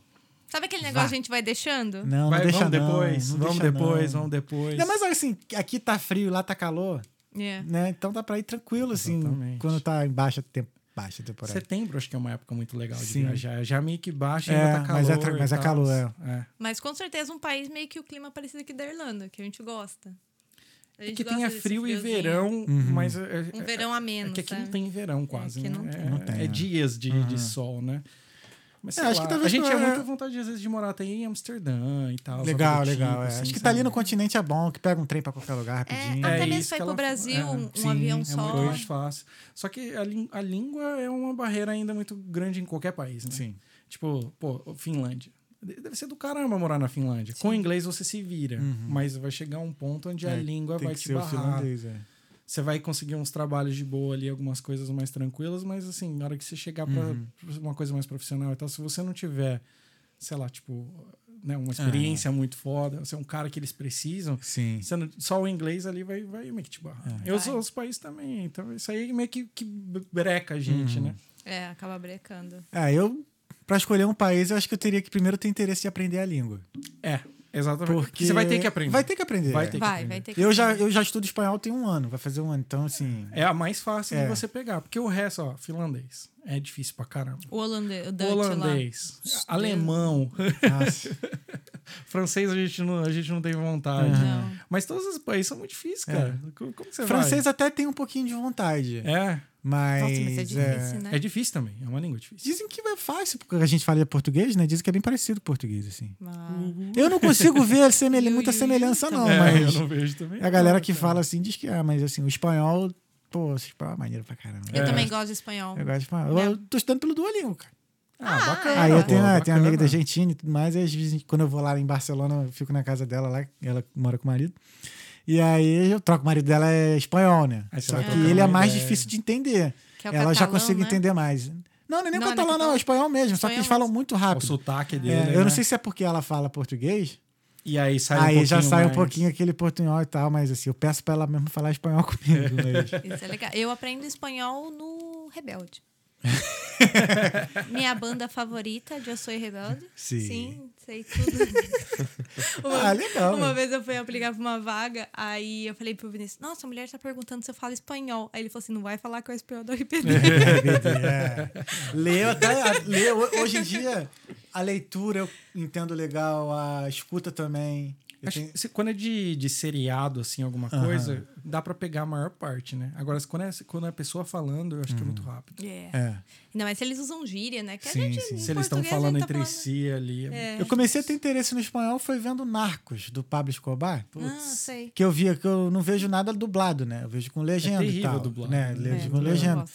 [SPEAKER 3] Sabe aquele negócio que a gente vai deixando?
[SPEAKER 1] Não,
[SPEAKER 4] Vai,
[SPEAKER 1] não deixa
[SPEAKER 4] vamos
[SPEAKER 1] não,
[SPEAKER 4] depois,
[SPEAKER 1] não
[SPEAKER 4] vamos
[SPEAKER 1] deixa
[SPEAKER 4] depois,
[SPEAKER 1] não.
[SPEAKER 4] vamos depois.
[SPEAKER 1] Ainda mais assim, aqui tá frio, lá tá calor,
[SPEAKER 3] É.
[SPEAKER 1] né? Então dá pra ir tranquilo, assim,
[SPEAKER 4] Exatamente.
[SPEAKER 1] quando tá em baixa, tem... baixa temporada.
[SPEAKER 4] Setembro acho que é uma época muito legal de
[SPEAKER 1] Sim.
[SPEAKER 4] viajar. Já meio que baixa e
[SPEAKER 1] É,
[SPEAKER 4] ainda tá calor.
[SPEAKER 1] mas é tra- mas
[SPEAKER 4] e
[SPEAKER 1] é
[SPEAKER 4] tal.
[SPEAKER 1] calor, é.
[SPEAKER 4] é.
[SPEAKER 3] Mas com certeza um país meio que o clima parecido aqui da Irlanda, que a gente gosta. A
[SPEAKER 4] É
[SPEAKER 3] gente
[SPEAKER 4] que
[SPEAKER 3] gosta
[SPEAKER 4] tenha
[SPEAKER 3] desse
[SPEAKER 4] frio e
[SPEAKER 3] friozinho.
[SPEAKER 4] verão,
[SPEAKER 1] Uhum.
[SPEAKER 4] mas... É, é-
[SPEAKER 3] Um verão a
[SPEAKER 4] é
[SPEAKER 3] menos,
[SPEAKER 4] que aqui
[SPEAKER 3] sabe?
[SPEAKER 4] não tem verão quase,
[SPEAKER 3] aqui
[SPEAKER 4] né?
[SPEAKER 3] não tem.
[SPEAKER 4] É,
[SPEAKER 1] Não tem,
[SPEAKER 4] é
[SPEAKER 1] é.
[SPEAKER 4] dias de, de sol, né? Mas sei
[SPEAKER 1] É, acho
[SPEAKER 4] lá,
[SPEAKER 1] que talvez
[SPEAKER 4] a gente é
[SPEAKER 1] pra-
[SPEAKER 4] muito à vontade, às vezes, de morar até em Amsterdã e tal.
[SPEAKER 1] Legal,
[SPEAKER 4] sabe do tipo,
[SPEAKER 1] legal. é.
[SPEAKER 4] assim,
[SPEAKER 1] Acho que tá
[SPEAKER 4] sabe?
[SPEAKER 1] ali no continente é bom, que pega um trem pra qualquer lugar rapidinho.
[SPEAKER 3] É, até
[SPEAKER 4] É
[SPEAKER 3] mesmo
[SPEAKER 4] isso
[SPEAKER 3] pra ir
[SPEAKER 4] que
[SPEAKER 3] pro
[SPEAKER 4] ela-
[SPEAKER 3] Brasil,
[SPEAKER 4] é,
[SPEAKER 3] um,
[SPEAKER 1] sim,
[SPEAKER 3] avião
[SPEAKER 1] é
[SPEAKER 3] só. né?
[SPEAKER 4] muito mais fácil. Só que a, lin- a língua é uma barreira ainda muito grande em qualquer país, né?
[SPEAKER 1] Sim.
[SPEAKER 4] Tipo, pô, Finlândia. De- Deve ser do caramba morar na Finlândia. Com inglês você se vira, mas vai chegar um ponto onde a
[SPEAKER 1] Uhum. É,
[SPEAKER 4] língua
[SPEAKER 1] tem
[SPEAKER 4] vai
[SPEAKER 1] que
[SPEAKER 4] te
[SPEAKER 1] ser o
[SPEAKER 4] barrar.
[SPEAKER 1] finlandês, é.
[SPEAKER 4] Você vai conseguir uns trabalhos de boa ali, algumas coisas mais tranquilas, mas assim, na hora que você chegar pra
[SPEAKER 1] Uhum.
[SPEAKER 4] pra uma coisa mais profissional e tal, se você não tiver, sei lá, tipo, né,
[SPEAKER 1] É.
[SPEAKER 4] uma experiência muito foda, você é um cara que eles precisam,
[SPEAKER 1] Sim.
[SPEAKER 4] Sendo só o inglês ali vai, vai meio que te barrar.
[SPEAKER 1] É.
[SPEAKER 4] E os outros países também. Então isso aí meio que, que breca a gente,
[SPEAKER 1] Uhum.
[SPEAKER 4] né?
[SPEAKER 3] É, acaba brecando.
[SPEAKER 1] É, eu, pra escolher um país, eu acho que eu teria que primeiro ter interesse de aprender a língua.
[SPEAKER 4] É, exatamente.
[SPEAKER 1] Porque
[SPEAKER 4] Porque você vai ter que aprender.
[SPEAKER 1] Vai ter que aprender.
[SPEAKER 4] Vai
[SPEAKER 1] é.
[SPEAKER 4] ter que
[SPEAKER 3] Vai,
[SPEAKER 4] aprender.
[SPEAKER 3] vai ter que.
[SPEAKER 1] Eu já, eu já estudo espanhol tem um ano, vai fazer um ano, então
[SPEAKER 4] *laughs*
[SPEAKER 1] assim.
[SPEAKER 4] É a mais fácil
[SPEAKER 1] É.
[SPEAKER 4] de você pegar. Porque o resto, ó, finlandês. É difícil pra caramba.
[SPEAKER 3] O holandês, o Dutch lá.
[SPEAKER 4] Holandês, alemão,
[SPEAKER 1] Nossa.
[SPEAKER 4] francês a gente não, a gente não tem vontade.
[SPEAKER 3] Não.
[SPEAKER 4] Mas todos os países são muito difíceis, cara. Como, como você
[SPEAKER 1] É. francês
[SPEAKER 4] vai?
[SPEAKER 1] até tem um pouquinho de vontade.
[SPEAKER 4] É,
[SPEAKER 1] Mas.
[SPEAKER 3] Nossa, mas é difícil, né?
[SPEAKER 4] é difícil também. É uma língua difícil.
[SPEAKER 1] Dizem que é fácil, porque a gente fala português, né? Dizem que é bem parecido com português, assim.
[SPEAKER 3] Mas-
[SPEAKER 1] Eu não consigo ver a semel-
[SPEAKER 3] Ui,
[SPEAKER 1] muita
[SPEAKER 3] ui,
[SPEAKER 1] semelhança,
[SPEAKER 3] tá
[SPEAKER 1] não,
[SPEAKER 3] bom.
[SPEAKER 4] é,
[SPEAKER 1] mas.
[SPEAKER 4] eu não vejo também. Ah,
[SPEAKER 1] A galera
[SPEAKER 4] não,
[SPEAKER 1] que
[SPEAKER 4] cara.
[SPEAKER 1] fala assim diz que é, mas assim, o espanhol, pô, o espanhol é maneiro pra caramba.
[SPEAKER 3] Eu
[SPEAKER 4] É.
[SPEAKER 3] também É. gosto de espanhol.
[SPEAKER 1] Eu gosto de espanhol. Eu- Eu tô estudando pelo Duolingo, cara.
[SPEAKER 4] Ah,
[SPEAKER 3] É.
[SPEAKER 4] bacana.
[SPEAKER 1] Aí eu
[SPEAKER 4] pô,
[SPEAKER 1] tenho, ah, eu tenho uma amiga
[SPEAKER 4] bacana.
[SPEAKER 1] da Argentina e tudo mais, e às vezes quando eu vou lá em Barcelona, eu fico na casa dela lá, ela mora com o marido. E aí eu troco, o marido dela é espanhol, né?
[SPEAKER 4] Aí você
[SPEAKER 1] Só
[SPEAKER 4] vai
[SPEAKER 1] que
[SPEAKER 4] trocando
[SPEAKER 1] ele é
[SPEAKER 4] uma
[SPEAKER 1] mais
[SPEAKER 4] ideia.
[SPEAKER 1] difícil de entender.
[SPEAKER 3] Que é o
[SPEAKER 1] ela já
[SPEAKER 3] catalão,
[SPEAKER 1] consegue
[SPEAKER 3] né?
[SPEAKER 1] entender mais. Não, não é nem
[SPEAKER 3] Não,
[SPEAKER 1] catalão,
[SPEAKER 3] não é
[SPEAKER 1] não, é espanhol mesmo, só que
[SPEAKER 3] Espanhol
[SPEAKER 1] eles falam
[SPEAKER 3] mesmo.
[SPEAKER 1] muito
[SPEAKER 4] O
[SPEAKER 1] rápido.
[SPEAKER 4] sotaque
[SPEAKER 1] É,
[SPEAKER 4] dele.
[SPEAKER 1] eu
[SPEAKER 4] né?
[SPEAKER 1] não sei se é porque ela fala português,
[SPEAKER 4] E aí sai um
[SPEAKER 1] Aí
[SPEAKER 4] pouquinho
[SPEAKER 1] já sai um
[SPEAKER 4] mais.
[SPEAKER 1] pouquinho aquele portunhol e tal, mas assim, eu peço pra ela mesmo falar espanhol comigo. né, mas-
[SPEAKER 3] Isso é legal. Eu aprendo espanhol no
[SPEAKER 4] *laughs*
[SPEAKER 3] Rebelde. Minha banda favorita, de Eu Sou Rebelde.
[SPEAKER 1] Sim.
[SPEAKER 3] sei tudo.
[SPEAKER 4] *laughs*
[SPEAKER 1] Ah, legal.
[SPEAKER 3] Uma vez eu fui aplicar pra uma vaga, aí eu falei pro Vinícius, nossa, a mulher tá perguntando se eu falo espanhol. Aí ele falou assim, não vai falar que eu espanhol do RPD.
[SPEAKER 1] É. *laughs* Leu até. a- Leu, hoje em dia, a leitura eu entendo legal, a escuta também. Eu
[SPEAKER 4] Acho
[SPEAKER 1] tenho-
[SPEAKER 4] que se- quando é de, de seriado, assim, alguma
[SPEAKER 1] Aham.
[SPEAKER 4] coisa, dá pra pegar a maior parte, né? Agora, se- quando é, quando é a pessoa falando, eu acho
[SPEAKER 1] Uhum.
[SPEAKER 4] que *laughs* é muito rápido.
[SPEAKER 3] É.
[SPEAKER 1] É.
[SPEAKER 3] Ainda mais se eles usam gíria, né? Que a
[SPEAKER 1] Sim,
[SPEAKER 3] gente,
[SPEAKER 1] sim.
[SPEAKER 3] em
[SPEAKER 4] Se eles estão
[SPEAKER 3] português, a
[SPEAKER 4] falando
[SPEAKER 3] gente tá
[SPEAKER 4] entre si ali. É.
[SPEAKER 1] Eu comecei a ter interesse no espanhol foi vendo Narcos, do Pablo Escobar.
[SPEAKER 3] Ah, sei.
[SPEAKER 1] Que eu via, que eu não vejo nada dublado, né? Eu vejo com legenda e
[SPEAKER 4] terrível
[SPEAKER 1] tal.
[SPEAKER 4] dublado,
[SPEAKER 1] Né?
[SPEAKER 4] né?
[SPEAKER 1] Eu vejo
[SPEAKER 3] É,
[SPEAKER 1] com
[SPEAKER 3] eu
[SPEAKER 1] legenda.
[SPEAKER 3] gosto.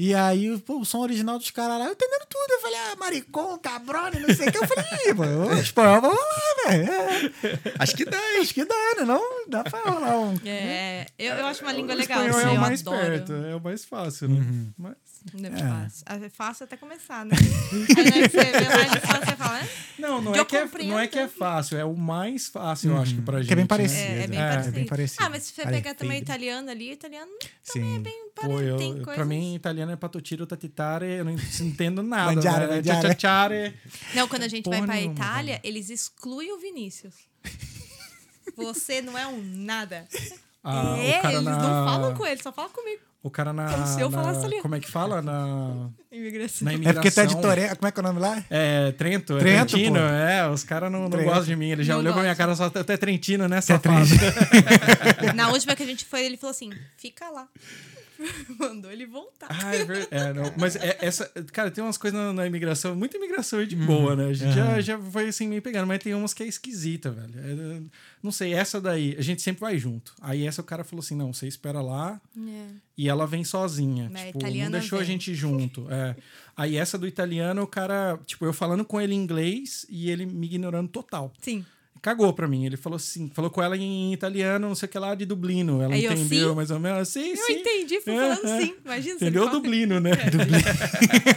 [SPEAKER 1] E aí, pô, o som original dos caras lá, eu entendendo tudo. Eu falei, ah, maricom, cabrone, não sei o que. Eu falei, "Ih, *laughs* mano, o espanhol, vamos lá, velho. É,
[SPEAKER 2] Ah, Acho que dá.
[SPEAKER 1] acho que dá, né? Não dá pra rolar um.
[SPEAKER 3] É, eu, eu acho uma língua
[SPEAKER 4] Né? O
[SPEAKER 3] legal.
[SPEAKER 4] espanhol
[SPEAKER 3] assim,
[SPEAKER 4] é o
[SPEAKER 3] eu
[SPEAKER 4] mais
[SPEAKER 3] adoro.
[SPEAKER 4] perto, é o mais fácil, né?
[SPEAKER 1] Uhum.
[SPEAKER 4] Mas-
[SPEAKER 3] Não é fácil. É fácil até começar,
[SPEAKER 4] *laughs*
[SPEAKER 3] né? Aí na hora que você vê lá, ele fala, você fala, "Ah,
[SPEAKER 4] Não, não
[SPEAKER 3] Eu
[SPEAKER 4] é, que é,
[SPEAKER 3] compreendo.
[SPEAKER 4] não é que é fácil, é o mais fácil, eu acho que pra gente.
[SPEAKER 1] Que é bem
[SPEAKER 4] né?
[SPEAKER 1] parecido.
[SPEAKER 3] É, é bem,
[SPEAKER 1] É, é
[SPEAKER 3] parecido.
[SPEAKER 1] bem parecido.
[SPEAKER 3] Ah, mas se você pegar também o
[SPEAKER 1] Parecido.
[SPEAKER 3] italiano ali, o italiano
[SPEAKER 1] Sim.
[SPEAKER 3] é bem
[SPEAKER 4] Pô,
[SPEAKER 3] parecido.
[SPEAKER 4] eu-
[SPEAKER 3] tem
[SPEAKER 4] eu-
[SPEAKER 3] coisas...
[SPEAKER 4] pra mim, italiano é patotiro, tatitare, eu não
[SPEAKER 1] *laughs*
[SPEAKER 4] entendo nada.
[SPEAKER 1] Mangiare,
[SPEAKER 4] né?
[SPEAKER 1] mangiare.
[SPEAKER 4] Tchachare.
[SPEAKER 3] Não, quando a gente vai
[SPEAKER 4] porra
[SPEAKER 3] pra
[SPEAKER 4] nenhuma,
[SPEAKER 3] Itália,
[SPEAKER 4] velho.
[SPEAKER 3] eles excluem o Vinícius. Você não é um nada.
[SPEAKER 4] Ah,
[SPEAKER 3] é,
[SPEAKER 4] o cara
[SPEAKER 3] eles
[SPEAKER 4] na,
[SPEAKER 3] não falam com ele, só falam comigo.
[SPEAKER 4] O cara na.
[SPEAKER 3] como se eu falasse
[SPEAKER 4] na-
[SPEAKER 3] italiano.
[SPEAKER 4] Como é que fala? Na,
[SPEAKER 3] Imigração.
[SPEAKER 4] na imigração.
[SPEAKER 1] É porque tá de Toré, como é que é o nome lá?
[SPEAKER 4] É, Trento, é
[SPEAKER 1] Trento,
[SPEAKER 4] Trentino,
[SPEAKER 1] pô.
[SPEAKER 4] é, os caras não, não
[SPEAKER 1] Trento. Tá
[SPEAKER 4] gostam de mim. Ele já
[SPEAKER 3] Não
[SPEAKER 4] olhou pra minha
[SPEAKER 3] gosta.
[SPEAKER 4] cara só até Trentino, né, safado?
[SPEAKER 3] Na última que a gente foi, ele falou assim: fica lá. *laughs* Mandou ele voltar.
[SPEAKER 4] Ah, é verdade. É, não. Mas é- essa. Cara, tem umas coisas na, na imigração, muita imigração é de boa, né? A gente já, já foi assim meio pegando, mas tem umas que é esquisita, velho. É, não sei, essa daí, a gente sempre vai junto. Aí essa o cara falou assim: não, você espera lá e ela vem sozinha.
[SPEAKER 3] Mas
[SPEAKER 4] tipo, não
[SPEAKER 3] Né, italiana
[SPEAKER 4] deixou a
[SPEAKER 3] vem.
[SPEAKER 4] gente junto. É. Aí essa do italiano, o cara, tipo, eu falando com ele em inglês e ele me ignorando total.
[SPEAKER 3] Sim.
[SPEAKER 4] Cagou pra mim. Ele falou assim, falou com ela em italiano, não sei o que lá, de Dublino. Ela
[SPEAKER 3] Aí eu,
[SPEAKER 4] entendeu
[SPEAKER 3] sim?
[SPEAKER 4] mais ou menos. Sim,
[SPEAKER 3] Eu
[SPEAKER 4] sim.
[SPEAKER 3] entendi, foi
[SPEAKER 4] É,
[SPEAKER 3] falando
[SPEAKER 4] é.
[SPEAKER 3] sim. Imagina se ele
[SPEAKER 4] Entendeu
[SPEAKER 3] fala- *laughs*
[SPEAKER 4] Dublino, né? *laughs*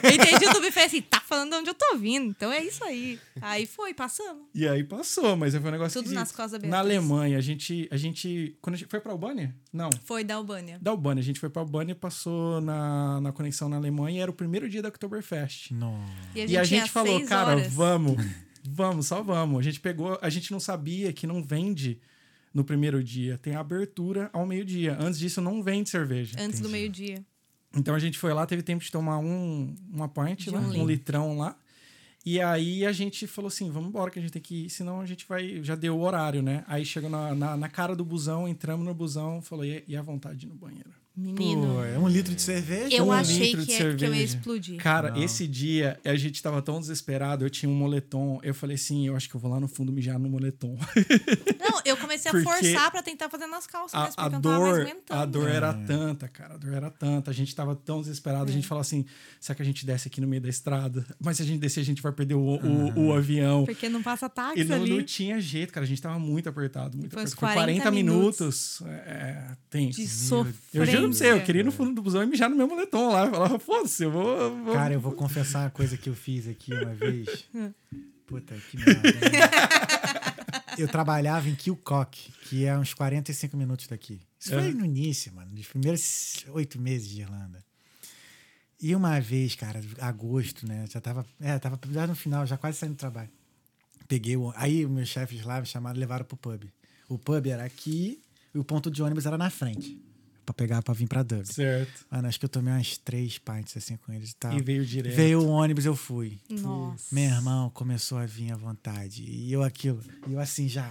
[SPEAKER 3] Eu entendi o Dubi foi assim, tá falando de onde eu tô vindo, então é isso aí. Aí foi, passamos.
[SPEAKER 4] E aí passou, mas foi um negócio
[SPEAKER 3] Tudo
[SPEAKER 4] esquisito.
[SPEAKER 3] nas costas abertas.
[SPEAKER 4] Na Alemanha, a gente, a gente... Quando a gente foi pra Albânia? Não.
[SPEAKER 3] Foi da Albânia.
[SPEAKER 4] Da Albânia. A gente foi pra Albânia, passou na, na conexão na Alemanha e era o primeiro dia da Oktoberfest.
[SPEAKER 1] Nossa.
[SPEAKER 3] E a gente,
[SPEAKER 4] E a
[SPEAKER 3] tinha
[SPEAKER 4] gente falou,
[SPEAKER 3] seis
[SPEAKER 4] cara,
[SPEAKER 3] horas. *laughs*
[SPEAKER 4] vamos, vamos, só vamos. A gente pegou, a gente não sabia que não vende no primeiro dia. Tem a abertura ao meio-dia. Antes disso, não vende cerveja.
[SPEAKER 3] Antes do meio-dia.
[SPEAKER 4] Então a gente foi lá, teve tempo de tomar um, uma pint,
[SPEAKER 3] De
[SPEAKER 4] lá,
[SPEAKER 3] um
[SPEAKER 4] um,
[SPEAKER 3] litro.
[SPEAKER 4] litrão lá. E aí a gente falou assim, vamos embora que a gente tem que ir, senão a gente vai... Já deu o horário, né? Aí chegou na, na, na cara do busão, entramos no busão, falou, e, e a vontade de ir no banheiro?
[SPEAKER 3] Menino.
[SPEAKER 1] Pô, é um litro de cerveja?
[SPEAKER 3] eu
[SPEAKER 4] um
[SPEAKER 3] achei
[SPEAKER 4] litro de
[SPEAKER 3] que, é, que eu
[SPEAKER 4] cerveja.
[SPEAKER 3] ia explodir.
[SPEAKER 4] Cara,
[SPEAKER 1] Não.
[SPEAKER 4] esse dia a gente tava tão desesperado, eu tinha um moletom, eu falei assim, eu acho que eu vou lá no fundo mijar no moletom.
[SPEAKER 3] Não, eu comecei a
[SPEAKER 4] Porque
[SPEAKER 3] forçar pra tentar fazer nas calças,
[SPEAKER 4] a,
[SPEAKER 3] mas
[SPEAKER 4] a
[SPEAKER 3] porque eu não tava mais
[SPEAKER 4] dor,
[SPEAKER 3] aguentando. né?
[SPEAKER 4] a dor era tanta, cara. A dor era tanta. A gente tava tão desesperado.
[SPEAKER 3] É.
[SPEAKER 4] A gente falou assim: será que a gente desce aqui no meio da estrada? Mas se a gente descer, a gente vai perder o, o- o avião.
[SPEAKER 3] Porque não passa táxi
[SPEAKER 4] E não,
[SPEAKER 3] ali.
[SPEAKER 4] não tinha jeito, cara. A gente tava muito apertado. Muito
[SPEAKER 3] Foi uns
[SPEAKER 4] apertado. Foi
[SPEAKER 3] 40
[SPEAKER 4] minutos. É, tem.
[SPEAKER 3] De sofrência.
[SPEAKER 4] Eu juro pra você, eu queria ir no fundo do busão e mijar no meu moletom lá. Eu falava, foda-se, eu vou. eu vou-
[SPEAKER 1] Cara, eu vou confessar uma coisa que eu fiz aqui uma vez. Puta, que merda. né? Eu trabalhava em Kilcock, que é uns 45 minutos daqui. Isso foi
[SPEAKER 4] Aham.
[SPEAKER 1] no início, mano, nos primeiros oito meses de Irlanda. E uma vez, cara, agosto, né? Já tava, é, tava já no final, já quase saindo do trabalho. Peguei o, aí os meus chefes lá me chamaram, levaram pro pub. O pub era aqui e o ponto de ônibus era na frente, Pra pegar pra vir pra Dublin.
[SPEAKER 4] Certo.
[SPEAKER 1] Mano, acho que eu tomei umas três pints assim com eles e tal.
[SPEAKER 4] E veio direto.
[SPEAKER 1] Veio o ônibus, eu fui.
[SPEAKER 3] Nossa.
[SPEAKER 1] Meu irmão começou a vir à vontade. E eu aquilo, e eu assim já.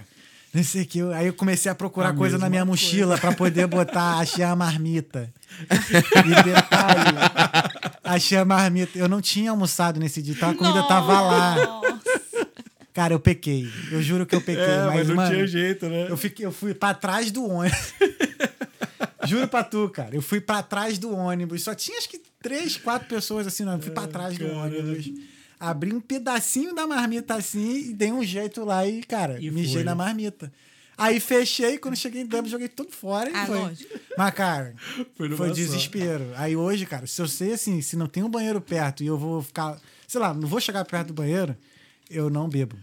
[SPEAKER 1] Não sei o que. eu- aí eu comecei a procurar
[SPEAKER 4] A
[SPEAKER 1] coisa na
[SPEAKER 4] mesma
[SPEAKER 1] minha
[SPEAKER 4] coisa.
[SPEAKER 1] mochila pra poder
[SPEAKER 4] *laughs*
[SPEAKER 1] botar. Achei a marmita. e detalhe, achei a marmita. Eu não tinha almoçado nesse dia, então a comida tava lá. Cara, eu pequei. Eu juro que eu pequei.
[SPEAKER 4] É, mas,
[SPEAKER 1] mas,
[SPEAKER 4] não
[SPEAKER 1] mano,
[SPEAKER 4] tinha jeito, né?
[SPEAKER 1] eu, fiquei, eu fui pra trás do ônibus. *laughs* Juro pra tu, cara. Eu fui pra trás do ônibus. Só tinha acho que três, quatro pessoas assim, não. Eu
[SPEAKER 4] Ah,
[SPEAKER 1] fui pra trás do
[SPEAKER 4] caramba.
[SPEAKER 1] ônibus. Abri um pedacinho da marmita assim e dei um jeito lá e, cara,
[SPEAKER 4] E
[SPEAKER 1] mijei
[SPEAKER 4] foi.
[SPEAKER 1] na marmita. Aí fechei, quando cheguei em Dublin, joguei tudo fora e
[SPEAKER 3] Ah,
[SPEAKER 1] foi.
[SPEAKER 3] lógico.
[SPEAKER 1] Mas, cara,
[SPEAKER 4] *laughs* Foi
[SPEAKER 1] foi,
[SPEAKER 4] numa só.
[SPEAKER 1] desespero. Aí hoje, cara, se eu sei assim, se não tem um banheiro perto e eu vou ficar, sei lá, não vou chegar perto do banheiro, eu não bebo.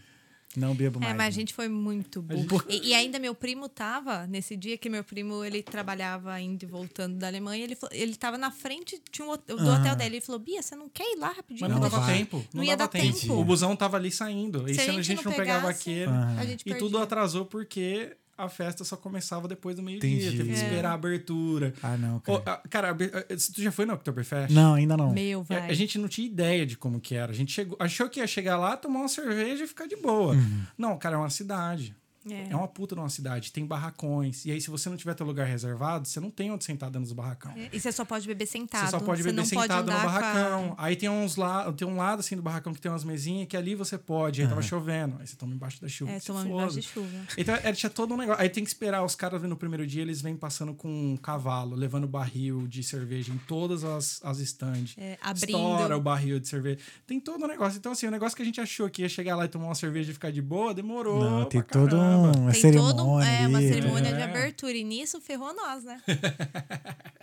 [SPEAKER 1] Não bebo mais.
[SPEAKER 3] É, mas a
[SPEAKER 1] né?
[SPEAKER 3] gente foi muito burro. E, e ainda meu primo tava, nesse dia que meu primo, ele trabalhava indo e voltando da Alemanha, ele, falou- ele tava na frente de um, hot- do hotel dele. Ele falou, Bia, você não quer ir lá rapidinho?
[SPEAKER 4] Mas não,
[SPEAKER 1] Não
[SPEAKER 4] dava
[SPEAKER 1] vai.
[SPEAKER 4] tempo. Não,
[SPEAKER 3] Não ia
[SPEAKER 4] dava
[SPEAKER 3] dar
[SPEAKER 4] tempo.
[SPEAKER 3] tempo.
[SPEAKER 4] O busão tava ali saindo. E se a gente, não,
[SPEAKER 3] pegasse,
[SPEAKER 4] pegava aquele.
[SPEAKER 3] a gente
[SPEAKER 4] E
[SPEAKER 3] perdia.
[SPEAKER 4] tudo atrasou porque a festa só começava depois do meio-dia.
[SPEAKER 1] Entendi.
[SPEAKER 4] Teve que
[SPEAKER 3] É.
[SPEAKER 4] esperar a abertura.
[SPEAKER 1] Ah, não, cara.
[SPEAKER 4] Ô, ah, cara, abe- ah, tu já foi no Oktoberfest?
[SPEAKER 1] Não, ainda não.
[SPEAKER 3] Meu,
[SPEAKER 4] É, A-
[SPEAKER 3] vai.
[SPEAKER 4] A gente não tinha ideia de como que era. A gente chegou, achou que ia chegar lá, tomar uma cerveja e ficar de boa. Não, cara, é uma cidade.
[SPEAKER 3] É.
[SPEAKER 4] É. uma puta de uma cidade. Tem barracões. E aí, se você não tiver teu lugar reservado, você não tem onde sentar dentro dos barracão.
[SPEAKER 3] E você só pode beber sentado.
[SPEAKER 4] Você só pode beber
[SPEAKER 3] É. não
[SPEAKER 4] sentado
[SPEAKER 3] andar
[SPEAKER 4] no
[SPEAKER 3] com a-
[SPEAKER 4] barracão. Aí tem uns lá, tem um lado assim do barracão que tem umas mesinhas que ali você pode. Aí tava chovendo, aí você toma embaixo da chuva.
[SPEAKER 3] É,
[SPEAKER 4] Ah, que se
[SPEAKER 3] tomando embaixo
[SPEAKER 4] foda.
[SPEAKER 3] de chuva.
[SPEAKER 4] Então era, tinha todo um negócio. Aí tem que esperar os caras no primeiro dia, eles vêm passando com um cavalo, levando barril de cerveja em todas as, as estandes.
[SPEAKER 3] É, abrindo.
[SPEAKER 4] Estoura o barril de cerveja. Tem todo um negócio. Então, assim, o negócio que a gente achou que ia chegar lá e tomar uma cerveja e ficar de boa, demorou.
[SPEAKER 1] Não, tem
[SPEAKER 4] pra
[SPEAKER 1] todo
[SPEAKER 4] caramba.
[SPEAKER 1] um- uma
[SPEAKER 3] Tem
[SPEAKER 1] cerimônia.
[SPEAKER 3] todo um- é, uma
[SPEAKER 1] ali,
[SPEAKER 3] cerimônia
[SPEAKER 1] né?
[SPEAKER 3] de
[SPEAKER 4] É.
[SPEAKER 3] abertura. E nisso ferrou nós, né?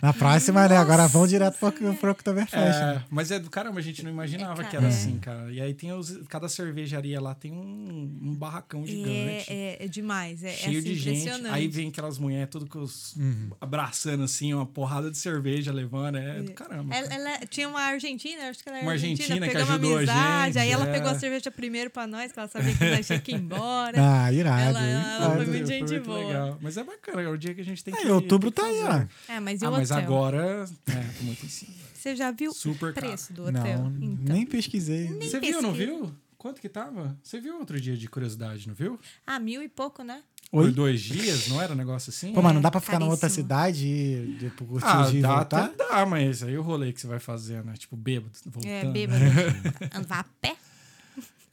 [SPEAKER 1] Na próxima, né? Agora vão direto pro,
[SPEAKER 3] Senhora.
[SPEAKER 1] pro Oktoberfest. né?
[SPEAKER 4] É, mas é do caramba, a gente não imaginava
[SPEAKER 3] É, cara.
[SPEAKER 4] que era
[SPEAKER 3] É.
[SPEAKER 4] assim, cara. E aí tem os, cada cervejaria lá tem um, um barracão gigante.
[SPEAKER 3] É, é, é demais. É, é
[SPEAKER 4] Cheio
[SPEAKER 3] assim,
[SPEAKER 4] de gente.
[SPEAKER 3] impressionante.
[SPEAKER 4] Aí vem aquelas mulheres tudo com os.
[SPEAKER 1] Uhum.
[SPEAKER 4] abraçando assim, uma porrada de cerveja levando. É do caramba.
[SPEAKER 3] Ela,
[SPEAKER 4] cara.
[SPEAKER 3] ela- tinha uma argentina, acho que ela era
[SPEAKER 4] Uma argentina que
[SPEAKER 3] pegamos
[SPEAKER 4] ajudou a
[SPEAKER 3] amizade,
[SPEAKER 4] gente,
[SPEAKER 3] aí ela
[SPEAKER 4] é.
[SPEAKER 3] pegou a cerveja primeiro pra nós, que ela sabia que nós tinha que ir embora.
[SPEAKER 1] Ah, irado.
[SPEAKER 3] Ela- é, ela
[SPEAKER 1] irado.
[SPEAKER 3] foi muito gente boa.
[SPEAKER 4] Mas é bacana, é o dia que a gente tem que.
[SPEAKER 1] Aí, outubro
[SPEAKER 4] tem
[SPEAKER 1] tá
[SPEAKER 4] que
[SPEAKER 1] aí,
[SPEAKER 4] fazer.
[SPEAKER 1] ó.
[SPEAKER 3] É, mas e o
[SPEAKER 4] Ah,
[SPEAKER 3] hotel?
[SPEAKER 4] mas agora. É, tô muito em cima.
[SPEAKER 3] Você já viu
[SPEAKER 4] Super
[SPEAKER 3] o preço do hotel?
[SPEAKER 1] Não,
[SPEAKER 3] Então.
[SPEAKER 1] nem pesquisei.
[SPEAKER 4] Você viu, não
[SPEAKER 3] pesquisa.
[SPEAKER 4] viu? Quanto que tava? Você viu outro dia de curiosidade, não viu?
[SPEAKER 3] Ah, mil e pouco, né?
[SPEAKER 1] Oi?
[SPEAKER 4] Por dois dias, não era um negócio assim?
[SPEAKER 1] Pô, mas não dá pra ficar na
[SPEAKER 3] Caríssimo.
[SPEAKER 1] outra cidade e depois curtir
[SPEAKER 4] ah,
[SPEAKER 1] os dias e
[SPEAKER 4] dá,
[SPEAKER 1] voltar?
[SPEAKER 4] até dá, mas aí é o rolê que você vai fazer, né? Tipo, bêbado, voltando.
[SPEAKER 3] É, bêbado. Andar a pé?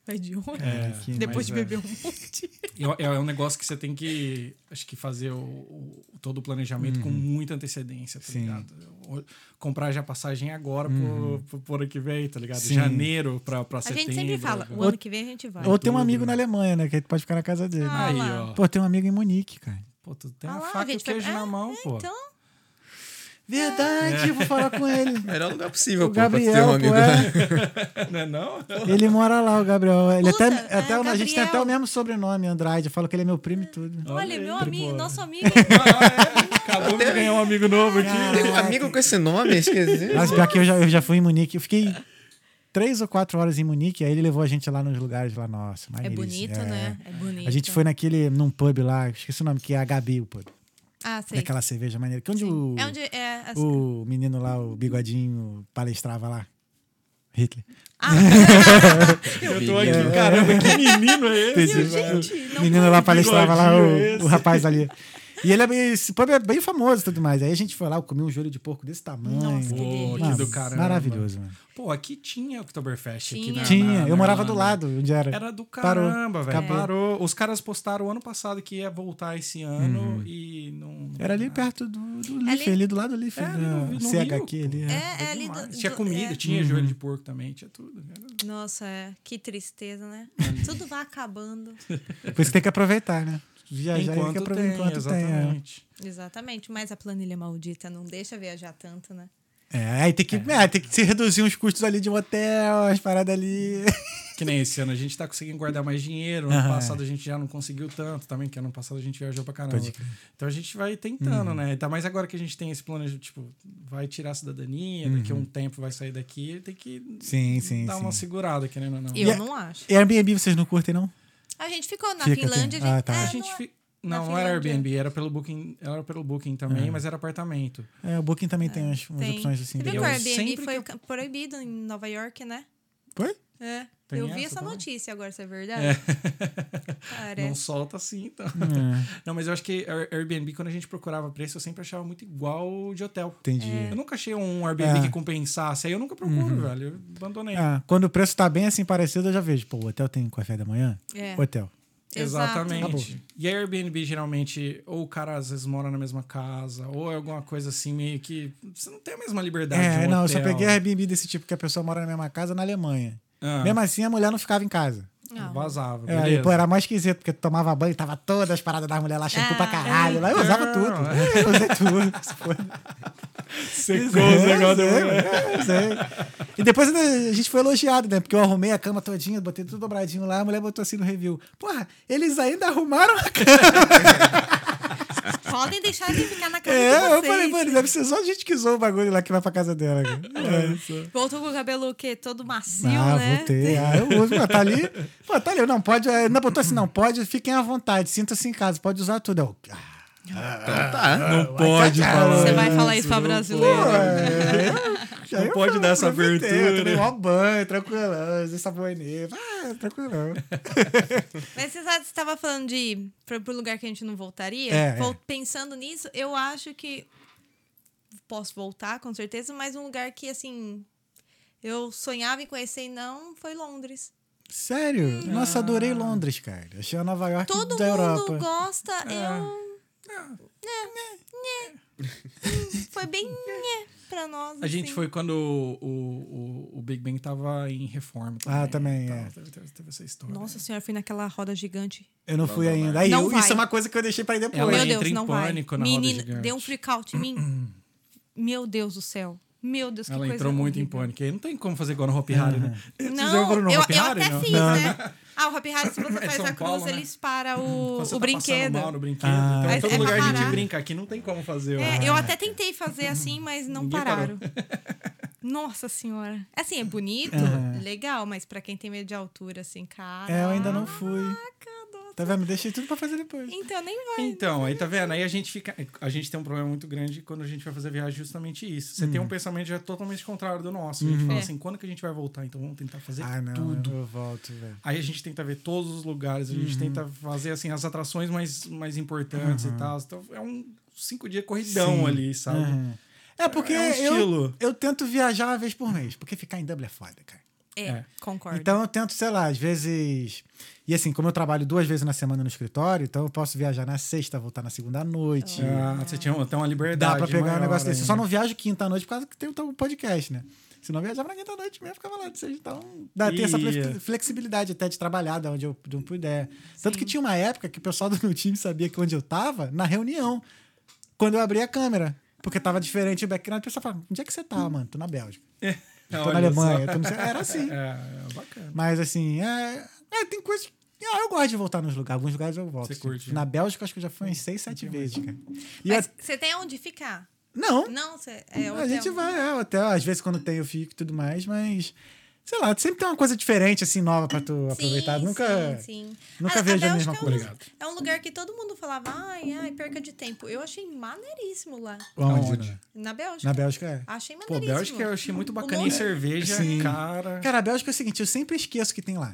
[SPEAKER 3] Vai de ônibus.
[SPEAKER 4] É,
[SPEAKER 1] aqui,
[SPEAKER 3] Depois
[SPEAKER 4] mas
[SPEAKER 3] de
[SPEAKER 4] é.
[SPEAKER 3] beber um monte.
[SPEAKER 4] É, é um negócio que você tem que, acho que fazer o, o- todo o planejamento com muita antecedência, tá
[SPEAKER 1] Uhum. Sim.
[SPEAKER 4] ligado? O- Comprar já passagem agora pro, pro, pro ano que vem, tá ligado?
[SPEAKER 1] Uhum. Sim.
[SPEAKER 4] Janeiro pra, pra
[SPEAKER 3] A
[SPEAKER 4] setembro.
[SPEAKER 3] gente sempre fala, o
[SPEAKER 4] né?
[SPEAKER 3] ano que vem a gente vai.
[SPEAKER 1] Ou tem um
[SPEAKER 4] tudo,
[SPEAKER 1] amigo
[SPEAKER 4] né?
[SPEAKER 1] na Alemanha, né? Que aí tu pode ficar na casa dele.
[SPEAKER 3] Ah,
[SPEAKER 4] Aí,
[SPEAKER 3] lá.
[SPEAKER 4] ó.
[SPEAKER 1] Pô, tem um amigo em Munique, cara.
[SPEAKER 4] Pô, tu tem
[SPEAKER 3] Ah
[SPEAKER 4] a
[SPEAKER 3] lá,
[SPEAKER 4] faca
[SPEAKER 3] a
[SPEAKER 4] e o
[SPEAKER 3] gente vai-
[SPEAKER 4] queijo na
[SPEAKER 3] Ah,
[SPEAKER 4] mão, pô.
[SPEAKER 3] Então,
[SPEAKER 1] Verdade, vou falar com ele.
[SPEAKER 2] Melhor lugar
[SPEAKER 1] O
[SPEAKER 2] possível, pô, pra ter
[SPEAKER 1] Gabriel,
[SPEAKER 2] um
[SPEAKER 1] pô,
[SPEAKER 2] amigo.
[SPEAKER 1] é.
[SPEAKER 4] Não
[SPEAKER 3] *laughs*
[SPEAKER 4] é não?
[SPEAKER 1] *laughs* ele mora lá, o Gabriel. Ele
[SPEAKER 3] Puta,
[SPEAKER 1] até,
[SPEAKER 3] é,
[SPEAKER 1] até o- a gente tem
[SPEAKER 3] Gabriel.
[SPEAKER 1] até o mesmo sobrenome, Andrade. Eu falo que ele é meu primo e tudo.
[SPEAKER 4] Olha
[SPEAKER 3] olha,
[SPEAKER 4] aí,
[SPEAKER 3] meu
[SPEAKER 4] pô.
[SPEAKER 3] amigo, nosso
[SPEAKER 4] *laughs*
[SPEAKER 3] amigo. é
[SPEAKER 4] Acabou de ganhar um amigo novo
[SPEAKER 3] Ah,
[SPEAKER 4] aqui.
[SPEAKER 2] *laughs* Tem um
[SPEAKER 1] Ah,
[SPEAKER 2] amigo com esse nome, esqueci.
[SPEAKER 1] Mas pior que eu já, eu já fui em Munique. Eu fiquei três ou quatro horas em Munique, aí ele levou a gente lá nos lugares lá, nossa.
[SPEAKER 3] É
[SPEAKER 1] maneiríssimo.
[SPEAKER 3] bonito,
[SPEAKER 1] É.
[SPEAKER 3] né? É bonito.
[SPEAKER 1] A gente foi naquele, num pub lá, esqueci o nome, que é HB, o pub.
[SPEAKER 3] Ah, sei.
[SPEAKER 1] Daquela cerveja maneira. Que onde o,
[SPEAKER 3] É onde é as-
[SPEAKER 1] o menino lá, o bigodinho, palestrava lá. Hitler.
[SPEAKER 4] Eu tô aqui, caramba, que menino é esse?
[SPEAKER 3] gente, não
[SPEAKER 1] menino lá palestrava lá,
[SPEAKER 4] bigodinho
[SPEAKER 1] o,
[SPEAKER 4] esse.
[SPEAKER 1] o rapaz ali. E ele é bem, esse pub é bem famoso e tudo mais. Aí a gente foi lá, eu comi um joelho de porco desse tamanho.
[SPEAKER 3] Nossa, que
[SPEAKER 4] Pô,
[SPEAKER 3] delícia.
[SPEAKER 4] que
[SPEAKER 1] Mano,
[SPEAKER 4] do caramba.
[SPEAKER 1] maravilhoso, mano.
[SPEAKER 4] Pô, aqui tinha Oktoberfest. Aqui
[SPEAKER 3] Tinha.
[SPEAKER 4] na,
[SPEAKER 1] Tinha,
[SPEAKER 4] na-
[SPEAKER 1] eu
[SPEAKER 4] na
[SPEAKER 1] morava do
[SPEAKER 4] Irlanda.
[SPEAKER 1] lado, onde era.
[SPEAKER 4] Era do
[SPEAKER 1] Parou.
[SPEAKER 4] caramba, velho.
[SPEAKER 1] Acabou.
[SPEAKER 4] Parou. Os caras postaram ano passado que ia voltar esse ano e não.
[SPEAKER 1] Uhum. Era ali perto do, do
[SPEAKER 3] Ali-
[SPEAKER 1] Leaf, ali do lado do Leaf, né?
[SPEAKER 4] É, ali
[SPEAKER 1] do
[SPEAKER 4] no- no
[SPEAKER 1] CHQ
[SPEAKER 4] Rio, pô.
[SPEAKER 1] ali. é.
[SPEAKER 3] É, é ali do,
[SPEAKER 4] Demais. Tinha
[SPEAKER 3] do-
[SPEAKER 4] comida,
[SPEAKER 3] é.
[SPEAKER 4] tinha
[SPEAKER 1] Uhum.
[SPEAKER 4] joelho de porco também, tinha tudo. né? Era-
[SPEAKER 3] Nossa, é. que tristeza, né?
[SPEAKER 1] É.
[SPEAKER 3] Tudo vai acabando.
[SPEAKER 1] Por isso que tem que aproveitar, né? Viajar tem que
[SPEAKER 4] É. enquanto
[SPEAKER 1] aproveitar
[SPEAKER 4] tem,
[SPEAKER 1] enquanto tem. é.
[SPEAKER 4] exatamente.
[SPEAKER 3] Exatamente. Mas a planilha maldita não deixa viajar tanto, né?
[SPEAKER 1] É, aí tem que, é, tem que se reduzir uns custos ali de um hotel, as paradas
[SPEAKER 4] *laughs*
[SPEAKER 1] ali.
[SPEAKER 4] Que nem esse ano a gente tá conseguindo guardar mais dinheiro. Ano
[SPEAKER 1] Aham.
[SPEAKER 4] passado a gente já não conseguiu tanto também, porque ano passado a gente viajou pra caramba.
[SPEAKER 1] Pode crer. Uhum.
[SPEAKER 4] Então a gente vai tentando, né? Ainda mais agora que a gente tem esse plano de, tipo, vai tirar a cidadania, daqui a um tempo vai sair daqui, tem que
[SPEAKER 1] Uhum. Sim, sim,
[SPEAKER 4] dar uma segurada, querendo ou não.
[SPEAKER 3] Eu
[SPEAKER 1] E a-
[SPEAKER 3] não acho.
[SPEAKER 1] Airbnb vocês não curtem, não?
[SPEAKER 3] A gente ficou na
[SPEAKER 1] Fica
[SPEAKER 3] Finlândia.
[SPEAKER 1] aqui.
[SPEAKER 3] a gente-
[SPEAKER 1] Ah, tá.
[SPEAKER 3] é,
[SPEAKER 4] A gente
[SPEAKER 3] não-
[SPEAKER 4] fi-
[SPEAKER 3] na
[SPEAKER 4] Não, não era
[SPEAKER 3] Finlândia.
[SPEAKER 4] Airbnb, era pelo Booking, era pelo Booking também, mas era apartamento.
[SPEAKER 1] É, o Booking também tem umas, umas
[SPEAKER 3] tem.
[SPEAKER 1] opções assim.
[SPEAKER 3] Você viu que
[SPEAKER 1] legais.
[SPEAKER 3] o
[SPEAKER 4] Eu
[SPEAKER 3] Airbnb
[SPEAKER 4] sempre
[SPEAKER 3] foi
[SPEAKER 4] que
[SPEAKER 3] proibido em Nova York, né?
[SPEAKER 1] Foi?
[SPEAKER 3] É.
[SPEAKER 4] Tem
[SPEAKER 3] eu vi
[SPEAKER 4] essa
[SPEAKER 3] essa
[SPEAKER 4] também?
[SPEAKER 3] notícia agora, se é verdade.
[SPEAKER 1] É.
[SPEAKER 3] Parece.
[SPEAKER 4] Não solta assim, então. *laughs* Não, mas eu acho que Air- Airbnb, quando a gente procurava preço, eu sempre achava muito igual de hotel.
[SPEAKER 1] Entendi.
[SPEAKER 4] Eu nunca achei um Airbnb
[SPEAKER 1] É. Uhum.
[SPEAKER 4] que compensasse. Aí eu nunca procuro, velho. Eu abandonei.
[SPEAKER 1] Ah, quando o preço tá bem assim parecido, eu já vejo. Pô, o hotel tem café da manhã?
[SPEAKER 3] É.
[SPEAKER 1] Hotel.
[SPEAKER 3] Exato.
[SPEAKER 4] Exatamente. E a Airbnb, geralmente, ou o cara às vezes mora na mesma casa, ou é alguma coisa assim, meio que. Você não tem a mesma liberdade.
[SPEAKER 1] É,
[SPEAKER 4] de um
[SPEAKER 1] não, eu
[SPEAKER 4] hotel.
[SPEAKER 1] só peguei Airbnb desse tipo, que a pessoa mora na mesma casa na Alemanha.
[SPEAKER 4] Ah.
[SPEAKER 1] Mesmo assim, a mulher não ficava em casa.
[SPEAKER 3] Não.
[SPEAKER 4] Vazava.
[SPEAKER 1] É,
[SPEAKER 4] beleza.
[SPEAKER 1] e, pô, era mais esquisito, porque tu tomava banho, tava todas as paradas das mulheres lá, shampoo
[SPEAKER 3] Ah,
[SPEAKER 1] pra caralho. Lá eu
[SPEAKER 4] é.
[SPEAKER 1] usava tudo. Eu usei tudo. se foda. É,
[SPEAKER 4] Secou o negócio da mulher.
[SPEAKER 1] E depois ainda a gente foi elogiado, né? Porque eu arrumei a cama todinha, botei tudo dobradinho lá, a mulher botou assim no review. Porra, eles ainda arrumaram a cama.
[SPEAKER 3] Podem deixar ele ficar na casa de
[SPEAKER 1] É, eu
[SPEAKER 3] vocês.
[SPEAKER 1] falei, mano, deve ser só gente que zoa o bagulho lá que vai pra casa dela. cara. É, isso.
[SPEAKER 3] Voltou com o cabelo o quê? Todo macio,
[SPEAKER 1] Ah,
[SPEAKER 3] né?
[SPEAKER 1] voltei. Ah, eu uso. Pô, tá ali. Pô, tá ali. eu Não, pode. eh, Não botou assim, não. Pode, fiquem à vontade. Sinta-se em casa. Pode usar tudo. Eu, ah,
[SPEAKER 2] Então tá.
[SPEAKER 4] Não pode falar.
[SPEAKER 3] Você vai falar isso pra
[SPEAKER 4] não
[SPEAKER 3] brasileiro.
[SPEAKER 1] É, *laughs*
[SPEAKER 4] Não pode dar essa
[SPEAKER 1] Eu
[SPEAKER 4] abertura.
[SPEAKER 1] tomei mó banho, tranquilão, usei sabonete, ah, tranquilão.
[SPEAKER 3] Mas você sabe, você estava falando de para um lugar que a gente não voltaria.
[SPEAKER 1] É,
[SPEAKER 3] Vol-
[SPEAKER 1] é.
[SPEAKER 3] Pensando nisso, eu acho que posso voltar, com certeza, mas um lugar que assim eu sonhava em conhecer e não foi Londres.
[SPEAKER 1] Sério? Nossa, adorei Londres, cara. Achei a Nova York
[SPEAKER 3] Todo
[SPEAKER 1] da
[SPEAKER 3] mundo
[SPEAKER 1] Europa.
[SPEAKER 3] gosta, eu.
[SPEAKER 4] É.
[SPEAKER 3] É.
[SPEAKER 4] *laughs*
[SPEAKER 3] Né. Foi bem né pra nós.
[SPEAKER 4] A gente
[SPEAKER 3] assim.
[SPEAKER 4] foi quando o, o, o- o Big Bang tava em reforma.
[SPEAKER 1] Ah, também,
[SPEAKER 4] Então,
[SPEAKER 1] é.
[SPEAKER 4] Teve, teve- teve essa história.
[SPEAKER 3] Nossa senhora, fui naquela roda gigante.
[SPEAKER 1] Eu não fui
[SPEAKER 2] Não
[SPEAKER 1] ainda.
[SPEAKER 2] vai.
[SPEAKER 1] Aí,
[SPEAKER 3] Não
[SPEAKER 1] eu-
[SPEAKER 3] vai.
[SPEAKER 1] isso é uma coisa que eu deixei pra ir depois.
[SPEAKER 4] Ela
[SPEAKER 3] Meu
[SPEAKER 4] entra
[SPEAKER 3] Deus,
[SPEAKER 4] em
[SPEAKER 3] não
[SPEAKER 4] pânico
[SPEAKER 3] vai.
[SPEAKER 4] na roda
[SPEAKER 3] Menina,
[SPEAKER 4] gigante.
[SPEAKER 3] deu um freak out em mim.
[SPEAKER 4] *clears throat*
[SPEAKER 3] Meu Deus do céu. Meu Deus, que
[SPEAKER 4] Ela
[SPEAKER 3] coisa
[SPEAKER 4] entrou muito em
[SPEAKER 3] horrível.
[SPEAKER 4] pânico. Aí não tem como fazer igual no Hopi Hari, né? Vocês já
[SPEAKER 3] Não,
[SPEAKER 4] foram no
[SPEAKER 3] eu,
[SPEAKER 4] Hopi
[SPEAKER 3] eu
[SPEAKER 4] Hari,
[SPEAKER 3] até
[SPEAKER 4] não?
[SPEAKER 3] fiz,
[SPEAKER 1] Não,
[SPEAKER 3] né? Ah, o Happy Hari, se você
[SPEAKER 4] É
[SPEAKER 3] faz
[SPEAKER 4] São
[SPEAKER 3] a cruz,
[SPEAKER 4] Paulo, né?
[SPEAKER 3] eles param o,
[SPEAKER 4] Quando você
[SPEAKER 3] o
[SPEAKER 4] tá passando
[SPEAKER 3] brinquedo.
[SPEAKER 4] mal no brinquedo.
[SPEAKER 1] Ah.
[SPEAKER 4] então,
[SPEAKER 1] É-
[SPEAKER 4] em todo
[SPEAKER 3] é pra
[SPEAKER 4] lugar a gente
[SPEAKER 3] parar.
[SPEAKER 4] brinca. Aqui não tem como fazer. o-
[SPEAKER 3] É, eu até tentei fazer assim, mas não
[SPEAKER 4] Ninguém
[SPEAKER 3] pararam. Nossa senhora. Assim, é bonito, legal, mas pra quem tem medo de altura, assim, cara.
[SPEAKER 1] É, eu ainda não fui. Tá vendo? Deixei tudo pra fazer depois.
[SPEAKER 3] Então nem vai.
[SPEAKER 4] Então, aí tá vendo? Aí a gente fica. A gente tem um problema muito grande quando a gente vai fazer viagem justamente isso. Você tem
[SPEAKER 1] Uhum.
[SPEAKER 4] um pensamento já totalmente contrário do nosso. A gente fala
[SPEAKER 3] É.
[SPEAKER 4] assim, quando que a gente vai voltar? Então vamos tentar fazer
[SPEAKER 1] Ah, não,
[SPEAKER 4] tudo.
[SPEAKER 1] eu volto, velho.
[SPEAKER 4] Aí a gente tenta ver todos os lugares, a
[SPEAKER 1] Uhum.
[SPEAKER 4] gente tenta fazer assim as atrações mais, mais importantes e tal. Então é um cinco dias corridão
[SPEAKER 1] Sim.
[SPEAKER 4] ali, sabe?
[SPEAKER 1] Aham. É porque
[SPEAKER 4] É um
[SPEAKER 1] eu,
[SPEAKER 4] estilo.
[SPEAKER 1] eu tento viajar uma vez por mês, porque ficar em Dublin é foda, cara.
[SPEAKER 3] É,
[SPEAKER 4] É.
[SPEAKER 3] concordo.
[SPEAKER 1] Então eu tento, sei lá, às vezes. E assim, como eu trabalho duas vezes na semana no escritório, então eu posso viajar na sexta, voltar na segunda à noite.
[SPEAKER 4] Ah, você tinha até uma liberdade.
[SPEAKER 1] Dá pra pegar
[SPEAKER 4] maior
[SPEAKER 1] um negócio desse. Eu só
[SPEAKER 4] ainda.
[SPEAKER 1] não viajo quinta à noite por causa que tem o teu podcast, né? Se não eu viajava na quinta à noite mesmo, ficava lá de sexta. Então, dá, tem essa fle-
[SPEAKER 4] Ia.
[SPEAKER 1] flexibilidade até de trabalhar da onde eu, de onde eu puder. Tanto que tinha uma época que o pessoal do meu time sabia que onde eu tava, na reunião, quando eu abri a câmera. Porque tava diferente o background, o pessoal falava: onde é que você tá, mano? Tô na Bélgica, tô
[SPEAKER 4] É, Olha
[SPEAKER 1] na Alemanha,
[SPEAKER 4] só.
[SPEAKER 1] tô no... Era
[SPEAKER 4] *laughs*
[SPEAKER 1] assim.
[SPEAKER 4] É, é bacana.
[SPEAKER 1] Mas assim, é. é, tem coisas. que- Ah, eu gosto de voltar nos lugares. Alguns lugares eu volto. assim.
[SPEAKER 4] Você curte, né?
[SPEAKER 1] Na Bélgica, acho que eu já fui umas 6, 7 vezes, cara. E
[SPEAKER 3] Mas
[SPEAKER 1] eu-
[SPEAKER 3] você tem onde ficar?
[SPEAKER 1] Não,
[SPEAKER 3] Não, você. É,
[SPEAKER 1] a
[SPEAKER 3] hotel.
[SPEAKER 1] gente vai, é, até às vezes quando tem eu fico e tudo mais, mas. Sei lá, sempre tem uma coisa diferente, assim, nova pra tu aproveitar. Nunca.
[SPEAKER 3] Sim, sim.
[SPEAKER 1] nunca vejo a
[SPEAKER 3] Bélgica
[SPEAKER 1] mesma
[SPEAKER 3] é um-
[SPEAKER 1] coisa.
[SPEAKER 3] É um lugar que todo mundo falava, ai, ai, perca de tempo. Eu achei maneiríssimo lá.
[SPEAKER 1] Onde?
[SPEAKER 4] Aonde? né?
[SPEAKER 3] Na Bélgica.
[SPEAKER 1] Na Bélgica é.
[SPEAKER 3] Achei
[SPEAKER 4] Pô,
[SPEAKER 3] maneiríssimo.
[SPEAKER 4] Bélgica eu achei muito bacana.
[SPEAKER 3] monte-
[SPEAKER 4] E cerveja,
[SPEAKER 1] Sim.
[SPEAKER 4] cara.
[SPEAKER 1] Cara, a Bélgica é o seguinte, eu sempre esqueço o que tem lá.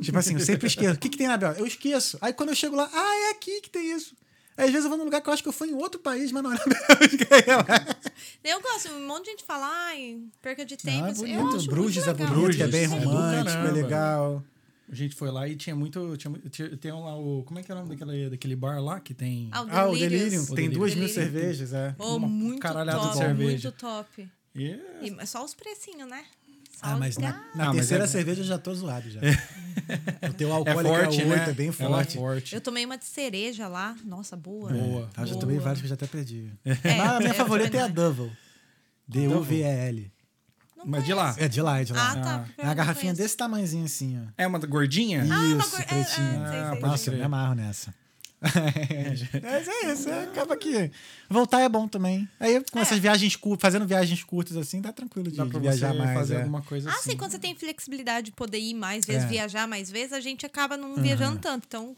[SPEAKER 1] Tipo assim, eu sempre esqueço. O que, que tem na Bélgica? Eu esqueço. Aí quando eu chego lá, ah, é aqui que tem isso. Aí, às vezes eu vou num lugar que eu acho que eu fui em outro país, mas não é na Bélgica. Aí eu-
[SPEAKER 3] Eu gosto, um monte de gente fala, ai, perca de tempo. assim,
[SPEAKER 1] Ah, é
[SPEAKER 3] eu
[SPEAKER 1] bonito.
[SPEAKER 3] acho
[SPEAKER 1] Bruges é
[SPEAKER 3] muito legal.
[SPEAKER 1] bonito, que é bem
[SPEAKER 4] Bruges, é do
[SPEAKER 1] romântico, é
[SPEAKER 4] caramba.
[SPEAKER 1] legal.
[SPEAKER 4] A gente foi lá e tinha muito. Tinha, mu- tinha- tem lá o. Como é que é o nome daquele, daquele bar lá que tem.
[SPEAKER 3] Ah, o
[SPEAKER 1] Ah, o
[SPEAKER 3] Delirious.
[SPEAKER 1] Delirium,
[SPEAKER 4] O
[SPEAKER 1] tem duas mil
[SPEAKER 3] Delirium.
[SPEAKER 1] cervejas, é.
[SPEAKER 3] Oh,
[SPEAKER 4] Uma
[SPEAKER 3] muito
[SPEAKER 4] caralhada de
[SPEAKER 3] top,
[SPEAKER 4] cerveja.
[SPEAKER 3] muito top.
[SPEAKER 4] Yeah.
[SPEAKER 3] E, mas só os precinhos, né? Só
[SPEAKER 1] Ah,
[SPEAKER 3] os
[SPEAKER 1] mas na,
[SPEAKER 3] ga-
[SPEAKER 1] na
[SPEAKER 4] Ah, mas
[SPEAKER 1] terceira
[SPEAKER 4] é-
[SPEAKER 1] cerveja eu já tô zoado já. o teu
[SPEAKER 4] É
[SPEAKER 1] alcoólico *laughs* é,
[SPEAKER 4] forte,
[SPEAKER 1] oito,
[SPEAKER 4] né?
[SPEAKER 1] é bem
[SPEAKER 4] Ela é
[SPEAKER 1] forte.
[SPEAKER 4] forte.
[SPEAKER 3] Eu tomei uma de cereja lá. Nossa, boa.
[SPEAKER 4] Boa.
[SPEAKER 1] Ah, já
[SPEAKER 3] Boa.
[SPEAKER 1] tomei vários que eu já até perdi.
[SPEAKER 3] É,
[SPEAKER 1] Mas a minha
[SPEAKER 3] eu
[SPEAKER 1] favorita é
[SPEAKER 3] também
[SPEAKER 1] a Double. D-U-V-E-L.
[SPEAKER 3] não
[SPEAKER 4] Mas de
[SPEAKER 3] conheço.
[SPEAKER 4] lá.
[SPEAKER 1] É de lá, é de lá.
[SPEAKER 3] Ah, tá.
[SPEAKER 1] É uma
[SPEAKER 3] Eu
[SPEAKER 1] garrafinha
[SPEAKER 3] não conheço.
[SPEAKER 1] desse tamanhozinho assim, ó.
[SPEAKER 4] É uma gordinha?
[SPEAKER 3] uma
[SPEAKER 1] Isso,
[SPEAKER 3] gor- é, é,
[SPEAKER 1] pretinho.
[SPEAKER 3] sei,
[SPEAKER 4] Ah, sei, pode
[SPEAKER 1] Nossa, eu
[SPEAKER 4] crer.
[SPEAKER 1] me amarro nessa. *laughs* Mas é isso, é, acaba que. Voltar é bom também. Aí com
[SPEAKER 3] É.
[SPEAKER 1] essas viagens curtas, fazendo viagens curtas assim, tá tranquilo de,
[SPEAKER 4] Dá
[SPEAKER 1] de
[SPEAKER 4] pra
[SPEAKER 1] viajar
[SPEAKER 4] você
[SPEAKER 1] mais.
[SPEAKER 4] fazer
[SPEAKER 1] é.
[SPEAKER 4] alguma coisa
[SPEAKER 3] Ah,
[SPEAKER 4] assim.
[SPEAKER 3] sim, quando você tem flexibilidade de poder ir mais vezes,
[SPEAKER 1] É.
[SPEAKER 3] viajar mais vezes, a gente acaba não viajando tanto. Então,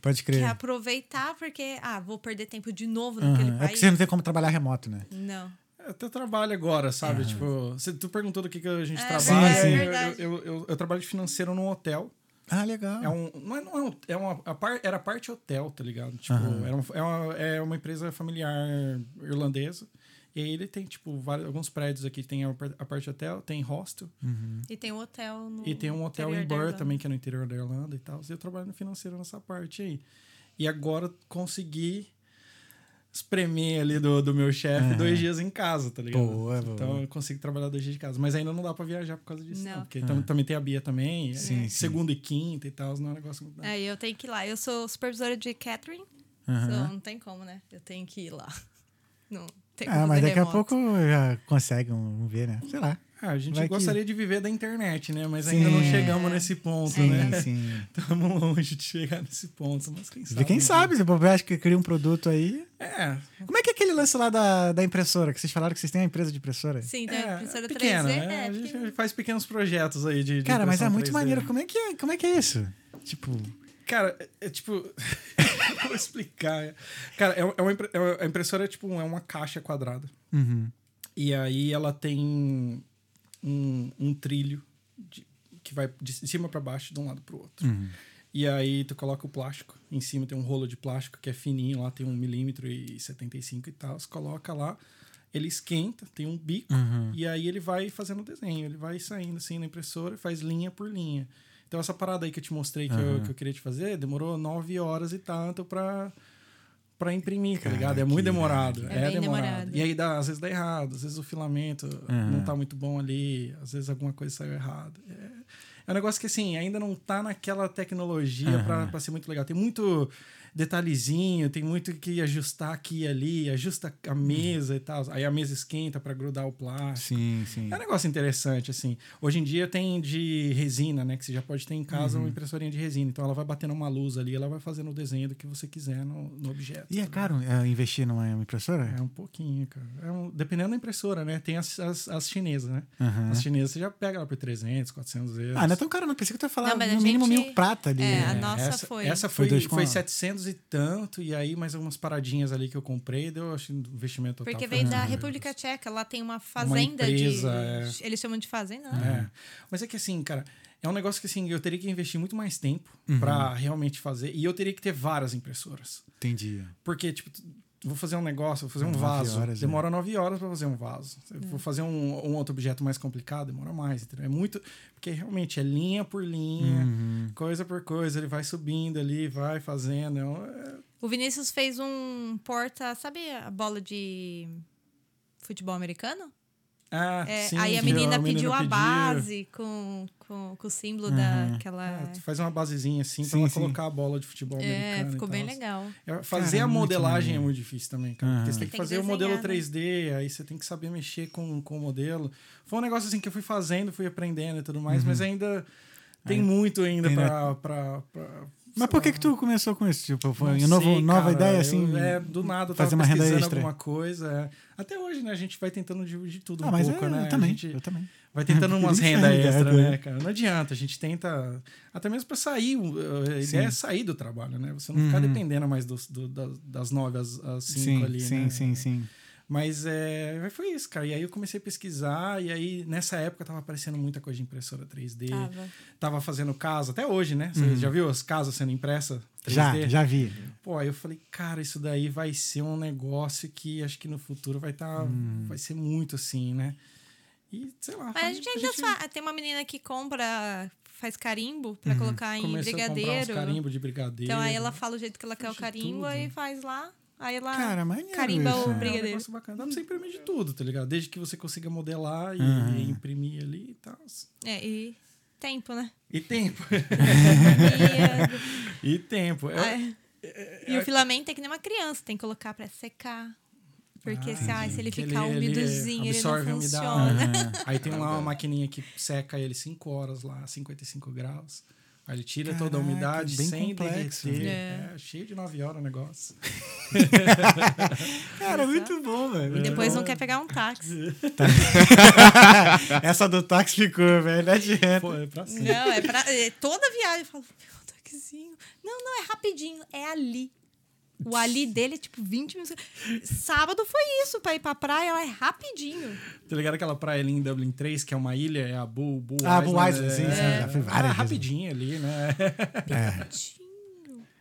[SPEAKER 1] Pode crer.
[SPEAKER 3] quer
[SPEAKER 1] Aham.
[SPEAKER 3] aproveitar porque, ah, vou perder tempo de novo naquele
[SPEAKER 1] É porque
[SPEAKER 3] país.
[SPEAKER 1] você não tem como trabalhar remoto, né?
[SPEAKER 3] Não.
[SPEAKER 4] Até É trabalho agora, sabe? Tipo, você, tu perguntou do que, que a gente
[SPEAKER 3] É,
[SPEAKER 4] trabalha.
[SPEAKER 1] sim, sim.
[SPEAKER 4] Eu-
[SPEAKER 3] verdade.
[SPEAKER 4] Eu, eu, eu- eu trabalho de financeiro num hotel.
[SPEAKER 1] Ah, legal.
[SPEAKER 4] É um. Não é, não é, um- é uma. a par- era parte hotel, tá ligado? Tipo, era um- é, uma, é uma empresa familiar irlandesa. E aí ele tem, tipo, vários, alguns prédios aqui. Tem a, par- a parte hotel, tem hostel.
[SPEAKER 3] E tem um hotel
[SPEAKER 1] Hum.
[SPEAKER 3] no.
[SPEAKER 4] E tem um hotel
[SPEAKER 3] interior da
[SPEAKER 4] em Burr
[SPEAKER 3] Irlanda.
[SPEAKER 4] também, que é no interior da Irlanda e tal. E eu trabalho no financeiro nessa parte aí. E agora consegui espremer ali do, do meu chefe dois dias em casa, tá ligado?
[SPEAKER 1] Boa, boa.
[SPEAKER 4] Então eu consigo trabalhar dois dias de casa. Mas ainda não dá pra viajar por causa disso, não.
[SPEAKER 3] Não.
[SPEAKER 4] Porque tam- também tem a Bia também.
[SPEAKER 1] Sim,
[SPEAKER 4] é,
[SPEAKER 1] sim.
[SPEAKER 4] Segunda e quinta e tal, não é um negócio muito...
[SPEAKER 3] É, eu tenho que ir lá. Eu sou supervisora de catering, então *laughs* não tem como, né? Eu tenho que ir lá. Não. Tem
[SPEAKER 1] Ah,
[SPEAKER 3] como
[SPEAKER 1] mas
[SPEAKER 3] ver
[SPEAKER 1] daqui a
[SPEAKER 3] remoto.
[SPEAKER 1] pouco já consegue um ver, né? Sei lá.
[SPEAKER 4] Ah, a gente
[SPEAKER 1] Vai que-
[SPEAKER 4] gostaria de viver da internet, né? Mas ainda
[SPEAKER 1] Sim.
[SPEAKER 4] não chegamos nesse ponto,
[SPEAKER 3] É
[SPEAKER 1] Sim,
[SPEAKER 4] né?
[SPEAKER 1] sim.
[SPEAKER 4] Estamos longe de chegar nesse ponto, mas quem sabe.
[SPEAKER 1] De quem sabe, se bobear, acho que cria um produto aí.
[SPEAKER 4] É,
[SPEAKER 1] Como é que é aquele lance lá da, da impressora? Que vocês falaram que vocês têm uma empresa de impressora?
[SPEAKER 3] Sim, então tem a
[SPEAKER 4] é
[SPEAKER 3] impressora 3D.
[SPEAKER 4] pequena, né?
[SPEAKER 3] É,
[SPEAKER 4] A
[SPEAKER 3] pequena.
[SPEAKER 4] gente faz pequenos projetos aí de, de
[SPEAKER 1] Cara, mas é
[SPEAKER 4] impressão
[SPEAKER 1] muito
[SPEAKER 4] 3D.
[SPEAKER 1] maneiro. Como é, que é, como é que é isso? Tipo,
[SPEAKER 4] Cara, é, é tipo. *laughs* Vou explicar. Cara, é, é uma, impre- é uma- a impressora é tipo é uma caixa quadrada. E aí ela tem um, um trilho de- que vai de cima pra baixo, de um lado pro outro. E aí tu coloca o plástico. Em cima tem um rolo de plástico que é fininho, lá tem um milímetro e 75 e tal. Você coloca lá, ele esquenta, tem um bico, e aí ele vai fazendo o desenho. Ele vai saindo assim na impressora e faz linha por linha. Então essa parada aí que eu te mostrei que, eu, que eu queria te fazer, demorou nove horas e tanto pra, pra imprimir, tá ligado? É muito demorado.
[SPEAKER 3] É
[SPEAKER 4] É,
[SPEAKER 3] bem
[SPEAKER 4] demorado.
[SPEAKER 3] demorado.
[SPEAKER 4] E aí dá, às vezes dá errado, às vezes o filamento
[SPEAKER 1] Uhum.
[SPEAKER 4] não tá muito bom ali, às vezes alguma coisa saiu errada. É, é um negócio que assim, ainda não tá naquela tecnologia
[SPEAKER 1] Uhum.
[SPEAKER 4] pra, pra ser muito legal. Tem muito detalhezinho, tem muito que ajustar aqui e ali, ajusta a
[SPEAKER 1] Uhum.
[SPEAKER 4] mesa e tal. Aí a mesa esquenta pra grudar o plástico.
[SPEAKER 1] sim, sim.
[SPEAKER 4] É um negócio interessante, assim. Hoje em dia tem de resina, né? Que você já pode ter em casa
[SPEAKER 1] Uhum.
[SPEAKER 4] uma impressorinha de resina. Então ela vai batendo uma luz ali, ela vai fazendo o desenho do que você quiser no, no objeto.
[SPEAKER 1] E é
[SPEAKER 4] tá
[SPEAKER 1] caro é, investir numa impressora?
[SPEAKER 4] é um pouquinho, cara. É um- dependendo da impressora, né? Tem as, as, as chinesas, né?
[SPEAKER 1] Aham.
[SPEAKER 4] As chinesas você já pega lá por 300, 400 euros.
[SPEAKER 1] Uhum. Ah, não é tão caro, não. Pensei que tu ia falar
[SPEAKER 3] Não, mas a
[SPEAKER 1] no mínimo
[SPEAKER 3] gente-
[SPEAKER 1] mil prata ali.
[SPEAKER 3] É, a
[SPEAKER 1] né?
[SPEAKER 3] nossa
[SPEAKER 4] essa,
[SPEAKER 3] foi.
[SPEAKER 4] Essa
[SPEAKER 1] Foi
[SPEAKER 4] foi,
[SPEAKER 1] dois
[SPEAKER 4] foi,
[SPEAKER 1] com a-
[SPEAKER 4] 700 e tanto, e aí mais algumas paradinhas ali que eu comprei, deu acho, um investimento total.
[SPEAKER 3] Porque
[SPEAKER 4] foi
[SPEAKER 3] veio
[SPEAKER 4] uns
[SPEAKER 3] da
[SPEAKER 1] Uhum.
[SPEAKER 4] 1.000
[SPEAKER 3] República Tcheca, lá tem uma fazenda
[SPEAKER 4] empresa,
[SPEAKER 3] de. Eles chamam de fazenda,
[SPEAKER 4] euros.
[SPEAKER 3] né?
[SPEAKER 4] É. Mas é que assim, cara, é um negócio que assim, eu teria que investir muito mais tempo pra
[SPEAKER 1] Uhum.
[SPEAKER 4] realmente fazer, e eu teria que ter várias impressoras.
[SPEAKER 1] Entendi.
[SPEAKER 4] Porque, tipo, tu- vou fazer um negócio, vou fazer um
[SPEAKER 1] Nove
[SPEAKER 4] vaso.
[SPEAKER 1] horas, é.
[SPEAKER 4] demora nove horas para fazer um vaso. Eu
[SPEAKER 3] É.
[SPEAKER 4] Vou fazer um, um outro objeto mais complicado, demora mais. Entendeu? É muito. Porque realmente é linha por linha,
[SPEAKER 1] Uhum.
[SPEAKER 4] coisa por coisa, ele vai subindo ali, vai fazendo. é um- é-
[SPEAKER 3] O Vinícius fez um porta. Sabe a bola de futebol americano?
[SPEAKER 4] Ah,
[SPEAKER 3] É,
[SPEAKER 4] sim,
[SPEAKER 3] aí a
[SPEAKER 4] sim,
[SPEAKER 3] menina
[SPEAKER 4] o menino
[SPEAKER 3] pediu a
[SPEAKER 4] pediu.
[SPEAKER 3] base com, com, com o símbolo daquela.
[SPEAKER 4] É, tu faz uma basezinha assim pra
[SPEAKER 1] Sim,
[SPEAKER 4] ela
[SPEAKER 1] sim.
[SPEAKER 4] colocar a bola de futebol
[SPEAKER 3] É,
[SPEAKER 4] americano. e
[SPEAKER 3] ficou bem
[SPEAKER 4] tal.
[SPEAKER 3] legal.
[SPEAKER 4] É, Fazer
[SPEAKER 1] Cara,
[SPEAKER 4] a
[SPEAKER 1] muito
[SPEAKER 4] modelagem é
[SPEAKER 1] maneiro.
[SPEAKER 4] muito difícil também, cara. Porque você tem que
[SPEAKER 3] Tem que
[SPEAKER 4] fazer o
[SPEAKER 3] desenhar,
[SPEAKER 4] modelo
[SPEAKER 3] né?
[SPEAKER 4] 3D, aí você tem que saber mexer com, com o modelo. Foi um negócio assim que eu fui fazendo, fui aprendendo e tudo mais, mas ainda tem muito ainda
[SPEAKER 1] Uhum. tem, né?
[SPEAKER 4] pra, pra, pra-
[SPEAKER 1] Mas por que que tu começou com isso? Tipo, foi
[SPEAKER 4] não
[SPEAKER 1] uma novo-
[SPEAKER 4] sei,
[SPEAKER 1] nova
[SPEAKER 4] cara.
[SPEAKER 1] ideia,
[SPEAKER 4] Eu,
[SPEAKER 1] assim?
[SPEAKER 4] é, do nada, eu tava
[SPEAKER 1] fazer uma renda
[SPEAKER 4] pesquisando
[SPEAKER 1] extra.
[SPEAKER 4] alguma coisa. é. Até hoje, né? A gente vai tentando de, de tudo
[SPEAKER 1] ah,
[SPEAKER 4] um
[SPEAKER 1] mas
[SPEAKER 4] pouco,
[SPEAKER 1] é,
[SPEAKER 4] né?
[SPEAKER 1] eu
[SPEAKER 4] A
[SPEAKER 1] também,
[SPEAKER 4] gente-
[SPEAKER 1] eu também. *laughs*
[SPEAKER 4] Vai tentando umas
[SPEAKER 1] Isso é
[SPEAKER 4] renda
[SPEAKER 1] verdade,
[SPEAKER 4] extra,
[SPEAKER 1] né?
[SPEAKER 4] né, cara? Não adianta, a gente tenta. Até mesmo para sair. uh, A ideia é sair do trabalho, né? Você não ficar dependendo mais dos- do- da- das nove às, às cinco
[SPEAKER 1] Uhum. sim,
[SPEAKER 4] ali.
[SPEAKER 1] sim,
[SPEAKER 4] né?
[SPEAKER 1] sim, sim.
[SPEAKER 4] Mas é, foi isso, cara. E aí eu comecei a pesquisar, e aí nessa época tava aparecendo muita coisa de impressora 3D.
[SPEAKER 3] Tava.
[SPEAKER 4] Tava fazendo casa, até hoje, né? Você já viu as casas sendo impressa? 3D?
[SPEAKER 1] Uhum. Já, já vi.
[SPEAKER 4] Pô, aí eu falei, cara, isso daí vai ser um negócio que acho que no futuro vai estar.
[SPEAKER 1] Hum.
[SPEAKER 4] Vai ser muito assim, né? E sei lá.
[SPEAKER 3] Mas a gente ainda fa- tem uma menina que compra, faz carimbo pra colocar em
[SPEAKER 4] Uhum. Começou a comprar uns
[SPEAKER 3] brigadeiro.
[SPEAKER 4] carimbo de brigadeiro. É,
[SPEAKER 3] Então aí ela fala o jeito que ela quer o
[SPEAKER 4] Faz de
[SPEAKER 3] carimbo
[SPEAKER 4] tudo.
[SPEAKER 3] aí faz lá. Aí ela
[SPEAKER 1] Cara, maneiro
[SPEAKER 3] Ah, carimba
[SPEAKER 1] isso, né?
[SPEAKER 3] o
[SPEAKER 4] É um
[SPEAKER 3] brigadeiro.
[SPEAKER 4] negócio bacana. Dá pra você imprimir de tudo, tá ligado? Desde que você consiga modelar e, e imprimir ali e tal.
[SPEAKER 3] É, e tempo,
[SPEAKER 4] *laughs*
[SPEAKER 3] né?
[SPEAKER 4] E tempo. É.
[SPEAKER 3] E,
[SPEAKER 4] e tempo.
[SPEAKER 3] é,
[SPEAKER 4] Eu-
[SPEAKER 3] ai. E o filamento é que nem uma criança, tem que colocar pra secar. Porque se, ai, se ele
[SPEAKER 4] Ah, que
[SPEAKER 3] ficar umidozinho, ele, não
[SPEAKER 4] absorve a umidade.
[SPEAKER 3] funciona.
[SPEAKER 4] Aí tem lá uma maquininha que seca ele 5 horas lá, 55 graus. Aí ele tira toda a
[SPEAKER 1] Caraca,
[SPEAKER 4] umidade
[SPEAKER 1] bem
[SPEAKER 4] sem
[SPEAKER 1] complexo.
[SPEAKER 4] derreter.
[SPEAKER 3] É.
[SPEAKER 4] É. cheio de 9 horas o negócio.
[SPEAKER 1] *laughs* Cara, é muito bom,
[SPEAKER 4] Uhum.
[SPEAKER 1] velho. *laughs*
[SPEAKER 3] E depois não quer pegar um táxi.
[SPEAKER 1] Essa do táxi ficou, velho. Não adianta.
[SPEAKER 4] Pô, é pra cima.
[SPEAKER 3] Não, é pra. é toda viagem eu falo, meu táxizinho. Não, não, é rapidinho, é ali. O ali dele é tipo 20 minutos. Sábado foi isso, pra ir pra praia, ela é rapidinho.
[SPEAKER 4] Tá ligado aquela praia ali em Dublin 3, que é uma ilha, é a Bull Bull
[SPEAKER 1] Ah,
[SPEAKER 4] Island,
[SPEAKER 1] Bull Island,
[SPEAKER 4] é-
[SPEAKER 1] sim, sim, já fui várias
[SPEAKER 4] Ah,
[SPEAKER 1] vezes.
[SPEAKER 4] rapidinho ali, né?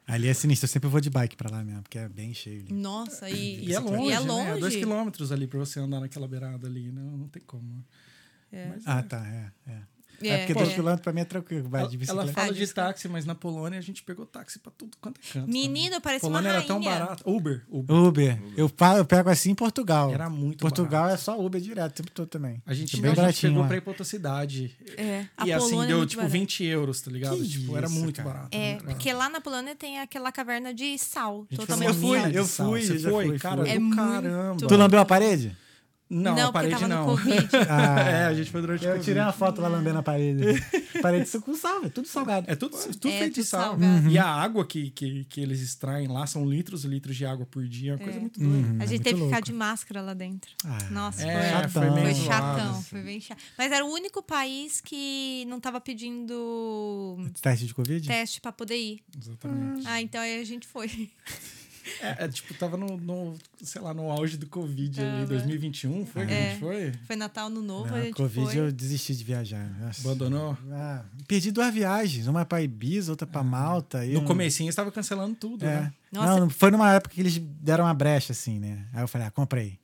[SPEAKER 1] Ali é sinistro. Eu sempre vou de bike pra lá mesmo, porque é bem cheio. ali.
[SPEAKER 3] Nossa, e,
[SPEAKER 4] E é longe,
[SPEAKER 3] E é
[SPEAKER 4] Né? É dois
[SPEAKER 3] longe.
[SPEAKER 4] quilômetros ali pra você andar naquela beirada ali, não, não tem como. Mas,
[SPEAKER 1] Ah, tá, é, é. É,
[SPEAKER 3] É,
[SPEAKER 1] porque
[SPEAKER 3] pô,
[SPEAKER 1] tranquilando pra mim é tranquilo. Vai de
[SPEAKER 4] Ela
[SPEAKER 1] bicicleta.
[SPEAKER 4] fala
[SPEAKER 3] Ah,
[SPEAKER 4] de
[SPEAKER 3] desculpa.
[SPEAKER 4] táxi, mas na Polônia a gente pegou táxi pra tudo quanto é canto.
[SPEAKER 3] Menino,
[SPEAKER 4] também.
[SPEAKER 3] parece uma
[SPEAKER 4] Polônia
[SPEAKER 3] rainha.
[SPEAKER 4] era tão barato. Uber, Uber.
[SPEAKER 1] Uber. Eu, pa- eu pego assim em Portugal.
[SPEAKER 4] Era muito
[SPEAKER 1] Portugal
[SPEAKER 4] barato.
[SPEAKER 1] é só Uber direto, o tempo todo também. É
[SPEAKER 4] A gente,
[SPEAKER 1] bem
[SPEAKER 4] a gente
[SPEAKER 1] baratinho
[SPEAKER 4] chegou
[SPEAKER 1] lá.
[SPEAKER 4] pra ir pra outra cidade.
[SPEAKER 3] É, a
[SPEAKER 4] E assim,
[SPEAKER 3] Polônia
[SPEAKER 4] deu
[SPEAKER 3] é muito
[SPEAKER 4] tipo
[SPEAKER 3] barata.
[SPEAKER 4] 20 euros, tá ligado?
[SPEAKER 1] Que
[SPEAKER 4] tipo, era
[SPEAKER 1] isso,
[SPEAKER 4] muito
[SPEAKER 1] cara.
[SPEAKER 4] barato.
[SPEAKER 3] É,
[SPEAKER 4] muito barato.
[SPEAKER 3] porque lá na Polônia tem aquela caverna de sal.
[SPEAKER 4] A gente
[SPEAKER 1] Eu
[SPEAKER 4] foi
[SPEAKER 3] Totalmente
[SPEAKER 4] numa
[SPEAKER 1] fui,
[SPEAKER 4] mina de
[SPEAKER 1] eu
[SPEAKER 4] sal.
[SPEAKER 1] fui,
[SPEAKER 4] Você
[SPEAKER 1] eu já
[SPEAKER 4] foi?
[SPEAKER 1] fui,
[SPEAKER 4] cara,
[SPEAKER 1] fui.
[SPEAKER 3] É
[SPEAKER 4] do
[SPEAKER 3] muito
[SPEAKER 4] caramba.
[SPEAKER 1] Tu lambeu a parede?
[SPEAKER 4] Não,
[SPEAKER 3] Não, porque
[SPEAKER 4] a parede
[SPEAKER 3] tava no
[SPEAKER 4] não.
[SPEAKER 3] Covid.
[SPEAKER 1] Ah,
[SPEAKER 4] *laughs* é, a gente foi durante o
[SPEAKER 1] Eu
[SPEAKER 4] Covid.
[SPEAKER 1] tirei uma foto lá lambendo a
[SPEAKER 4] *laughs*
[SPEAKER 1] parede. parede com sal, é tudo salgado.
[SPEAKER 4] É tudo, tudo
[SPEAKER 3] É,
[SPEAKER 4] feito de
[SPEAKER 3] tudo
[SPEAKER 4] sal.
[SPEAKER 3] salgado.
[SPEAKER 4] E a água que, que, que eles extraem lá são litros e litros de água por dia. É uma coisa muito doida.
[SPEAKER 1] Hum,
[SPEAKER 3] A
[SPEAKER 1] é
[SPEAKER 3] gente
[SPEAKER 1] muito
[SPEAKER 3] teve que ficar
[SPEAKER 1] louco.
[SPEAKER 3] de máscara lá dentro.
[SPEAKER 1] Ah,
[SPEAKER 3] Nossa,
[SPEAKER 4] É,
[SPEAKER 3] foi,
[SPEAKER 1] foi meio
[SPEAKER 3] foi
[SPEAKER 1] zoado,
[SPEAKER 3] chatão,
[SPEAKER 4] assim.
[SPEAKER 3] foi bem chato. Mas era o único país que não tava pedindo
[SPEAKER 1] Teste de Covid?
[SPEAKER 3] teste pra poder ir.
[SPEAKER 4] Exatamente.
[SPEAKER 3] Ah, então aí a gente foi. *laughs*
[SPEAKER 4] É, é, tipo, tava no, no, sei lá, no auge do Covid ali, 2021, foi? que
[SPEAKER 3] É.
[SPEAKER 4] a gente foi?
[SPEAKER 3] Foi Natal no Novo,
[SPEAKER 1] Não,
[SPEAKER 3] a gente
[SPEAKER 1] Ah, Covid
[SPEAKER 3] foi.
[SPEAKER 1] eu desisti de viajar. Nossa.
[SPEAKER 4] Abandonou?
[SPEAKER 1] Ah, perdi duas viagens, uma pra Ibiza, outra pra Malta. um aí
[SPEAKER 4] Ah. No
[SPEAKER 1] eu-
[SPEAKER 4] comecinho estava cancelando tudo,
[SPEAKER 1] É.
[SPEAKER 4] né?
[SPEAKER 3] Nossa.
[SPEAKER 1] Não, foi numa época que eles deram uma brecha, assim, né? Aí eu falei, ah, comprei.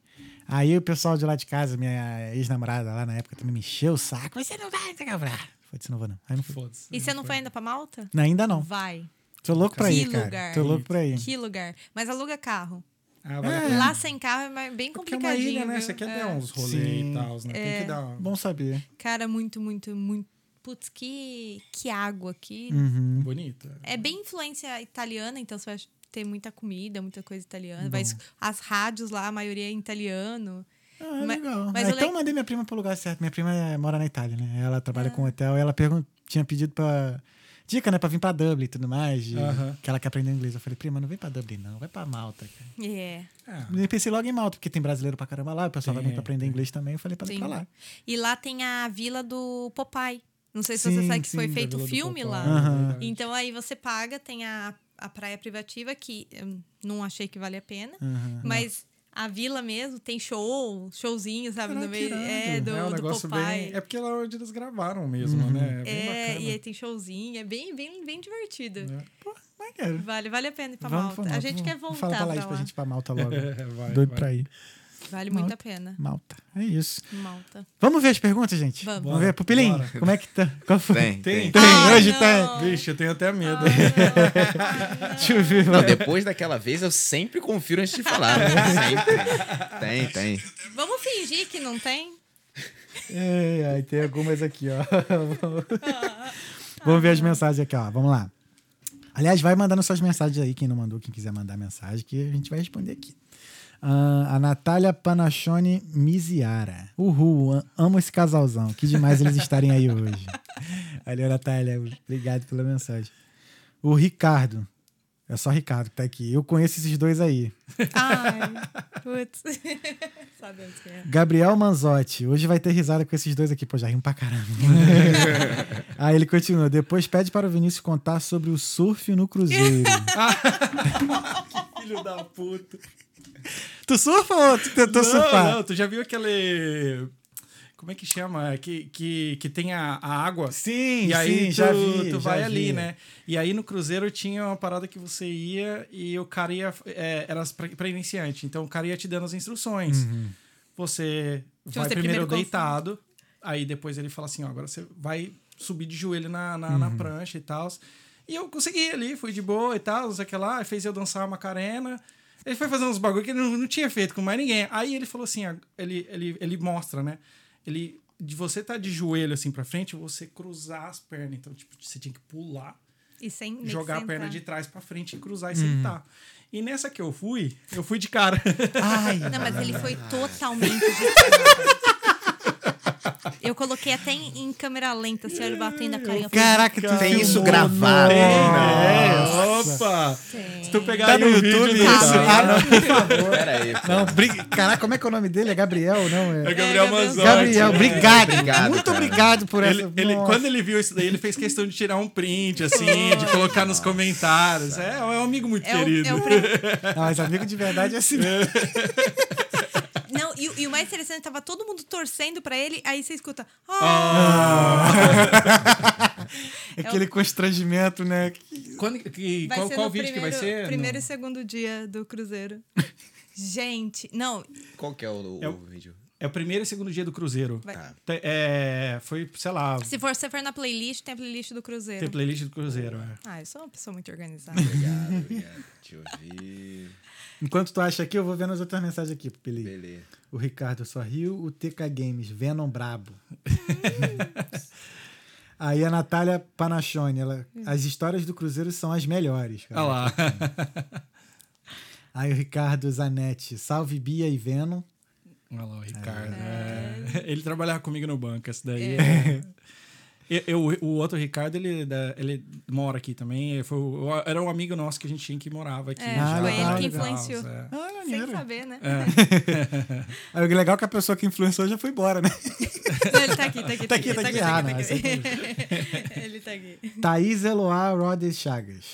[SPEAKER 1] Aí o pessoal de lá de casa, minha ex-namorada lá na época, também me encheu o saco. Mas você não vai você comprar. Falei, você não vou, não. Aí não fui.
[SPEAKER 4] Foda-se.
[SPEAKER 3] E você não foi ainda pra Malta?
[SPEAKER 1] Não, ainda não.
[SPEAKER 3] Vai.
[SPEAKER 1] Tô louco pra
[SPEAKER 3] Que
[SPEAKER 1] ir, cara.
[SPEAKER 3] lugar.
[SPEAKER 1] Tô louco pra ir.
[SPEAKER 3] Que lugar. Mas aluga carro.
[SPEAKER 4] Ah, vale a pena.
[SPEAKER 3] Lá sem carro é mais- bem
[SPEAKER 4] Porque é uma
[SPEAKER 3] complicadinho.
[SPEAKER 4] ilha, né?
[SPEAKER 3] viu?
[SPEAKER 4] Você quer
[SPEAKER 3] É.
[SPEAKER 4] dar uns rolês
[SPEAKER 1] Sim.
[SPEAKER 4] e tal, né? Tem que dar.
[SPEAKER 1] Bom saber.
[SPEAKER 3] Cara, muito, muito, muito. Putz, que, que água aqui.
[SPEAKER 1] Uhum.
[SPEAKER 4] Bonita.
[SPEAKER 3] É bem influência italiana, então você vai ter muita comida, muita coisa italiana. Vai, es- as rádios lá, a maioria é em italiano.
[SPEAKER 1] Ah, é
[SPEAKER 3] Ma-
[SPEAKER 1] legal.
[SPEAKER 3] mas
[SPEAKER 1] Ah,
[SPEAKER 3] eu
[SPEAKER 1] então eu
[SPEAKER 3] le-
[SPEAKER 1] mandei minha prima pro lugar certo. Minha prima eh, mora na Itália, né? Ela trabalha
[SPEAKER 3] Ah.
[SPEAKER 1] com hotel e ela pergun- tinha pedido pra. Dica, né? Pra vir pra Dublin e tudo mais. de-
[SPEAKER 4] Aham.
[SPEAKER 1] Que ela quer aprender inglês. Eu falei, prima, não vem pra Dublin, não. Vai pra Malta, cara.
[SPEAKER 3] É.
[SPEAKER 4] Ah,
[SPEAKER 1] Eu pensei logo em Malta, porque tem brasileiro pra caramba lá, o pessoal vai
[SPEAKER 4] Tem,
[SPEAKER 1] muito aprender inglês também. Eu falei pra,
[SPEAKER 3] Sim. Tá
[SPEAKER 1] pra lá.
[SPEAKER 3] E lá tem a vila do Popeye. Não sei se
[SPEAKER 1] Sim,
[SPEAKER 3] você sabe que foi
[SPEAKER 1] sim, da
[SPEAKER 3] feito
[SPEAKER 4] Vila
[SPEAKER 3] o
[SPEAKER 4] do
[SPEAKER 3] filme
[SPEAKER 4] Popó,
[SPEAKER 3] lá.
[SPEAKER 1] Aham.
[SPEAKER 4] é verdade.
[SPEAKER 3] Então aí você paga, tem a, a praia privativa, que hum, não achei que vale a pena.
[SPEAKER 1] Aham.
[SPEAKER 3] Mas a vila mesmo tem show, showzinho, sabe?
[SPEAKER 1] Caraca,
[SPEAKER 3] no meio,
[SPEAKER 1] irado.
[SPEAKER 3] é, do,
[SPEAKER 4] é um
[SPEAKER 3] do
[SPEAKER 4] negócio
[SPEAKER 3] Popeye.
[SPEAKER 4] bem. É porque lá é onde eles gravaram mesmo, né? É, bem
[SPEAKER 3] É,
[SPEAKER 4] bacana.
[SPEAKER 3] e aí tem showzinho, é bem, bem, bem divertido.
[SPEAKER 4] né?
[SPEAKER 1] Pô, maneiro.
[SPEAKER 3] Vale, vale a pena ir pra
[SPEAKER 1] É. Vamos
[SPEAKER 3] Malta.
[SPEAKER 1] pra
[SPEAKER 3] A gente quer
[SPEAKER 1] Vamos
[SPEAKER 3] voltar
[SPEAKER 1] falar pra
[SPEAKER 3] pra lá.
[SPEAKER 1] Laís pra gente ir pra Malta logo.
[SPEAKER 4] *laughs* É, vai,
[SPEAKER 1] Doido
[SPEAKER 4] vai.
[SPEAKER 1] pra ir.
[SPEAKER 3] Vale muito a pena.
[SPEAKER 1] Malta. É isso. *laughs*
[SPEAKER 3] Malta.
[SPEAKER 1] Vamos ver as perguntas, gente?
[SPEAKER 3] Vamos.
[SPEAKER 1] ver. Pupilim,
[SPEAKER 4] Bora.
[SPEAKER 1] como é que tá? Qual foi?
[SPEAKER 2] Tem,
[SPEAKER 4] Tem.
[SPEAKER 2] tem.
[SPEAKER 1] Tem,
[SPEAKER 3] Ah,
[SPEAKER 1] hoje
[SPEAKER 3] não.
[SPEAKER 1] tem.
[SPEAKER 4] Vixe, eu tenho até medo.
[SPEAKER 1] Deixa eu ver.
[SPEAKER 2] Não, depois daquela vez eu sempre confiro antes de falar. né? Sempre. Tem, tem.
[SPEAKER 3] Vamos fingir que
[SPEAKER 1] *laughs*
[SPEAKER 3] não tem?
[SPEAKER 1] Ai, ai, tem algumas aqui, ó. Vamos ver as mensagens aqui, ó. Vamos lá. Aliás, vai mandando suas mensagens aí, quem não mandou, quem quiser mandar mensagem, que a gente vai responder aqui. Ah, a Natália Panachone Miziara. Uhul, a- amo esse casalzão. Que demais eles estarem aí hoje. Valeu, Natália. Obrigado pela mensagem. O Ricardo. É só Ricardo que tá aqui. Eu conheço esses dois aí.
[SPEAKER 3] Ai, putz. *laughs* Sabemos quem é.
[SPEAKER 1] Gabriel Manzotti, hoje vai ter risada com esses dois aqui. Pô, já rimo pra *laughs* caramba. Aí ele continua. Depois pede para o Vinícius contar sobre o surf no cruzeiro.
[SPEAKER 3] Ah.
[SPEAKER 4] *laughs* Filho da puta.
[SPEAKER 1] *laughs* tu surfa ou tu *laughs* tentou
[SPEAKER 4] não,
[SPEAKER 1] surfar?
[SPEAKER 4] não, tu já viu aquele. Como é que chama? Que, que, que tem a, a água.
[SPEAKER 1] Sim,
[SPEAKER 4] E aí
[SPEAKER 1] sim,
[SPEAKER 4] tu,
[SPEAKER 1] já vi.
[SPEAKER 4] tu
[SPEAKER 1] já
[SPEAKER 4] vai
[SPEAKER 1] vi.
[SPEAKER 4] ali, né? E aí no cruzeiro tinha uma parada que você ia e o cara ia. É, era pra- pra iniciante. Então o cara ia te dando as instruções.
[SPEAKER 1] Uhum.
[SPEAKER 4] Você
[SPEAKER 3] Se
[SPEAKER 4] vai
[SPEAKER 3] você primeiro
[SPEAKER 4] primeiro
[SPEAKER 3] consegue.
[SPEAKER 4] deitado, aí depois ele fala assim: ó, agora você vai subir de joelho na, na, na prancha e tal. E eu consegui ali, fui de boa e tal, não sei o que lá, fez eu dançar uma carena. Ele foi fazendo uns bagulho que ele não, não tinha feito com mais ninguém. Aí ele falou assim: ó, ele, ele, ele mostra, né? Ele. De você tá de joelho assim pra frente, você cruzar as pernas. Então, tipo, você tinha que pular
[SPEAKER 3] E sem então. meio que
[SPEAKER 4] jogar a perna
[SPEAKER 3] sentar.
[SPEAKER 4] de trás pra frente e cruzar e sentar. E nessa que eu fui, eu fui de cara.
[SPEAKER 1] Ai,
[SPEAKER 3] Não, mas ele
[SPEAKER 4] *laughs*
[SPEAKER 3] foi totalmente desesperado. *laughs* Eu coloquei até em, em câmera lenta, assim, olha, batendo a carinha.
[SPEAKER 1] caraca, tu
[SPEAKER 2] Tem isso
[SPEAKER 1] filmou,
[SPEAKER 2] gravado.
[SPEAKER 1] não. né?
[SPEAKER 4] É, opa!
[SPEAKER 3] Tem.
[SPEAKER 4] Se tu pegar
[SPEAKER 1] Tá
[SPEAKER 4] aí
[SPEAKER 1] no
[SPEAKER 4] o vídeo,
[SPEAKER 1] YouTube
[SPEAKER 4] tá.
[SPEAKER 1] isso? Ah, não, por favor.
[SPEAKER 2] Pera aí. pô.
[SPEAKER 1] Não, bri- Caraca, como é que é o nome dele? É Gabriel, não?
[SPEAKER 4] É
[SPEAKER 1] É...
[SPEAKER 3] É,
[SPEAKER 4] Gabriel
[SPEAKER 3] Gabriel
[SPEAKER 4] Manzotti.
[SPEAKER 1] Gabriel,
[SPEAKER 4] né?
[SPEAKER 1] obrigado.
[SPEAKER 2] Obrigado,
[SPEAKER 1] Muito
[SPEAKER 2] cara.
[SPEAKER 1] obrigado por
[SPEAKER 4] Ele,
[SPEAKER 1] essa.
[SPEAKER 4] ele-
[SPEAKER 1] Nossa.
[SPEAKER 4] quando ele viu isso daí, ele fez questão de tirar um print, assim, de colocar nos comentários. É, é um amigo muito
[SPEAKER 3] É o,
[SPEAKER 4] querido.
[SPEAKER 3] é o pre-
[SPEAKER 1] Não, mas amigo de verdade é assim. mesmo.
[SPEAKER 3] Não, e, e o mais interessante, tava todo mundo torcendo pra ele, aí você escuta. Ah,
[SPEAKER 4] É.
[SPEAKER 1] Aquele constrangimento, né?
[SPEAKER 4] Quando, que-
[SPEAKER 3] vai
[SPEAKER 4] qual
[SPEAKER 3] ser
[SPEAKER 4] qual
[SPEAKER 3] no
[SPEAKER 4] vídeo
[SPEAKER 3] primeiro,
[SPEAKER 4] que vai ser?
[SPEAKER 3] Primeiro e
[SPEAKER 4] No-
[SPEAKER 3] segundo dia do Cruzeiro. Gente, não,
[SPEAKER 2] Qual que é o, o
[SPEAKER 4] É o-
[SPEAKER 2] vídeo?
[SPEAKER 4] É o primeiro e segundo dia do Cruzeiro.
[SPEAKER 3] Vai.
[SPEAKER 2] Tá.
[SPEAKER 4] Te- É, foi, sei lá,
[SPEAKER 3] Se for, se for na playlist, tem a playlist do Cruzeiro.
[SPEAKER 4] tem playlist do Cruzeiro. é.
[SPEAKER 3] Ah, eu sou uma pessoa muito organizada.
[SPEAKER 2] Obrigado, obrigado. Te ouvi.
[SPEAKER 1] Enquanto tu acha aqui, eu vou vendo as outras mensagens aqui, Pili.
[SPEAKER 2] Beleza.
[SPEAKER 1] O Ricardo sorriu, o TK Games, Venom
[SPEAKER 4] *laughs*
[SPEAKER 1] Brabo. Aí a Natália Panachone, ela, as histórias do Cruzeiro são as melhores, cara.
[SPEAKER 4] Olha lá.
[SPEAKER 1] Aí o Ricardo Zanetti, salve Bia e Venom.
[SPEAKER 4] Olha lá o Ricardo. é. *laughs* Ele trabalhava comigo no banco, esse daí. é. *laughs* Eu, eu- o outro Ricardo, ele, é da- ele mora aqui também. ele foi o- era um amigo nosso que a gente tinha que morava aqui.
[SPEAKER 3] É,
[SPEAKER 4] já.
[SPEAKER 1] foi ele que
[SPEAKER 4] e
[SPEAKER 3] influenciou.
[SPEAKER 4] tal, é.
[SPEAKER 1] Ah,
[SPEAKER 3] Sem
[SPEAKER 1] maneiro. É.
[SPEAKER 3] saber, né?
[SPEAKER 1] Aí o legal é que a pessoa que influenciou já foi embora, né?
[SPEAKER 3] Não, ele tá aqui, tá aqui.
[SPEAKER 1] Tá aqui, tá aqui. Ah, não, essa
[SPEAKER 3] *laughs* Ele tá
[SPEAKER 1] *laughs*
[SPEAKER 3] aqui.
[SPEAKER 1] Thaís Eloá Rodes Chagas.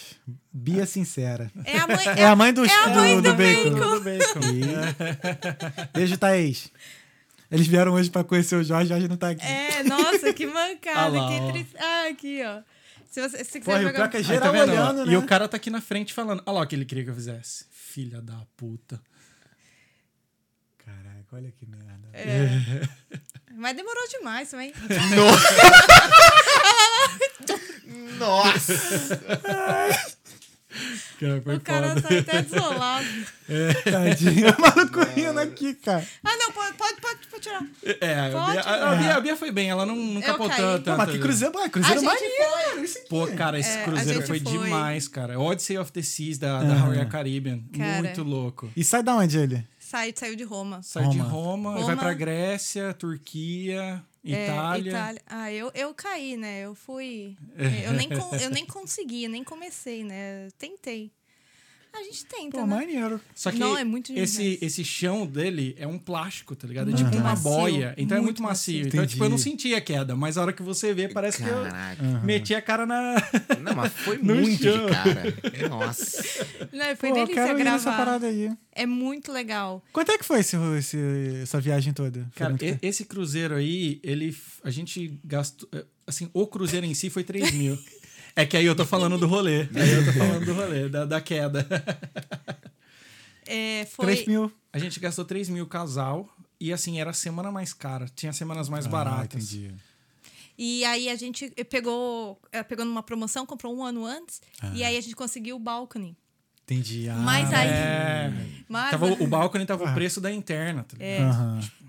[SPEAKER 1] Bia
[SPEAKER 4] Ah.
[SPEAKER 1] Sincera.
[SPEAKER 3] É a mãe,
[SPEAKER 1] É a mãe do,
[SPEAKER 3] é a mãe do
[SPEAKER 1] bacon.
[SPEAKER 3] bacon.
[SPEAKER 4] Tudo bem, como-
[SPEAKER 1] E- *laughs* Beijo, Thaís. Eles vieram hoje pra conhecer o Jorge, o Jorge não tá aqui.
[SPEAKER 3] É, nossa, que
[SPEAKER 4] Ah
[SPEAKER 3] mancada.
[SPEAKER 4] lá, ó.
[SPEAKER 3] que triste. Ah, aqui, ó. Se você se
[SPEAKER 1] Porra, e
[SPEAKER 3] quiser
[SPEAKER 1] o
[SPEAKER 3] jogar.
[SPEAKER 1] pior que é
[SPEAKER 4] Aí,
[SPEAKER 1] geral
[SPEAKER 4] vendo, ó?
[SPEAKER 1] olhando, né?
[SPEAKER 4] E o cara tá aqui na frente falando. Olha lá o que ele queria que eu fizesse. Filha da puta.
[SPEAKER 1] Caraca, olha que merda.
[SPEAKER 3] É. Mas demorou demais também.
[SPEAKER 2] Nossa!
[SPEAKER 4] Cara, foi
[SPEAKER 3] O cara
[SPEAKER 4] foda.
[SPEAKER 3] tá até desolado.
[SPEAKER 1] Tadinho, o maluco rindo aqui, cara.
[SPEAKER 3] Ah, não, pode, pode, pode, pode tirar.
[SPEAKER 4] É, a
[SPEAKER 3] Pode, né?
[SPEAKER 4] Bia, a, a Bia, a Bia foi bem, ela não, não
[SPEAKER 3] Eu
[SPEAKER 4] capotou
[SPEAKER 3] caí.
[SPEAKER 4] tanto.
[SPEAKER 1] Pô, mas que cruzeiro, ah,
[SPEAKER 3] A
[SPEAKER 1] cruzeiro
[SPEAKER 3] gente
[SPEAKER 1] maneiro.
[SPEAKER 3] foi.
[SPEAKER 4] Pô, cara, esse
[SPEAKER 3] É, a
[SPEAKER 4] cruzeiro
[SPEAKER 3] gente
[SPEAKER 4] foi,
[SPEAKER 3] foi.
[SPEAKER 4] demais, cara. Odyssey of the Seas da, da
[SPEAKER 1] Aham.
[SPEAKER 4] Royal Caribbean.
[SPEAKER 3] Cara.
[SPEAKER 4] Muito louco.
[SPEAKER 1] E sai da onde ele?
[SPEAKER 3] Sai, saiu de Roma.
[SPEAKER 4] Sai de
[SPEAKER 1] Roma.
[SPEAKER 4] Roma, e
[SPEAKER 3] Roma.
[SPEAKER 4] vai pra Grécia, Turquia,
[SPEAKER 3] É,
[SPEAKER 4] Itália.
[SPEAKER 3] Ah, eu, eu caí, né? Eu fui.
[SPEAKER 1] É.
[SPEAKER 3] Eu nem, con- eu nem consegui, nem comecei, né? Eu Tentei. A gente tenta,
[SPEAKER 1] Pô,
[SPEAKER 3] né?
[SPEAKER 1] maneiro.
[SPEAKER 4] Só que
[SPEAKER 3] Não, é muito
[SPEAKER 4] esse,
[SPEAKER 3] demais.
[SPEAKER 4] esse chão dele é um plástico, tá ligado? É
[SPEAKER 1] Muito
[SPEAKER 4] tipo uma
[SPEAKER 3] macio,
[SPEAKER 4] boia. Então é
[SPEAKER 3] muito
[SPEAKER 4] muito macio.
[SPEAKER 1] macio.
[SPEAKER 4] Então, tipo, eu não
[SPEAKER 1] Uhum. Entendi. Uhum.
[SPEAKER 4] senti a queda, mas a hora que você vê, parece
[SPEAKER 2] Caraca.
[SPEAKER 4] que eu meti a cara na.
[SPEAKER 1] *laughs*
[SPEAKER 2] Não, mas foi
[SPEAKER 4] No
[SPEAKER 2] muito
[SPEAKER 4] chão.
[SPEAKER 2] de cara. Nossa.
[SPEAKER 4] *laughs*
[SPEAKER 3] Não, foi
[SPEAKER 1] Pô, eu
[SPEAKER 3] delícia
[SPEAKER 1] quero ir nessa
[SPEAKER 3] gravar.
[SPEAKER 1] parada aí.
[SPEAKER 3] É muito legal.
[SPEAKER 1] Quanto é que foi esse, esse- essa viagem toda? Foi
[SPEAKER 4] Cara,
[SPEAKER 1] muito
[SPEAKER 4] e-
[SPEAKER 1] caro?
[SPEAKER 4] esse cruzeiro aí, ele. f- A gente gastou. eh, Assim, o cruzeiro em si
[SPEAKER 3] *laughs*
[SPEAKER 4] foi 3 mil. É que aí eu tô falando
[SPEAKER 1] *laughs*
[SPEAKER 4] do rolê. Aí eu tô falando do rolê, da, da queda.
[SPEAKER 3] É, foi.
[SPEAKER 1] 3 mil.
[SPEAKER 4] A gente gastou 3 mil casal. E assim, era a semana mais cara. Tinha semanas mais baratas.
[SPEAKER 1] Ah, entendi.
[SPEAKER 3] E aí a gente pegou, eh, pegou numa promoção, comprou um ano antes. E
[SPEAKER 4] Ah.
[SPEAKER 3] aí a gente conseguiu o balcony.
[SPEAKER 1] Entendi. Ah,
[SPEAKER 3] Mas aí.
[SPEAKER 4] É.
[SPEAKER 3] Mas,
[SPEAKER 4] Tava, o balcony tava o preço da interna. Tá
[SPEAKER 3] É.
[SPEAKER 4] ligado?
[SPEAKER 1] Aham.
[SPEAKER 3] Tipo,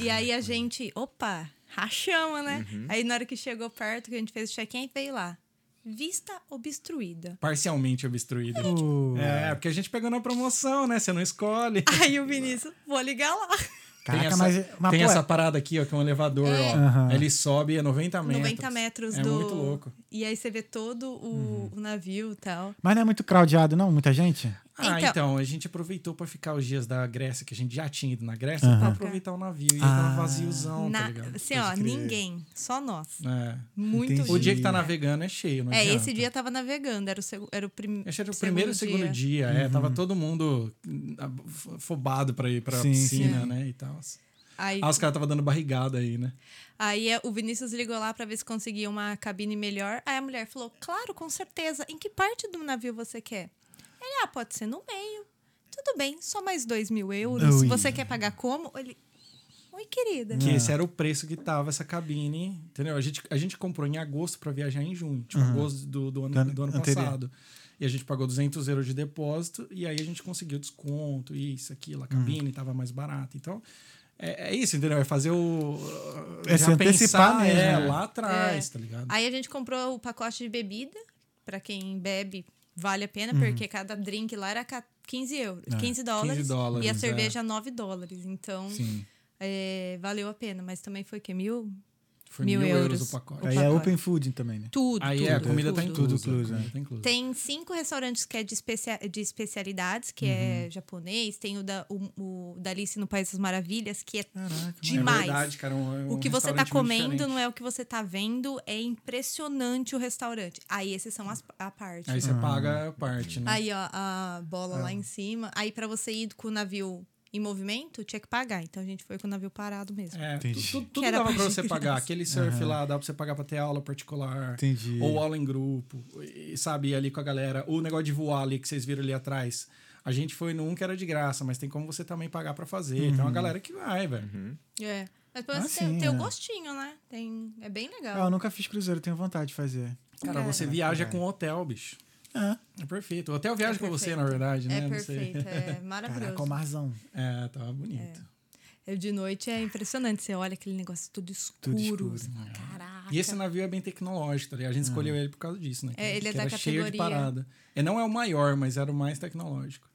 [SPEAKER 3] E, e aí a gente, opa, rachama, né?
[SPEAKER 4] Uhum.
[SPEAKER 3] Aí na hora que chegou perto, que a gente fez o check-in, veio lá. Vista obstruída. *laughs*
[SPEAKER 4] Parcialmente obstruído. É, porque a gente pegou na promoção, né? Você não escolhe.
[SPEAKER 3] Aí o Vinícius, vou ligar lá.
[SPEAKER 1] Caraca,
[SPEAKER 4] tem essa,
[SPEAKER 1] mas, mas
[SPEAKER 4] tem
[SPEAKER 1] pô,
[SPEAKER 4] essa parada aqui, ó, que é um elevador, ó.
[SPEAKER 1] Aham.
[SPEAKER 4] Ele sobe a 90 metros.
[SPEAKER 3] 90 metros
[SPEAKER 4] é
[SPEAKER 3] do.
[SPEAKER 4] muito louco. Uhum.
[SPEAKER 3] E aí você vê todo o, o navio e tal.
[SPEAKER 1] mas não é muito crowdado, não? Muita gente?
[SPEAKER 4] Ah, então,
[SPEAKER 3] Então-
[SPEAKER 4] a gente aproveitou pra ficar os dias da Grécia, que a gente já tinha ido na Grécia, pra aproveitar o navio. E
[SPEAKER 1] Ah.
[SPEAKER 4] tava vaziozão,
[SPEAKER 3] Na,
[SPEAKER 4] tá ligado?
[SPEAKER 3] assim, ó,
[SPEAKER 1] crer.
[SPEAKER 3] ninguém, só nós.
[SPEAKER 4] É.
[SPEAKER 3] Muito
[SPEAKER 1] Entendi.
[SPEAKER 4] O
[SPEAKER 3] gente.
[SPEAKER 4] dia que tá navegando é cheio, não
[SPEAKER 3] É,
[SPEAKER 4] adianta.
[SPEAKER 3] esse dia tava navegando, era o, segu, era o, prim,
[SPEAKER 4] Acho que era o primeiro e o segundo dia, é. Tava todo mundo hum, af- afobado pra ir pra
[SPEAKER 1] Uhum. Sim,
[SPEAKER 4] piscina, né? E tal.
[SPEAKER 3] Aí,
[SPEAKER 4] Ah, os caras tava dando barrigada aí, né?
[SPEAKER 3] aí é, o Vinícius ligou lá pra ver se conseguia uma cabine melhor. Aí a mulher falou: Claro, com certeza. Em que parte do navio você quer? Ele, ah, pode ser no meio. Tudo bem, só mais dois mil euros.
[SPEAKER 1] Ui.
[SPEAKER 3] Você quer pagar como? Ele. Oi, querida.
[SPEAKER 4] Que
[SPEAKER 1] É.
[SPEAKER 4] esse era o preço que tava essa cabine, entendeu? A gente, a gente comprou em agosto pra viajar em junho, tipo, agosto do, do ano,
[SPEAKER 1] Do ano-
[SPEAKER 4] do ano
[SPEAKER 1] anterior.
[SPEAKER 4] passado. E a gente pagou 200 euros de depósito e aí a gente conseguiu desconto, isso,
[SPEAKER 1] Hum.
[SPEAKER 4] aquilo, a cabine tava mais barata. Então, é, é isso, entendeu? É fazer o...
[SPEAKER 1] É se antecipar
[SPEAKER 4] pensar,
[SPEAKER 1] mesmo, né?
[SPEAKER 4] é, lá atrás, tá ligado?
[SPEAKER 3] Aí a gente comprou o pacote de bebida, pra quem bebe vale a pena,
[SPEAKER 4] Uhum.
[SPEAKER 3] porque cada drink lá era ca- 15 euros, 15 dólares,
[SPEAKER 4] 15 É, dólares,
[SPEAKER 3] e a
[SPEAKER 4] é.
[SPEAKER 3] cerveja 9 dólares. Então,
[SPEAKER 4] Sim.
[SPEAKER 3] é, valeu a pena, mas também foi que mil
[SPEAKER 4] Foi
[SPEAKER 3] Mil
[SPEAKER 4] mil, euros
[SPEAKER 3] euros.
[SPEAKER 4] o pacote.
[SPEAKER 1] Aí é
[SPEAKER 3] pacote.
[SPEAKER 1] open food também, né?
[SPEAKER 3] tudo,
[SPEAKER 4] Aí
[SPEAKER 3] tudo,
[SPEAKER 4] é, a comida tá
[SPEAKER 3] tudo.
[SPEAKER 1] tudo.
[SPEAKER 4] inclusa.
[SPEAKER 1] Tudo incluso,
[SPEAKER 4] a comida
[SPEAKER 1] né?
[SPEAKER 4] tá inclusa.
[SPEAKER 3] Tem cinco restaurantes que é de, especia de especialidades, que
[SPEAKER 4] Uhum.
[SPEAKER 3] é japonês, tem o da, o, o da Alice no País das Maravilhas, que é demais.
[SPEAKER 4] É verdade, cara, um- é um
[SPEAKER 3] o que você tá
[SPEAKER 4] restaurante muito
[SPEAKER 3] comendo
[SPEAKER 4] diferente.
[SPEAKER 3] não é o que você tá vendo, é impressionante o restaurante. Aí esses são as, a parte.
[SPEAKER 4] Aí você
[SPEAKER 1] Ah.
[SPEAKER 4] paga a parte, né? É.
[SPEAKER 3] Aí, ó, a bola lá em cima. Aí, pra você ir com o navio em movimento, tinha que pagar. Então, a gente foi com o navio parado mesmo.
[SPEAKER 4] É, tu-
[SPEAKER 1] Entendi.
[SPEAKER 4] tu- tudo
[SPEAKER 3] Que era
[SPEAKER 4] dava
[SPEAKER 3] pra
[SPEAKER 4] pra você
[SPEAKER 3] gente
[SPEAKER 4] pagar. Aquele surf lá dá pra você pagar pra ter aula particular.
[SPEAKER 1] Entendi. Ah,
[SPEAKER 4] Ou aula em grupo. E, sabe, ir ali com a galera. Ou o negócio de voar ali que vocês viram ali atrás. A A gente foi num que era de graça, mas tem como você também pagar pra fazer. Tem uma galera que vai, velho.
[SPEAKER 3] É. Mas pelo menos
[SPEAKER 1] Ah,
[SPEAKER 3] tem,
[SPEAKER 1] sim,
[SPEAKER 3] tem o
[SPEAKER 1] é.
[SPEAKER 3] gostinho, né? Tem, é bem
[SPEAKER 1] Ah,
[SPEAKER 3] legal.
[SPEAKER 1] eu nunca fiz cruzeiro, tenho vontade de fazer.
[SPEAKER 4] Cara,
[SPEAKER 3] É.
[SPEAKER 4] você viaja com hotel, bicho.
[SPEAKER 1] Ah,
[SPEAKER 4] É perfeito. O hotel viaja
[SPEAKER 3] É
[SPEAKER 4] com você, na
[SPEAKER 3] perfeito.
[SPEAKER 4] verdade, né?
[SPEAKER 3] é
[SPEAKER 4] Não
[SPEAKER 3] perfeito,
[SPEAKER 4] *laughs* sei.
[SPEAKER 3] é maravilhoso.
[SPEAKER 1] caraca, o marzão.
[SPEAKER 4] É, tava bonito.
[SPEAKER 3] Eu, de noite é impressionante. Você olha aquele negócio tudo escuro.
[SPEAKER 1] escuro,
[SPEAKER 3] você fala, Caraca.
[SPEAKER 4] né? E esse navio é bem tecnológico, tá ligado? A gente escolheu ele por causa disso, né?
[SPEAKER 3] É, ele é
[SPEAKER 4] que
[SPEAKER 3] da
[SPEAKER 4] era cheio de
[SPEAKER 3] categoria.
[SPEAKER 4] parada. É, não é o maior, mas era o mais tecnológico.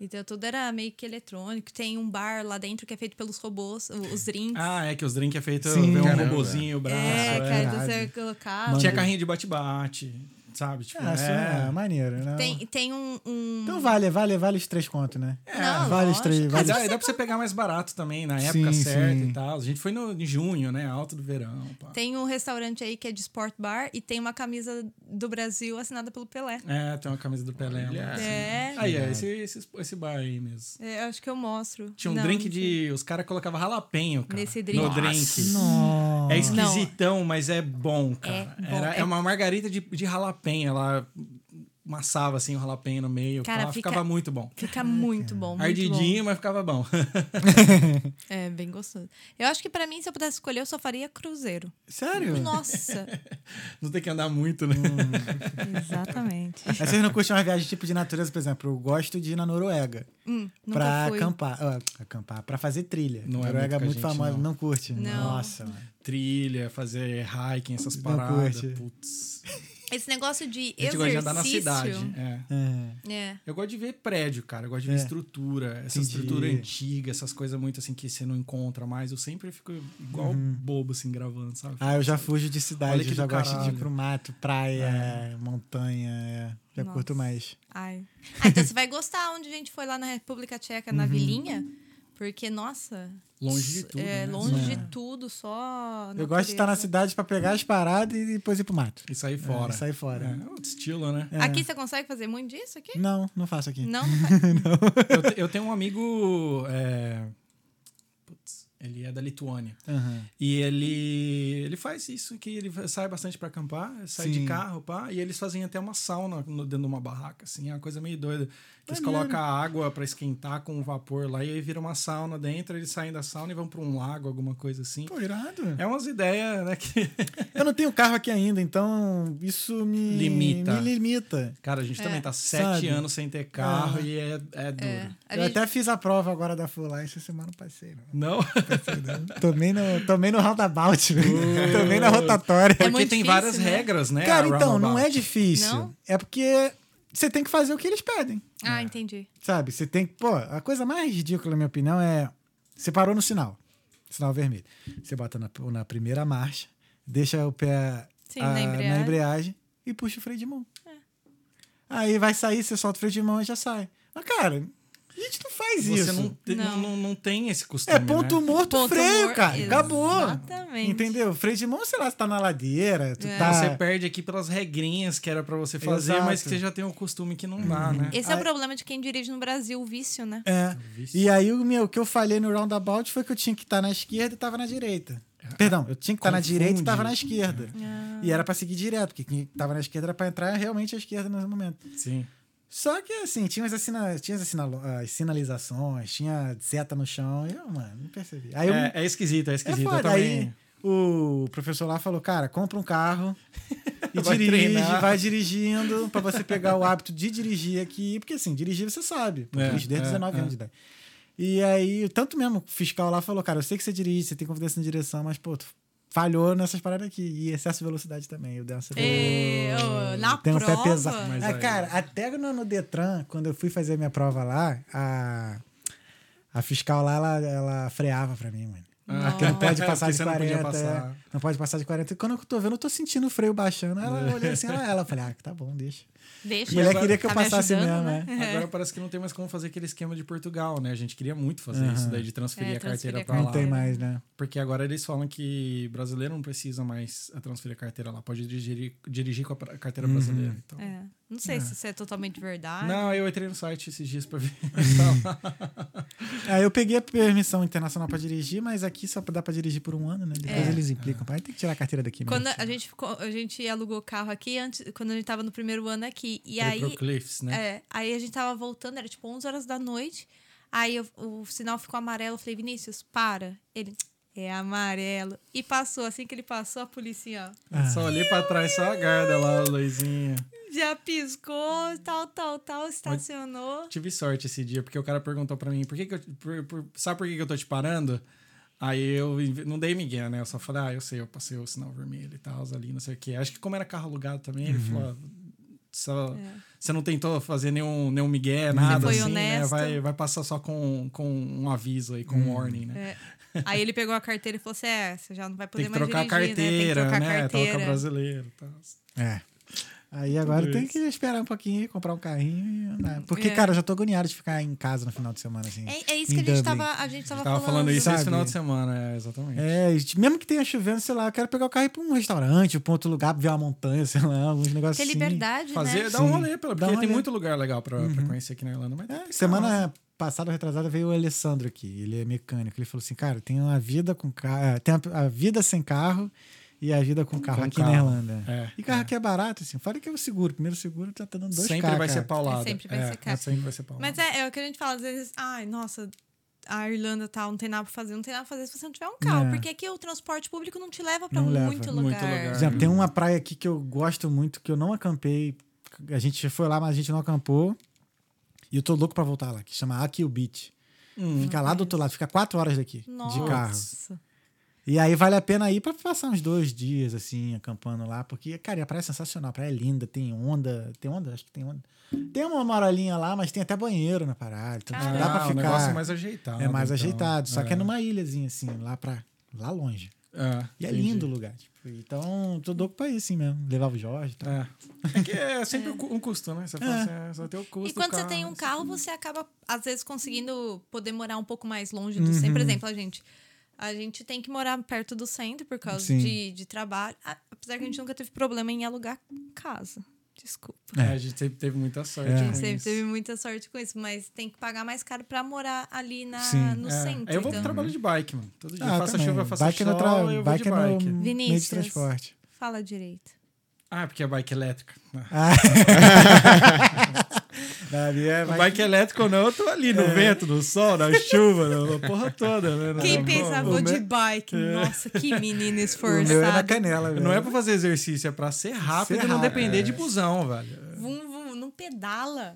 [SPEAKER 3] Então tudo era meio que eletrônico. Tem um bar lá dentro que é feito pelos robôs, o- os drinks.
[SPEAKER 4] Ah, é que os drinks é feito
[SPEAKER 1] Sim.
[SPEAKER 4] vem um
[SPEAKER 1] Caramba.
[SPEAKER 4] robozinho, o braço.
[SPEAKER 3] é,
[SPEAKER 4] é.
[SPEAKER 3] cara, então
[SPEAKER 1] verdade.
[SPEAKER 3] você colocava.
[SPEAKER 4] Tinha carrinho de bate-bate, sabe? Tipo,
[SPEAKER 1] Ah, sim, é,
[SPEAKER 4] é.
[SPEAKER 1] maneiro, né?
[SPEAKER 3] Tem, tem um. um-
[SPEAKER 1] Então vale, vale, vale os três contos, né?
[SPEAKER 3] Não,
[SPEAKER 1] vale os
[SPEAKER 3] lógico.
[SPEAKER 1] três.
[SPEAKER 4] É, Mas
[SPEAKER 1] Vale
[SPEAKER 4] dá, dá pra você pegar mais barato também, na época
[SPEAKER 1] Sim,
[SPEAKER 4] certa
[SPEAKER 1] sim.
[SPEAKER 4] e tal. A gente foi no, em junho, né? Alto do verão. Pá.
[SPEAKER 3] Tem um restaurante aí que é de sport bar e tem uma camisa do Brasil assinada pelo Pelé.
[SPEAKER 4] É, tem uma camisa do Pelé.
[SPEAKER 2] Olha.
[SPEAKER 4] lá.
[SPEAKER 3] É.
[SPEAKER 4] Aí, ó, esse, esse, esse bar aí mesmo.
[SPEAKER 3] É, eu acho que eu mostro.
[SPEAKER 4] Tinha um
[SPEAKER 3] Não,
[SPEAKER 4] drink
[SPEAKER 3] não sei.
[SPEAKER 4] de. Os caras colocavam ralapenho, cara.
[SPEAKER 3] Nesse drink.
[SPEAKER 4] No
[SPEAKER 3] Nossa.
[SPEAKER 4] drink.
[SPEAKER 1] Nossa.
[SPEAKER 4] É esquisitão, mas é bom, cara.
[SPEAKER 3] É bom,
[SPEAKER 4] Era, é...
[SPEAKER 3] é-
[SPEAKER 4] uma margarita de, de ralapenho. Ela massava assim o ralapenho no meio.
[SPEAKER 3] Cara,
[SPEAKER 4] pá,
[SPEAKER 3] fica-
[SPEAKER 4] Ficava muito bom.
[SPEAKER 3] Fica muito bom. Muito
[SPEAKER 4] Ardidinho, mas ficava bom. *laughs*
[SPEAKER 3] Bom. É, bem gostoso. Eu acho que pra mim, se eu pudesse escolher, eu só faria cruzeiro.
[SPEAKER 1] Sério?
[SPEAKER 4] *laughs*
[SPEAKER 3] Nossa!
[SPEAKER 4] Não tem que andar muito, né?
[SPEAKER 1] Hum.
[SPEAKER 3] Exatamente.
[SPEAKER 1] Mas vocês não curtem uma viagem tipo de natureza, por exemplo, eu gosto de ir na Noruega
[SPEAKER 3] Hum, nunca
[SPEAKER 1] pra
[SPEAKER 3] fui.
[SPEAKER 1] acampar, ah, acampar, pra fazer trilha.
[SPEAKER 4] Não é
[SPEAKER 1] Noruega
[SPEAKER 4] muito com a
[SPEAKER 1] é muito
[SPEAKER 4] gente,
[SPEAKER 1] famosa,
[SPEAKER 4] não.
[SPEAKER 1] não, curte.
[SPEAKER 3] Não.
[SPEAKER 1] Nossa, mano.
[SPEAKER 4] Trilha, fazer hiking, essas
[SPEAKER 1] Não
[SPEAKER 4] paradas.
[SPEAKER 1] curte.
[SPEAKER 4] Putz.
[SPEAKER 3] Esse negócio de
[SPEAKER 4] A gente gosta de andar na
[SPEAKER 3] exercício.
[SPEAKER 4] cidade. é.
[SPEAKER 1] É.
[SPEAKER 3] É.
[SPEAKER 4] Eu gosto de ver prédio, cara. Eu gosto de ver
[SPEAKER 1] É.
[SPEAKER 4] estrutura, essa
[SPEAKER 1] Entendi.
[SPEAKER 4] estrutura antiga, essas coisas muito assim que você não encontra mais. Eu sempre fico igual
[SPEAKER 1] Uhum.
[SPEAKER 4] bobo, assim, gravando, sabe?
[SPEAKER 1] Ah, eu já fujo de
[SPEAKER 4] Olha
[SPEAKER 1] cidade,
[SPEAKER 4] que
[SPEAKER 1] eu já
[SPEAKER 4] do
[SPEAKER 1] gosto de
[SPEAKER 4] caralho. É.
[SPEAKER 1] ir pro mato, praia, montanha, é. já
[SPEAKER 3] Nossa.
[SPEAKER 1] curto mais.
[SPEAKER 3] Ai. Ah, então você vai gostar onde a gente foi lá na República Tcheca,
[SPEAKER 1] Uhum.
[SPEAKER 3] na vilinha. Porque, nossa.
[SPEAKER 4] Longe de tudo.
[SPEAKER 3] é,
[SPEAKER 4] né?
[SPEAKER 3] longe
[SPEAKER 4] É.
[SPEAKER 3] de tudo, só.
[SPEAKER 1] Eu gosto de estar na
[SPEAKER 3] natureza.
[SPEAKER 1] cidade pra pegar as paradas e depois ir pro mato.
[SPEAKER 4] E sair fora.
[SPEAKER 1] É, sair fora.
[SPEAKER 4] É, outro estilo, né?
[SPEAKER 3] Aqui você consegue fazer muito disso aqui?
[SPEAKER 1] Não, não faço aqui.
[SPEAKER 3] Não, não
[SPEAKER 1] *laughs*
[SPEAKER 3] faz.
[SPEAKER 4] Eu, te- eu tenho um amigo. é, putz, ele é da Lituânia.
[SPEAKER 1] Aham.
[SPEAKER 4] E ele, ele faz isso, que ele sai bastante pra acampar, sai de
[SPEAKER 1] Sim.
[SPEAKER 4] carro, pá, e eles fazem até uma sauna no- dentro de uma barraca, assim, é uma coisa meio doida. Que eles
[SPEAKER 1] Maneiro.
[SPEAKER 4] colocam a água pra esquentar com o vapor lá, e aí vira uma sauna dentro, eles saem da sauna e vão pra um lago, alguma coisa assim.
[SPEAKER 1] Pô, irado.
[SPEAKER 4] É umas ideias, né, que... *laughs*
[SPEAKER 1] Eu não tenho carro aqui ainda, então isso me
[SPEAKER 4] Limita.
[SPEAKER 1] Me limita.
[SPEAKER 4] Cara, a gente
[SPEAKER 3] É.
[SPEAKER 4] também tá sete
[SPEAKER 1] Sabe?
[SPEAKER 4] anos sem ter carro
[SPEAKER 1] Ah.
[SPEAKER 4] e é, é duro.
[SPEAKER 3] É. A
[SPEAKER 1] eu
[SPEAKER 3] gente-
[SPEAKER 1] até fiz a prova agora da Full Line essa semana, não passei. Não.
[SPEAKER 4] Não?
[SPEAKER 1] Tomei no, tomei no roundabout, velho. tomei na rotatória.
[SPEAKER 3] É
[SPEAKER 4] Porque
[SPEAKER 3] muito
[SPEAKER 4] tem
[SPEAKER 3] difícil,
[SPEAKER 4] várias
[SPEAKER 3] né?
[SPEAKER 4] regras, né?
[SPEAKER 1] Cara,
[SPEAKER 4] a
[SPEAKER 1] então, não é
[SPEAKER 4] roundabout.
[SPEAKER 1] difícil.
[SPEAKER 3] Não?
[SPEAKER 1] É porque você tem que fazer o que eles pedem,
[SPEAKER 3] Ah, entendi.
[SPEAKER 1] sabe? Você tem que. Pô, a coisa mais ridícula, na minha opinião, é. Você parou no sinal sinal vermelho. Você bota na, na primeira marcha, deixa o pé
[SPEAKER 3] Sim,
[SPEAKER 1] ah,
[SPEAKER 3] na embreagem. É.
[SPEAKER 1] embreagem e puxa o freio de mão. Aí vai sair, você solta o freio de mão e já sai. Mas, cara, a gente não faz
[SPEAKER 4] Você
[SPEAKER 1] isso.
[SPEAKER 4] não, te-
[SPEAKER 3] Não.
[SPEAKER 4] não. Não, não tem esse costume,
[SPEAKER 1] É ponto
[SPEAKER 4] né?
[SPEAKER 1] morto,
[SPEAKER 3] Ponto
[SPEAKER 1] freio,
[SPEAKER 3] mor-
[SPEAKER 1] cara. Acabou.
[SPEAKER 3] Exatamente.
[SPEAKER 1] Entendeu? Freio de mão, sei lá, você tá na ladeira, tu
[SPEAKER 3] É.
[SPEAKER 1] tá.
[SPEAKER 4] Você perde aqui pelas regrinhas que era pra você fazer,
[SPEAKER 1] Exato.
[SPEAKER 4] mas que você já tem um costume que não dá, né?
[SPEAKER 3] Esse é o
[SPEAKER 1] Ai.
[SPEAKER 3] problema de quem dirige no Brasil, o vício, né?
[SPEAKER 1] É.
[SPEAKER 4] Vício.
[SPEAKER 1] E aí, o meu, o que eu falei no roundabout foi que eu tinha que estar na esquerda e tava na direita. Perdão, eu tinha que estar na
[SPEAKER 4] Confunde.
[SPEAKER 1] direita e tava na esquerda.
[SPEAKER 3] Ah.
[SPEAKER 1] E era pra seguir direto, porque quem tava na esquerda era pra entrar realmente à esquerda no momento.
[SPEAKER 4] Sim.
[SPEAKER 1] Só que, assim, tinha as, assina... tinha as, assinalo- as sinalizações, tinha seta no chão, e eu, mano, não percebi. Aí eu
[SPEAKER 4] É, é esquisito, é
[SPEAKER 1] É
[SPEAKER 4] esquisito. eu
[SPEAKER 1] foda.
[SPEAKER 4] também.
[SPEAKER 1] Aí o professor lá falou, cara, compra um
[SPEAKER 4] *laughs*
[SPEAKER 1] carro e
[SPEAKER 4] Vai
[SPEAKER 1] dirige,
[SPEAKER 4] treinar.
[SPEAKER 1] vai dirigindo pra você pegar o hábito de dirigir aqui, porque assim, dirigir você sabe, porque
[SPEAKER 4] É,
[SPEAKER 1] eu dirijo desde
[SPEAKER 4] é,
[SPEAKER 1] 19 anos de idade. E aí, tanto mesmo o fiscal lá falou, cara, eu sei que você dirige, você tem confiança na direção, mas pô, tu falhou nessas paradas aqui e excesso de velocidade também, eu dei uma
[SPEAKER 3] É, ô, na
[SPEAKER 1] tem um
[SPEAKER 3] prova.
[SPEAKER 1] pé pesado.
[SPEAKER 4] Mas
[SPEAKER 1] Ah,
[SPEAKER 4] aí-
[SPEAKER 1] cara, até no, no Detran, quando eu fui fazer minha prova lá, a, a fiscal lá, ela, ela freava pra mim, mano.
[SPEAKER 4] Ah,
[SPEAKER 1] Porque não
[SPEAKER 4] *laughs*
[SPEAKER 1] pode passar
[SPEAKER 4] Porque
[SPEAKER 1] de
[SPEAKER 4] você não podia
[SPEAKER 1] 40. é. Não,
[SPEAKER 4] passar.
[SPEAKER 1] pode passar de 40. E quando eu tô vendo, eu tô sentindo o freio baixando. Ela olhei assim, ela, ela falei, ah, tá bom, deixa.
[SPEAKER 3] Deixa
[SPEAKER 1] A mulher
[SPEAKER 4] É. agora-
[SPEAKER 1] queria que eu
[SPEAKER 3] tá me
[SPEAKER 1] passasse
[SPEAKER 3] ajudando,
[SPEAKER 1] mesmo, né?
[SPEAKER 4] Agora parece que não tem mais como fazer aquele esquema de Portugal, né? A gente queria muito fazer isso daí de transferir
[SPEAKER 3] É,
[SPEAKER 4] a carteira
[SPEAKER 3] transferir a
[SPEAKER 4] pra
[SPEAKER 1] Não
[SPEAKER 4] lá.
[SPEAKER 1] tem mais, né?
[SPEAKER 4] Porque agora eles falam que eh,
[SPEAKER 1] Uhum.
[SPEAKER 4] brasileiro não precisa mais transferir a carteira lá, pode dirigir, dirigir com a pra- carteira brasileira. Então,
[SPEAKER 3] É. Não sei se isso é totalmente verdade.
[SPEAKER 4] Não, eu entrei no site esses dias
[SPEAKER 1] *laughs*
[SPEAKER 4] pra ver.
[SPEAKER 1] Aí eu peguei a permissão internacional pra dirigir, mas aqui só dá pra dirigir por um ano, né? Depois
[SPEAKER 3] É.
[SPEAKER 1] eles implicam. Pai, tem que tirar a carteira daqui mesmo.
[SPEAKER 3] Quando a gente, ficou- a gente alugou o carro aqui, antes, quando a gente tava no primeiro ano aqui. E aí,
[SPEAKER 4] Pro Cliffs, né?
[SPEAKER 3] é, aí a gente tava voltando, era tipo 11 horas da noite. Aí eu- o sinal ficou amarelo. Eu falei, Vinícius, para. Ele, é amarelo. E passou, assim que ele passou, a polícia, ó,
[SPEAKER 4] Só olhei pra trás, só a guarda lá, a luzinha.
[SPEAKER 3] já piscou, tal, tal, tal, estacionou.
[SPEAKER 4] Tive sorte esse dia, porque o cara perguntou pra mim, por que, que eu. por- por- sabe por que, que eu tô te parando? Aí eu inve- não dei migué, né? Eu só falei, ah, eu sei, eu passei o sinal vermelho e tal, ali, não sei o quê. Acho que como era carro alugado também, ele
[SPEAKER 1] Uhum.
[SPEAKER 4] falou. "Ah, só-
[SPEAKER 3] É.
[SPEAKER 4] Você não tentou fazer nenhum, nenhum migué, nada
[SPEAKER 3] foi
[SPEAKER 4] assim, né?
[SPEAKER 3] honesto.
[SPEAKER 4] Vai, vai passar só com, com um aviso aí, com
[SPEAKER 1] Hum.
[SPEAKER 4] um warning, né?
[SPEAKER 3] É. Aí ele pegou a carteira e falou assim: é, você já não vai poder
[SPEAKER 4] Tem que trocar a
[SPEAKER 3] mais dirigir,
[SPEAKER 4] carteira,
[SPEAKER 3] né? Tem que trocar a
[SPEAKER 4] né?
[SPEAKER 3] carteira.
[SPEAKER 4] Toca brasileiro e tal.
[SPEAKER 1] É. Aí agora
[SPEAKER 4] Tudo
[SPEAKER 1] tem
[SPEAKER 4] isso.
[SPEAKER 1] que esperar um pouquinho, comprar um carrinho. e andar. Porque,
[SPEAKER 3] É.
[SPEAKER 1] cara, eu já tô agoniado de ficar em casa no final de semana, assim.
[SPEAKER 3] é, é isso
[SPEAKER 1] em
[SPEAKER 3] que a
[SPEAKER 1] Dublin.
[SPEAKER 3] gente tava, a gente tava,
[SPEAKER 4] Tava falando isso
[SPEAKER 1] Sabe?
[SPEAKER 4] esse final de semana, é, exatamente.
[SPEAKER 1] É, e t- mesmo que tenha chovendo, sei lá, eu quero pegar o carro e ir pra um restaurante, ou pra outro lugar, pra ver uma montanha, *laughs* sei lá, alguns negócios
[SPEAKER 3] Ter
[SPEAKER 1] assim.
[SPEAKER 3] é liberdade,
[SPEAKER 4] Fazer,
[SPEAKER 3] né?
[SPEAKER 4] dá um
[SPEAKER 1] Sim.
[SPEAKER 4] rolê, pela,
[SPEAKER 1] Dá
[SPEAKER 4] porque
[SPEAKER 1] um
[SPEAKER 4] tem
[SPEAKER 1] rolê. Uhum.
[SPEAKER 4] muito lugar legal pra, pra conhecer aqui na Irlanda, mas
[SPEAKER 1] É, semana passada, retrasada, veio o Alessandro aqui. Ele é mecânico. Ele falou assim, cara, tem uma vida com carro. Tem a, a vida sem carro e a vida com carro
[SPEAKER 4] Com
[SPEAKER 1] aqui
[SPEAKER 4] carro.
[SPEAKER 1] na Irlanda.
[SPEAKER 4] É,
[SPEAKER 1] e carro
[SPEAKER 4] é.
[SPEAKER 1] aqui é barato, assim. Fala que é o seguro. Primeiro seguro já tá dando dois
[SPEAKER 4] sempre
[SPEAKER 1] K,
[SPEAKER 4] vai ser
[SPEAKER 1] cara.
[SPEAKER 4] paulado.
[SPEAKER 3] É, sempre vai ser caro.
[SPEAKER 4] Sempre vai ser paulado.
[SPEAKER 3] Mas é, é o que a gente fala, às vezes, ai, nossa, a Irlanda tal, não tem nada pra fazer, não tem nada pra fazer se você não tiver um carro.
[SPEAKER 1] É.
[SPEAKER 3] Porque aqui o transporte público não te leva pra
[SPEAKER 1] Não leva.
[SPEAKER 3] muito,
[SPEAKER 4] Muito
[SPEAKER 3] lugar.
[SPEAKER 4] lugar.
[SPEAKER 1] Por exemplo, tem uma praia aqui que eu gosto muito, que eu não acampei. A gente foi lá, mas a gente não acampou. E eu tô louco pra voltar lá, que chama Akill Beach.
[SPEAKER 4] Hum.
[SPEAKER 1] Fica lá do outro lado, fica quatro horas daqui,
[SPEAKER 3] Nossa.
[SPEAKER 1] de carro. E aí vale a pena ir pra passar uns dois dias, assim, acampando lá, porque, cara, a praia é sensacional, a praia é linda, tem onda. Tem onda? Acho que tem onda. Tem uma marolinha lá, mas tem até banheiro na parada. Então
[SPEAKER 3] Caraca.
[SPEAKER 1] dá pra
[SPEAKER 4] Ah,
[SPEAKER 1] ficar.
[SPEAKER 4] O negócio é mais ajeitado.
[SPEAKER 1] é mais
[SPEAKER 4] então.
[SPEAKER 1] ajeitado. Só que é numa ilhazinha, assim, lá pra. lá longe.
[SPEAKER 4] É,
[SPEAKER 1] E é
[SPEAKER 4] entendi.
[SPEAKER 1] lindo o lugar. tipo, então, tô louco pra ir, assim mesmo. Levava o Jorge e tal.
[SPEAKER 4] É. É que é sempre um cu- um custo, né? Você fala assim, é, só tem o custo.
[SPEAKER 3] E quando
[SPEAKER 4] do
[SPEAKER 3] você tem um
[SPEAKER 4] assim.
[SPEAKER 3] carro, você acaba, às vezes, conseguindo poder morar um pouco mais longe do centro. Por exemplo, a gente. A gente tem que morar perto do centro por causa
[SPEAKER 1] Sim.
[SPEAKER 3] de, de trabalho. A- Apesar que a gente nunca teve problema em alugar casa. Desculpa.
[SPEAKER 4] É, a gente sempre teve muita sorte.
[SPEAKER 3] A
[SPEAKER 4] com
[SPEAKER 1] É.
[SPEAKER 3] gente sempre
[SPEAKER 4] É, isso.
[SPEAKER 3] teve muita sorte com isso, mas tem que pagar mais caro pra morar ali na,
[SPEAKER 1] Sim.
[SPEAKER 3] no
[SPEAKER 4] É,
[SPEAKER 3] centro.
[SPEAKER 4] Aí eu vou pro
[SPEAKER 3] então,
[SPEAKER 4] trabalho de bike, mano. Todo dia.
[SPEAKER 1] Ah,
[SPEAKER 4] faça
[SPEAKER 1] também.
[SPEAKER 4] chuva, faça
[SPEAKER 1] Bike é
[SPEAKER 4] sol,
[SPEAKER 1] no tra-
[SPEAKER 4] eu vou de
[SPEAKER 1] é no
[SPEAKER 4] bike.
[SPEAKER 1] meio de
[SPEAKER 3] Vinícius.
[SPEAKER 1] transporte.
[SPEAKER 3] fala direito.
[SPEAKER 4] Ah, porque é bike elétrica.
[SPEAKER 1] Ah. Ali é
[SPEAKER 4] Bike,
[SPEAKER 1] bike- É.
[SPEAKER 4] elétrico ou não, eu tô ali no vento, no sol, na chuva,
[SPEAKER 1] *laughs*
[SPEAKER 4] na porra toda, né?
[SPEAKER 3] Quem
[SPEAKER 4] Não,
[SPEAKER 3] pensa, "Ah,
[SPEAKER 4] não,
[SPEAKER 3] vou
[SPEAKER 4] não
[SPEAKER 3] de
[SPEAKER 4] é-
[SPEAKER 3] bike. Nossa, que
[SPEAKER 4] *laughs*
[SPEAKER 3] menino
[SPEAKER 1] O meu é na
[SPEAKER 3] esforçado.
[SPEAKER 1] canela, velho.
[SPEAKER 4] Não é pra fazer exercício, é pra ser rápido
[SPEAKER 1] Ser
[SPEAKER 4] e não
[SPEAKER 1] rápido, é.
[SPEAKER 4] depender de busão, velho.
[SPEAKER 3] Vum, vum, não pedala.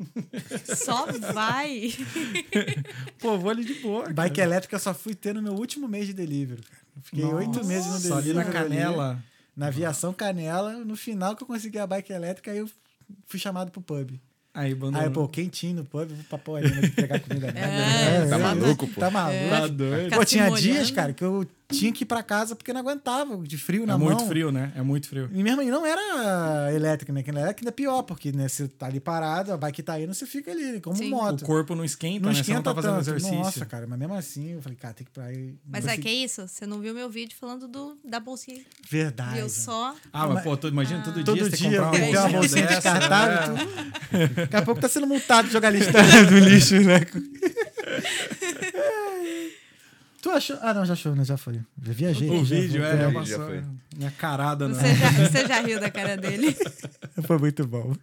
[SPEAKER 3] Só vai.
[SPEAKER 4] *laughs* Pô, vou ali de boa. cara.
[SPEAKER 1] Bike elétrica eu só fui ter no meu último mês de delivery, cara. Eu Fiquei
[SPEAKER 4] Nossa,
[SPEAKER 1] oito meses no
[SPEAKER 4] Só
[SPEAKER 1] delivery.
[SPEAKER 4] ali na canela.
[SPEAKER 1] Na aviação canela. No final que eu consegui a bike elétrica, aí eu fui chamado pro pub.
[SPEAKER 4] Aí, abandonou.
[SPEAKER 1] Aí, pô, quentinho no pub, vou pra porra nenhuma pegar
[SPEAKER 3] *laughs*
[SPEAKER 1] comida. nada.
[SPEAKER 3] É,
[SPEAKER 2] Tá
[SPEAKER 1] eu-
[SPEAKER 2] maluco, pô.
[SPEAKER 1] Tá maluco.
[SPEAKER 4] Tá doido.
[SPEAKER 3] Ficar
[SPEAKER 1] Pô,
[SPEAKER 3] se
[SPEAKER 1] tinha
[SPEAKER 3] molhando.
[SPEAKER 1] dias, cara, que eu tinha que ir pra casa porque não aguentava, de frio na
[SPEAKER 4] É
[SPEAKER 1] mão.
[SPEAKER 4] muito frio, né? É muito frio.
[SPEAKER 1] E mesmo aí não era elétrica, né? Que na elétrica ainda é pior, porque né, você tá ali parado, a bike tá indo, você fica ali, como
[SPEAKER 3] Sim.
[SPEAKER 4] O
[SPEAKER 1] moto.
[SPEAKER 4] corpo não esquenta,
[SPEAKER 1] não
[SPEAKER 4] né? Você
[SPEAKER 1] esquenta
[SPEAKER 4] não tá fazendo
[SPEAKER 1] tanto.
[SPEAKER 4] exercício.
[SPEAKER 1] Nossa, cara, mas mesmo assim, eu falei, cara, tem que ir pra aí.
[SPEAKER 3] Mas
[SPEAKER 1] Eu
[SPEAKER 3] é
[SPEAKER 1] fico-
[SPEAKER 3] que é isso? Você não viu meu vídeo falando do, da bolsinha?
[SPEAKER 1] Verdade. né?"
[SPEAKER 3] Viu
[SPEAKER 4] *laughs*
[SPEAKER 3] só?
[SPEAKER 4] Ah, mas pô, tu imagina todo dia
[SPEAKER 1] Todo
[SPEAKER 4] você
[SPEAKER 1] dia,
[SPEAKER 4] comprar uma
[SPEAKER 1] tem uma
[SPEAKER 4] bolsinha,
[SPEAKER 1] bolsinha
[SPEAKER 4] dessa,
[SPEAKER 1] descartável.
[SPEAKER 4] né?
[SPEAKER 1] tudo. Daqui a pouco tá sendo multado de jogar
[SPEAKER 4] *laughs*
[SPEAKER 1] lixo do lixo, *laughs* né? É. tu achou. Ah, não, já achou, né? Já foi. Já viajei.
[SPEAKER 4] O
[SPEAKER 1] já
[SPEAKER 4] vídeo,
[SPEAKER 1] voltei.
[SPEAKER 4] é, já
[SPEAKER 2] já
[SPEAKER 4] passou.
[SPEAKER 2] foi.
[SPEAKER 4] Minha carada, né?
[SPEAKER 3] Você já, você já riu da cara
[SPEAKER 4] *laughs*
[SPEAKER 3] dele?
[SPEAKER 1] Foi muito bom.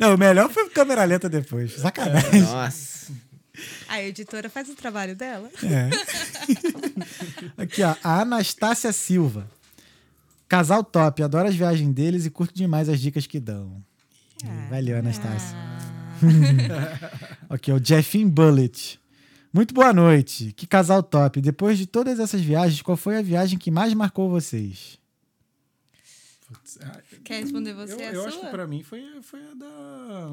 [SPEAKER 1] Não, o melhor foi câmera lenta depois. Sacanagem.
[SPEAKER 2] Nossa.
[SPEAKER 3] A editora faz o trabalho dela.
[SPEAKER 1] É. Aqui, ó. A Anastácia Silva. Casal top. Adoro as viagens deles e curto demais as dicas que dão. Valeu,
[SPEAKER 3] *laughs*
[SPEAKER 1] Anastácia. Aqui, ó. O Jeffin Bullet. Muito boa noite. Que casal top. Depois de todas essas viagens, qual foi a viagem que mais marcou vocês?
[SPEAKER 4] Putz, ah,
[SPEAKER 3] Quer responder você
[SPEAKER 4] eu,
[SPEAKER 3] a
[SPEAKER 4] eu
[SPEAKER 3] sua?
[SPEAKER 4] acho que pra mim foi, foi a da.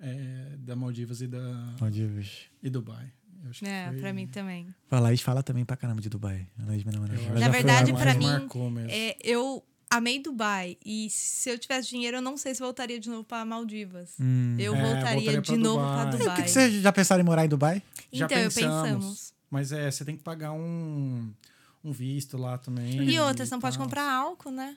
[SPEAKER 4] é, da Maldivas e da.
[SPEAKER 1] Bom dia, bicho.
[SPEAKER 4] e Dubai. Eu acho que
[SPEAKER 3] É,
[SPEAKER 4] foi-
[SPEAKER 3] pra mim também.
[SPEAKER 1] A Laís fala também pra caramba de Dubai. A Laís, minha namorada.
[SPEAKER 4] eu
[SPEAKER 1] Ela
[SPEAKER 4] acho
[SPEAKER 1] já
[SPEAKER 3] Na
[SPEAKER 1] foi lá
[SPEAKER 3] verdade,
[SPEAKER 4] que
[SPEAKER 1] mais
[SPEAKER 3] pra
[SPEAKER 1] vezes.
[SPEAKER 3] mim,
[SPEAKER 4] marcou mesmo.
[SPEAKER 3] É, eu amei Dubai e se eu tivesse dinheiro, eu não sei se voltaria de novo pra Maldivas. eu
[SPEAKER 4] É,
[SPEAKER 3] voltaria
[SPEAKER 4] voltaria
[SPEAKER 3] de
[SPEAKER 4] pra
[SPEAKER 3] novo
[SPEAKER 4] Dubai.
[SPEAKER 3] pra
[SPEAKER 4] E É, o
[SPEAKER 1] E o
[SPEAKER 3] Dubai.
[SPEAKER 1] que, que vocês já pensaram em morar em Dubai?
[SPEAKER 4] Já
[SPEAKER 3] Então, eu
[SPEAKER 4] pensamos.
[SPEAKER 3] pensamos.
[SPEAKER 4] Mas é, você tem que pagar um, um visto lá também.
[SPEAKER 3] E outra, você não
[SPEAKER 4] tal.
[SPEAKER 3] pode comprar álcool, né?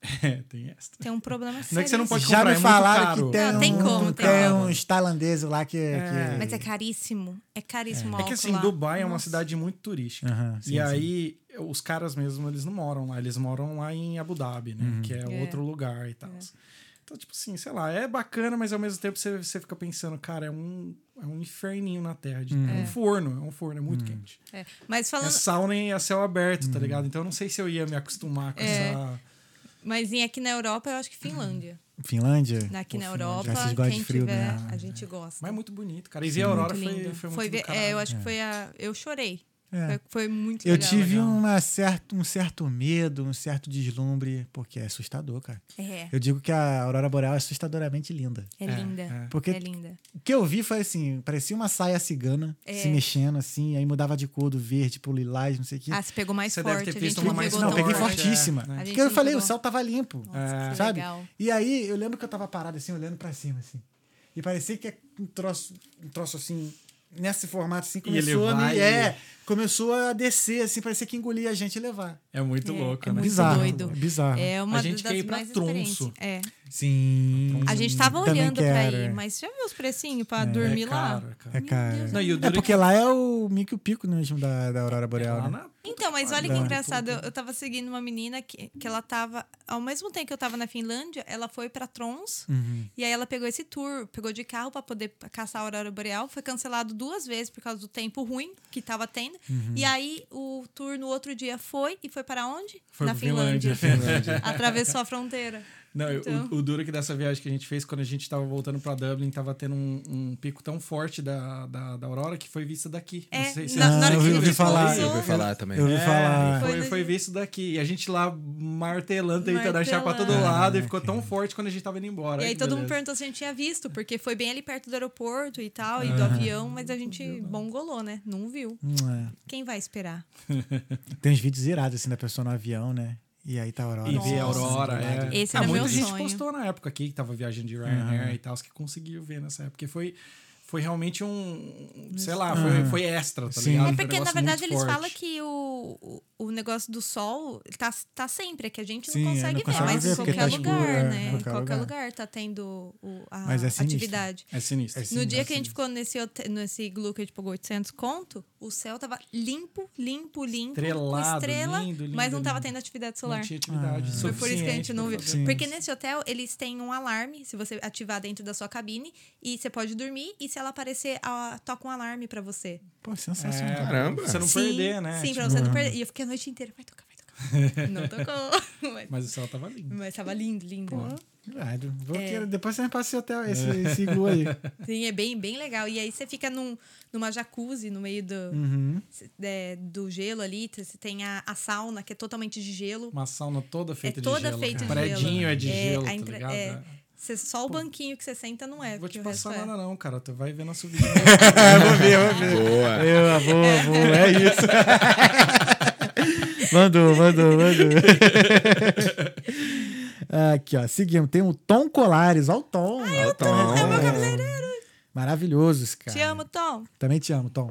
[SPEAKER 4] *laughs* É, tem essa.
[SPEAKER 3] Tem um problema sério.
[SPEAKER 4] Não é que você não
[SPEAKER 3] nisso.
[SPEAKER 4] pode
[SPEAKER 1] Já
[SPEAKER 4] comprar,
[SPEAKER 1] me
[SPEAKER 4] é muito
[SPEAKER 1] falaram
[SPEAKER 4] caro.
[SPEAKER 1] que tem,
[SPEAKER 3] Não, tem
[SPEAKER 1] um,
[SPEAKER 3] como,
[SPEAKER 1] tem
[SPEAKER 3] tem
[SPEAKER 4] como.
[SPEAKER 1] uns tailandeses lá que. que-
[SPEAKER 3] Mas é caríssimo. É caríssimo
[SPEAKER 4] É que assim, Dubai é uma cidade muito turística.
[SPEAKER 1] Aham,
[SPEAKER 4] e
[SPEAKER 1] É, sim, sim.
[SPEAKER 4] aí, os caras mesmo, eles não moram lá. Eles moram lá em Abu Dhabi, né?
[SPEAKER 1] Uhum.
[SPEAKER 4] Que é,
[SPEAKER 3] É.
[SPEAKER 4] outro lugar e tal. Então, tipo assim, sei lá, é bacana, mas ao mesmo tempo você, você fica pensando, cara, é um, é um inferninho na Terra. de-
[SPEAKER 1] Uhum.
[SPEAKER 4] É um forno, é um forno, é muito quente.
[SPEAKER 3] É. Mas
[SPEAKER 4] É
[SPEAKER 3] falando.
[SPEAKER 4] sauna e é céu aberto,
[SPEAKER 1] Uhum.
[SPEAKER 4] tá ligado? Então eu não sei se eu ia me acostumar com
[SPEAKER 3] É.
[SPEAKER 4] essa...
[SPEAKER 3] Mas em- aqui na Europa, eu acho que Finlândia.
[SPEAKER 1] Finlândia?
[SPEAKER 3] Aqui na
[SPEAKER 1] Pô,
[SPEAKER 3] Europa,
[SPEAKER 1] Finlândia. Vocês gostam
[SPEAKER 3] quem
[SPEAKER 1] de frio
[SPEAKER 3] tiver,
[SPEAKER 1] mesmo,
[SPEAKER 3] a
[SPEAKER 1] né?
[SPEAKER 3] gente gosta.
[SPEAKER 4] Mas é muito bonito, cara. E ver a Aurora
[SPEAKER 3] muito
[SPEAKER 4] foi,
[SPEAKER 3] lindo.
[SPEAKER 4] foi muito
[SPEAKER 3] ver-
[SPEAKER 4] do caralho. né?
[SPEAKER 3] é, eu acho que foi a. Eu chorei.
[SPEAKER 1] É.
[SPEAKER 3] Foi, foi muito
[SPEAKER 1] Eu
[SPEAKER 3] legal.
[SPEAKER 1] tive
[SPEAKER 4] legal.
[SPEAKER 1] uma certa, um certo medo, um certo deslumbre, porque é assustador, cara.
[SPEAKER 4] um-
[SPEAKER 3] É,
[SPEAKER 1] Eu digo que a Aurora Boreal é assustadoramente linda.
[SPEAKER 3] é linda.
[SPEAKER 4] é.
[SPEAKER 1] Porque
[SPEAKER 3] É linda.
[SPEAKER 1] o que eu vi foi assim, parecia uma saia cigana
[SPEAKER 3] É.
[SPEAKER 1] se mexendo assim, aí mudava de cor do verde pro lilás, não sei o quê.
[SPEAKER 3] Ah, você pegou mais
[SPEAKER 4] Você deve
[SPEAKER 3] forte.
[SPEAKER 4] ter
[SPEAKER 3] a
[SPEAKER 4] visto
[SPEAKER 3] gente
[SPEAKER 4] uma
[SPEAKER 3] não
[SPEAKER 4] mais
[SPEAKER 3] pegou
[SPEAKER 1] não,
[SPEAKER 3] tão
[SPEAKER 1] peguei
[SPEAKER 3] forte.
[SPEAKER 1] fortíssima.
[SPEAKER 4] É,
[SPEAKER 3] né? A gente
[SPEAKER 1] Porque eu
[SPEAKER 3] não
[SPEAKER 1] falei, o
[SPEAKER 3] pegou.
[SPEAKER 1] céu tava limpo.
[SPEAKER 3] Nossa, que
[SPEAKER 1] sabe?
[SPEAKER 3] legal.
[SPEAKER 1] E aí eu lembro que eu tava parado assim, olhando pra cima, assim. E parecia que é um troço, um troço assim, nesse formato assim,
[SPEAKER 4] E ele
[SPEAKER 1] começou a me-
[SPEAKER 4] vai-
[SPEAKER 1] é, começou a descer, assim, parecia que engolia a gente e levar.
[SPEAKER 4] É muito
[SPEAKER 3] É,
[SPEAKER 4] louco,
[SPEAKER 3] é
[SPEAKER 4] né?
[SPEAKER 3] muito
[SPEAKER 1] Bizarro.
[SPEAKER 3] doido.
[SPEAKER 1] Bizarro.
[SPEAKER 3] É uma
[SPEAKER 4] A gente
[SPEAKER 3] das
[SPEAKER 4] quer ir pra
[SPEAKER 3] mais
[SPEAKER 4] Tronço.
[SPEAKER 3] experientes. É.
[SPEAKER 1] Sim.
[SPEAKER 4] Uhum.
[SPEAKER 3] A gente tava
[SPEAKER 1] Também
[SPEAKER 3] olhando pra
[SPEAKER 1] quero, é.
[SPEAKER 3] ir, mas já viu os precinhos pra
[SPEAKER 4] É
[SPEAKER 3] dormir lá?
[SPEAKER 4] caro, cara.
[SPEAKER 1] É caro.
[SPEAKER 4] Não, e o
[SPEAKER 1] É
[SPEAKER 4] duro
[SPEAKER 1] porque lá é o mico e o pico mesmo da, da Aurora
[SPEAKER 4] que-
[SPEAKER 1] Boreal.
[SPEAKER 4] lá
[SPEAKER 1] né?
[SPEAKER 4] na-
[SPEAKER 3] Então, mas olha que
[SPEAKER 1] Dá.
[SPEAKER 3] engraçado. Eu, eu tava seguindo uma menina que, que ela tava. Ao mesmo tempo que eu tava na Finlândia, ela foi pra Trons.
[SPEAKER 4] Uhum.
[SPEAKER 3] E aí ela pegou esse tour, pegou de carro pra poder caçar a Aurora Boreal. Foi cancelado duas vezes por causa do tempo ruim que tava tendo.
[SPEAKER 4] Uhum.
[SPEAKER 3] E aí o tour no outro dia foi e foi para onde?
[SPEAKER 4] Foi
[SPEAKER 3] na
[SPEAKER 4] pra Finlândia.
[SPEAKER 3] *laughs* Atravessou a fronteira.
[SPEAKER 4] Não, eu-
[SPEAKER 3] Então.
[SPEAKER 4] o, o duro que dessa viagem que a gente fez quando a gente tava voltando pra Dublin, tava tendo um, um pico tão forte da, da, da aurora que foi vista daqui.
[SPEAKER 3] É,
[SPEAKER 4] não sei se
[SPEAKER 3] na-
[SPEAKER 4] você
[SPEAKER 1] na hora que
[SPEAKER 4] viu
[SPEAKER 1] eu ouvi
[SPEAKER 4] isso.
[SPEAKER 1] falar.
[SPEAKER 2] Eu ouvi
[SPEAKER 3] né?
[SPEAKER 2] falar também.
[SPEAKER 1] Eu ouvi
[SPEAKER 4] É,
[SPEAKER 1] falar.
[SPEAKER 4] Foi,
[SPEAKER 3] Foi-
[SPEAKER 4] foi visto daqui. E a gente lá martelando, tentando
[SPEAKER 3] Martelando.
[SPEAKER 4] achar pra todo lado e ficou
[SPEAKER 1] Ah,
[SPEAKER 4] tão forte quando a gente tava indo embora.
[SPEAKER 3] E
[SPEAKER 4] Olha
[SPEAKER 3] aí
[SPEAKER 4] que
[SPEAKER 3] todo mundo
[SPEAKER 4] beleza.
[SPEAKER 3] perguntou se a gente tinha visto, porque foi bem ali perto do aeroporto e tal, e do avião, mas a gente bongolou, né? Não viu.
[SPEAKER 1] Hum,
[SPEAKER 3] Quem vai esperar?
[SPEAKER 1] é. Tem uns vídeos irados assim da pessoa no avião, né? E aí tá a Aurora.
[SPEAKER 4] E ver a
[SPEAKER 1] assim,
[SPEAKER 4] aurora.
[SPEAKER 1] do
[SPEAKER 4] É.
[SPEAKER 1] lado.
[SPEAKER 3] Esse
[SPEAKER 4] ah,
[SPEAKER 3] era
[SPEAKER 4] muita
[SPEAKER 3] meu
[SPEAKER 4] gente
[SPEAKER 3] sonho.
[SPEAKER 4] postou na época aqui que tava viajando de Ryanair e tal, os que conseguiu ver nessa época. Porque foi, foi realmente um. Sei lá, foi, foi extra, tá
[SPEAKER 1] Sim.
[SPEAKER 4] ligado?
[SPEAKER 1] É
[SPEAKER 3] É
[SPEAKER 4] Foi um
[SPEAKER 3] porque, na
[SPEAKER 4] negócio
[SPEAKER 3] verdade,
[SPEAKER 4] muito
[SPEAKER 3] eles
[SPEAKER 4] forte.
[SPEAKER 3] falam que o, o, o negócio do sol tá, tá sempre, é que a gente não
[SPEAKER 1] Sim, é,
[SPEAKER 3] consegue
[SPEAKER 1] não
[SPEAKER 3] ver,
[SPEAKER 1] consegue
[SPEAKER 3] mas
[SPEAKER 4] ver
[SPEAKER 3] em
[SPEAKER 4] porque
[SPEAKER 3] qualquer
[SPEAKER 4] tá
[SPEAKER 3] lugar,
[SPEAKER 1] escuro, é,
[SPEAKER 3] né?
[SPEAKER 1] em
[SPEAKER 3] Em
[SPEAKER 1] qualquer
[SPEAKER 3] qualquer,
[SPEAKER 1] lugar.
[SPEAKER 3] lugar. tá tendo o- a
[SPEAKER 1] Mas é sinistro.
[SPEAKER 3] atividade.
[SPEAKER 4] É sinistro.
[SPEAKER 1] É
[SPEAKER 3] No
[SPEAKER 1] sinistro,
[SPEAKER 3] dia
[SPEAKER 1] é
[SPEAKER 3] que a gente
[SPEAKER 1] sinistro.
[SPEAKER 3] ficou nesse, hotel, nesse Glu que a gente pagou 800 conto, o céu tava limpo, limpo, limpo, com
[SPEAKER 4] Estrelado,
[SPEAKER 3] estrela,
[SPEAKER 4] lindo, lindo,
[SPEAKER 3] mas não tava
[SPEAKER 4] lindo.
[SPEAKER 3] tendo atividade
[SPEAKER 4] Não
[SPEAKER 3] solar.
[SPEAKER 4] tinha atividade
[SPEAKER 3] Foi por isso que a
[SPEAKER 4] suficiente
[SPEAKER 3] gente não
[SPEAKER 4] pra
[SPEAKER 3] viu.
[SPEAKER 4] fazer.
[SPEAKER 1] Sim.
[SPEAKER 3] Porque nesse hotel, eles têm um alarme, se você ativar dentro da sua cabine, e você pode dormir, e se ela aparecer, a- toca um alarme pra você.
[SPEAKER 1] Pô,
[SPEAKER 4] É,
[SPEAKER 1] sensacional.
[SPEAKER 2] Caramba.
[SPEAKER 4] pra Você não
[SPEAKER 3] Sim,
[SPEAKER 4] perder, né?
[SPEAKER 3] Sim,
[SPEAKER 4] Tipo,
[SPEAKER 3] pra você não perder. E eu fiquei a noite inteira, vai tocar, vai
[SPEAKER 4] *laughs*
[SPEAKER 3] tocar. não tocou. Mas,
[SPEAKER 4] Mas o céu tava lindo.
[SPEAKER 3] mas tava lindo, lindo.
[SPEAKER 1] Irado. Vou
[SPEAKER 3] É.
[SPEAKER 1] querer- Depois você me passa esse hotel, esse, esse iglu aí.
[SPEAKER 3] Sim, é bem, bem legal. E aí você fica num, numa jacuzzi no meio do,
[SPEAKER 1] Uhum.
[SPEAKER 3] é, do gelo ali. Você tem a, a sauna, que é totalmente de gelo.
[SPEAKER 4] Uma sauna toda feita de
[SPEAKER 3] É toda
[SPEAKER 4] gelo.
[SPEAKER 3] feita
[SPEAKER 4] cara.
[SPEAKER 3] de
[SPEAKER 4] Predinho
[SPEAKER 3] gelo.
[SPEAKER 4] é de
[SPEAKER 3] É,
[SPEAKER 4] gelo,
[SPEAKER 3] a
[SPEAKER 4] tá
[SPEAKER 3] entra-
[SPEAKER 4] ligado?
[SPEAKER 3] é. Você, só o banquinho que você senta não é.
[SPEAKER 4] Vou
[SPEAKER 3] porque
[SPEAKER 4] te
[SPEAKER 3] o
[SPEAKER 4] passar
[SPEAKER 3] resto é.
[SPEAKER 4] nada não, cara. Tu vai ver nosso
[SPEAKER 3] *laughs*
[SPEAKER 4] vídeo.
[SPEAKER 1] vou ver, vou ver. *laughs*
[SPEAKER 2] Boa.
[SPEAKER 1] Eu, vou, vou, é isso. *laughs* mandou, mandou, mandou. *laughs* Aqui, ó, seguimos. Tem o Tom Colares, ó o Tom. Ai, o
[SPEAKER 2] Tom, é meu
[SPEAKER 1] Maravilhoso esse cara.
[SPEAKER 3] Te amo, Tom.
[SPEAKER 1] Também te amo, Tom.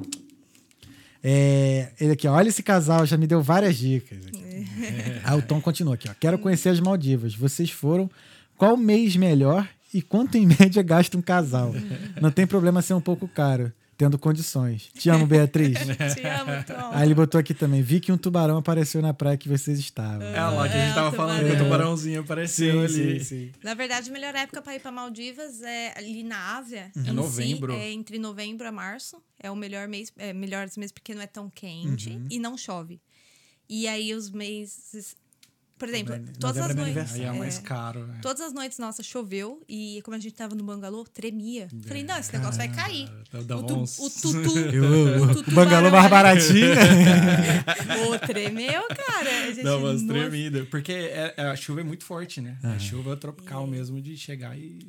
[SPEAKER 1] É, ele aqui, ó, olha esse casal, já me deu várias dicas. aqui. Ah, o Tom continua aqui, ó. Quero conhecer as Maldivas. Vocês foram? Qual mês melhor e quanto em *laughs* média gasta um casal? Não tem problema ser um pouco caro, tendo condições. Te amo, Beatriz.
[SPEAKER 4] *laughs*
[SPEAKER 3] Te amo, Tom.
[SPEAKER 1] Aí ele botou aqui também, vi que um tubarão apareceu na praia que vocês estavam.
[SPEAKER 4] É lá que a gente
[SPEAKER 3] É,
[SPEAKER 4] tava
[SPEAKER 3] o
[SPEAKER 4] falando que o tubarãozinho apareceu ali.
[SPEAKER 3] Na verdade, a melhor época para ir para Maldivas é ali na Ásia. em si,
[SPEAKER 4] Uhum. novembro.
[SPEAKER 3] é entre novembro a março. É o melhor mês, é melhor dos meses porque não é tão quente
[SPEAKER 4] Uhum.
[SPEAKER 3] e não chove. E aí os meses, por exemplo,
[SPEAKER 1] Novembro- novembro é
[SPEAKER 3] todas as
[SPEAKER 1] meu
[SPEAKER 3] noites,
[SPEAKER 1] aniversário.
[SPEAKER 4] Aí é mais
[SPEAKER 3] é,
[SPEAKER 4] caro. né?
[SPEAKER 3] todas as noites nossa choveu e como a gente tava no bangalô, tremia. Falei, não, esse negócio vai cair.
[SPEAKER 4] É. Dá- dá
[SPEAKER 3] o, tu,
[SPEAKER 4] uns-
[SPEAKER 3] o tutu,
[SPEAKER 4] *laughs*
[SPEAKER 1] Eu-
[SPEAKER 3] tutu
[SPEAKER 1] o bangalô mais
[SPEAKER 3] barão-
[SPEAKER 1] baratinho.
[SPEAKER 3] Ô, tremeu, cara. A gente,
[SPEAKER 4] Dá umas
[SPEAKER 3] nossa.
[SPEAKER 4] tremidas. Porque é- é- a chuva é muito forte, né? A chuva tropical mesmo de chegar e.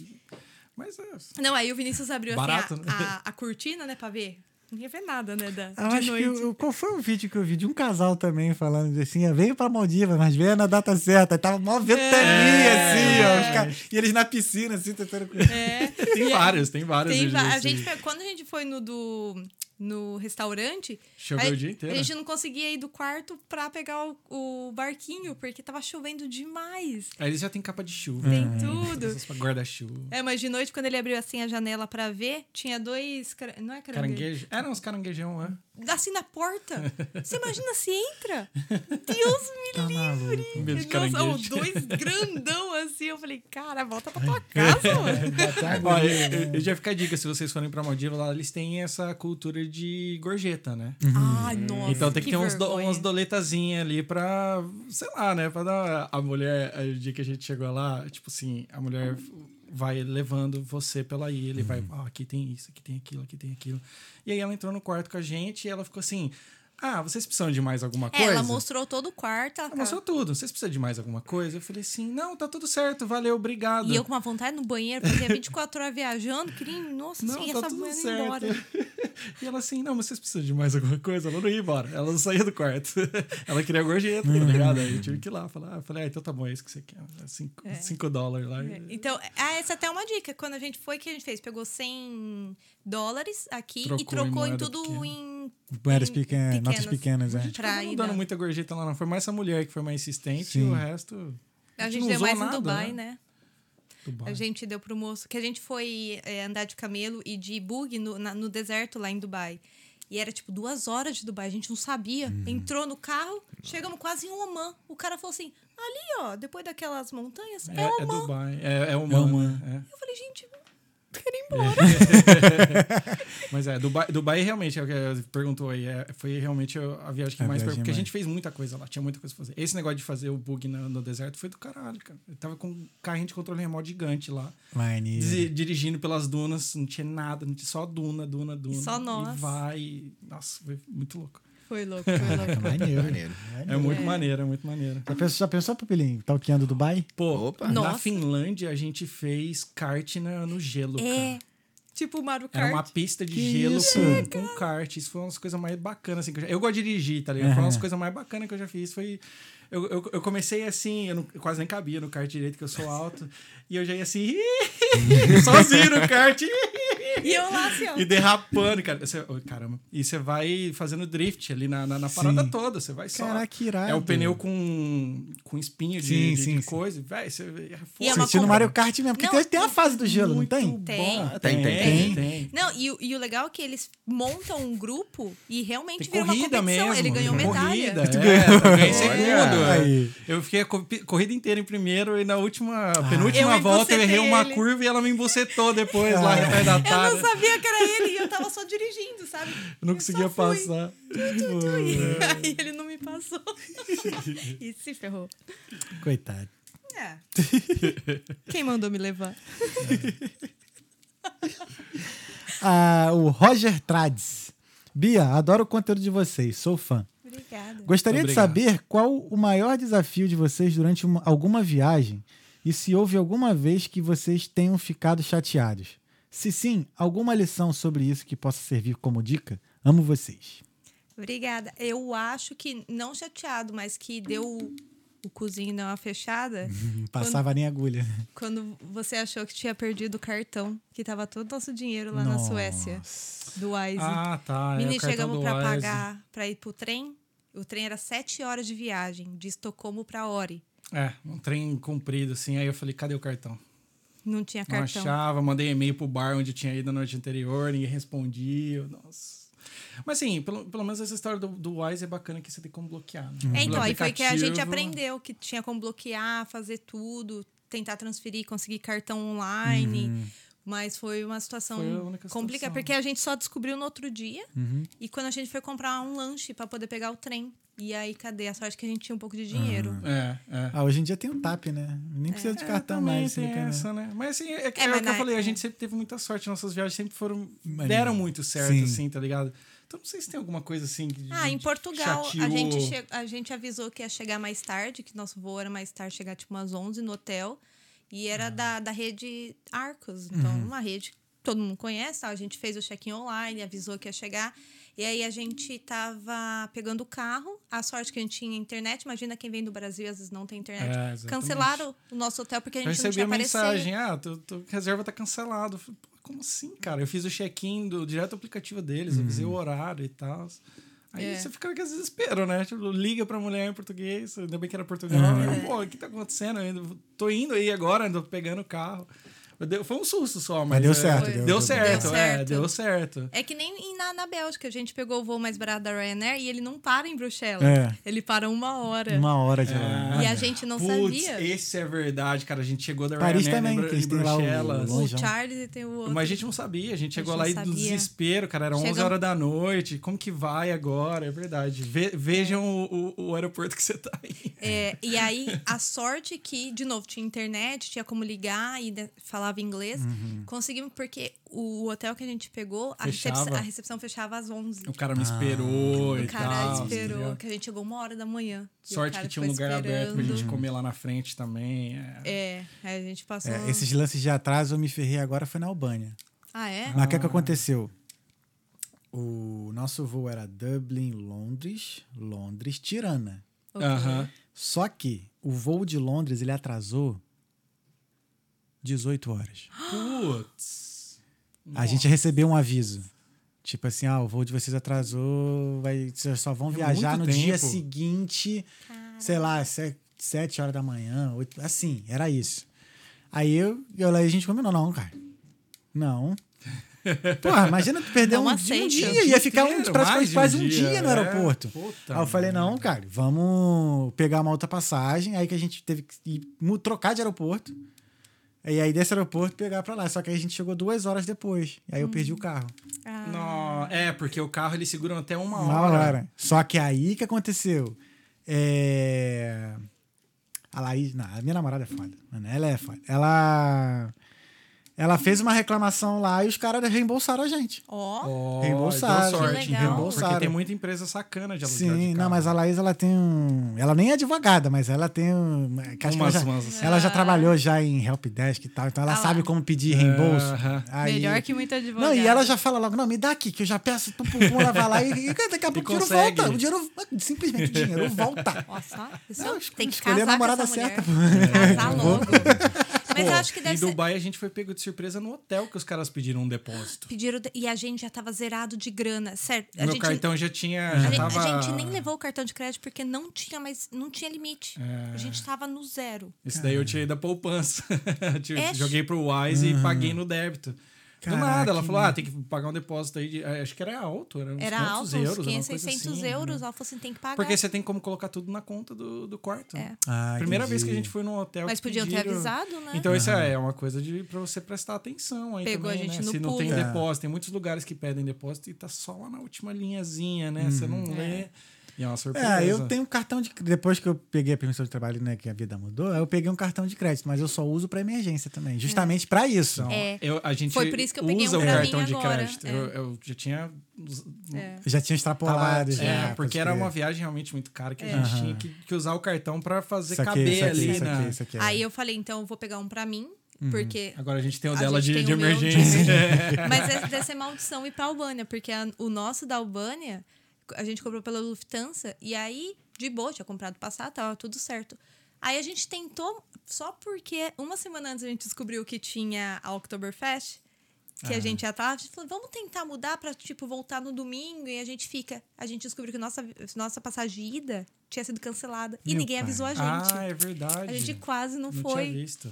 [SPEAKER 4] Mas é.
[SPEAKER 3] Não, aí o Vinícius abriu
[SPEAKER 4] Barato,
[SPEAKER 3] assim,
[SPEAKER 4] né?
[SPEAKER 3] a, a, a cortina, né, pra ver. Não ia ver nada, né, da,
[SPEAKER 1] Eu
[SPEAKER 3] de
[SPEAKER 1] acho que
[SPEAKER 3] noite.
[SPEAKER 1] eu- qual foi o vídeo que eu vi de um casal também falando assim, "Ah, veio pra Maldiva, mas veio na data certa. Aí tava mó ventania, assim, ó. os cara- e eles na piscina, assim, tentando.
[SPEAKER 3] É.
[SPEAKER 4] Tem vários, tem vários.
[SPEAKER 3] Tem
[SPEAKER 4] vídeos
[SPEAKER 3] va- a
[SPEAKER 4] assim.
[SPEAKER 3] gente, foi- quando a gente foi no do no restaurante.
[SPEAKER 4] Choveu
[SPEAKER 3] aí
[SPEAKER 4] o dia inteiro?
[SPEAKER 3] A gente não conseguia ir do quarto pra pegar o, o barquinho, porque tava chovendo demais.
[SPEAKER 4] Aí eles já tem capa de chuva.
[SPEAKER 3] Tem tudo.
[SPEAKER 4] Essas pra Guarda-chuva.
[SPEAKER 3] É, mas de noite, quando ele abriu assim a janela pra ver, tinha dois. cara- Não é caranguejo?
[SPEAKER 4] Caranguejo. É, não, os caranguejão, é.
[SPEAKER 3] Assim na porta.
[SPEAKER 4] *laughs*
[SPEAKER 3] Você imagina se entra? Deus me
[SPEAKER 1] Tá maluco.
[SPEAKER 4] Medo de
[SPEAKER 3] Nossa,
[SPEAKER 4] caranguejo.
[SPEAKER 3] ó, dois grandão assim. Eu falei, cara, volta
[SPEAKER 4] *laughs*
[SPEAKER 3] pra tua casa, mano.
[SPEAKER 1] Tá
[SPEAKER 4] Ó, eu, eu- eu já fica a dica, se vocês forem pra Maldiva, lá eles têm essa cultura de gorjeta, né?
[SPEAKER 3] Ai, nossa.
[SPEAKER 4] Então tem que, ter uns do,
[SPEAKER 3] vergonha.
[SPEAKER 4] umas doletazinhas ali pra, sei lá, né? Pra dar. A mulher, eh, o dia que a gente chegou lá, tipo assim, a mulher vai levando você pela ilha, e vai, ó, aqui tem isso, aqui tem aquilo, aqui tem aquilo. E aí ela entrou no quarto com a gente e ela ficou assim: ah, vocês precisam de mais alguma
[SPEAKER 3] É,
[SPEAKER 4] coisa?
[SPEAKER 3] ela mostrou todo o quarto. Ela
[SPEAKER 4] Ela mostrou tudo. Vocês precisam de mais alguma coisa? Eu falei assim: não, tá tudo certo, valeu, obrigado.
[SPEAKER 3] E eu com uma vontade no banheiro, porque é 24 horas viajando, queria. Nossa,
[SPEAKER 4] Não,
[SPEAKER 3] sim,
[SPEAKER 4] tá
[SPEAKER 3] essa
[SPEAKER 4] tudo
[SPEAKER 3] mulher indo
[SPEAKER 4] certo.
[SPEAKER 3] embora.
[SPEAKER 4] *laughs* E ela assim, não, mas vocês precisam de mais alguma coisa? Ela não ia embora. Ela não saía do quarto. *laughs* Ela queria gorjeta, tá ligado? Aí eu tive que ir lá. Falar, ah, falei, ah, então tá bom, é isso que você quer. É Cinco, cinco dólares lá.
[SPEAKER 3] É, Então, ah, essa é até uma dica. Quando a gente foi, o que a gente fez? Pegou 100 dólares aqui
[SPEAKER 4] Trocou
[SPEAKER 3] e
[SPEAKER 4] em
[SPEAKER 3] trocou em,
[SPEAKER 4] moeda
[SPEAKER 3] tudo
[SPEAKER 4] pequena.
[SPEAKER 3] em.
[SPEAKER 1] Moedas
[SPEAKER 3] em
[SPEAKER 1] pequenas, notas pequenas, é.
[SPEAKER 3] Pra
[SPEAKER 4] Acabou não
[SPEAKER 3] ir né?
[SPEAKER 4] dando
[SPEAKER 3] dando.
[SPEAKER 4] muita gorjeta lá, não. Foi mais essa mulher que foi mais insistente.
[SPEAKER 1] Sim.
[SPEAKER 4] O resto...
[SPEAKER 3] A gente
[SPEAKER 4] não
[SPEAKER 3] deu
[SPEAKER 4] usou
[SPEAKER 3] mais
[SPEAKER 4] nada,
[SPEAKER 3] em Dubai, né?
[SPEAKER 4] Dubai.
[SPEAKER 3] A gente deu pro moço. Que a gente foi é, andar de camelo e de bug no, na- no deserto lá em Dubai. E era tipo duas horas de Dubai, a gente não sabia.
[SPEAKER 4] Hum.
[SPEAKER 3] Entrou no carro, chegamos quase em Oman. O cara falou assim: ali, ó, depois daquelas montanhas, é,
[SPEAKER 4] É, é
[SPEAKER 3] Oman.
[SPEAKER 4] Dubai. É, é uma,
[SPEAKER 1] É Oman.
[SPEAKER 4] né?
[SPEAKER 3] Eu falei, gente, quero ir embora.
[SPEAKER 4] É. Mas é, Dubai, Dubai realmente, é o que perguntou aí, é, foi realmente a viagem que
[SPEAKER 1] A
[SPEAKER 4] mais...
[SPEAKER 1] É, viagem
[SPEAKER 4] Porque a
[SPEAKER 1] mais.
[SPEAKER 4] gente fez muita coisa lá, tinha muita coisa pra fazer. Esse negócio de fazer o bug no, no deserto foi do caralho, cara. Eu tava com um carrinho de controle remoto gigante lá.
[SPEAKER 1] Maneiro.
[SPEAKER 4] Dizi- dirigindo pelas dunas, não tinha nada, não tinha só duna, duna, duna.
[SPEAKER 3] só
[SPEAKER 4] E
[SPEAKER 3] nós.
[SPEAKER 4] vai. e- Nossa, foi muito louco.
[SPEAKER 3] *laughs* Foi louco, foi louco.
[SPEAKER 1] Tá maneiro.
[SPEAKER 2] Maneiro.
[SPEAKER 4] É muito maneiro, é muito maneiro.
[SPEAKER 1] Já pensou, já pensou Pupilinho? Talqueando Dubai?
[SPEAKER 4] Pô,
[SPEAKER 2] Opa.
[SPEAKER 4] na
[SPEAKER 3] Nossa.
[SPEAKER 4] Finlândia a gente fez kart na- no gelo,
[SPEAKER 3] É,
[SPEAKER 4] cara.
[SPEAKER 3] tipo Mario
[SPEAKER 4] Era uma
[SPEAKER 3] Kart.
[SPEAKER 4] pista de
[SPEAKER 1] Que
[SPEAKER 4] gelo
[SPEAKER 1] isso?
[SPEAKER 4] com, com kart. Isso foi uma das coisas mais bacanas. Assim, que eu, já- eu gosto de dirigir, tá ligado? Foi uma das coisas mais bacanas que eu já fiz. Foi. Eu, eu, eu comecei assim, eu, não- eu quase nem cabia no kart direito, que eu sou alto. e eu já ia assim, *laughs* sozinho no kart.
[SPEAKER 3] E eu lá assim, ó.
[SPEAKER 4] E derrapando, cara. Você- oh, caramba. E você vai fazendo drift ali na, na, na
[SPEAKER 1] Sim.
[SPEAKER 4] parada toda. Você vai só.
[SPEAKER 1] Caraca, que irado.
[SPEAKER 4] É o pneu com, com espinho de,
[SPEAKER 1] Sim,
[SPEAKER 4] de- de
[SPEAKER 1] sim, um sim.
[SPEAKER 4] coisa. Véi, você é
[SPEAKER 3] E é
[SPEAKER 4] foda.
[SPEAKER 3] uma
[SPEAKER 1] Sentindo
[SPEAKER 3] compra-
[SPEAKER 1] Mario Kart mesmo, porque
[SPEAKER 3] Não,
[SPEAKER 1] tem, tem a fase do gelo, não tem?
[SPEAKER 3] Tem.
[SPEAKER 4] Ah,
[SPEAKER 2] Tem, tem,
[SPEAKER 1] tem.
[SPEAKER 3] Não, e, o- e o legal é que eles montam um grupo e realmente
[SPEAKER 4] Tem
[SPEAKER 3] vira uma
[SPEAKER 4] corrida
[SPEAKER 3] competição.
[SPEAKER 4] mesmo.
[SPEAKER 3] Ele ganhou
[SPEAKER 4] tem
[SPEAKER 3] medalha.
[SPEAKER 4] Corrida, é, eu *laughs* ganhei
[SPEAKER 1] Aí.
[SPEAKER 4] segundo. Eu fiquei a co- corrida inteira em primeiro e na última, penúltima
[SPEAKER 3] Eu
[SPEAKER 4] volta eu errei
[SPEAKER 3] embucetei
[SPEAKER 4] uma
[SPEAKER 3] ele.
[SPEAKER 4] curva e ela me embucetou depois lá,
[SPEAKER 3] Eu
[SPEAKER 4] retardatária.
[SPEAKER 3] não sabia que era ele e eu tava só dirigindo, sabe?
[SPEAKER 4] Eu não
[SPEAKER 3] Eu só
[SPEAKER 4] conseguia
[SPEAKER 3] fui.
[SPEAKER 4] passar. É.
[SPEAKER 3] *laughs* Aí ele não me
[SPEAKER 4] *laughs*
[SPEAKER 3] passou. e se ferrou.
[SPEAKER 1] Coitado.
[SPEAKER 3] É.
[SPEAKER 4] *laughs*
[SPEAKER 3] Quem mandou me levar?
[SPEAKER 1] Ah, o Roger Trades. Bia, adoro o conteúdo de vocês, sou fã.
[SPEAKER 3] Obrigada.
[SPEAKER 1] Gostaria de
[SPEAKER 4] Obrigado.
[SPEAKER 1] saber qual o maior desafio de vocês durante uma- alguma viagem e se houve alguma vez que vocês tenham ficado chateados. Se sim, alguma lição sobre isso que possa servir como dica? Amo vocês.
[SPEAKER 3] Obrigada. Eu acho que, não chateado, mas que deu o- o cozinho dar uma
[SPEAKER 4] *laughs*
[SPEAKER 3] fechada
[SPEAKER 1] Passava nem agulha.
[SPEAKER 3] quando você achou que tinha perdido o cartão, que tava todo o nosso dinheiro lá na
[SPEAKER 1] Nossa.
[SPEAKER 3] Suécia, do Wise.
[SPEAKER 4] Ah, tá. é o
[SPEAKER 3] Menino,
[SPEAKER 4] cartão
[SPEAKER 3] chegamos
[SPEAKER 4] do
[SPEAKER 3] pra
[SPEAKER 4] Wise.
[SPEAKER 3] pagar, pra ir pro trem. O trem era sete horas de viagem, de Estocolmo pra Ori.
[SPEAKER 4] É, um trem comprido, assim. Aí eu falei, cadê o cartão?
[SPEAKER 3] Não tinha
[SPEAKER 4] Não
[SPEAKER 3] cartão.
[SPEAKER 4] achava, mandei e-mail pro bar onde eu tinha ido na noite anterior, ninguém respondia. Nossa. Mas assim, pelo, pelo menos essa história do, do Wise é bacana que você tem como bloquear. Né?
[SPEAKER 3] É, então,
[SPEAKER 4] Pelo
[SPEAKER 3] aí foi que a gente
[SPEAKER 4] aplicativo.
[SPEAKER 3] aprendeu que tinha como bloquear, fazer tudo, tentar transferir, conseguir cartão online. Mas foi uma situação
[SPEAKER 4] Uhum. Foi a única
[SPEAKER 3] complicada,
[SPEAKER 4] situação. Uhum.
[SPEAKER 3] porque a gente só descobriu no outro dia. E quando a gente foi comprar um lanche pra poder pegar o trem. E aí, cadê? A sorte que a gente tinha um pouco de dinheiro.
[SPEAKER 4] É, é.
[SPEAKER 1] Ah, hoje em dia tem o TAP, né? Nem precisa de cartão
[SPEAKER 4] É, também
[SPEAKER 1] mais.
[SPEAKER 4] tem
[SPEAKER 1] né, cara?
[SPEAKER 4] essa, né? Mas assim, é, que-
[SPEAKER 3] É,
[SPEAKER 4] é
[SPEAKER 3] mas
[SPEAKER 4] o que eu
[SPEAKER 3] na-
[SPEAKER 4] falei, a
[SPEAKER 3] é.
[SPEAKER 4] gente sempre teve muita sorte, nossas viagens sempre foram.
[SPEAKER 1] Maneiro.
[SPEAKER 4] deram muito certo,
[SPEAKER 1] Sim.
[SPEAKER 4] assim, tá ligado? Então não sei se tem alguma coisa assim. Que a
[SPEAKER 3] Ah, em
[SPEAKER 4] gente
[SPEAKER 3] Portugal, a
[SPEAKER 4] chateou.
[SPEAKER 3] gente, che- a gente avisou que ia chegar mais tarde, que nosso voo era mais tarde, chegar tipo umas 11 no hotel. E era
[SPEAKER 4] Ah.
[SPEAKER 3] da, da rede Arcos, então
[SPEAKER 4] Uhum.
[SPEAKER 3] uma rede que todo mundo conhece. Tá? A gente fez o check-in online, avisou que ia chegar. E aí a gente tava pegando o carro. A sorte que a gente tinha internet. Imagina quem vem do Brasil, às vezes não tem
[SPEAKER 4] É,
[SPEAKER 3] internet.
[SPEAKER 4] exatamente.
[SPEAKER 3] Cancelaram o nosso hotel porque a
[SPEAKER 4] Eu
[SPEAKER 3] gente não
[SPEAKER 4] recebi
[SPEAKER 3] tinha
[SPEAKER 4] a
[SPEAKER 3] aparecido.
[SPEAKER 4] mensagem, ah, tu, tu- reserva tá cancelado. Eu falei, "Pô, como assim, cara? Eu fiz o check-in do direto do aplicativo deles, avisei
[SPEAKER 1] Uhum.
[SPEAKER 4] o horário e tal. Aí
[SPEAKER 3] É.
[SPEAKER 4] você fica com esse desespero, né? Tipo, liga pra mulher em português, ainda bem que era português. Pô, o que tá acontecendo? Eu ainda tô indo aí agora, ainda tô pegando o carro. Eu dei- Foi um susto só, mas.
[SPEAKER 1] deu
[SPEAKER 4] é,
[SPEAKER 1] certo,
[SPEAKER 4] Deu,
[SPEAKER 1] deu- deu-
[SPEAKER 4] certo,
[SPEAKER 3] deu
[SPEAKER 4] é,
[SPEAKER 3] certo.
[SPEAKER 4] deu certo.
[SPEAKER 3] É que nem em- na, na Bélgica, a gente pegou o voo mais barato da Ryanair e ele não para em Bruxelas.
[SPEAKER 1] É.
[SPEAKER 3] Ele para uma hora.
[SPEAKER 1] Uma hora de lá.
[SPEAKER 3] E a gente não
[SPEAKER 4] Ah, Putz,
[SPEAKER 3] sabia.
[SPEAKER 4] esse é verdade, cara. A gente chegou da
[SPEAKER 1] Paris
[SPEAKER 4] Ryanair né,
[SPEAKER 1] também,
[SPEAKER 4] em Bru-
[SPEAKER 1] que eles
[SPEAKER 4] em
[SPEAKER 1] têm lá o-
[SPEAKER 4] Bruxelas.
[SPEAKER 3] O
[SPEAKER 1] Longe, né?
[SPEAKER 3] Charles e tem o outro.
[SPEAKER 4] Mas a gente não sabia, a gente chegou
[SPEAKER 3] não
[SPEAKER 4] lá e do
[SPEAKER 3] sabia.
[SPEAKER 4] desespero, cara, era 11
[SPEAKER 3] Chegamos-
[SPEAKER 4] horas da noite, como que vai agora? É verdade. Ve- vejam o, o- o aeroporto que você tá
[SPEAKER 3] *laughs*
[SPEAKER 4] aí.
[SPEAKER 3] É, e aí, a sorte que, de novo, tinha internet, tinha como ligar e né, falava inglês.
[SPEAKER 4] Uhum.
[SPEAKER 3] Conseguimos, porque o hotel que a gente pegou, a, recep-
[SPEAKER 4] Fechava.
[SPEAKER 3] a recepção fechava às 11.
[SPEAKER 4] O cara me esperou e
[SPEAKER 3] Ah, O cara
[SPEAKER 4] tal.
[SPEAKER 3] esperou,
[SPEAKER 4] entendeu?
[SPEAKER 3] que a gente chegou uma hora da manhã. E o
[SPEAKER 4] Sorte
[SPEAKER 3] cara
[SPEAKER 4] que tinha um
[SPEAKER 3] ficou
[SPEAKER 4] lugar aberto pra
[SPEAKER 3] esperando.
[SPEAKER 4] gente comer lá na frente também. é.
[SPEAKER 3] É, aí a gente passou...
[SPEAKER 1] É, esses lances de atraso eu me ferrei agora foi na Albânia.
[SPEAKER 3] Ah, é?
[SPEAKER 1] Mas o que, é que aconteceu? O nosso voo era Dublin, Londres, Londres, Tirana.
[SPEAKER 3] Ok.
[SPEAKER 4] Aham.
[SPEAKER 1] Só que o voo de Londres ele atrasou 18 horas.
[SPEAKER 4] Putz.
[SPEAKER 1] A gente recebeu um aviso. Tipo assim, ah, o voo de vocês atrasou, vai, vocês só vão viajar no
[SPEAKER 4] É muito
[SPEAKER 1] dia
[SPEAKER 4] tempo.
[SPEAKER 1] seguinte, sei lá, se- sete horas da manhã, oito, assim, era isso. Aí eu, eu lá, a gente combinou, não, cara.
[SPEAKER 4] *laughs*
[SPEAKER 1] Não. Porra, imagina tu perder
[SPEAKER 3] Não
[SPEAKER 1] um dia, um
[SPEAKER 3] aceita.
[SPEAKER 1] dia, ia ficar um,
[SPEAKER 4] Inteiro, mais
[SPEAKER 1] praticamente
[SPEAKER 4] de
[SPEAKER 1] quase
[SPEAKER 4] um
[SPEAKER 1] um dia,
[SPEAKER 4] dia,
[SPEAKER 1] no
[SPEAKER 4] é.
[SPEAKER 1] aeroporto.
[SPEAKER 4] Puta
[SPEAKER 1] aí eu falei, não, cara, vamos pegar uma outra passagem, aí que a gente teve que ir mu- trocar de aeroporto. E aí desse aeroporto pegar pra lá. Só que aí a gente chegou duas horas depois. E aí eu perdi o carro.
[SPEAKER 3] Ah.
[SPEAKER 4] Nó, é, porque o carro eles seguram até uma hora.
[SPEAKER 1] Uma hora. Só que aí que aconteceu. É... A Laís. Não, a minha namorada é foda. Mano, ela é foda. Ela. Ela fez uma reclamação lá e os caras reembolsaram a gente.
[SPEAKER 3] Ó,
[SPEAKER 4] Ó,
[SPEAKER 1] Reembolsaram,
[SPEAKER 4] deu sorte,
[SPEAKER 3] que legal.
[SPEAKER 4] então,
[SPEAKER 1] Reembolsaram.
[SPEAKER 4] Porque tem muita empresa sacana de aluguel de
[SPEAKER 1] Sim,
[SPEAKER 4] carro.
[SPEAKER 1] não, mas a Laís, ela tem um. Ela nem é advogada, mas ela tem um. que acho que
[SPEAKER 4] Umas-
[SPEAKER 1] ela, já,
[SPEAKER 4] umas- assim.
[SPEAKER 1] ela já trabalhou já em helpdesk e tal, então ela
[SPEAKER 3] Ah lá.
[SPEAKER 1] sabe como pedir reembolso.
[SPEAKER 4] Aham.
[SPEAKER 1] Aí-
[SPEAKER 3] melhor que muita advogada.
[SPEAKER 1] Não, e ela já fala logo, não, me dá aqui, que eu já peço, pum, pum, pum, ela vai lá e,
[SPEAKER 4] *laughs*
[SPEAKER 1] e daqui a pouco o dinheiro
[SPEAKER 4] consegue.
[SPEAKER 1] volta. O dinheiro, simplesmente o dinheiro
[SPEAKER 4] *laughs*
[SPEAKER 1] volta.
[SPEAKER 3] Nossa, isso
[SPEAKER 1] Não,
[SPEAKER 3] tem que
[SPEAKER 1] escolher a
[SPEAKER 3] casar
[SPEAKER 1] namorada
[SPEAKER 3] com essa mulher.
[SPEAKER 1] certa,
[SPEAKER 3] Tem que Casar logo. Mas eu
[SPEAKER 4] Pô,
[SPEAKER 3] acho que deve
[SPEAKER 4] em
[SPEAKER 3] ser...
[SPEAKER 4] Dubai a gente foi pego de surpresa no hotel que os caras pediram um depósito.
[SPEAKER 3] Pediram... E a gente já tava zerado de grana, certo? A
[SPEAKER 4] Meu
[SPEAKER 3] gente...
[SPEAKER 4] cartão já tinha.
[SPEAKER 3] A
[SPEAKER 4] Já
[SPEAKER 3] gente, a
[SPEAKER 4] tava...
[SPEAKER 3] gente nem levou o cartão de crédito porque não tinha mais, não tinha limite.
[SPEAKER 4] É.
[SPEAKER 3] A gente tava no zero.
[SPEAKER 4] Esse daí eu tirei da poupança. *laughs* Tive-
[SPEAKER 3] É.
[SPEAKER 4] Joguei pro Wise e paguei no débito.
[SPEAKER 1] Uhum. Caraca,
[SPEAKER 4] Do nada, ela falou:
[SPEAKER 1] hein?
[SPEAKER 4] ah, tem que pagar um depósito aí. de- Acho que era alto, era uns
[SPEAKER 3] Era
[SPEAKER 4] 500
[SPEAKER 3] alto,
[SPEAKER 4] euros.
[SPEAKER 3] uns 500, 600
[SPEAKER 4] 600
[SPEAKER 3] euros. Ela falou assim, tem que pagar.
[SPEAKER 4] né? Porque você tem como colocar tudo na conta do, do quarto.
[SPEAKER 3] É.
[SPEAKER 1] Ah,
[SPEAKER 4] Primeira
[SPEAKER 1] entendi.
[SPEAKER 4] vez que a gente foi num hotel.
[SPEAKER 3] Mas
[SPEAKER 4] que
[SPEAKER 3] podiam ter
[SPEAKER 4] pediram-
[SPEAKER 3] avisado, né?
[SPEAKER 4] Então, isso é uma coisa de pra você prestar atenção aí
[SPEAKER 3] Pegou
[SPEAKER 4] também,
[SPEAKER 3] a gente
[SPEAKER 4] né?
[SPEAKER 3] no
[SPEAKER 4] Se não tem
[SPEAKER 3] pulo.
[SPEAKER 1] É.
[SPEAKER 4] depósito, tem muitos lugares que pedem depósito e tá só lá na última linhazinha, né? Você não lê. E é uma surpresa.
[SPEAKER 1] Uhum. É, eu tenho um cartão de. Depois que eu peguei a permissão de trabalho, né, que a vida mudou, eu peguei um cartão de crédito, mas eu só uso pra emergência também, justamente pra isso.
[SPEAKER 4] Então,
[SPEAKER 3] É.
[SPEAKER 4] eu- a gente
[SPEAKER 3] Foi por isso que eu peguei
[SPEAKER 4] usa
[SPEAKER 3] um
[SPEAKER 4] o
[SPEAKER 3] pra mim
[SPEAKER 4] cartão de
[SPEAKER 3] agora,
[SPEAKER 4] crédito.
[SPEAKER 3] é.
[SPEAKER 4] Eu, eu já tinha. us-
[SPEAKER 3] É.
[SPEAKER 1] Já tinha extrapolado.
[SPEAKER 4] tava-
[SPEAKER 1] já,
[SPEAKER 4] é,
[SPEAKER 1] pode
[SPEAKER 4] porque era
[SPEAKER 1] crer.
[SPEAKER 4] uma viagem realmente muito cara que a gente tinha que, que usar o cartão pra fazer
[SPEAKER 1] Isso aqui,
[SPEAKER 4] caber
[SPEAKER 1] isso aqui,
[SPEAKER 4] ali né?
[SPEAKER 1] isso
[SPEAKER 4] na.
[SPEAKER 1] aqui, isso aqui, é.
[SPEAKER 3] Aí eu falei, então eu vou pegar um pra mim,
[SPEAKER 4] Uhum.
[SPEAKER 3] porque.
[SPEAKER 4] Agora a gente tem o
[SPEAKER 3] A
[SPEAKER 4] dela de,
[SPEAKER 3] gente tem
[SPEAKER 4] de
[SPEAKER 3] o meu de
[SPEAKER 4] emergência. *laughs*
[SPEAKER 3] Mas essa- deve ser maldição ir pra Albânia, porque a- o nosso da Albânia, a gente comprou pela Lufthansa, e aí, de boa, tinha comprado passar, tava tudo certo. Aí a gente tentou, só porque uma semana antes a gente descobriu que tinha a Oktoberfest, que a gente já tava, a gente falou, vamos tentar mudar pra, tipo, voltar no domingo, e a gente fica. A gente descobriu que nossa, nossa passagem de ida tinha sido cancelada, e
[SPEAKER 1] Meu
[SPEAKER 3] ninguém
[SPEAKER 1] pai.
[SPEAKER 3] avisou a gente.
[SPEAKER 4] ah, é verdade.
[SPEAKER 3] a gente quase não,
[SPEAKER 4] não
[SPEAKER 3] foi.
[SPEAKER 4] tinha visto.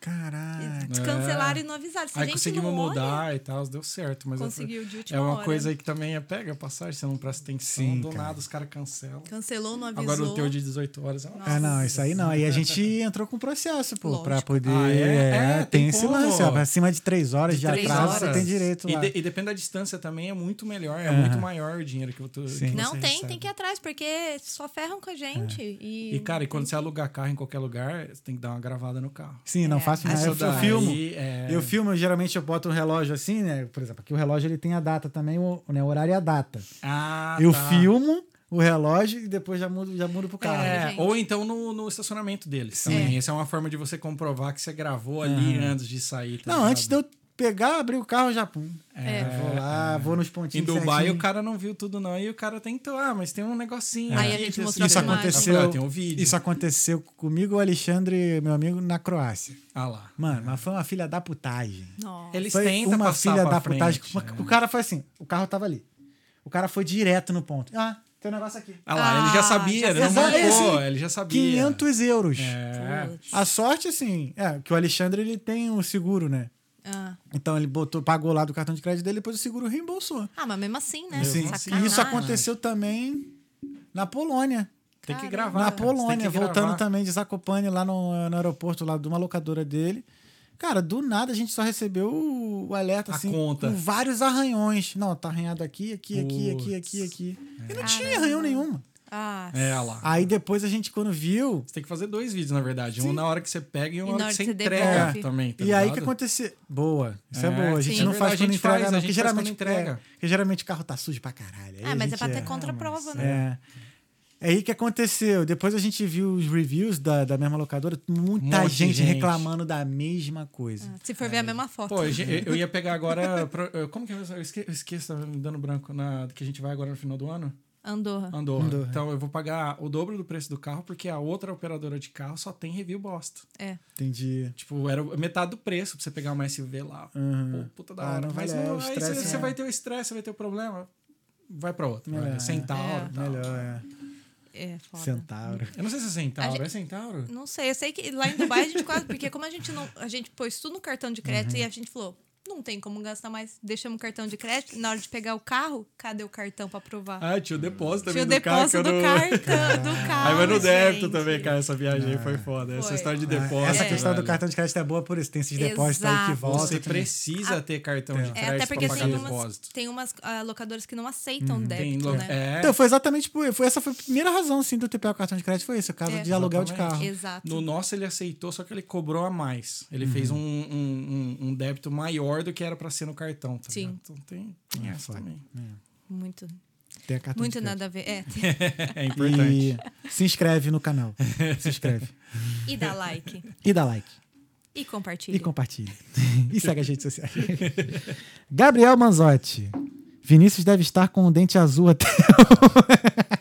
[SPEAKER 1] Caraca.
[SPEAKER 3] Cancelaram e não avisaram. Se a
[SPEAKER 4] É. Aí
[SPEAKER 3] gente
[SPEAKER 4] conseguimos
[SPEAKER 3] não olha-
[SPEAKER 4] mudar e tal, deu certo. Mas eu falei,
[SPEAKER 3] Conseguiu de última
[SPEAKER 4] é uma
[SPEAKER 3] hora.
[SPEAKER 4] coisa aí que também é pega a passagem, você não presta atenção,
[SPEAKER 1] Sim,
[SPEAKER 4] do
[SPEAKER 1] cara.
[SPEAKER 4] nada os caras cancelam.
[SPEAKER 3] Cancelou, não avisou.
[SPEAKER 4] Agora o teu de 18 horas é uma
[SPEAKER 1] Ah, não, isso aí não. Aí a gente entrou com processo, pô, pra
[SPEAKER 3] Lógico.
[SPEAKER 1] poder.
[SPEAKER 4] Ah, é?
[SPEAKER 1] é,
[SPEAKER 4] É,
[SPEAKER 1] tem,
[SPEAKER 4] tem
[SPEAKER 1] esse
[SPEAKER 4] como.
[SPEAKER 1] lance, ó. Acima de três horas de,
[SPEAKER 3] três
[SPEAKER 1] atraso,
[SPEAKER 3] horas.
[SPEAKER 1] você tem direito
[SPEAKER 4] E,
[SPEAKER 1] lá.
[SPEAKER 4] de- e depende da distância também, é muito melhor. É
[SPEAKER 1] Aham.
[SPEAKER 4] muito maior o dinheiro que eu tô. que
[SPEAKER 1] Sim.
[SPEAKER 4] você
[SPEAKER 3] Não tem,
[SPEAKER 4] recebe.
[SPEAKER 3] tem que ir atrás, porque só ferram com a gente. E,
[SPEAKER 4] É. E, cara, e quando você alugar carro em qualquer lugar, você tem que dar uma gravada no carro.
[SPEAKER 1] Sim, não
[SPEAKER 3] É,
[SPEAKER 1] faço nada.
[SPEAKER 3] acho
[SPEAKER 1] Ah, Eu,
[SPEAKER 4] Isso
[SPEAKER 1] eu
[SPEAKER 4] daí
[SPEAKER 1] filmo.
[SPEAKER 4] é-
[SPEAKER 1] Eu filmo, geralmente eu boto um relógio assim, né? Por exemplo, aqui o relógio ele tem a data também, o, né, o horário e a data.
[SPEAKER 4] Ah,
[SPEAKER 1] eu
[SPEAKER 4] tá.
[SPEAKER 1] filmo o relógio e depois já mudo, já mudo pro carro.
[SPEAKER 4] É,
[SPEAKER 3] gente.
[SPEAKER 4] ou então no, no estacionamento deles.
[SPEAKER 1] Sim.
[SPEAKER 4] Também. Essa é uma forma de você comprovar que você gravou ali antes de sair. tá
[SPEAKER 1] Não,
[SPEAKER 4] ligado?
[SPEAKER 1] antes de eu pegar, abrir o carro, já pum.
[SPEAKER 3] É.
[SPEAKER 1] vou lá, vou nos
[SPEAKER 4] É. Em
[SPEAKER 1] pontinhos.
[SPEAKER 4] Dubai
[SPEAKER 1] certinho.
[SPEAKER 4] o cara não viu tudo, não. E o cara tentou, ah, mas tem um negocinho.
[SPEAKER 3] Aí a
[SPEAKER 4] aqui,
[SPEAKER 3] gente
[SPEAKER 4] desse
[SPEAKER 3] mostrou
[SPEAKER 1] Isso
[SPEAKER 3] a
[SPEAKER 4] jeito.
[SPEAKER 3] filmagem.
[SPEAKER 1] aconteceu,
[SPEAKER 4] Ah, Tem um vídeo.
[SPEAKER 1] isso aconteceu comigo, o Alexandre, meu amigo, na Croácia.
[SPEAKER 4] Ah lá.
[SPEAKER 1] Mano, mas foi uma filha da putagem.
[SPEAKER 3] Nossa.
[SPEAKER 4] Eles
[SPEAKER 1] Foi
[SPEAKER 4] tentam
[SPEAKER 1] uma
[SPEAKER 4] passar
[SPEAKER 1] filha
[SPEAKER 4] pra
[SPEAKER 1] da
[SPEAKER 4] frente,
[SPEAKER 1] putagem.
[SPEAKER 4] né?
[SPEAKER 1] O cara foi assim, o carro tava ali. O cara foi direto no ponto. Ah, tem um negócio aqui.
[SPEAKER 4] Ah lá, ele já
[SPEAKER 3] Ah,
[SPEAKER 4] sabia,
[SPEAKER 3] já
[SPEAKER 4] ele não
[SPEAKER 1] Exato,
[SPEAKER 4] marcou,
[SPEAKER 1] assim,
[SPEAKER 4] ele já sabia.
[SPEAKER 1] 500 euros.
[SPEAKER 4] É.
[SPEAKER 3] Putz.
[SPEAKER 1] A sorte, assim, é que o Alexandre ele tem um seguro, né?
[SPEAKER 3] Ah.
[SPEAKER 1] Então ele botou, pagou lá do cartão de crédito dele, depois o seguro reembolsou.
[SPEAKER 3] Ah, mas mesmo assim, né?
[SPEAKER 1] Sim.
[SPEAKER 3] Sacanagem.
[SPEAKER 1] E isso aconteceu também na Polônia.
[SPEAKER 4] Tem que
[SPEAKER 3] Caramba.
[SPEAKER 4] gravar.
[SPEAKER 1] Na
[SPEAKER 4] cara, É, você tem
[SPEAKER 1] Polônia,
[SPEAKER 4] que
[SPEAKER 1] voltando
[SPEAKER 4] gravar.
[SPEAKER 1] também de Zakopane, lá no, no aeroporto, lá de uma locadora dele. Cara, do nada a gente só recebeu o, o alerta,
[SPEAKER 4] A
[SPEAKER 1] assim,
[SPEAKER 4] conta.
[SPEAKER 1] com vários arranhões. Não, tá arranhado aqui, aqui, aqui, aqui, aqui, aqui. E não tinha arranhão nenhuma.
[SPEAKER 3] Ah,
[SPEAKER 4] É, ah lá.
[SPEAKER 1] Aí depois a gente, quando viu...
[SPEAKER 4] Você tem que fazer dois vídeos, na verdade. Um na hora que você pega e um
[SPEAKER 3] E
[SPEAKER 4] na hora que você entrega
[SPEAKER 3] devolve.
[SPEAKER 4] também. tá
[SPEAKER 1] é, e aí o que
[SPEAKER 4] ligado?
[SPEAKER 1] aconteceu? Boa, isso é,
[SPEAKER 4] É,
[SPEAKER 1] boa. A gente
[SPEAKER 3] sim.
[SPEAKER 1] não
[SPEAKER 4] É
[SPEAKER 1] faz quando
[SPEAKER 4] verdade, a gente
[SPEAKER 1] entrega,
[SPEAKER 4] faz,
[SPEAKER 1] não,
[SPEAKER 4] a
[SPEAKER 1] porque
[SPEAKER 4] gente faz
[SPEAKER 1] geralmente,
[SPEAKER 4] quando entrega.
[SPEAKER 1] é, porque geralmente o carro tá sujo pra caralho. Aí
[SPEAKER 3] Ah,
[SPEAKER 1] a
[SPEAKER 3] mas é
[SPEAKER 1] gente
[SPEAKER 3] pra ter contraprova, né?
[SPEAKER 1] É. Aí o que aconteceu? Depois a gente viu os reviews da, da mesma locadora, muita
[SPEAKER 4] monte de
[SPEAKER 1] gente,
[SPEAKER 4] gente.
[SPEAKER 1] reclamando da mesma coisa.
[SPEAKER 3] Se for ver a mesma foto.
[SPEAKER 4] É. Pô, eu, eu ia pegar agora. pro- eu- Como que é? mesmo? Eu esque- eu esqueço, tá me dando branco. Na, que a gente vai agora no final do ano?
[SPEAKER 3] Andorra.
[SPEAKER 4] Andorra.
[SPEAKER 1] Andorra.
[SPEAKER 4] Então eu vou pagar o dobro do preço do carro, porque a outra operadora de carro só tem review bosta.
[SPEAKER 3] É.
[SPEAKER 1] Entendi.
[SPEAKER 4] Tipo, era metade do preço pra você pegar uma SUV lá. Pô, puta da
[SPEAKER 1] Ah,
[SPEAKER 4] hora.
[SPEAKER 1] não
[SPEAKER 4] Mas
[SPEAKER 1] vale, é,
[SPEAKER 4] não,
[SPEAKER 1] o
[SPEAKER 4] aí
[SPEAKER 1] estresse,
[SPEAKER 4] você, você
[SPEAKER 1] né?
[SPEAKER 4] vai ter o estresse, você vai ter o problema. Vai pra outra.
[SPEAKER 1] É,
[SPEAKER 4] né?
[SPEAKER 1] é.
[SPEAKER 4] Centauro.
[SPEAKER 3] É.
[SPEAKER 4] tal.
[SPEAKER 1] Melhor, é.
[SPEAKER 3] É, foda.
[SPEAKER 1] Centauro.
[SPEAKER 4] Eu não sei se é Centauro.
[SPEAKER 3] A gente-
[SPEAKER 4] É Centauro?
[SPEAKER 3] Não sei, eu sei que lá em Dubai a gente quase. Porque como a gente não. A gente pôs tudo no cartão de crédito
[SPEAKER 4] Uhum.
[SPEAKER 3] e a gente falou, não tem como gastar mais. Deixamos o cartão de crédito. Na hora de pegar o carro, cadê o cartão pra provar?
[SPEAKER 4] Ah, tinha o depósito
[SPEAKER 3] Tinha
[SPEAKER 4] também
[SPEAKER 3] o
[SPEAKER 4] do carro. que
[SPEAKER 3] depósito
[SPEAKER 4] eu
[SPEAKER 3] do,
[SPEAKER 4] não- *laughs*
[SPEAKER 3] cartão do carro.
[SPEAKER 4] Aí vai no débito
[SPEAKER 3] gente.
[SPEAKER 4] também, cara. Essa viagem aí foi foda. Essa
[SPEAKER 3] Foi.
[SPEAKER 4] história de
[SPEAKER 1] Ah,
[SPEAKER 4] depósito.
[SPEAKER 1] Essa questão do
[SPEAKER 4] velho.
[SPEAKER 1] cartão né? de crédito é boa por isso. Tem esses depósitos aí que
[SPEAKER 3] Exato.
[SPEAKER 1] voltam.
[SPEAKER 4] Você
[SPEAKER 1] que-
[SPEAKER 4] precisa ter cartão de crédito
[SPEAKER 3] É, até porque
[SPEAKER 4] pra pagar
[SPEAKER 3] tem umas,
[SPEAKER 4] depósito.
[SPEAKER 3] tem umas ah, locadoras que não aceitam
[SPEAKER 4] Tem
[SPEAKER 3] débito,
[SPEAKER 4] lo-
[SPEAKER 3] né?
[SPEAKER 4] é,
[SPEAKER 1] Então, foi exatamente por. Foi, essa foi a primeira razão, assim, do eu ter pego o cartão de crédito. Foi isso, o caso
[SPEAKER 3] É.
[SPEAKER 1] de aluguel de
[SPEAKER 4] Exatamente.
[SPEAKER 1] carro.
[SPEAKER 3] Exato.
[SPEAKER 4] ah, no nosso ele aceitou, só que ele cobrou a mais. Ele fez
[SPEAKER 1] Uhum.
[SPEAKER 4] um, um, um- um débito maior do que era pra ser no cartão. Tá
[SPEAKER 3] Sim.
[SPEAKER 4] ligado? Então tem, tem
[SPEAKER 1] É,
[SPEAKER 4] essa
[SPEAKER 1] foda.
[SPEAKER 4] também.
[SPEAKER 3] Muito.
[SPEAKER 1] Tem a cartão
[SPEAKER 3] Muito
[SPEAKER 1] de crédito.
[SPEAKER 3] nada a ver. É,
[SPEAKER 4] Tá *laughs* É importante.
[SPEAKER 1] E se inscreve no canal. Se inscreve.
[SPEAKER 4] *laughs*
[SPEAKER 3] e dá like.
[SPEAKER 1] E dá like.
[SPEAKER 3] E compartilha.
[SPEAKER 1] E compartilha. *laughs* e segue as redes sociais. *laughs* Gabriel Manzotti. Vinícius deve estar com o dente azul até.
[SPEAKER 3] *laughs*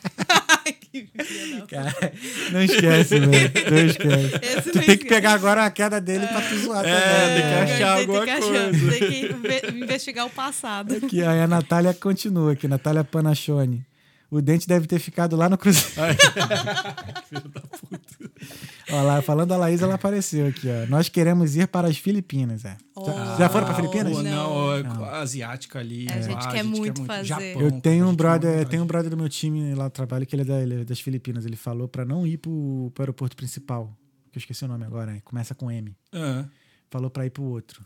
[SPEAKER 3] Que filha da-
[SPEAKER 1] Cara, não esquece, velho. Não esquece.
[SPEAKER 3] Esse
[SPEAKER 1] Tu tem
[SPEAKER 3] não
[SPEAKER 1] que
[SPEAKER 3] esquece.
[SPEAKER 1] pegar agora a queda dele pra tu zoar também.
[SPEAKER 4] tem que
[SPEAKER 3] É,
[SPEAKER 4] achar
[SPEAKER 3] tem
[SPEAKER 4] alguma
[SPEAKER 3] que
[SPEAKER 4] coisa.
[SPEAKER 3] Tem que inve- investigar o passado.
[SPEAKER 1] Aqui, aí a Natália continua aqui, Natália Panachone. O dente deve ter ficado lá no *laughs* cruzeiro. Olha lá, falando a Laís, ela apareceu aqui, ó. Nós queremos ir para as Filipinas, é. Já, já
[SPEAKER 4] Ah,
[SPEAKER 1] foram para Filipinas?
[SPEAKER 4] Ou não,
[SPEAKER 3] Não.
[SPEAKER 4] não. asiático ali.
[SPEAKER 3] É, a gente
[SPEAKER 4] lá,
[SPEAKER 3] quer muito fazer.
[SPEAKER 4] Japão,
[SPEAKER 1] Eu tenho um
[SPEAKER 4] a gente tem muita
[SPEAKER 1] brother,
[SPEAKER 4] vontade.
[SPEAKER 1] tem um brother do meu time lá no trabalho que ele é, da- ele é das Filipinas. Ele falou pra não ir pro, pro aeroporto principal, que eu esqueci o nome agora, né? começa com M.
[SPEAKER 4] Ah,
[SPEAKER 1] Falou pra ir pro outro,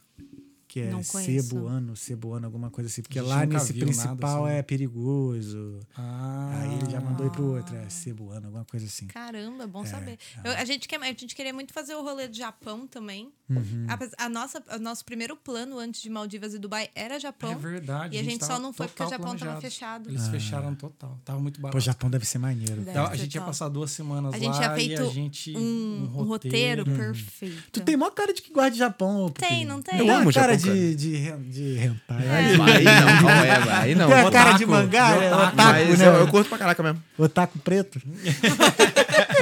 [SPEAKER 1] que é
[SPEAKER 3] Não conheço.
[SPEAKER 1] Cebuano, Cebuano, alguma coisa assim, porque
[SPEAKER 4] A gente
[SPEAKER 1] lá
[SPEAKER 4] nunca
[SPEAKER 1] nesse
[SPEAKER 4] viu nada,
[SPEAKER 1] principal
[SPEAKER 4] assim.
[SPEAKER 1] é perigoso.
[SPEAKER 4] ah.
[SPEAKER 1] Aí ele já mandou ir pro outro,
[SPEAKER 3] Ah.
[SPEAKER 1] é Cebuano, alguma coisa assim.
[SPEAKER 3] Caramba, bom
[SPEAKER 4] É,
[SPEAKER 3] saber. Eu- a, gente quer, a gente queria muito fazer o rolê do Japão também.
[SPEAKER 4] Uhum.
[SPEAKER 3] Apes- A, nossa, o nosso primeiro plano antes de Maldivas e Dubai era Japão.
[SPEAKER 4] É verdade.
[SPEAKER 3] E a gente só
[SPEAKER 4] tava
[SPEAKER 3] não foi porque o
[SPEAKER 4] total
[SPEAKER 3] Japão tava
[SPEAKER 4] planejado.
[SPEAKER 3] fechado.
[SPEAKER 4] Eles fecharam total. Tava muito barato.
[SPEAKER 1] Ah. Pô, Japão deve ser maneiro.
[SPEAKER 3] Deve
[SPEAKER 4] Então, a
[SPEAKER 3] ser
[SPEAKER 4] gente ia
[SPEAKER 3] top.
[SPEAKER 4] passar duas semanas
[SPEAKER 3] A gente
[SPEAKER 4] lá
[SPEAKER 1] é
[SPEAKER 3] tinha feito
[SPEAKER 4] e a gente.
[SPEAKER 3] um, um roteiro perfeito.
[SPEAKER 1] Uhum. Tu tem maior cara de que guarda de Japão. ô,
[SPEAKER 3] Tem,
[SPEAKER 1] Pupilho.
[SPEAKER 3] não tem? É.
[SPEAKER 1] Tem
[SPEAKER 2] Eu amo
[SPEAKER 1] uma cara
[SPEAKER 2] Japão,
[SPEAKER 1] de, de, ren- de hentai.
[SPEAKER 2] Aí não, calma aí, vai. aí não.
[SPEAKER 1] Tem a
[SPEAKER 2] Otaku,
[SPEAKER 1] cara de mangá, é
[SPEAKER 4] otaku,
[SPEAKER 1] otaku,
[SPEAKER 2] mas
[SPEAKER 1] né?
[SPEAKER 2] eu, eu curto pra caraca mesmo.
[SPEAKER 1] Otaku preto.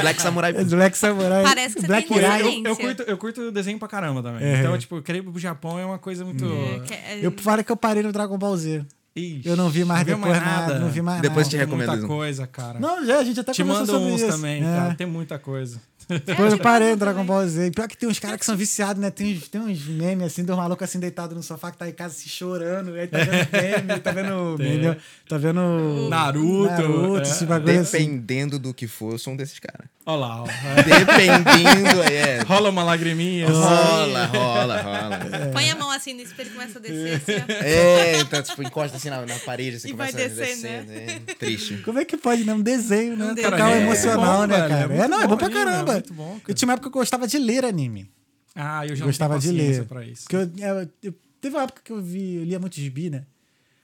[SPEAKER 2] Black Samurai.
[SPEAKER 1] É do *laughs* Black Samurai.
[SPEAKER 3] Parece que você
[SPEAKER 1] Black
[SPEAKER 3] tem
[SPEAKER 1] Hirai.
[SPEAKER 4] Eu,
[SPEAKER 3] Experiência.
[SPEAKER 4] eu curto, eu curto desenho pra caramba também.
[SPEAKER 1] É.
[SPEAKER 4] Então, tipo, eu querer ir pro Japão é uma coisa muito.
[SPEAKER 3] Que é-
[SPEAKER 1] Eu falo que eu parei no Dragon Ball Z.
[SPEAKER 4] Ixi,
[SPEAKER 1] Eu não vi mais
[SPEAKER 4] viu
[SPEAKER 1] depois nada. Não vi mais
[SPEAKER 2] Depois
[SPEAKER 1] nada.
[SPEAKER 2] te recomendo,
[SPEAKER 4] Muita
[SPEAKER 2] Luizão.
[SPEAKER 4] coisa, cara.
[SPEAKER 1] Não, já, a gente até
[SPEAKER 4] Te
[SPEAKER 1] conversou
[SPEAKER 4] mando
[SPEAKER 1] sobre
[SPEAKER 4] uns
[SPEAKER 1] isso.
[SPEAKER 4] também,
[SPEAKER 1] É.
[SPEAKER 4] cara. Tem muita coisa.
[SPEAKER 1] Depois eu parei no
[SPEAKER 3] também.
[SPEAKER 1] Dragon Ball Z. Pior que tem uns caras que são viciados, né? Tem uns, tem uns memes assim, de um maluco assim deitado no sofá que tá em casa se chorando. Aí tá
[SPEAKER 4] *laughs*
[SPEAKER 1] vendo meme, tá vendo. meme, Tá vendo.
[SPEAKER 4] Naruto,
[SPEAKER 1] Naruto,
[SPEAKER 4] é.
[SPEAKER 1] esse bagulho assim.
[SPEAKER 2] Dependendo do que for, eu sou um desses caras.
[SPEAKER 4] Olha lá, ó.
[SPEAKER 2] Dependendo, aí é.
[SPEAKER 4] *laughs* Rola uma lagriminha.
[SPEAKER 2] Rola, rola, rola.
[SPEAKER 3] Põe a mão assim no espelho e começa a descer. Assim, ó.
[SPEAKER 2] É, então, tipo, encosta assim na, na parede, assim,
[SPEAKER 3] E vai
[SPEAKER 2] começa a descer,
[SPEAKER 3] descendo,
[SPEAKER 2] né? Triste.
[SPEAKER 1] Como é que pode, né? Um desenho, né?
[SPEAKER 3] Um
[SPEAKER 1] Tocar
[SPEAKER 3] desenho.
[SPEAKER 1] o
[SPEAKER 4] É,
[SPEAKER 1] emocional,
[SPEAKER 4] é bom,
[SPEAKER 1] né,
[SPEAKER 4] velho, é
[SPEAKER 1] cara? É,
[SPEAKER 4] muito
[SPEAKER 1] não, é bom
[SPEAKER 4] bom
[SPEAKER 1] pra
[SPEAKER 4] anime, é
[SPEAKER 1] caramba.
[SPEAKER 4] muito bom, cara.
[SPEAKER 1] Eu tinha uma época que eu gostava de ler anime.
[SPEAKER 4] Ah, eu já
[SPEAKER 1] Eu
[SPEAKER 4] não
[SPEAKER 1] gostava de
[SPEAKER 4] tenho
[SPEAKER 1] ler.
[SPEAKER 4] paciência pra isso.
[SPEAKER 1] Porque eu, eu- é, eu- teve uma época que eu vi, eu lia muito gibi, né?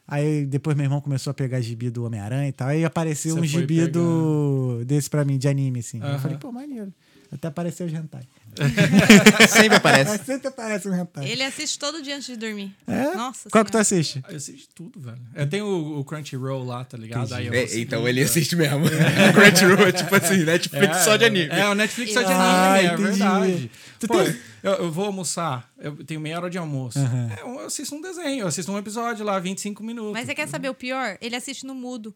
[SPEAKER 1] Aí depois meu irmão começou a pegar gibi do Homem-Aranha e tal. Aí apareceu
[SPEAKER 4] Você
[SPEAKER 1] um
[SPEAKER 4] foi
[SPEAKER 1] gibi do, desse pra mim, de anime, assim. Eu
[SPEAKER 4] Aham.
[SPEAKER 1] falei, pô, maneiro. Até apareceu os hentai.
[SPEAKER 2] Sempre aparece.
[SPEAKER 1] Sempre aparece um hentai.
[SPEAKER 3] Ele assiste todo dia antes de dormir.
[SPEAKER 1] É?
[SPEAKER 3] Nossa
[SPEAKER 1] Qual que tu
[SPEAKER 3] Senhora.
[SPEAKER 1] assiste?
[SPEAKER 4] Eu assisto tudo, velho. Eu tenho o, o Crunchyroll lá, tá ligado? Aí eu
[SPEAKER 2] É,
[SPEAKER 4] assisto
[SPEAKER 2] então
[SPEAKER 4] tudo,
[SPEAKER 2] ele
[SPEAKER 4] velho.
[SPEAKER 2] assiste mesmo. Crunchyroll é tipo assim, Netflix só de anime.
[SPEAKER 4] É, o Netflix só de anime,
[SPEAKER 1] Ah,
[SPEAKER 4] é
[SPEAKER 1] entendi.
[SPEAKER 4] verdade.
[SPEAKER 1] Tu
[SPEAKER 4] Pô,
[SPEAKER 1] tem-
[SPEAKER 4] eu, eu vou almoçar, eu tenho meia hora de almoço. É, eu assisto um desenho, eu assisto um episódio lá, 25 minutos.
[SPEAKER 3] Mas você quer saber o pior? Ele assiste no mudo.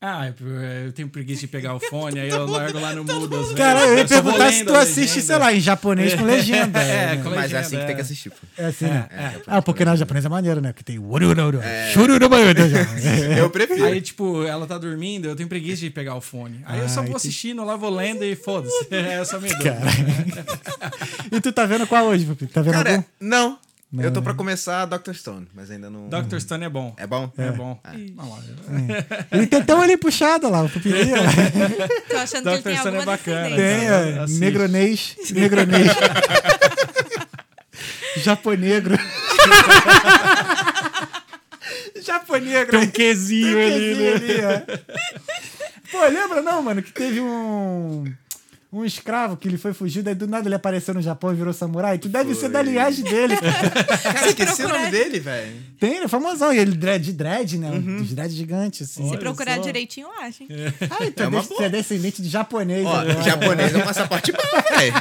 [SPEAKER 4] Ah, eu, eu tenho preguiça de pegar o fone, aí eu largo lá no mudo. às vezes.
[SPEAKER 1] Cara, eu ia
[SPEAKER 4] só vou
[SPEAKER 1] perguntar se
[SPEAKER 4] lendo
[SPEAKER 1] tu
[SPEAKER 4] a
[SPEAKER 1] assiste,
[SPEAKER 4] legenda.
[SPEAKER 1] sei lá, em japonês com legenda.
[SPEAKER 4] *laughs*
[SPEAKER 1] né?
[SPEAKER 4] É, com
[SPEAKER 2] Mas é
[SPEAKER 4] legenda,
[SPEAKER 2] assim que
[SPEAKER 4] é.
[SPEAKER 2] tem que assistir, pô.
[SPEAKER 1] É assim, né? ah, porque na japonesa é maneiro, né? Porque tem... urururu, chururu, *laughs* É.
[SPEAKER 2] Eu prefiro.
[SPEAKER 4] Aí, tipo, ela tá dormindo, eu tenho preguiça de pegar o fone. Aí eu só vou assistindo, lá vou lendo e foda-se. *laughs* É, eu só me dou.
[SPEAKER 1] E tu tá vendo qual hoje, Pupi? Tá vendo
[SPEAKER 2] Cara,
[SPEAKER 1] algum?
[SPEAKER 2] não. Eu tô pra começar Dr. Stone, mas ainda não.
[SPEAKER 4] Dr. Stone é bom.
[SPEAKER 2] É bom?
[SPEAKER 4] É, bom. Não, olha,
[SPEAKER 1] Ele tem até um olhinho puxado lá, o Pupilinho.
[SPEAKER 3] Tô achando que ele
[SPEAKER 4] Dr.
[SPEAKER 3] tem
[SPEAKER 4] Stone é
[SPEAKER 3] alguma
[SPEAKER 4] bacana,
[SPEAKER 3] descendência.
[SPEAKER 1] Tem, é,
[SPEAKER 4] Assiste.
[SPEAKER 1] negronês, *laughs* negronês. Japonegro. Japonegro.
[SPEAKER 4] Tem um quesinho ali, né?
[SPEAKER 1] ali, é. Pô, lembra não, mano, que teve um... Um escravo que ele foi fugido, aí do nada ele apareceu no Japão e virou samurai. Tu deve ser da linhagem *laughs* dele.
[SPEAKER 2] Cara, esqueci o
[SPEAKER 3] procurar-
[SPEAKER 2] nome dele, velho.
[SPEAKER 1] Tem, ele é famosão. E ele dread, de dread, né? Um dread gigante, assim.
[SPEAKER 3] Se procurar
[SPEAKER 4] só.
[SPEAKER 3] direitinho, acha, hein?
[SPEAKER 1] Ah, então
[SPEAKER 2] É uma
[SPEAKER 1] deve
[SPEAKER 2] boa.
[SPEAKER 1] ser descendente de japonês.
[SPEAKER 2] Ó,
[SPEAKER 1] agora.
[SPEAKER 2] japonês é um passaporte bom, *laughs* velho.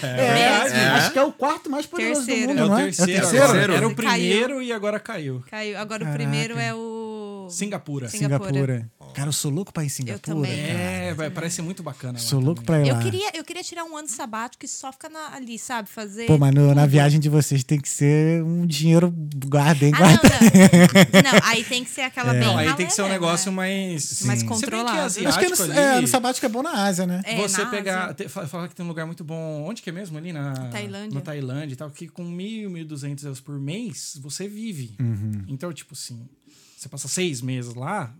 [SPEAKER 1] É,
[SPEAKER 3] verdade.
[SPEAKER 1] Acho que é o quarto mais poderoso
[SPEAKER 3] Terceiro.
[SPEAKER 1] do mundo,
[SPEAKER 4] né? É o
[SPEAKER 1] não é?
[SPEAKER 4] terceiro.
[SPEAKER 1] É o
[SPEAKER 2] terceiro?
[SPEAKER 4] agora. Era o
[SPEAKER 3] Caiu.
[SPEAKER 4] primeiro e agora caiu.
[SPEAKER 3] Caiu. Agora
[SPEAKER 1] Caraca.
[SPEAKER 3] o primeiro é o.
[SPEAKER 4] Singapura.
[SPEAKER 3] Singapura.
[SPEAKER 1] Singapura. Cara, eu sou louco pra ir em Singapura.
[SPEAKER 3] também.
[SPEAKER 1] cara.
[SPEAKER 4] É, vai, parece muito bacana. lá
[SPEAKER 1] Sou louco
[SPEAKER 4] também.
[SPEAKER 1] pra ir lá.
[SPEAKER 3] Eu queria, eu queria tirar um ano sabático e só ficar na- ali, sabe? Fazer.
[SPEAKER 1] Pô, mas no- na viagem de vocês tem que ser um dinheiro guardem,
[SPEAKER 3] Ah, não,
[SPEAKER 1] guardem. *laughs*
[SPEAKER 3] não. Não, aí tem que ser aquela
[SPEAKER 1] É.
[SPEAKER 3] bem.
[SPEAKER 4] Não, aí tem que ser um
[SPEAKER 3] ralé,
[SPEAKER 4] negócio
[SPEAKER 3] né?
[SPEAKER 4] mais.
[SPEAKER 3] Mais
[SPEAKER 4] Se bem que é
[SPEAKER 3] controlado.
[SPEAKER 1] *laughs*
[SPEAKER 4] asiático
[SPEAKER 1] Acho que no,
[SPEAKER 4] ali,
[SPEAKER 1] é, no sabático é bom na Ásia, né?
[SPEAKER 3] É,
[SPEAKER 4] você
[SPEAKER 3] na
[SPEAKER 4] pegar.
[SPEAKER 3] Ásia.
[SPEAKER 4] te- fa- Fala que tem um lugar muito bom. Onde que é mesmo? Ali na.
[SPEAKER 3] Tailândia.
[SPEAKER 4] Na Tailândia e tal. Que com 1.000, 1.200 euros por mês, você vive.
[SPEAKER 1] Uhum.
[SPEAKER 4] Então, tipo assim. Você passa seis meses lá.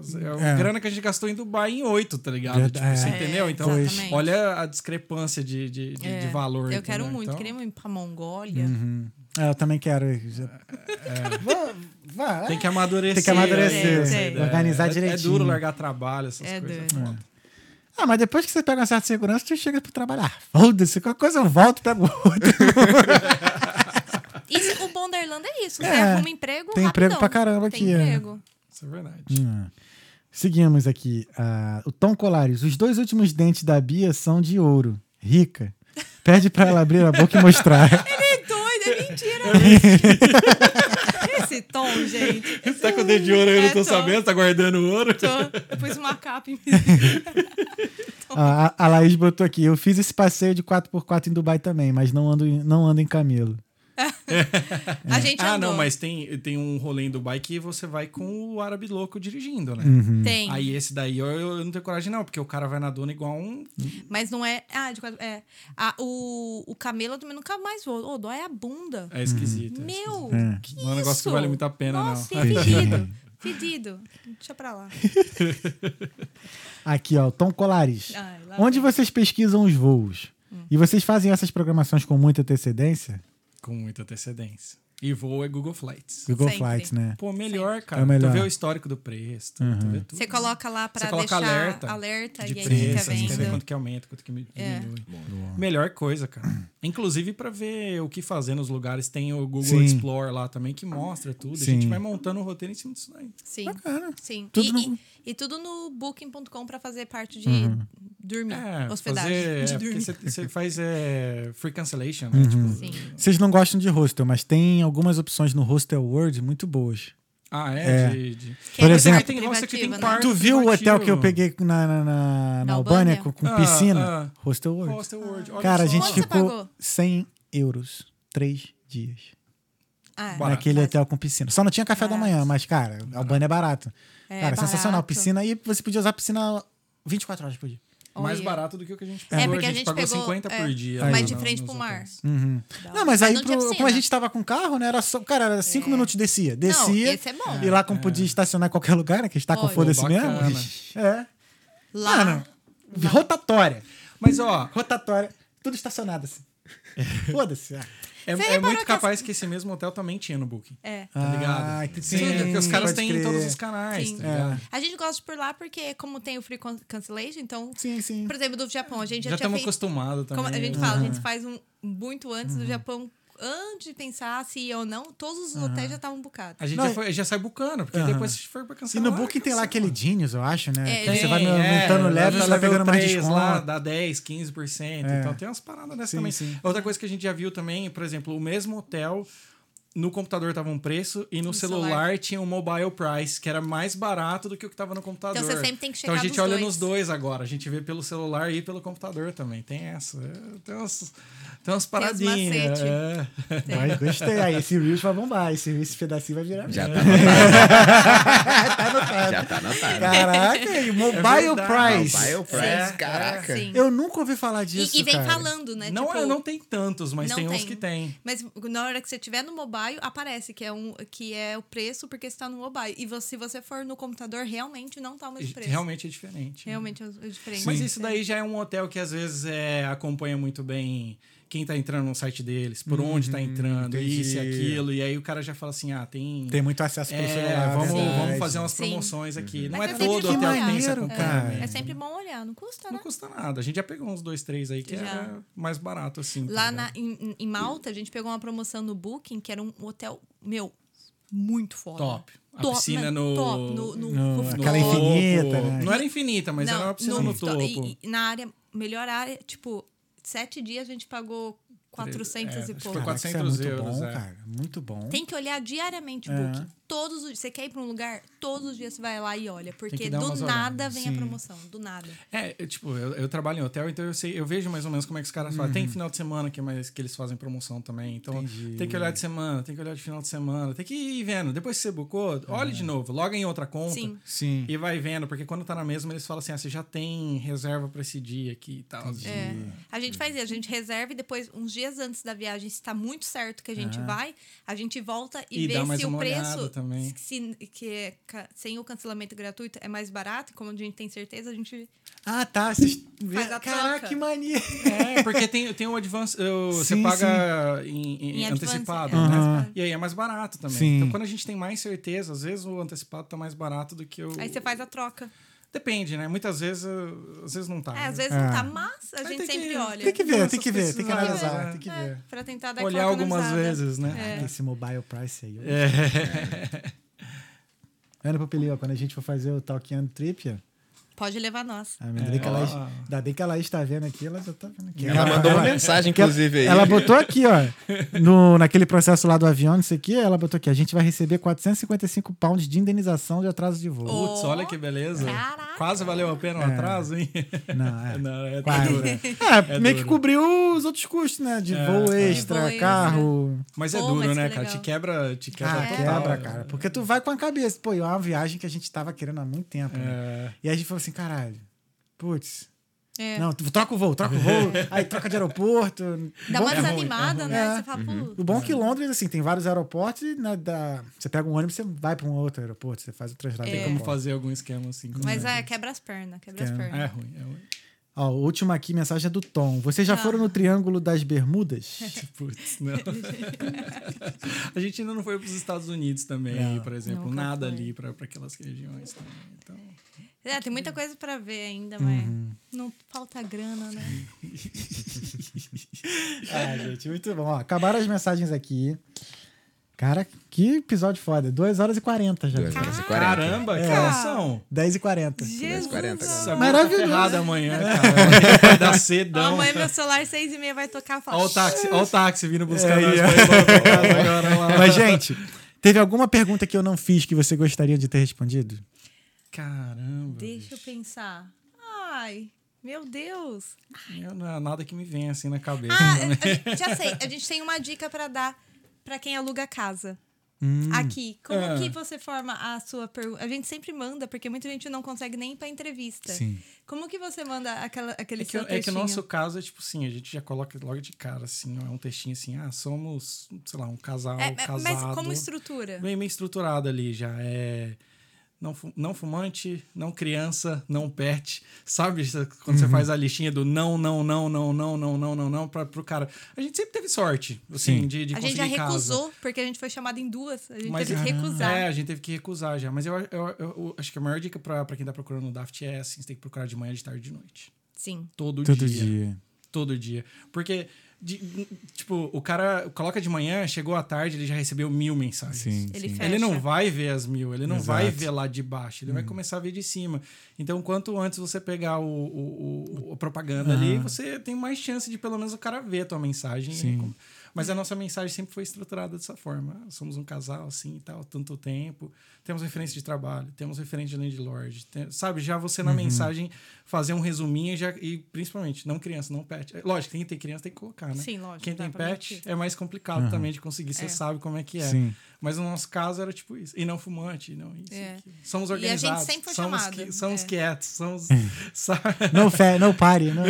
[SPEAKER 4] as- É a
[SPEAKER 1] É.
[SPEAKER 4] grana que a gente gastou em Dubai em oito, tá ligado?
[SPEAKER 1] Verdade.
[SPEAKER 4] Tipo, você
[SPEAKER 1] É,
[SPEAKER 4] entendeu? Então,
[SPEAKER 3] exatamente.
[SPEAKER 4] olha a discrepância de, de, de, de
[SPEAKER 3] É.
[SPEAKER 4] valor.
[SPEAKER 3] Eu quero
[SPEAKER 4] entendeu?
[SPEAKER 3] muito,
[SPEAKER 4] Então, Uhum.
[SPEAKER 3] queria muito pra Mongólia.
[SPEAKER 1] É, eu também quero. ir. Já- é, Vá- vá.
[SPEAKER 4] Tem que amadurecer.
[SPEAKER 1] Tem que amadurecer,
[SPEAKER 4] essa ideia.
[SPEAKER 1] organizar
[SPEAKER 4] É- É
[SPEAKER 1] direitinho.
[SPEAKER 4] duro largar trabalho, essas
[SPEAKER 3] É
[SPEAKER 4] coisas.
[SPEAKER 3] doido.
[SPEAKER 1] Ah, mas depois que você pega uma certa segurança, tu chega pra trabalhar. Foda-se, qualquer coisa eu volto, pego outro.
[SPEAKER 3] Isso, o bom da Irlanda é isso. Você
[SPEAKER 1] É.
[SPEAKER 3] arruma emprego.
[SPEAKER 1] Tem emprego
[SPEAKER 3] rapidão.
[SPEAKER 1] pra caramba
[SPEAKER 3] Tem
[SPEAKER 1] aqui, é.
[SPEAKER 3] emprego.
[SPEAKER 4] Isso é verdade.
[SPEAKER 1] Hum. Seguimos aqui. ah, o Tom Colares. Os dois últimos dentes da Bia são de ouro. Rica. Pede pra ela abrir a boca e
[SPEAKER 3] *laughs*
[SPEAKER 1] mostrar.
[SPEAKER 3] Que doido, é
[SPEAKER 4] *laughs*
[SPEAKER 3] mentira. né? Esse tom, gente.
[SPEAKER 4] Você tá com o dedo de ouro aí, eu
[SPEAKER 3] *laughs*
[SPEAKER 4] não
[SPEAKER 3] É,
[SPEAKER 4] tô
[SPEAKER 3] tô.
[SPEAKER 4] sabendo, tá guardando ouro.
[SPEAKER 3] Tô, eu pus uma capa em mim.
[SPEAKER 4] É.
[SPEAKER 1] Ah, A, a Laís botou aqui. Eu fiz esse passeio de 4x4 em Dubai também, mas não ando, em- não ando em camelo.
[SPEAKER 3] A gente
[SPEAKER 4] Ah,
[SPEAKER 3] andou.
[SPEAKER 4] não, mas tem, tem um rolê em Dubai que você vai com o árabe louco dirigindo, né?
[SPEAKER 1] Uhum.
[SPEAKER 3] Tem.
[SPEAKER 4] Aí esse daí eu, eu não tenho coragem, não, porque o cara vai na dona igual um.
[SPEAKER 3] Mas não é. Ah, de quatro. É. Ah, o, o camelo eu também nunca mais vou. Ô, dói a bunda.
[SPEAKER 1] Uhum.
[SPEAKER 4] É esquisito.
[SPEAKER 3] Meu,
[SPEAKER 1] É.
[SPEAKER 3] que
[SPEAKER 4] Não é um negócio que
[SPEAKER 3] isso?
[SPEAKER 4] vale muito a pena, não.
[SPEAKER 3] Nossa, e
[SPEAKER 4] *laughs*
[SPEAKER 3] é fedido. fedido. Deixa pra lá.
[SPEAKER 1] Aqui, ó. Tom Colares.
[SPEAKER 3] Ai, lá Hum.
[SPEAKER 1] Onde vocês pesquisam os voos? E vocês fazem essas programações com muita antecedência?
[SPEAKER 4] Com muita antecedência. E voo é Google Flights.
[SPEAKER 1] Google
[SPEAKER 3] Sempre.
[SPEAKER 1] Flights, né?
[SPEAKER 4] Pô, melhor, cara.
[SPEAKER 1] É melhor. Uhum.
[SPEAKER 4] Tu vê o histórico do preço, tu, tu vê tudo.
[SPEAKER 3] Você coloca lá pra
[SPEAKER 4] Você coloca
[SPEAKER 3] deixar
[SPEAKER 4] alerta,
[SPEAKER 3] alerta,
[SPEAKER 4] de
[SPEAKER 3] e aí fica
[SPEAKER 4] preço, assim, você vê
[SPEAKER 3] vendo. É.
[SPEAKER 4] quanto que aumenta, quanto que diminui. Melhor coisa, cara. Inclusive pra ver o que fazer nos lugares, tem o Google
[SPEAKER 1] Sim.
[SPEAKER 4] Explore lá também que mostra tudo. A gente
[SPEAKER 1] Sim.
[SPEAKER 4] vai montando o roteiro em cima disso daí.
[SPEAKER 3] Sim. Sim.
[SPEAKER 1] Tudo
[SPEAKER 3] e,
[SPEAKER 1] no-
[SPEAKER 3] e- e tudo no booking.com pra fazer parte de
[SPEAKER 1] Uhum.
[SPEAKER 3] dormir,
[SPEAKER 4] É,
[SPEAKER 3] *laughs* hospedagem.
[SPEAKER 4] fazer,
[SPEAKER 3] de
[SPEAKER 4] é, porque
[SPEAKER 3] dormir.
[SPEAKER 4] você, você faz é, free cancellation, né?
[SPEAKER 1] Uhum.
[SPEAKER 4] Tipo,
[SPEAKER 3] Sim.
[SPEAKER 1] Vocês não gostam de hostel, mas tem algumas opções no Hostel World muito boas.
[SPEAKER 4] ah, é?
[SPEAKER 1] É.
[SPEAKER 4] De, de-
[SPEAKER 3] Que é
[SPEAKER 1] Por
[SPEAKER 3] uma
[SPEAKER 1] exemplo-
[SPEAKER 3] parte
[SPEAKER 4] Tem hostel que tem
[SPEAKER 3] privativa, né?
[SPEAKER 4] quarto
[SPEAKER 1] Tu viu o hotel que eu
[SPEAKER 4] Privativo.
[SPEAKER 1] peguei na, na, na- na
[SPEAKER 3] Na
[SPEAKER 1] Albânia
[SPEAKER 3] Albânia?
[SPEAKER 1] com, com
[SPEAKER 4] Ah,
[SPEAKER 1] piscina?
[SPEAKER 4] ah.
[SPEAKER 1] Hostel World.
[SPEAKER 4] Hostel World, olha
[SPEAKER 1] Cara, a
[SPEAKER 4] só.
[SPEAKER 1] gente
[SPEAKER 3] Quanto você
[SPEAKER 1] ficou
[SPEAKER 3] pagou?
[SPEAKER 1] 100 euros, três dias.
[SPEAKER 3] Ah,
[SPEAKER 4] Barato.
[SPEAKER 1] Naquele hotel com piscina. Só não tinha café da manhã, mas, cara, a Albânia é barato.
[SPEAKER 3] É
[SPEAKER 1] cara, sensacional.
[SPEAKER 3] barato.
[SPEAKER 1] Piscina e você podia usar a piscina 24 horas por dia.
[SPEAKER 4] mais
[SPEAKER 3] Olha.
[SPEAKER 4] barato do que o que a gente pagou.
[SPEAKER 3] É, porque a gente
[SPEAKER 4] pagou
[SPEAKER 3] pegou,
[SPEAKER 4] 50
[SPEAKER 3] é,
[SPEAKER 4] por dia.
[SPEAKER 3] mas
[SPEAKER 4] lá
[SPEAKER 3] de
[SPEAKER 4] na-
[SPEAKER 3] frente
[SPEAKER 4] nos
[SPEAKER 3] pro mar.
[SPEAKER 4] hotéis. Uhum.
[SPEAKER 1] Uhum. Não, mas aí,
[SPEAKER 3] não tinha
[SPEAKER 1] pro-
[SPEAKER 3] piscina. É.
[SPEAKER 1] como a gente tava com carro, né? Era só. Cara, era cinco minutos descia. Descia.
[SPEAKER 3] esse é bom.
[SPEAKER 1] E lá como podia estacionar em qualquer lugar, né? Que a gente tá com
[SPEAKER 3] Olha.
[SPEAKER 1] foda-se
[SPEAKER 4] Pô,
[SPEAKER 1] mesmo.
[SPEAKER 4] bacana.
[SPEAKER 1] É.
[SPEAKER 3] Lá,
[SPEAKER 1] Mano, rotatória.
[SPEAKER 4] Mas, ó, *laughs*
[SPEAKER 1] Rotatória. Tudo estacionado assim. Foda-se. ah.
[SPEAKER 4] É,
[SPEAKER 3] Você
[SPEAKER 4] é
[SPEAKER 3] reparou
[SPEAKER 4] muito
[SPEAKER 3] que as-
[SPEAKER 4] capaz que esse mesmo hotel também tinha no Booking.
[SPEAKER 3] É.
[SPEAKER 4] Tá ligado?
[SPEAKER 1] Ah, que
[SPEAKER 4] Sim,
[SPEAKER 1] tem,
[SPEAKER 4] porque os caras
[SPEAKER 1] pode
[SPEAKER 4] têm em
[SPEAKER 1] crer. É.
[SPEAKER 4] todos os canais,
[SPEAKER 3] Sim.
[SPEAKER 4] tá ligado?
[SPEAKER 3] A gente gosta de por lá porque, como tem o free con- cancellation, então,
[SPEAKER 1] Sim, sim.
[SPEAKER 3] por exemplo, do Japão, a gente já,
[SPEAKER 4] Já
[SPEAKER 3] tinha
[SPEAKER 4] estamos
[SPEAKER 3] feito.
[SPEAKER 4] acostumados também.
[SPEAKER 3] Como a gente fala, a
[SPEAKER 1] né?
[SPEAKER 3] gente faz um muito antes
[SPEAKER 1] Uhum.
[SPEAKER 3] do Japão, antes de pensar se ia ou não, todos os hotéis já estavam bucados.
[SPEAKER 4] A gente
[SPEAKER 1] Não,
[SPEAKER 4] já, foi- já sai bucando, porque
[SPEAKER 1] Aham.
[SPEAKER 4] depois se for pra
[SPEAKER 1] E
[SPEAKER 4] cancelar.
[SPEAKER 1] no Booking tem lá aquele Genius, eu acho, né? que
[SPEAKER 3] É,
[SPEAKER 1] você
[SPEAKER 3] tem,
[SPEAKER 1] vai montando o level, você vai pegando mais desconto.
[SPEAKER 4] lá, dá 10, 15%.
[SPEAKER 1] É.
[SPEAKER 4] Então tem umas paradas dessa
[SPEAKER 1] Sim,
[SPEAKER 4] também.
[SPEAKER 1] sim.
[SPEAKER 4] Outra coisa que a gente já viu também, por exemplo, o mesmo hotel, no computador tava um preço e no,
[SPEAKER 3] No
[SPEAKER 4] celular,
[SPEAKER 3] celular.
[SPEAKER 4] tinha um mobile price, que era mais barato do que o que tava no computador.
[SPEAKER 3] Então você sempre tem que
[SPEAKER 4] Então a
[SPEAKER 3] checar
[SPEAKER 4] gente
[SPEAKER 3] dos
[SPEAKER 4] olha
[SPEAKER 3] dois.
[SPEAKER 4] nos dois agora, a gente vê pelo celular e pelo computador também. Tem essa. É, Tem umas, tem umas paradinhas.
[SPEAKER 3] macete. né?
[SPEAKER 4] é.
[SPEAKER 1] Mas gostei. Aí esse Reels vai bombar. Esse, esse pedacinho vai virar.
[SPEAKER 2] Já tá anotado. *laughs* Já tá anotado.
[SPEAKER 1] Caraca,
[SPEAKER 4] *laughs*
[SPEAKER 1] e mobile
[SPEAKER 4] É verdade.
[SPEAKER 1] price.
[SPEAKER 2] Mobile
[SPEAKER 4] É,
[SPEAKER 2] Price, caraca.
[SPEAKER 3] Sim.
[SPEAKER 1] Eu nunca ouvi falar
[SPEAKER 3] E-
[SPEAKER 1] disso.
[SPEAKER 3] e, vem
[SPEAKER 1] cara.
[SPEAKER 3] falando, né?
[SPEAKER 4] não,
[SPEAKER 3] tipo,
[SPEAKER 4] é- não tem tantos, mas
[SPEAKER 3] não
[SPEAKER 4] tem, uns
[SPEAKER 3] tem.
[SPEAKER 4] que tem.
[SPEAKER 3] Mas na hora que você tiver no mobile, aparece que é, um, que é o preço porque está no mobile. E você- se você for no computador, realmente não tá o mesmo preço.
[SPEAKER 4] Realmente é diferente.
[SPEAKER 3] Realmente é diferente.
[SPEAKER 4] Mas isso daí já é um hotel que às vezes é, acompanha muito bem quem tá entrando no site deles, por onde tá entrando,
[SPEAKER 1] Uhum, entendi.
[SPEAKER 4] isso e aquilo. E aí o cara já fala assim: ah, tem.
[SPEAKER 1] Tem muito acesso pelo
[SPEAKER 4] é,
[SPEAKER 1] celular. né? Uhum.
[SPEAKER 4] vamos,
[SPEAKER 1] verdade.
[SPEAKER 4] vamos fazer um umas
[SPEAKER 3] Sim.
[SPEAKER 4] promoções aqui. Não
[SPEAKER 3] Mas
[SPEAKER 4] é
[SPEAKER 3] é sempre
[SPEAKER 4] todo
[SPEAKER 3] bom
[SPEAKER 4] hotel que tem
[SPEAKER 1] olhar.
[SPEAKER 4] esse
[SPEAKER 1] Maneiro,
[SPEAKER 4] acompanhamento.
[SPEAKER 1] cara.
[SPEAKER 3] É sempre bom olhar, não
[SPEAKER 1] É.
[SPEAKER 3] custa,
[SPEAKER 4] Não
[SPEAKER 3] né?
[SPEAKER 4] custa nada. A gente já pegou uns dois, três aí que
[SPEAKER 3] Já.
[SPEAKER 4] era mais barato, assim. tá
[SPEAKER 3] Lá
[SPEAKER 4] ligado?
[SPEAKER 3] na, em, em Malta, a gente pegou uma promoção no Booking, que era um hotel, meu, muito foda.
[SPEAKER 4] Top. A
[SPEAKER 3] Top,
[SPEAKER 4] piscina
[SPEAKER 3] mano,
[SPEAKER 4] no- Ah,
[SPEAKER 3] Top, no, no,
[SPEAKER 1] No-
[SPEAKER 3] rooftop.
[SPEAKER 1] aquela
[SPEAKER 4] topo.
[SPEAKER 1] infinita, né?
[SPEAKER 4] Não era infinita, mas era uma piscina no
[SPEAKER 3] rooftop.
[SPEAKER 4] topo.
[SPEAKER 3] E- e na área, melhor área, tipo, sete dias a gente pagou 400
[SPEAKER 4] É,
[SPEAKER 3] e
[SPEAKER 4] acho que foi
[SPEAKER 3] pouco.
[SPEAKER 1] Caraca, isso é
[SPEAKER 4] 400
[SPEAKER 1] muito
[SPEAKER 4] euros,
[SPEAKER 1] bom,
[SPEAKER 4] é.
[SPEAKER 1] cara. Muito bom.
[SPEAKER 3] Tem que olhar diariamente o Booking. Todos os, você quer ir pra um lugar, todos os dias você vai lá e olha. Porque
[SPEAKER 4] dar
[SPEAKER 3] do
[SPEAKER 4] umas
[SPEAKER 3] nada
[SPEAKER 4] olhadas.
[SPEAKER 3] vem
[SPEAKER 1] Sim.
[SPEAKER 3] a promoção. Do nada.
[SPEAKER 4] É, eu, tipo, eu, eu trabalho em hotel, então eu sei, eu vejo mais ou menos como é que os caras fazem.
[SPEAKER 1] Uhum.
[SPEAKER 4] Tem final de semana que, é mais, que eles fazem promoção também. Então tem que olhar de semana, tem que olhar de final de semana, tem que ir vendo. Depois que você bucou, olha de novo, loga em outra conta.
[SPEAKER 3] Sim.
[SPEAKER 1] Uhum. Sim.
[SPEAKER 4] E vai vendo, porque quando tá na mesma, eles falam assim: ah, você já tem reserva pra esse dia aqui e tal.
[SPEAKER 3] É. A gente faz isso, a gente reserva e depois, uns dias antes da viagem, se tá muito certo que a gente vai, a gente volta e,
[SPEAKER 4] E dá
[SPEAKER 3] vê
[SPEAKER 4] mais
[SPEAKER 3] se o
[SPEAKER 4] uma olhada
[SPEAKER 3] preço,
[SPEAKER 4] também.
[SPEAKER 3] se- que é ca- sem o cancelamento gratuito, é mais barato. E Como a gente tem certeza, a gente.
[SPEAKER 1] Ah, tá. Vocês...
[SPEAKER 3] Faz a
[SPEAKER 1] Caraca,
[SPEAKER 3] troca.
[SPEAKER 1] que mania.
[SPEAKER 4] É, porque tem, tem o advance, o- você
[SPEAKER 1] Sim,
[SPEAKER 4] paga em, em
[SPEAKER 3] Em advance, é,
[SPEAKER 4] antecipado, né?
[SPEAKER 3] antecipado.
[SPEAKER 4] E aí é mais barato também.
[SPEAKER 1] Sim.
[SPEAKER 4] Então quando a gente tem mais certeza, às vezes o antecipado tá mais barato do que o.
[SPEAKER 3] Aí você faz a troca.
[SPEAKER 4] Depende, né? Muitas vezes, eh, às vezes não tá.
[SPEAKER 3] É, às
[SPEAKER 4] né?
[SPEAKER 3] vezes não tá, mas a
[SPEAKER 4] Mas
[SPEAKER 3] gente
[SPEAKER 4] tem que-
[SPEAKER 3] sempre olha.
[SPEAKER 1] Tem que ver, tem
[SPEAKER 4] Nossa,
[SPEAKER 1] que ver, tem que
[SPEAKER 4] precisava,
[SPEAKER 1] analisar,
[SPEAKER 4] né?
[SPEAKER 1] tem que
[SPEAKER 3] É,
[SPEAKER 1] ver.
[SPEAKER 3] pra tentar dar
[SPEAKER 4] Olhar
[SPEAKER 3] aquela
[SPEAKER 4] algumas
[SPEAKER 3] economizada.
[SPEAKER 4] vezes, né?
[SPEAKER 3] É.
[SPEAKER 1] Esse mobile price aí.
[SPEAKER 4] É.
[SPEAKER 1] É. Ana Popeli, ó, quando a gente for fazer o Talking Trip, ó,
[SPEAKER 3] Pode levar nós.
[SPEAKER 1] a Mendrica,
[SPEAKER 4] É,
[SPEAKER 1] ela,
[SPEAKER 4] ó. um
[SPEAKER 1] ainda bem que a Laís está vendo aqui, ela já tá vendo aqui.
[SPEAKER 2] Ela mandou uma mensagem,
[SPEAKER 1] que ela-
[SPEAKER 2] inclusive, aí.
[SPEAKER 1] Ela botou aqui, ó, no, naquele processo lá do avião, não sei o que, ela botou aqui, a gente vai receber 455 pounds de indenização de atraso de voo.
[SPEAKER 4] Putz, olha que beleza.
[SPEAKER 3] Caraca.
[SPEAKER 4] Quase valeu a pena o atraso, hein? *laughs*
[SPEAKER 1] Não, é.
[SPEAKER 4] Não, é
[SPEAKER 1] Quase.
[SPEAKER 4] duro.
[SPEAKER 1] É,
[SPEAKER 4] É
[SPEAKER 1] meio
[SPEAKER 4] duro.
[SPEAKER 1] que cobriu os outros custos, né? De
[SPEAKER 4] É,
[SPEAKER 1] voo
[SPEAKER 4] é.
[SPEAKER 1] extra,
[SPEAKER 3] De voo extra. É.
[SPEAKER 1] carro.
[SPEAKER 4] Mas é
[SPEAKER 3] Pô,
[SPEAKER 4] duro,
[SPEAKER 3] mas
[SPEAKER 4] né,
[SPEAKER 3] que
[SPEAKER 4] cara? Te
[SPEAKER 3] legal.
[SPEAKER 4] quebra, te quebra
[SPEAKER 1] Ah,
[SPEAKER 4] total.
[SPEAKER 1] quebra, cara. Porque tu vai com a cabeça. Pô, é uma viagem que a gente tava querendo há muito tempo. né?
[SPEAKER 4] É.
[SPEAKER 1] E aí a gente falou assim, caralho, putz.
[SPEAKER 3] É.
[SPEAKER 1] Não, tu- troca o voo, troca o
[SPEAKER 3] *laughs*
[SPEAKER 1] voo. aí troca de aeroporto.
[SPEAKER 3] Dá
[SPEAKER 1] Bom
[SPEAKER 3] uma
[SPEAKER 1] que é ruim.
[SPEAKER 3] desanimada,
[SPEAKER 1] ruim.
[SPEAKER 3] né?
[SPEAKER 1] É.
[SPEAKER 3] Você fala,
[SPEAKER 4] Uhum.
[SPEAKER 3] pô.
[SPEAKER 1] O bom é que Londres, assim, tem vários aeroportos. E na- da- você pega um ônibus, você vai pra um outro aeroporto. Você faz o
[SPEAKER 3] É.
[SPEAKER 1] translado.
[SPEAKER 4] Tem
[SPEAKER 1] do
[SPEAKER 4] como
[SPEAKER 1] aeroporto.
[SPEAKER 4] fazer algum esquema assim. com
[SPEAKER 3] Mas
[SPEAKER 4] isso.
[SPEAKER 3] é, quebra as pernas, quebra as
[SPEAKER 1] Quebra.
[SPEAKER 4] É
[SPEAKER 3] pernas.
[SPEAKER 4] ruim, é ruim. *laughs*
[SPEAKER 1] Ó, o último aqui, mensagem é do Tom. Vocês já
[SPEAKER 3] Ah.
[SPEAKER 1] foram no Triângulo das Bermudas?
[SPEAKER 3] *laughs*
[SPEAKER 4] Putz, não. a gente ainda não foi pros Estados Unidos também,
[SPEAKER 1] Não.
[SPEAKER 4] por exemplo.
[SPEAKER 3] Nunca
[SPEAKER 4] Nada
[SPEAKER 3] foi.
[SPEAKER 4] ali pra, pra aquelas regiões também. Então,
[SPEAKER 3] É. tem muita coisa pra ver ainda, mas
[SPEAKER 4] Uhum.
[SPEAKER 3] não falta grana, né?
[SPEAKER 1] Ah, gente, muito bom. Ó, acabaram as mensagens aqui. Cara, que episódio foda. 2 horas e 40 já.
[SPEAKER 2] 2 horas e 40.
[SPEAKER 4] caramba,
[SPEAKER 1] É.
[SPEAKER 4] que horas são?
[SPEAKER 1] 10 e 40.
[SPEAKER 3] Jesus!
[SPEAKER 2] 40 agora.
[SPEAKER 4] Essa
[SPEAKER 1] Maravilhoso. É.
[SPEAKER 4] Errado amanhã, cara. *laughs* Vai dar
[SPEAKER 3] Ó,
[SPEAKER 4] cedão.
[SPEAKER 3] Amanhã meu celular seis e meia vai tocar. eu falo,
[SPEAKER 4] Olha o táxi, olha o táxi vindo buscar
[SPEAKER 1] É,
[SPEAKER 4] nós
[SPEAKER 1] é.
[SPEAKER 4] pra ir logo pra casa
[SPEAKER 1] *laughs*
[SPEAKER 4] agora, lá.
[SPEAKER 1] Mas, gente, teve alguma pergunta que eu não fiz que você gostaria de ter respondido?
[SPEAKER 4] Caramba.
[SPEAKER 3] Deixa eu pensar. Ai, meu Deus.
[SPEAKER 4] Eu não é nada que me venha assim na cabeça.
[SPEAKER 3] Ah,
[SPEAKER 4] né?
[SPEAKER 3] a- a- já sei. A gente tem uma dica pra dar pra quem aluga casa. Aqui, como
[SPEAKER 4] Ah.
[SPEAKER 3] que você forma a sua pergunta? A gente sempre manda, porque muita gente não consegue nem ir pra entrevista.
[SPEAKER 1] Sim.
[SPEAKER 3] Como que você manda aquela, aquele
[SPEAKER 4] É que,
[SPEAKER 3] seu
[SPEAKER 4] é que o
[SPEAKER 3] textinho?
[SPEAKER 4] nosso caso é tipo assim, a gente já coloca logo de cara, assim, ó, é um textinho assim, ah, somos, sei lá, um casal,
[SPEAKER 3] É, é,
[SPEAKER 4] casado.
[SPEAKER 3] mas como estrutura?
[SPEAKER 4] Bem, bem estruturado ali já. É, não, fu- não fumante, não criança, não pet. Sabe isso, quando
[SPEAKER 1] Uhum.
[SPEAKER 4] você faz a listinha do não, não, não, não, não, não, não, não, não, pra, pro cara. A gente sempre teve sorte, assim,
[SPEAKER 1] Sim.
[SPEAKER 4] de, de
[SPEAKER 3] A gente
[SPEAKER 4] conseguir
[SPEAKER 3] já
[SPEAKER 4] casa.
[SPEAKER 3] recusou, porque a gente foi chamado em duas. A gente
[SPEAKER 4] Mas-
[SPEAKER 3] teve que recusar.
[SPEAKER 4] É, a gente teve que recusar já. Mas eu, eu- eu- eu acho que a maior dica pra, pra quem tá procurando o Daft é assim: você tem que procurar de manhã, de tarde e de noite.
[SPEAKER 3] Sim.
[SPEAKER 4] Todo,
[SPEAKER 1] Todo
[SPEAKER 4] dia.
[SPEAKER 1] dia.
[SPEAKER 4] Todo dia. Porque, de- tipo, o cara coloca de manhã, chegou à tarde, ele já recebeu mil mensagens.
[SPEAKER 1] Sim,
[SPEAKER 3] Ele
[SPEAKER 1] sim.
[SPEAKER 3] fez. Fecha.
[SPEAKER 4] Ele não vai ver as mil, ele não
[SPEAKER 1] Exato. Hum.
[SPEAKER 4] vai ver lá de baixo, ele vai começar a ver de cima. Então, quanto antes você pegar o, o, o- a propaganda ali, você tem mais chance de pelo menos o cara ver a tua mensagem.
[SPEAKER 1] Ah. Sim.
[SPEAKER 4] Mas a nossa mensagem sempre foi estruturada dessa forma. Somos um casal, assim e tal, tanto tempo. Temos referência de trabalho, temos referência de landlord. tem- sabe, já você
[SPEAKER 1] Uhum.
[SPEAKER 4] na mensagem fazer um resuminho já, e principalmente, não criança, não pet. É, Lógico, quem tem criança tem que colocar, né?
[SPEAKER 3] Sim, lógico,
[SPEAKER 4] Quem
[SPEAKER 3] não dá
[SPEAKER 4] tem
[SPEAKER 3] pra
[SPEAKER 4] pet
[SPEAKER 3] mentir.
[SPEAKER 4] é mais complicado também de conseguir, você
[SPEAKER 3] É.
[SPEAKER 4] sabe como é que é.
[SPEAKER 1] Sim.
[SPEAKER 4] Mas no nosso caso era tipo isso. E não fumante, e não isso.
[SPEAKER 3] É.
[SPEAKER 4] e aquilo. Somos
[SPEAKER 3] E a gente
[SPEAKER 4] organizados.
[SPEAKER 3] sempre foi
[SPEAKER 4] somos
[SPEAKER 3] chamada,
[SPEAKER 4] qui- somos
[SPEAKER 3] é.
[SPEAKER 4] quietos, somos.
[SPEAKER 1] *laughs*
[SPEAKER 4] sabe?
[SPEAKER 1] Não, fe, né? não pare, não.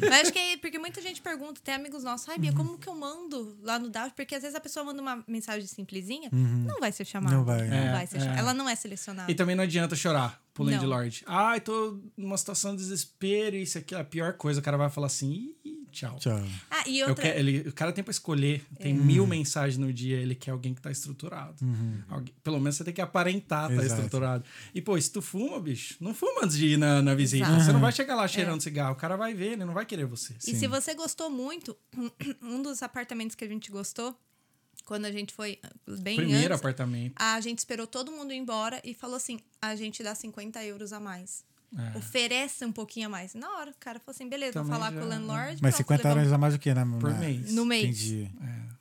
[SPEAKER 3] Mas acho que é porque muita gente pergunta, tem amigos nossos, ai
[SPEAKER 4] Uhum.
[SPEAKER 3] Bia, como que eu mando lá no Daft? Porque às vezes a pessoa manda uma mensagem simplesinha, não vai ser chamada.
[SPEAKER 1] Não vai,
[SPEAKER 4] Uhum. é.
[SPEAKER 3] vai ser
[SPEAKER 4] É,
[SPEAKER 3] chamada.
[SPEAKER 4] é.
[SPEAKER 3] Ela não é selecionada.
[SPEAKER 4] E também não adianta chorar pro
[SPEAKER 3] Não.
[SPEAKER 4] landlord. Ai, tô numa situação de desespero, isso aqui é a pior coisa. O cara vai falar assim, "Ih, tchau.
[SPEAKER 1] Tchau.
[SPEAKER 3] Ah, e
[SPEAKER 4] Então, Eu
[SPEAKER 3] outra.
[SPEAKER 4] quero- ele, o cara tem pra escolher, tem mil mensagens no dia, ele quer alguém que tá estruturado. Alguém- pelo menos você tem que aparentar tá
[SPEAKER 1] Exato.
[SPEAKER 4] estruturado. E, pô, se tu fuma, bicho, não fuma antes de ir na, na visita.
[SPEAKER 3] Exato.
[SPEAKER 4] Você não vai chegar lá cheirando cigarro, o cara vai ver, ele não vai querer você.
[SPEAKER 3] E se você gostou muito, *clears throat* um dos apartamentos que a gente gostou, quando a gente foi bem
[SPEAKER 4] Primeiro
[SPEAKER 3] antes,
[SPEAKER 4] apartamento.
[SPEAKER 3] a gente esperou todo mundo ir embora e falou assim: a gente dá 50 euros a mais. Oferece um pouquinho a mais. Na hora, o cara falou assim: beleza, vou
[SPEAKER 4] É. Também
[SPEAKER 3] falar
[SPEAKER 4] já- é.
[SPEAKER 3] com o landlord.
[SPEAKER 1] Mas
[SPEAKER 3] pronto,
[SPEAKER 1] 50
[SPEAKER 3] levamos.
[SPEAKER 1] horas a mais o que? Na, na,
[SPEAKER 4] Por mês.
[SPEAKER 3] No Um mês.
[SPEAKER 1] Entendi.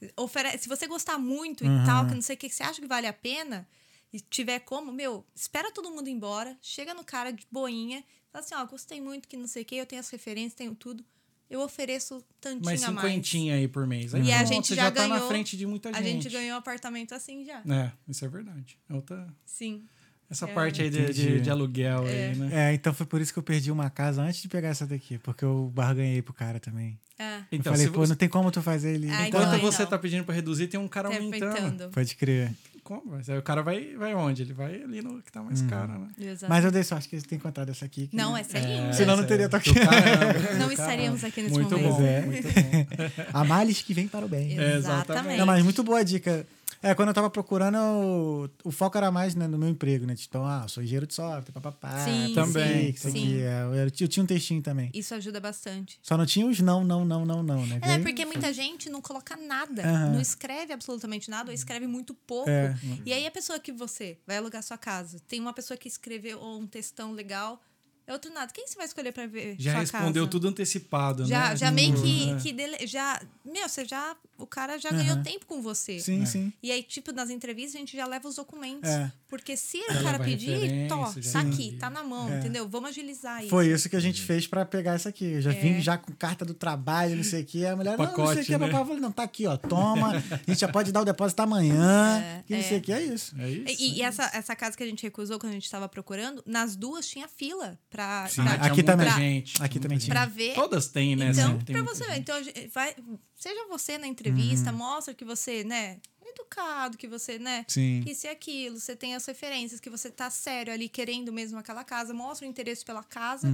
[SPEAKER 4] é-
[SPEAKER 3] Ofere- Se você gostar muito e tal,
[SPEAKER 4] Uhum.
[SPEAKER 3] que não sei o que, que você acha que vale a pena, e tiver como, meu, espera todo mundo ir embora, chega no cara de boinha, fala assim: ó, gostei muito, que não sei o que, eu tenho as referências, tenho tudo. Eu ofereço tantinho
[SPEAKER 4] Mais
[SPEAKER 3] a mais.
[SPEAKER 4] cinquentinha aí por mês. Aí
[SPEAKER 3] E a
[SPEAKER 4] pronto,
[SPEAKER 3] gente
[SPEAKER 4] você
[SPEAKER 3] já
[SPEAKER 4] tá na
[SPEAKER 3] ganhou-
[SPEAKER 4] frente de muita
[SPEAKER 3] A
[SPEAKER 4] gente.
[SPEAKER 3] gente ganhou um apartamento assim já.
[SPEAKER 4] É, isso é verdade. É outra-
[SPEAKER 3] Sim.
[SPEAKER 4] Essa
[SPEAKER 3] É.
[SPEAKER 4] parte aí de, de,
[SPEAKER 1] Entendi.
[SPEAKER 4] de aluguel aí, né?
[SPEAKER 1] É, então foi por isso que eu perdi uma casa antes de pegar essa daqui, porque eu barganhei pro cara também.
[SPEAKER 3] É.
[SPEAKER 1] eu falei,
[SPEAKER 4] Então, se
[SPEAKER 1] pô,
[SPEAKER 4] você-
[SPEAKER 1] não tem como tu fazer ele.
[SPEAKER 3] Ai,
[SPEAKER 1] Então,
[SPEAKER 3] não,
[SPEAKER 4] enquanto
[SPEAKER 3] aí
[SPEAKER 4] você
[SPEAKER 3] não.
[SPEAKER 4] tá pedindo pra reduzir, tem um cara
[SPEAKER 3] Tá
[SPEAKER 4] aumentando.
[SPEAKER 3] apertando.
[SPEAKER 1] Pode crer.
[SPEAKER 4] Como? Mas aí o cara vai, vai onde? Ele vai ali no que tá
[SPEAKER 1] Uhum.
[SPEAKER 4] mais caro, né?
[SPEAKER 3] Exato.
[SPEAKER 1] Mas eu dei sorte que eles têm encontrado essa aqui. que-
[SPEAKER 3] Não, essa é linda.
[SPEAKER 1] Senão não
[SPEAKER 4] Essa-
[SPEAKER 1] teria
[SPEAKER 4] do
[SPEAKER 1] toque.
[SPEAKER 3] *laughs*
[SPEAKER 4] caramba,
[SPEAKER 3] Não
[SPEAKER 4] do
[SPEAKER 3] estaríamos
[SPEAKER 4] caramba.
[SPEAKER 3] aqui nesse
[SPEAKER 4] muito
[SPEAKER 3] momento.
[SPEAKER 4] Bom,
[SPEAKER 1] Pois é.
[SPEAKER 4] Muito bom.
[SPEAKER 1] *laughs* A males que vem para o bem.
[SPEAKER 4] É, exatamente.
[SPEAKER 1] Não, mas muito boa a dica. É, quando eu tava procurando, eu- o foco era mais né, no meu emprego, né? Então, ah, sou engenheiro de software, papapá.
[SPEAKER 3] Sim,
[SPEAKER 4] Também,
[SPEAKER 1] Isso
[SPEAKER 3] sim.
[SPEAKER 1] aqui, é, eu, era- eu tinha um textinho também.
[SPEAKER 3] Isso ajuda bastante.
[SPEAKER 1] Só não tinha os não, não, não, não, não, né?
[SPEAKER 3] É,
[SPEAKER 1] Daí-
[SPEAKER 3] porque muita gente não coloca nada,
[SPEAKER 1] Aham.
[SPEAKER 3] não escreve absolutamente nada, ou escreve muito pouco.
[SPEAKER 1] É.
[SPEAKER 3] E aí a pessoa que você vai alugar sua casa, tem uma pessoa que escreveu um textão legal, é outro nada. Quem você vai escolher pra ver
[SPEAKER 4] Já
[SPEAKER 3] sua
[SPEAKER 4] respondeu
[SPEAKER 3] casa?
[SPEAKER 4] tudo antecipado,
[SPEAKER 3] Já,
[SPEAKER 4] né?
[SPEAKER 3] já meio
[SPEAKER 4] Tipo,
[SPEAKER 3] que,
[SPEAKER 4] né?
[SPEAKER 3] que dele- já, meu, você já, o cara já ganhou tempo com você.
[SPEAKER 1] Sim, sim.
[SPEAKER 3] E aí, tipo, nas entrevistas a gente já leva os documentos.
[SPEAKER 1] É.
[SPEAKER 3] Porque se
[SPEAKER 4] Já
[SPEAKER 3] o cara
[SPEAKER 4] leva
[SPEAKER 3] pedir,
[SPEAKER 4] referência,
[SPEAKER 3] tó,
[SPEAKER 4] já É.
[SPEAKER 3] tá
[SPEAKER 4] leva
[SPEAKER 3] aqui,
[SPEAKER 4] ali.
[SPEAKER 3] tá na mão, entendeu? Vamos agilizar É isso. É.
[SPEAKER 1] Foi isso que a gente fez pra pegar essa aqui. Eu já vim já com carta do trabalho, não sei o que. A mulher, não, não sei o
[SPEAKER 4] Pacote,
[SPEAKER 1] que.
[SPEAKER 4] né?
[SPEAKER 1] Papai falou, não, tá aqui, ó, toma. A gente já pode dar o depósito amanhã.
[SPEAKER 3] É,
[SPEAKER 1] que não
[SPEAKER 3] é.
[SPEAKER 1] sei o que, é isso.
[SPEAKER 4] É isso.
[SPEAKER 3] E, e essa, essa casa que a gente recusou quando a gente tava procurando, nas duas tinha fila pra,
[SPEAKER 4] Sim,
[SPEAKER 3] pra,
[SPEAKER 4] tinha
[SPEAKER 1] aqui
[SPEAKER 4] muita
[SPEAKER 1] também.
[SPEAKER 4] gente, tinha
[SPEAKER 1] Aqui
[SPEAKER 4] muita
[SPEAKER 1] também
[SPEAKER 4] gente.
[SPEAKER 1] tinha.
[SPEAKER 3] pra ver.
[SPEAKER 4] Todas têm, né?
[SPEAKER 3] Então,
[SPEAKER 4] Sempre tem
[SPEAKER 3] pra
[SPEAKER 4] muita
[SPEAKER 3] você ver.
[SPEAKER 4] gente. Uhum.
[SPEAKER 3] Então, a gente vai, seja você na entrevista, mostra que você, né, é educado, que você, né,
[SPEAKER 1] Sim.
[SPEAKER 3] isso e aquilo, você tem as referências, que você tá sério ali, querendo mesmo aquela casa, mostra o interesse pela casa.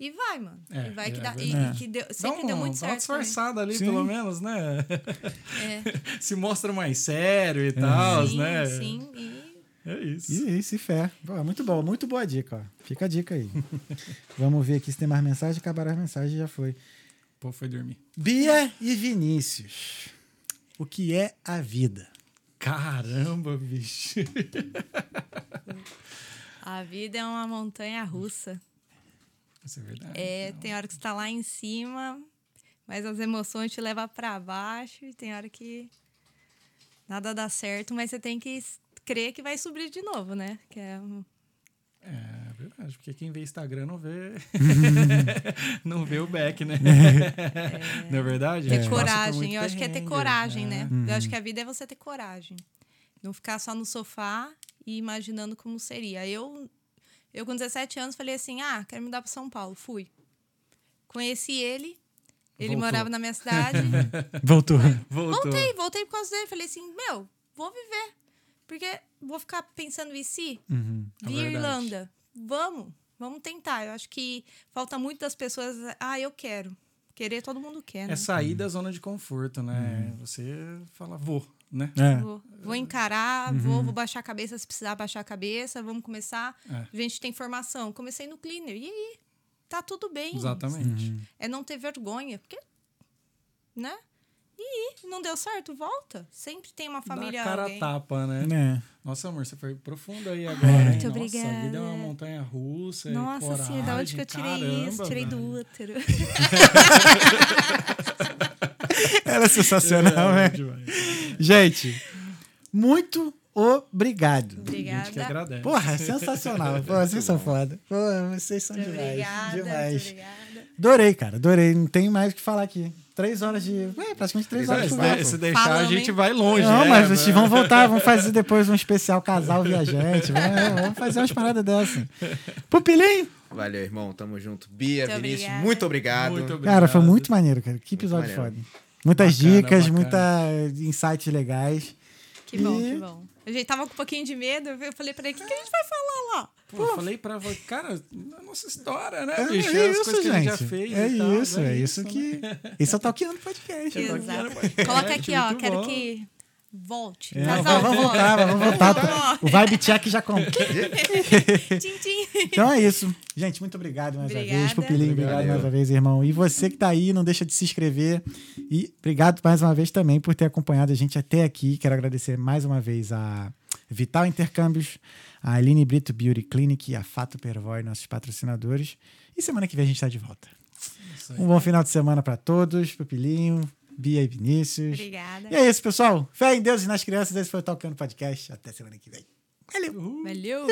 [SPEAKER 3] E vai, mano.
[SPEAKER 4] Uhum. É,
[SPEAKER 3] e vai que
[SPEAKER 4] é
[SPEAKER 3] dá. E,
[SPEAKER 4] verdade.
[SPEAKER 3] e que deu,
[SPEAKER 4] Dá
[SPEAKER 3] sempre
[SPEAKER 4] um-
[SPEAKER 3] deu muito
[SPEAKER 4] dá uma
[SPEAKER 3] certo. também.
[SPEAKER 4] disfarçada ali,
[SPEAKER 1] Sim.
[SPEAKER 4] pelo menos, né?
[SPEAKER 3] *laughs* É.
[SPEAKER 4] *laughs* Se mostra mais sério
[SPEAKER 1] É.
[SPEAKER 4] e tal,
[SPEAKER 3] Sim,
[SPEAKER 4] né?
[SPEAKER 3] sim. E
[SPEAKER 4] É isso.
[SPEAKER 1] E isso, e fé. Pô, é muito bom, muito boa a dica, ó. Fica a dica *laughs* aí. Vamos ver aqui se tem mais mensagem. Acabaram as mensagens, já foi.
[SPEAKER 4] Pô, foi dormir.
[SPEAKER 1] Bia e Vinícius. O que é a vida?
[SPEAKER 4] Caramba, bicho. *laughs*
[SPEAKER 3] a vida é uma montanha russa.
[SPEAKER 4] Isso é verdade.
[SPEAKER 3] É, tem hora que você tá lá em cima, mas as emoções te levam pra baixo e tem hora que nada dá certo, mas você tem que s- crer que vai subir de novo, né? Que é um-
[SPEAKER 4] É verdade, porque quem vê Instagram
[SPEAKER 3] *laughs*
[SPEAKER 4] não vê. não vê o back, né? Não é Uhum. verdade? A
[SPEAKER 3] ter
[SPEAKER 4] gente passa por muito
[SPEAKER 3] coragem. Eu acho que é ter
[SPEAKER 4] perrengue,
[SPEAKER 3] coragem, né? Eu acho que a vida é você ter coragem. Não ficar só no sofá e imaginando como seria. Eu, eu com 17 anos, falei assim: ah, quero mudar pra São Paulo. Fui. Conheci ele. Ele
[SPEAKER 4] Voltou.
[SPEAKER 3] morava na minha cidade.
[SPEAKER 1] Voltou.
[SPEAKER 4] *laughs* Voltou.
[SPEAKER 3] né? Voltei, voltei por causa dele. Falei assim, meu, vou viver. Porque vou ficar pensando em si. Via
[SPEAKER 4] Uhum, é verdade.
[SPEAKER 3] Irlanda. Vamos, vamos tentar. Eu acho que falta muito das pessoas. Ah, eu quero. Querer todo mundo quer, né?
[SPEAKER 4] É sair da zona de conforto, né? Você fala, vou, né?
[SPEAKER 1] É.
[SPEAKER 3] Vou, vou
[SPEAKER 4] Uhum.
[SPEAKER 3] encarar, vou, vou baixar a cabeça se precisar baixar a cabeça, vamos começar.
[SPEAKER 4] É.
[SPEAKER 3] Gente, tem formação. Comecei no cleaner. E aí? Tá tudo bem.
[SPEAKER 4] Exatamente.
[SPEAKER 3] É não ter vergonha, porque. Né? E aí? não deu certo? Volta. Sempre tem uma família.
[SPEAKER 4] Dá a cara
[SPEAKER 3] alguém. É,
[SPEAKER 4] a tapa, né?
[SPEAKER 1] Né?
[SPEAKER 4] Nossa, amor, você foi profundo aí agora. hein?
[SPEAKER 3] muito
[SPEAKER 4] Nossa,
[SPEAKER 3] obrigada.
[SPEAKER 4] A vida é uma montanha russa. e
[SPEAKER 3] Nossa
[SPEAKER 4] coragem,
[SPEAKER 3] senhora, da onde que eu tirei
[SPEAKER 4] caramba,
[SPEAKER 3] isso? Tirei
[SPEAKER 4] velho.
[SPEAKER 3] do útero.
[SPEAKER 1] Ela é sensacional,
[SPEAKER 4] É,
[SPEAKER 1] né?
[SPEAKER 4] demais.
[SPEAKER 1] Gente, muito obrigado.
[SPEAKER 4] A gente que
[SPEAKER 3] Obrigada.
[SPEAKER 4] agradece.
[SPEAKER 1] Porra, é sensacional. Pô, vocês são foda. Pô, vocês são demais.
[SPEAKER 3] Obrigada,
[SPEAKER 1] demais.
[SPEAKER 3] obrigada.
[SPEAKER 1] Adorei, cara. Adorei. Não tem mais o que falar aqui. Três horas de. Ué, praticamente três
[SPEAKER 2] Três
[SPEAKER 1] horas de
[SPEAKER 2] horas,
[SPEAKER 1] papo.
[SPEAKER 2] né?
[SPEAKER 4] Se deixar, a
[SPEAKER 3] Falamos,
[SPEAKER 4] gente
[SPEAKER 3] hein?
[SPEAKER 4] vai longe.
[SPEAKER 1] Não,
[SPEAKER 4] né?
[SPEAKER 1] mas vocês vão voltar, vamos fazer depois um especial casal viajante. Vamos, vamos fazer umas paradas dessas. Pupilim!
[SPEAKER 2] Valeu, irmão. Tamo junto. Bia,
[SPEAKER 3] Muito
[SPEAKER 2] Vinícius,
[SPEAKER 3] obrigada.
[SPEAKER 2] muito obrigado.
[SPEAKER 4] Muito obrigado.
[SPEAKER 1] Cara, foi muito maneiro, cara. Que episódio
[SPEAKER 2] maneiro.
[SPEAKER 1] foda. Muitas
[SPEAKER 4] Bacana,
[SPEAKER 1] dicas,
[SPEAKER 4] bacana.
[SPEAKER 1] muita insights legais.
[SPEAKER 3] Que bom,
[SPEAKER 1] E-
[SPEAKER 3] que bom. A gente tava com um pouquinho de medo, eu falei pra ele, o que, que a gente vai falar lá?
[SPEAKER 4] Pô, eu falei pra você, cara, a nossa história, né?
[SPEAKER 1] É,
[SPEAKER 4] bicho?
[SPEAKER 1] é
[SPEAKER 4] As
[SPEAKER 1] isso,
[SPEAKER 4] coisas que a gente já fez.
[SPEAKER 1] gente. É
[SPEAKER 4] e tal, né?
[SPEAKER 1] isso, é isso que. Isso é o Talkiano Podcast.
[SPEAKER 4] Isso.
[SPEAKER 3] Exato. Coloca aqui, ó,
[SPEAKER 4] Muito
[SPEAKER 3] quero
[SPEAKER 4] bom.
[SPEAKER 3] que volte. Tá
[SPEAKER 1] É,
[SPEAKER 3] Casal,
[SPEAKER 1] vamos
[SPEAKER 3] volte.
[SPEAKER 1] voltar, vamos voltar.
[SPEAKER 3] Vamos
[SPEAKER 1] O vibe check já compra.
[SPEAKER 3] Tchim, tchim.
[SPEAKER 1] Então é isso. Gente, muito obrigado mais uma
[SPEAKER 3] Obrigada.
[SPEAKER 1] vez. Pupilinho, obrigado
[SPEAKER 2] Obrigado.
[SPEAKER 1] mais uma vez, irmão. E você que tá aí, não deixa de se inscrever. E obrigado mais uma vez também por ter acompanhado a gente até aqui. Quero agradecer mais uma vez a Vital Intercâmbios, a Aline Brito Beauty Clinic e a Fato Pervoy, nossos patrocinadores. E semana que vem a gente tá de volta.
[SPEAKER 4] Isso aí.
[SPEAKER 1] Um bom final de semana para todos. Pupilinho, Bia e Vinícius.
[SPEAKER 3] Obrigada.
[SPEAKER 1] E é isso, pessoal. Fé em Deus e nas crianças. Esse foi o Talkando Podcast. Até semana que vem.
[SPEAKER 3] Valeu.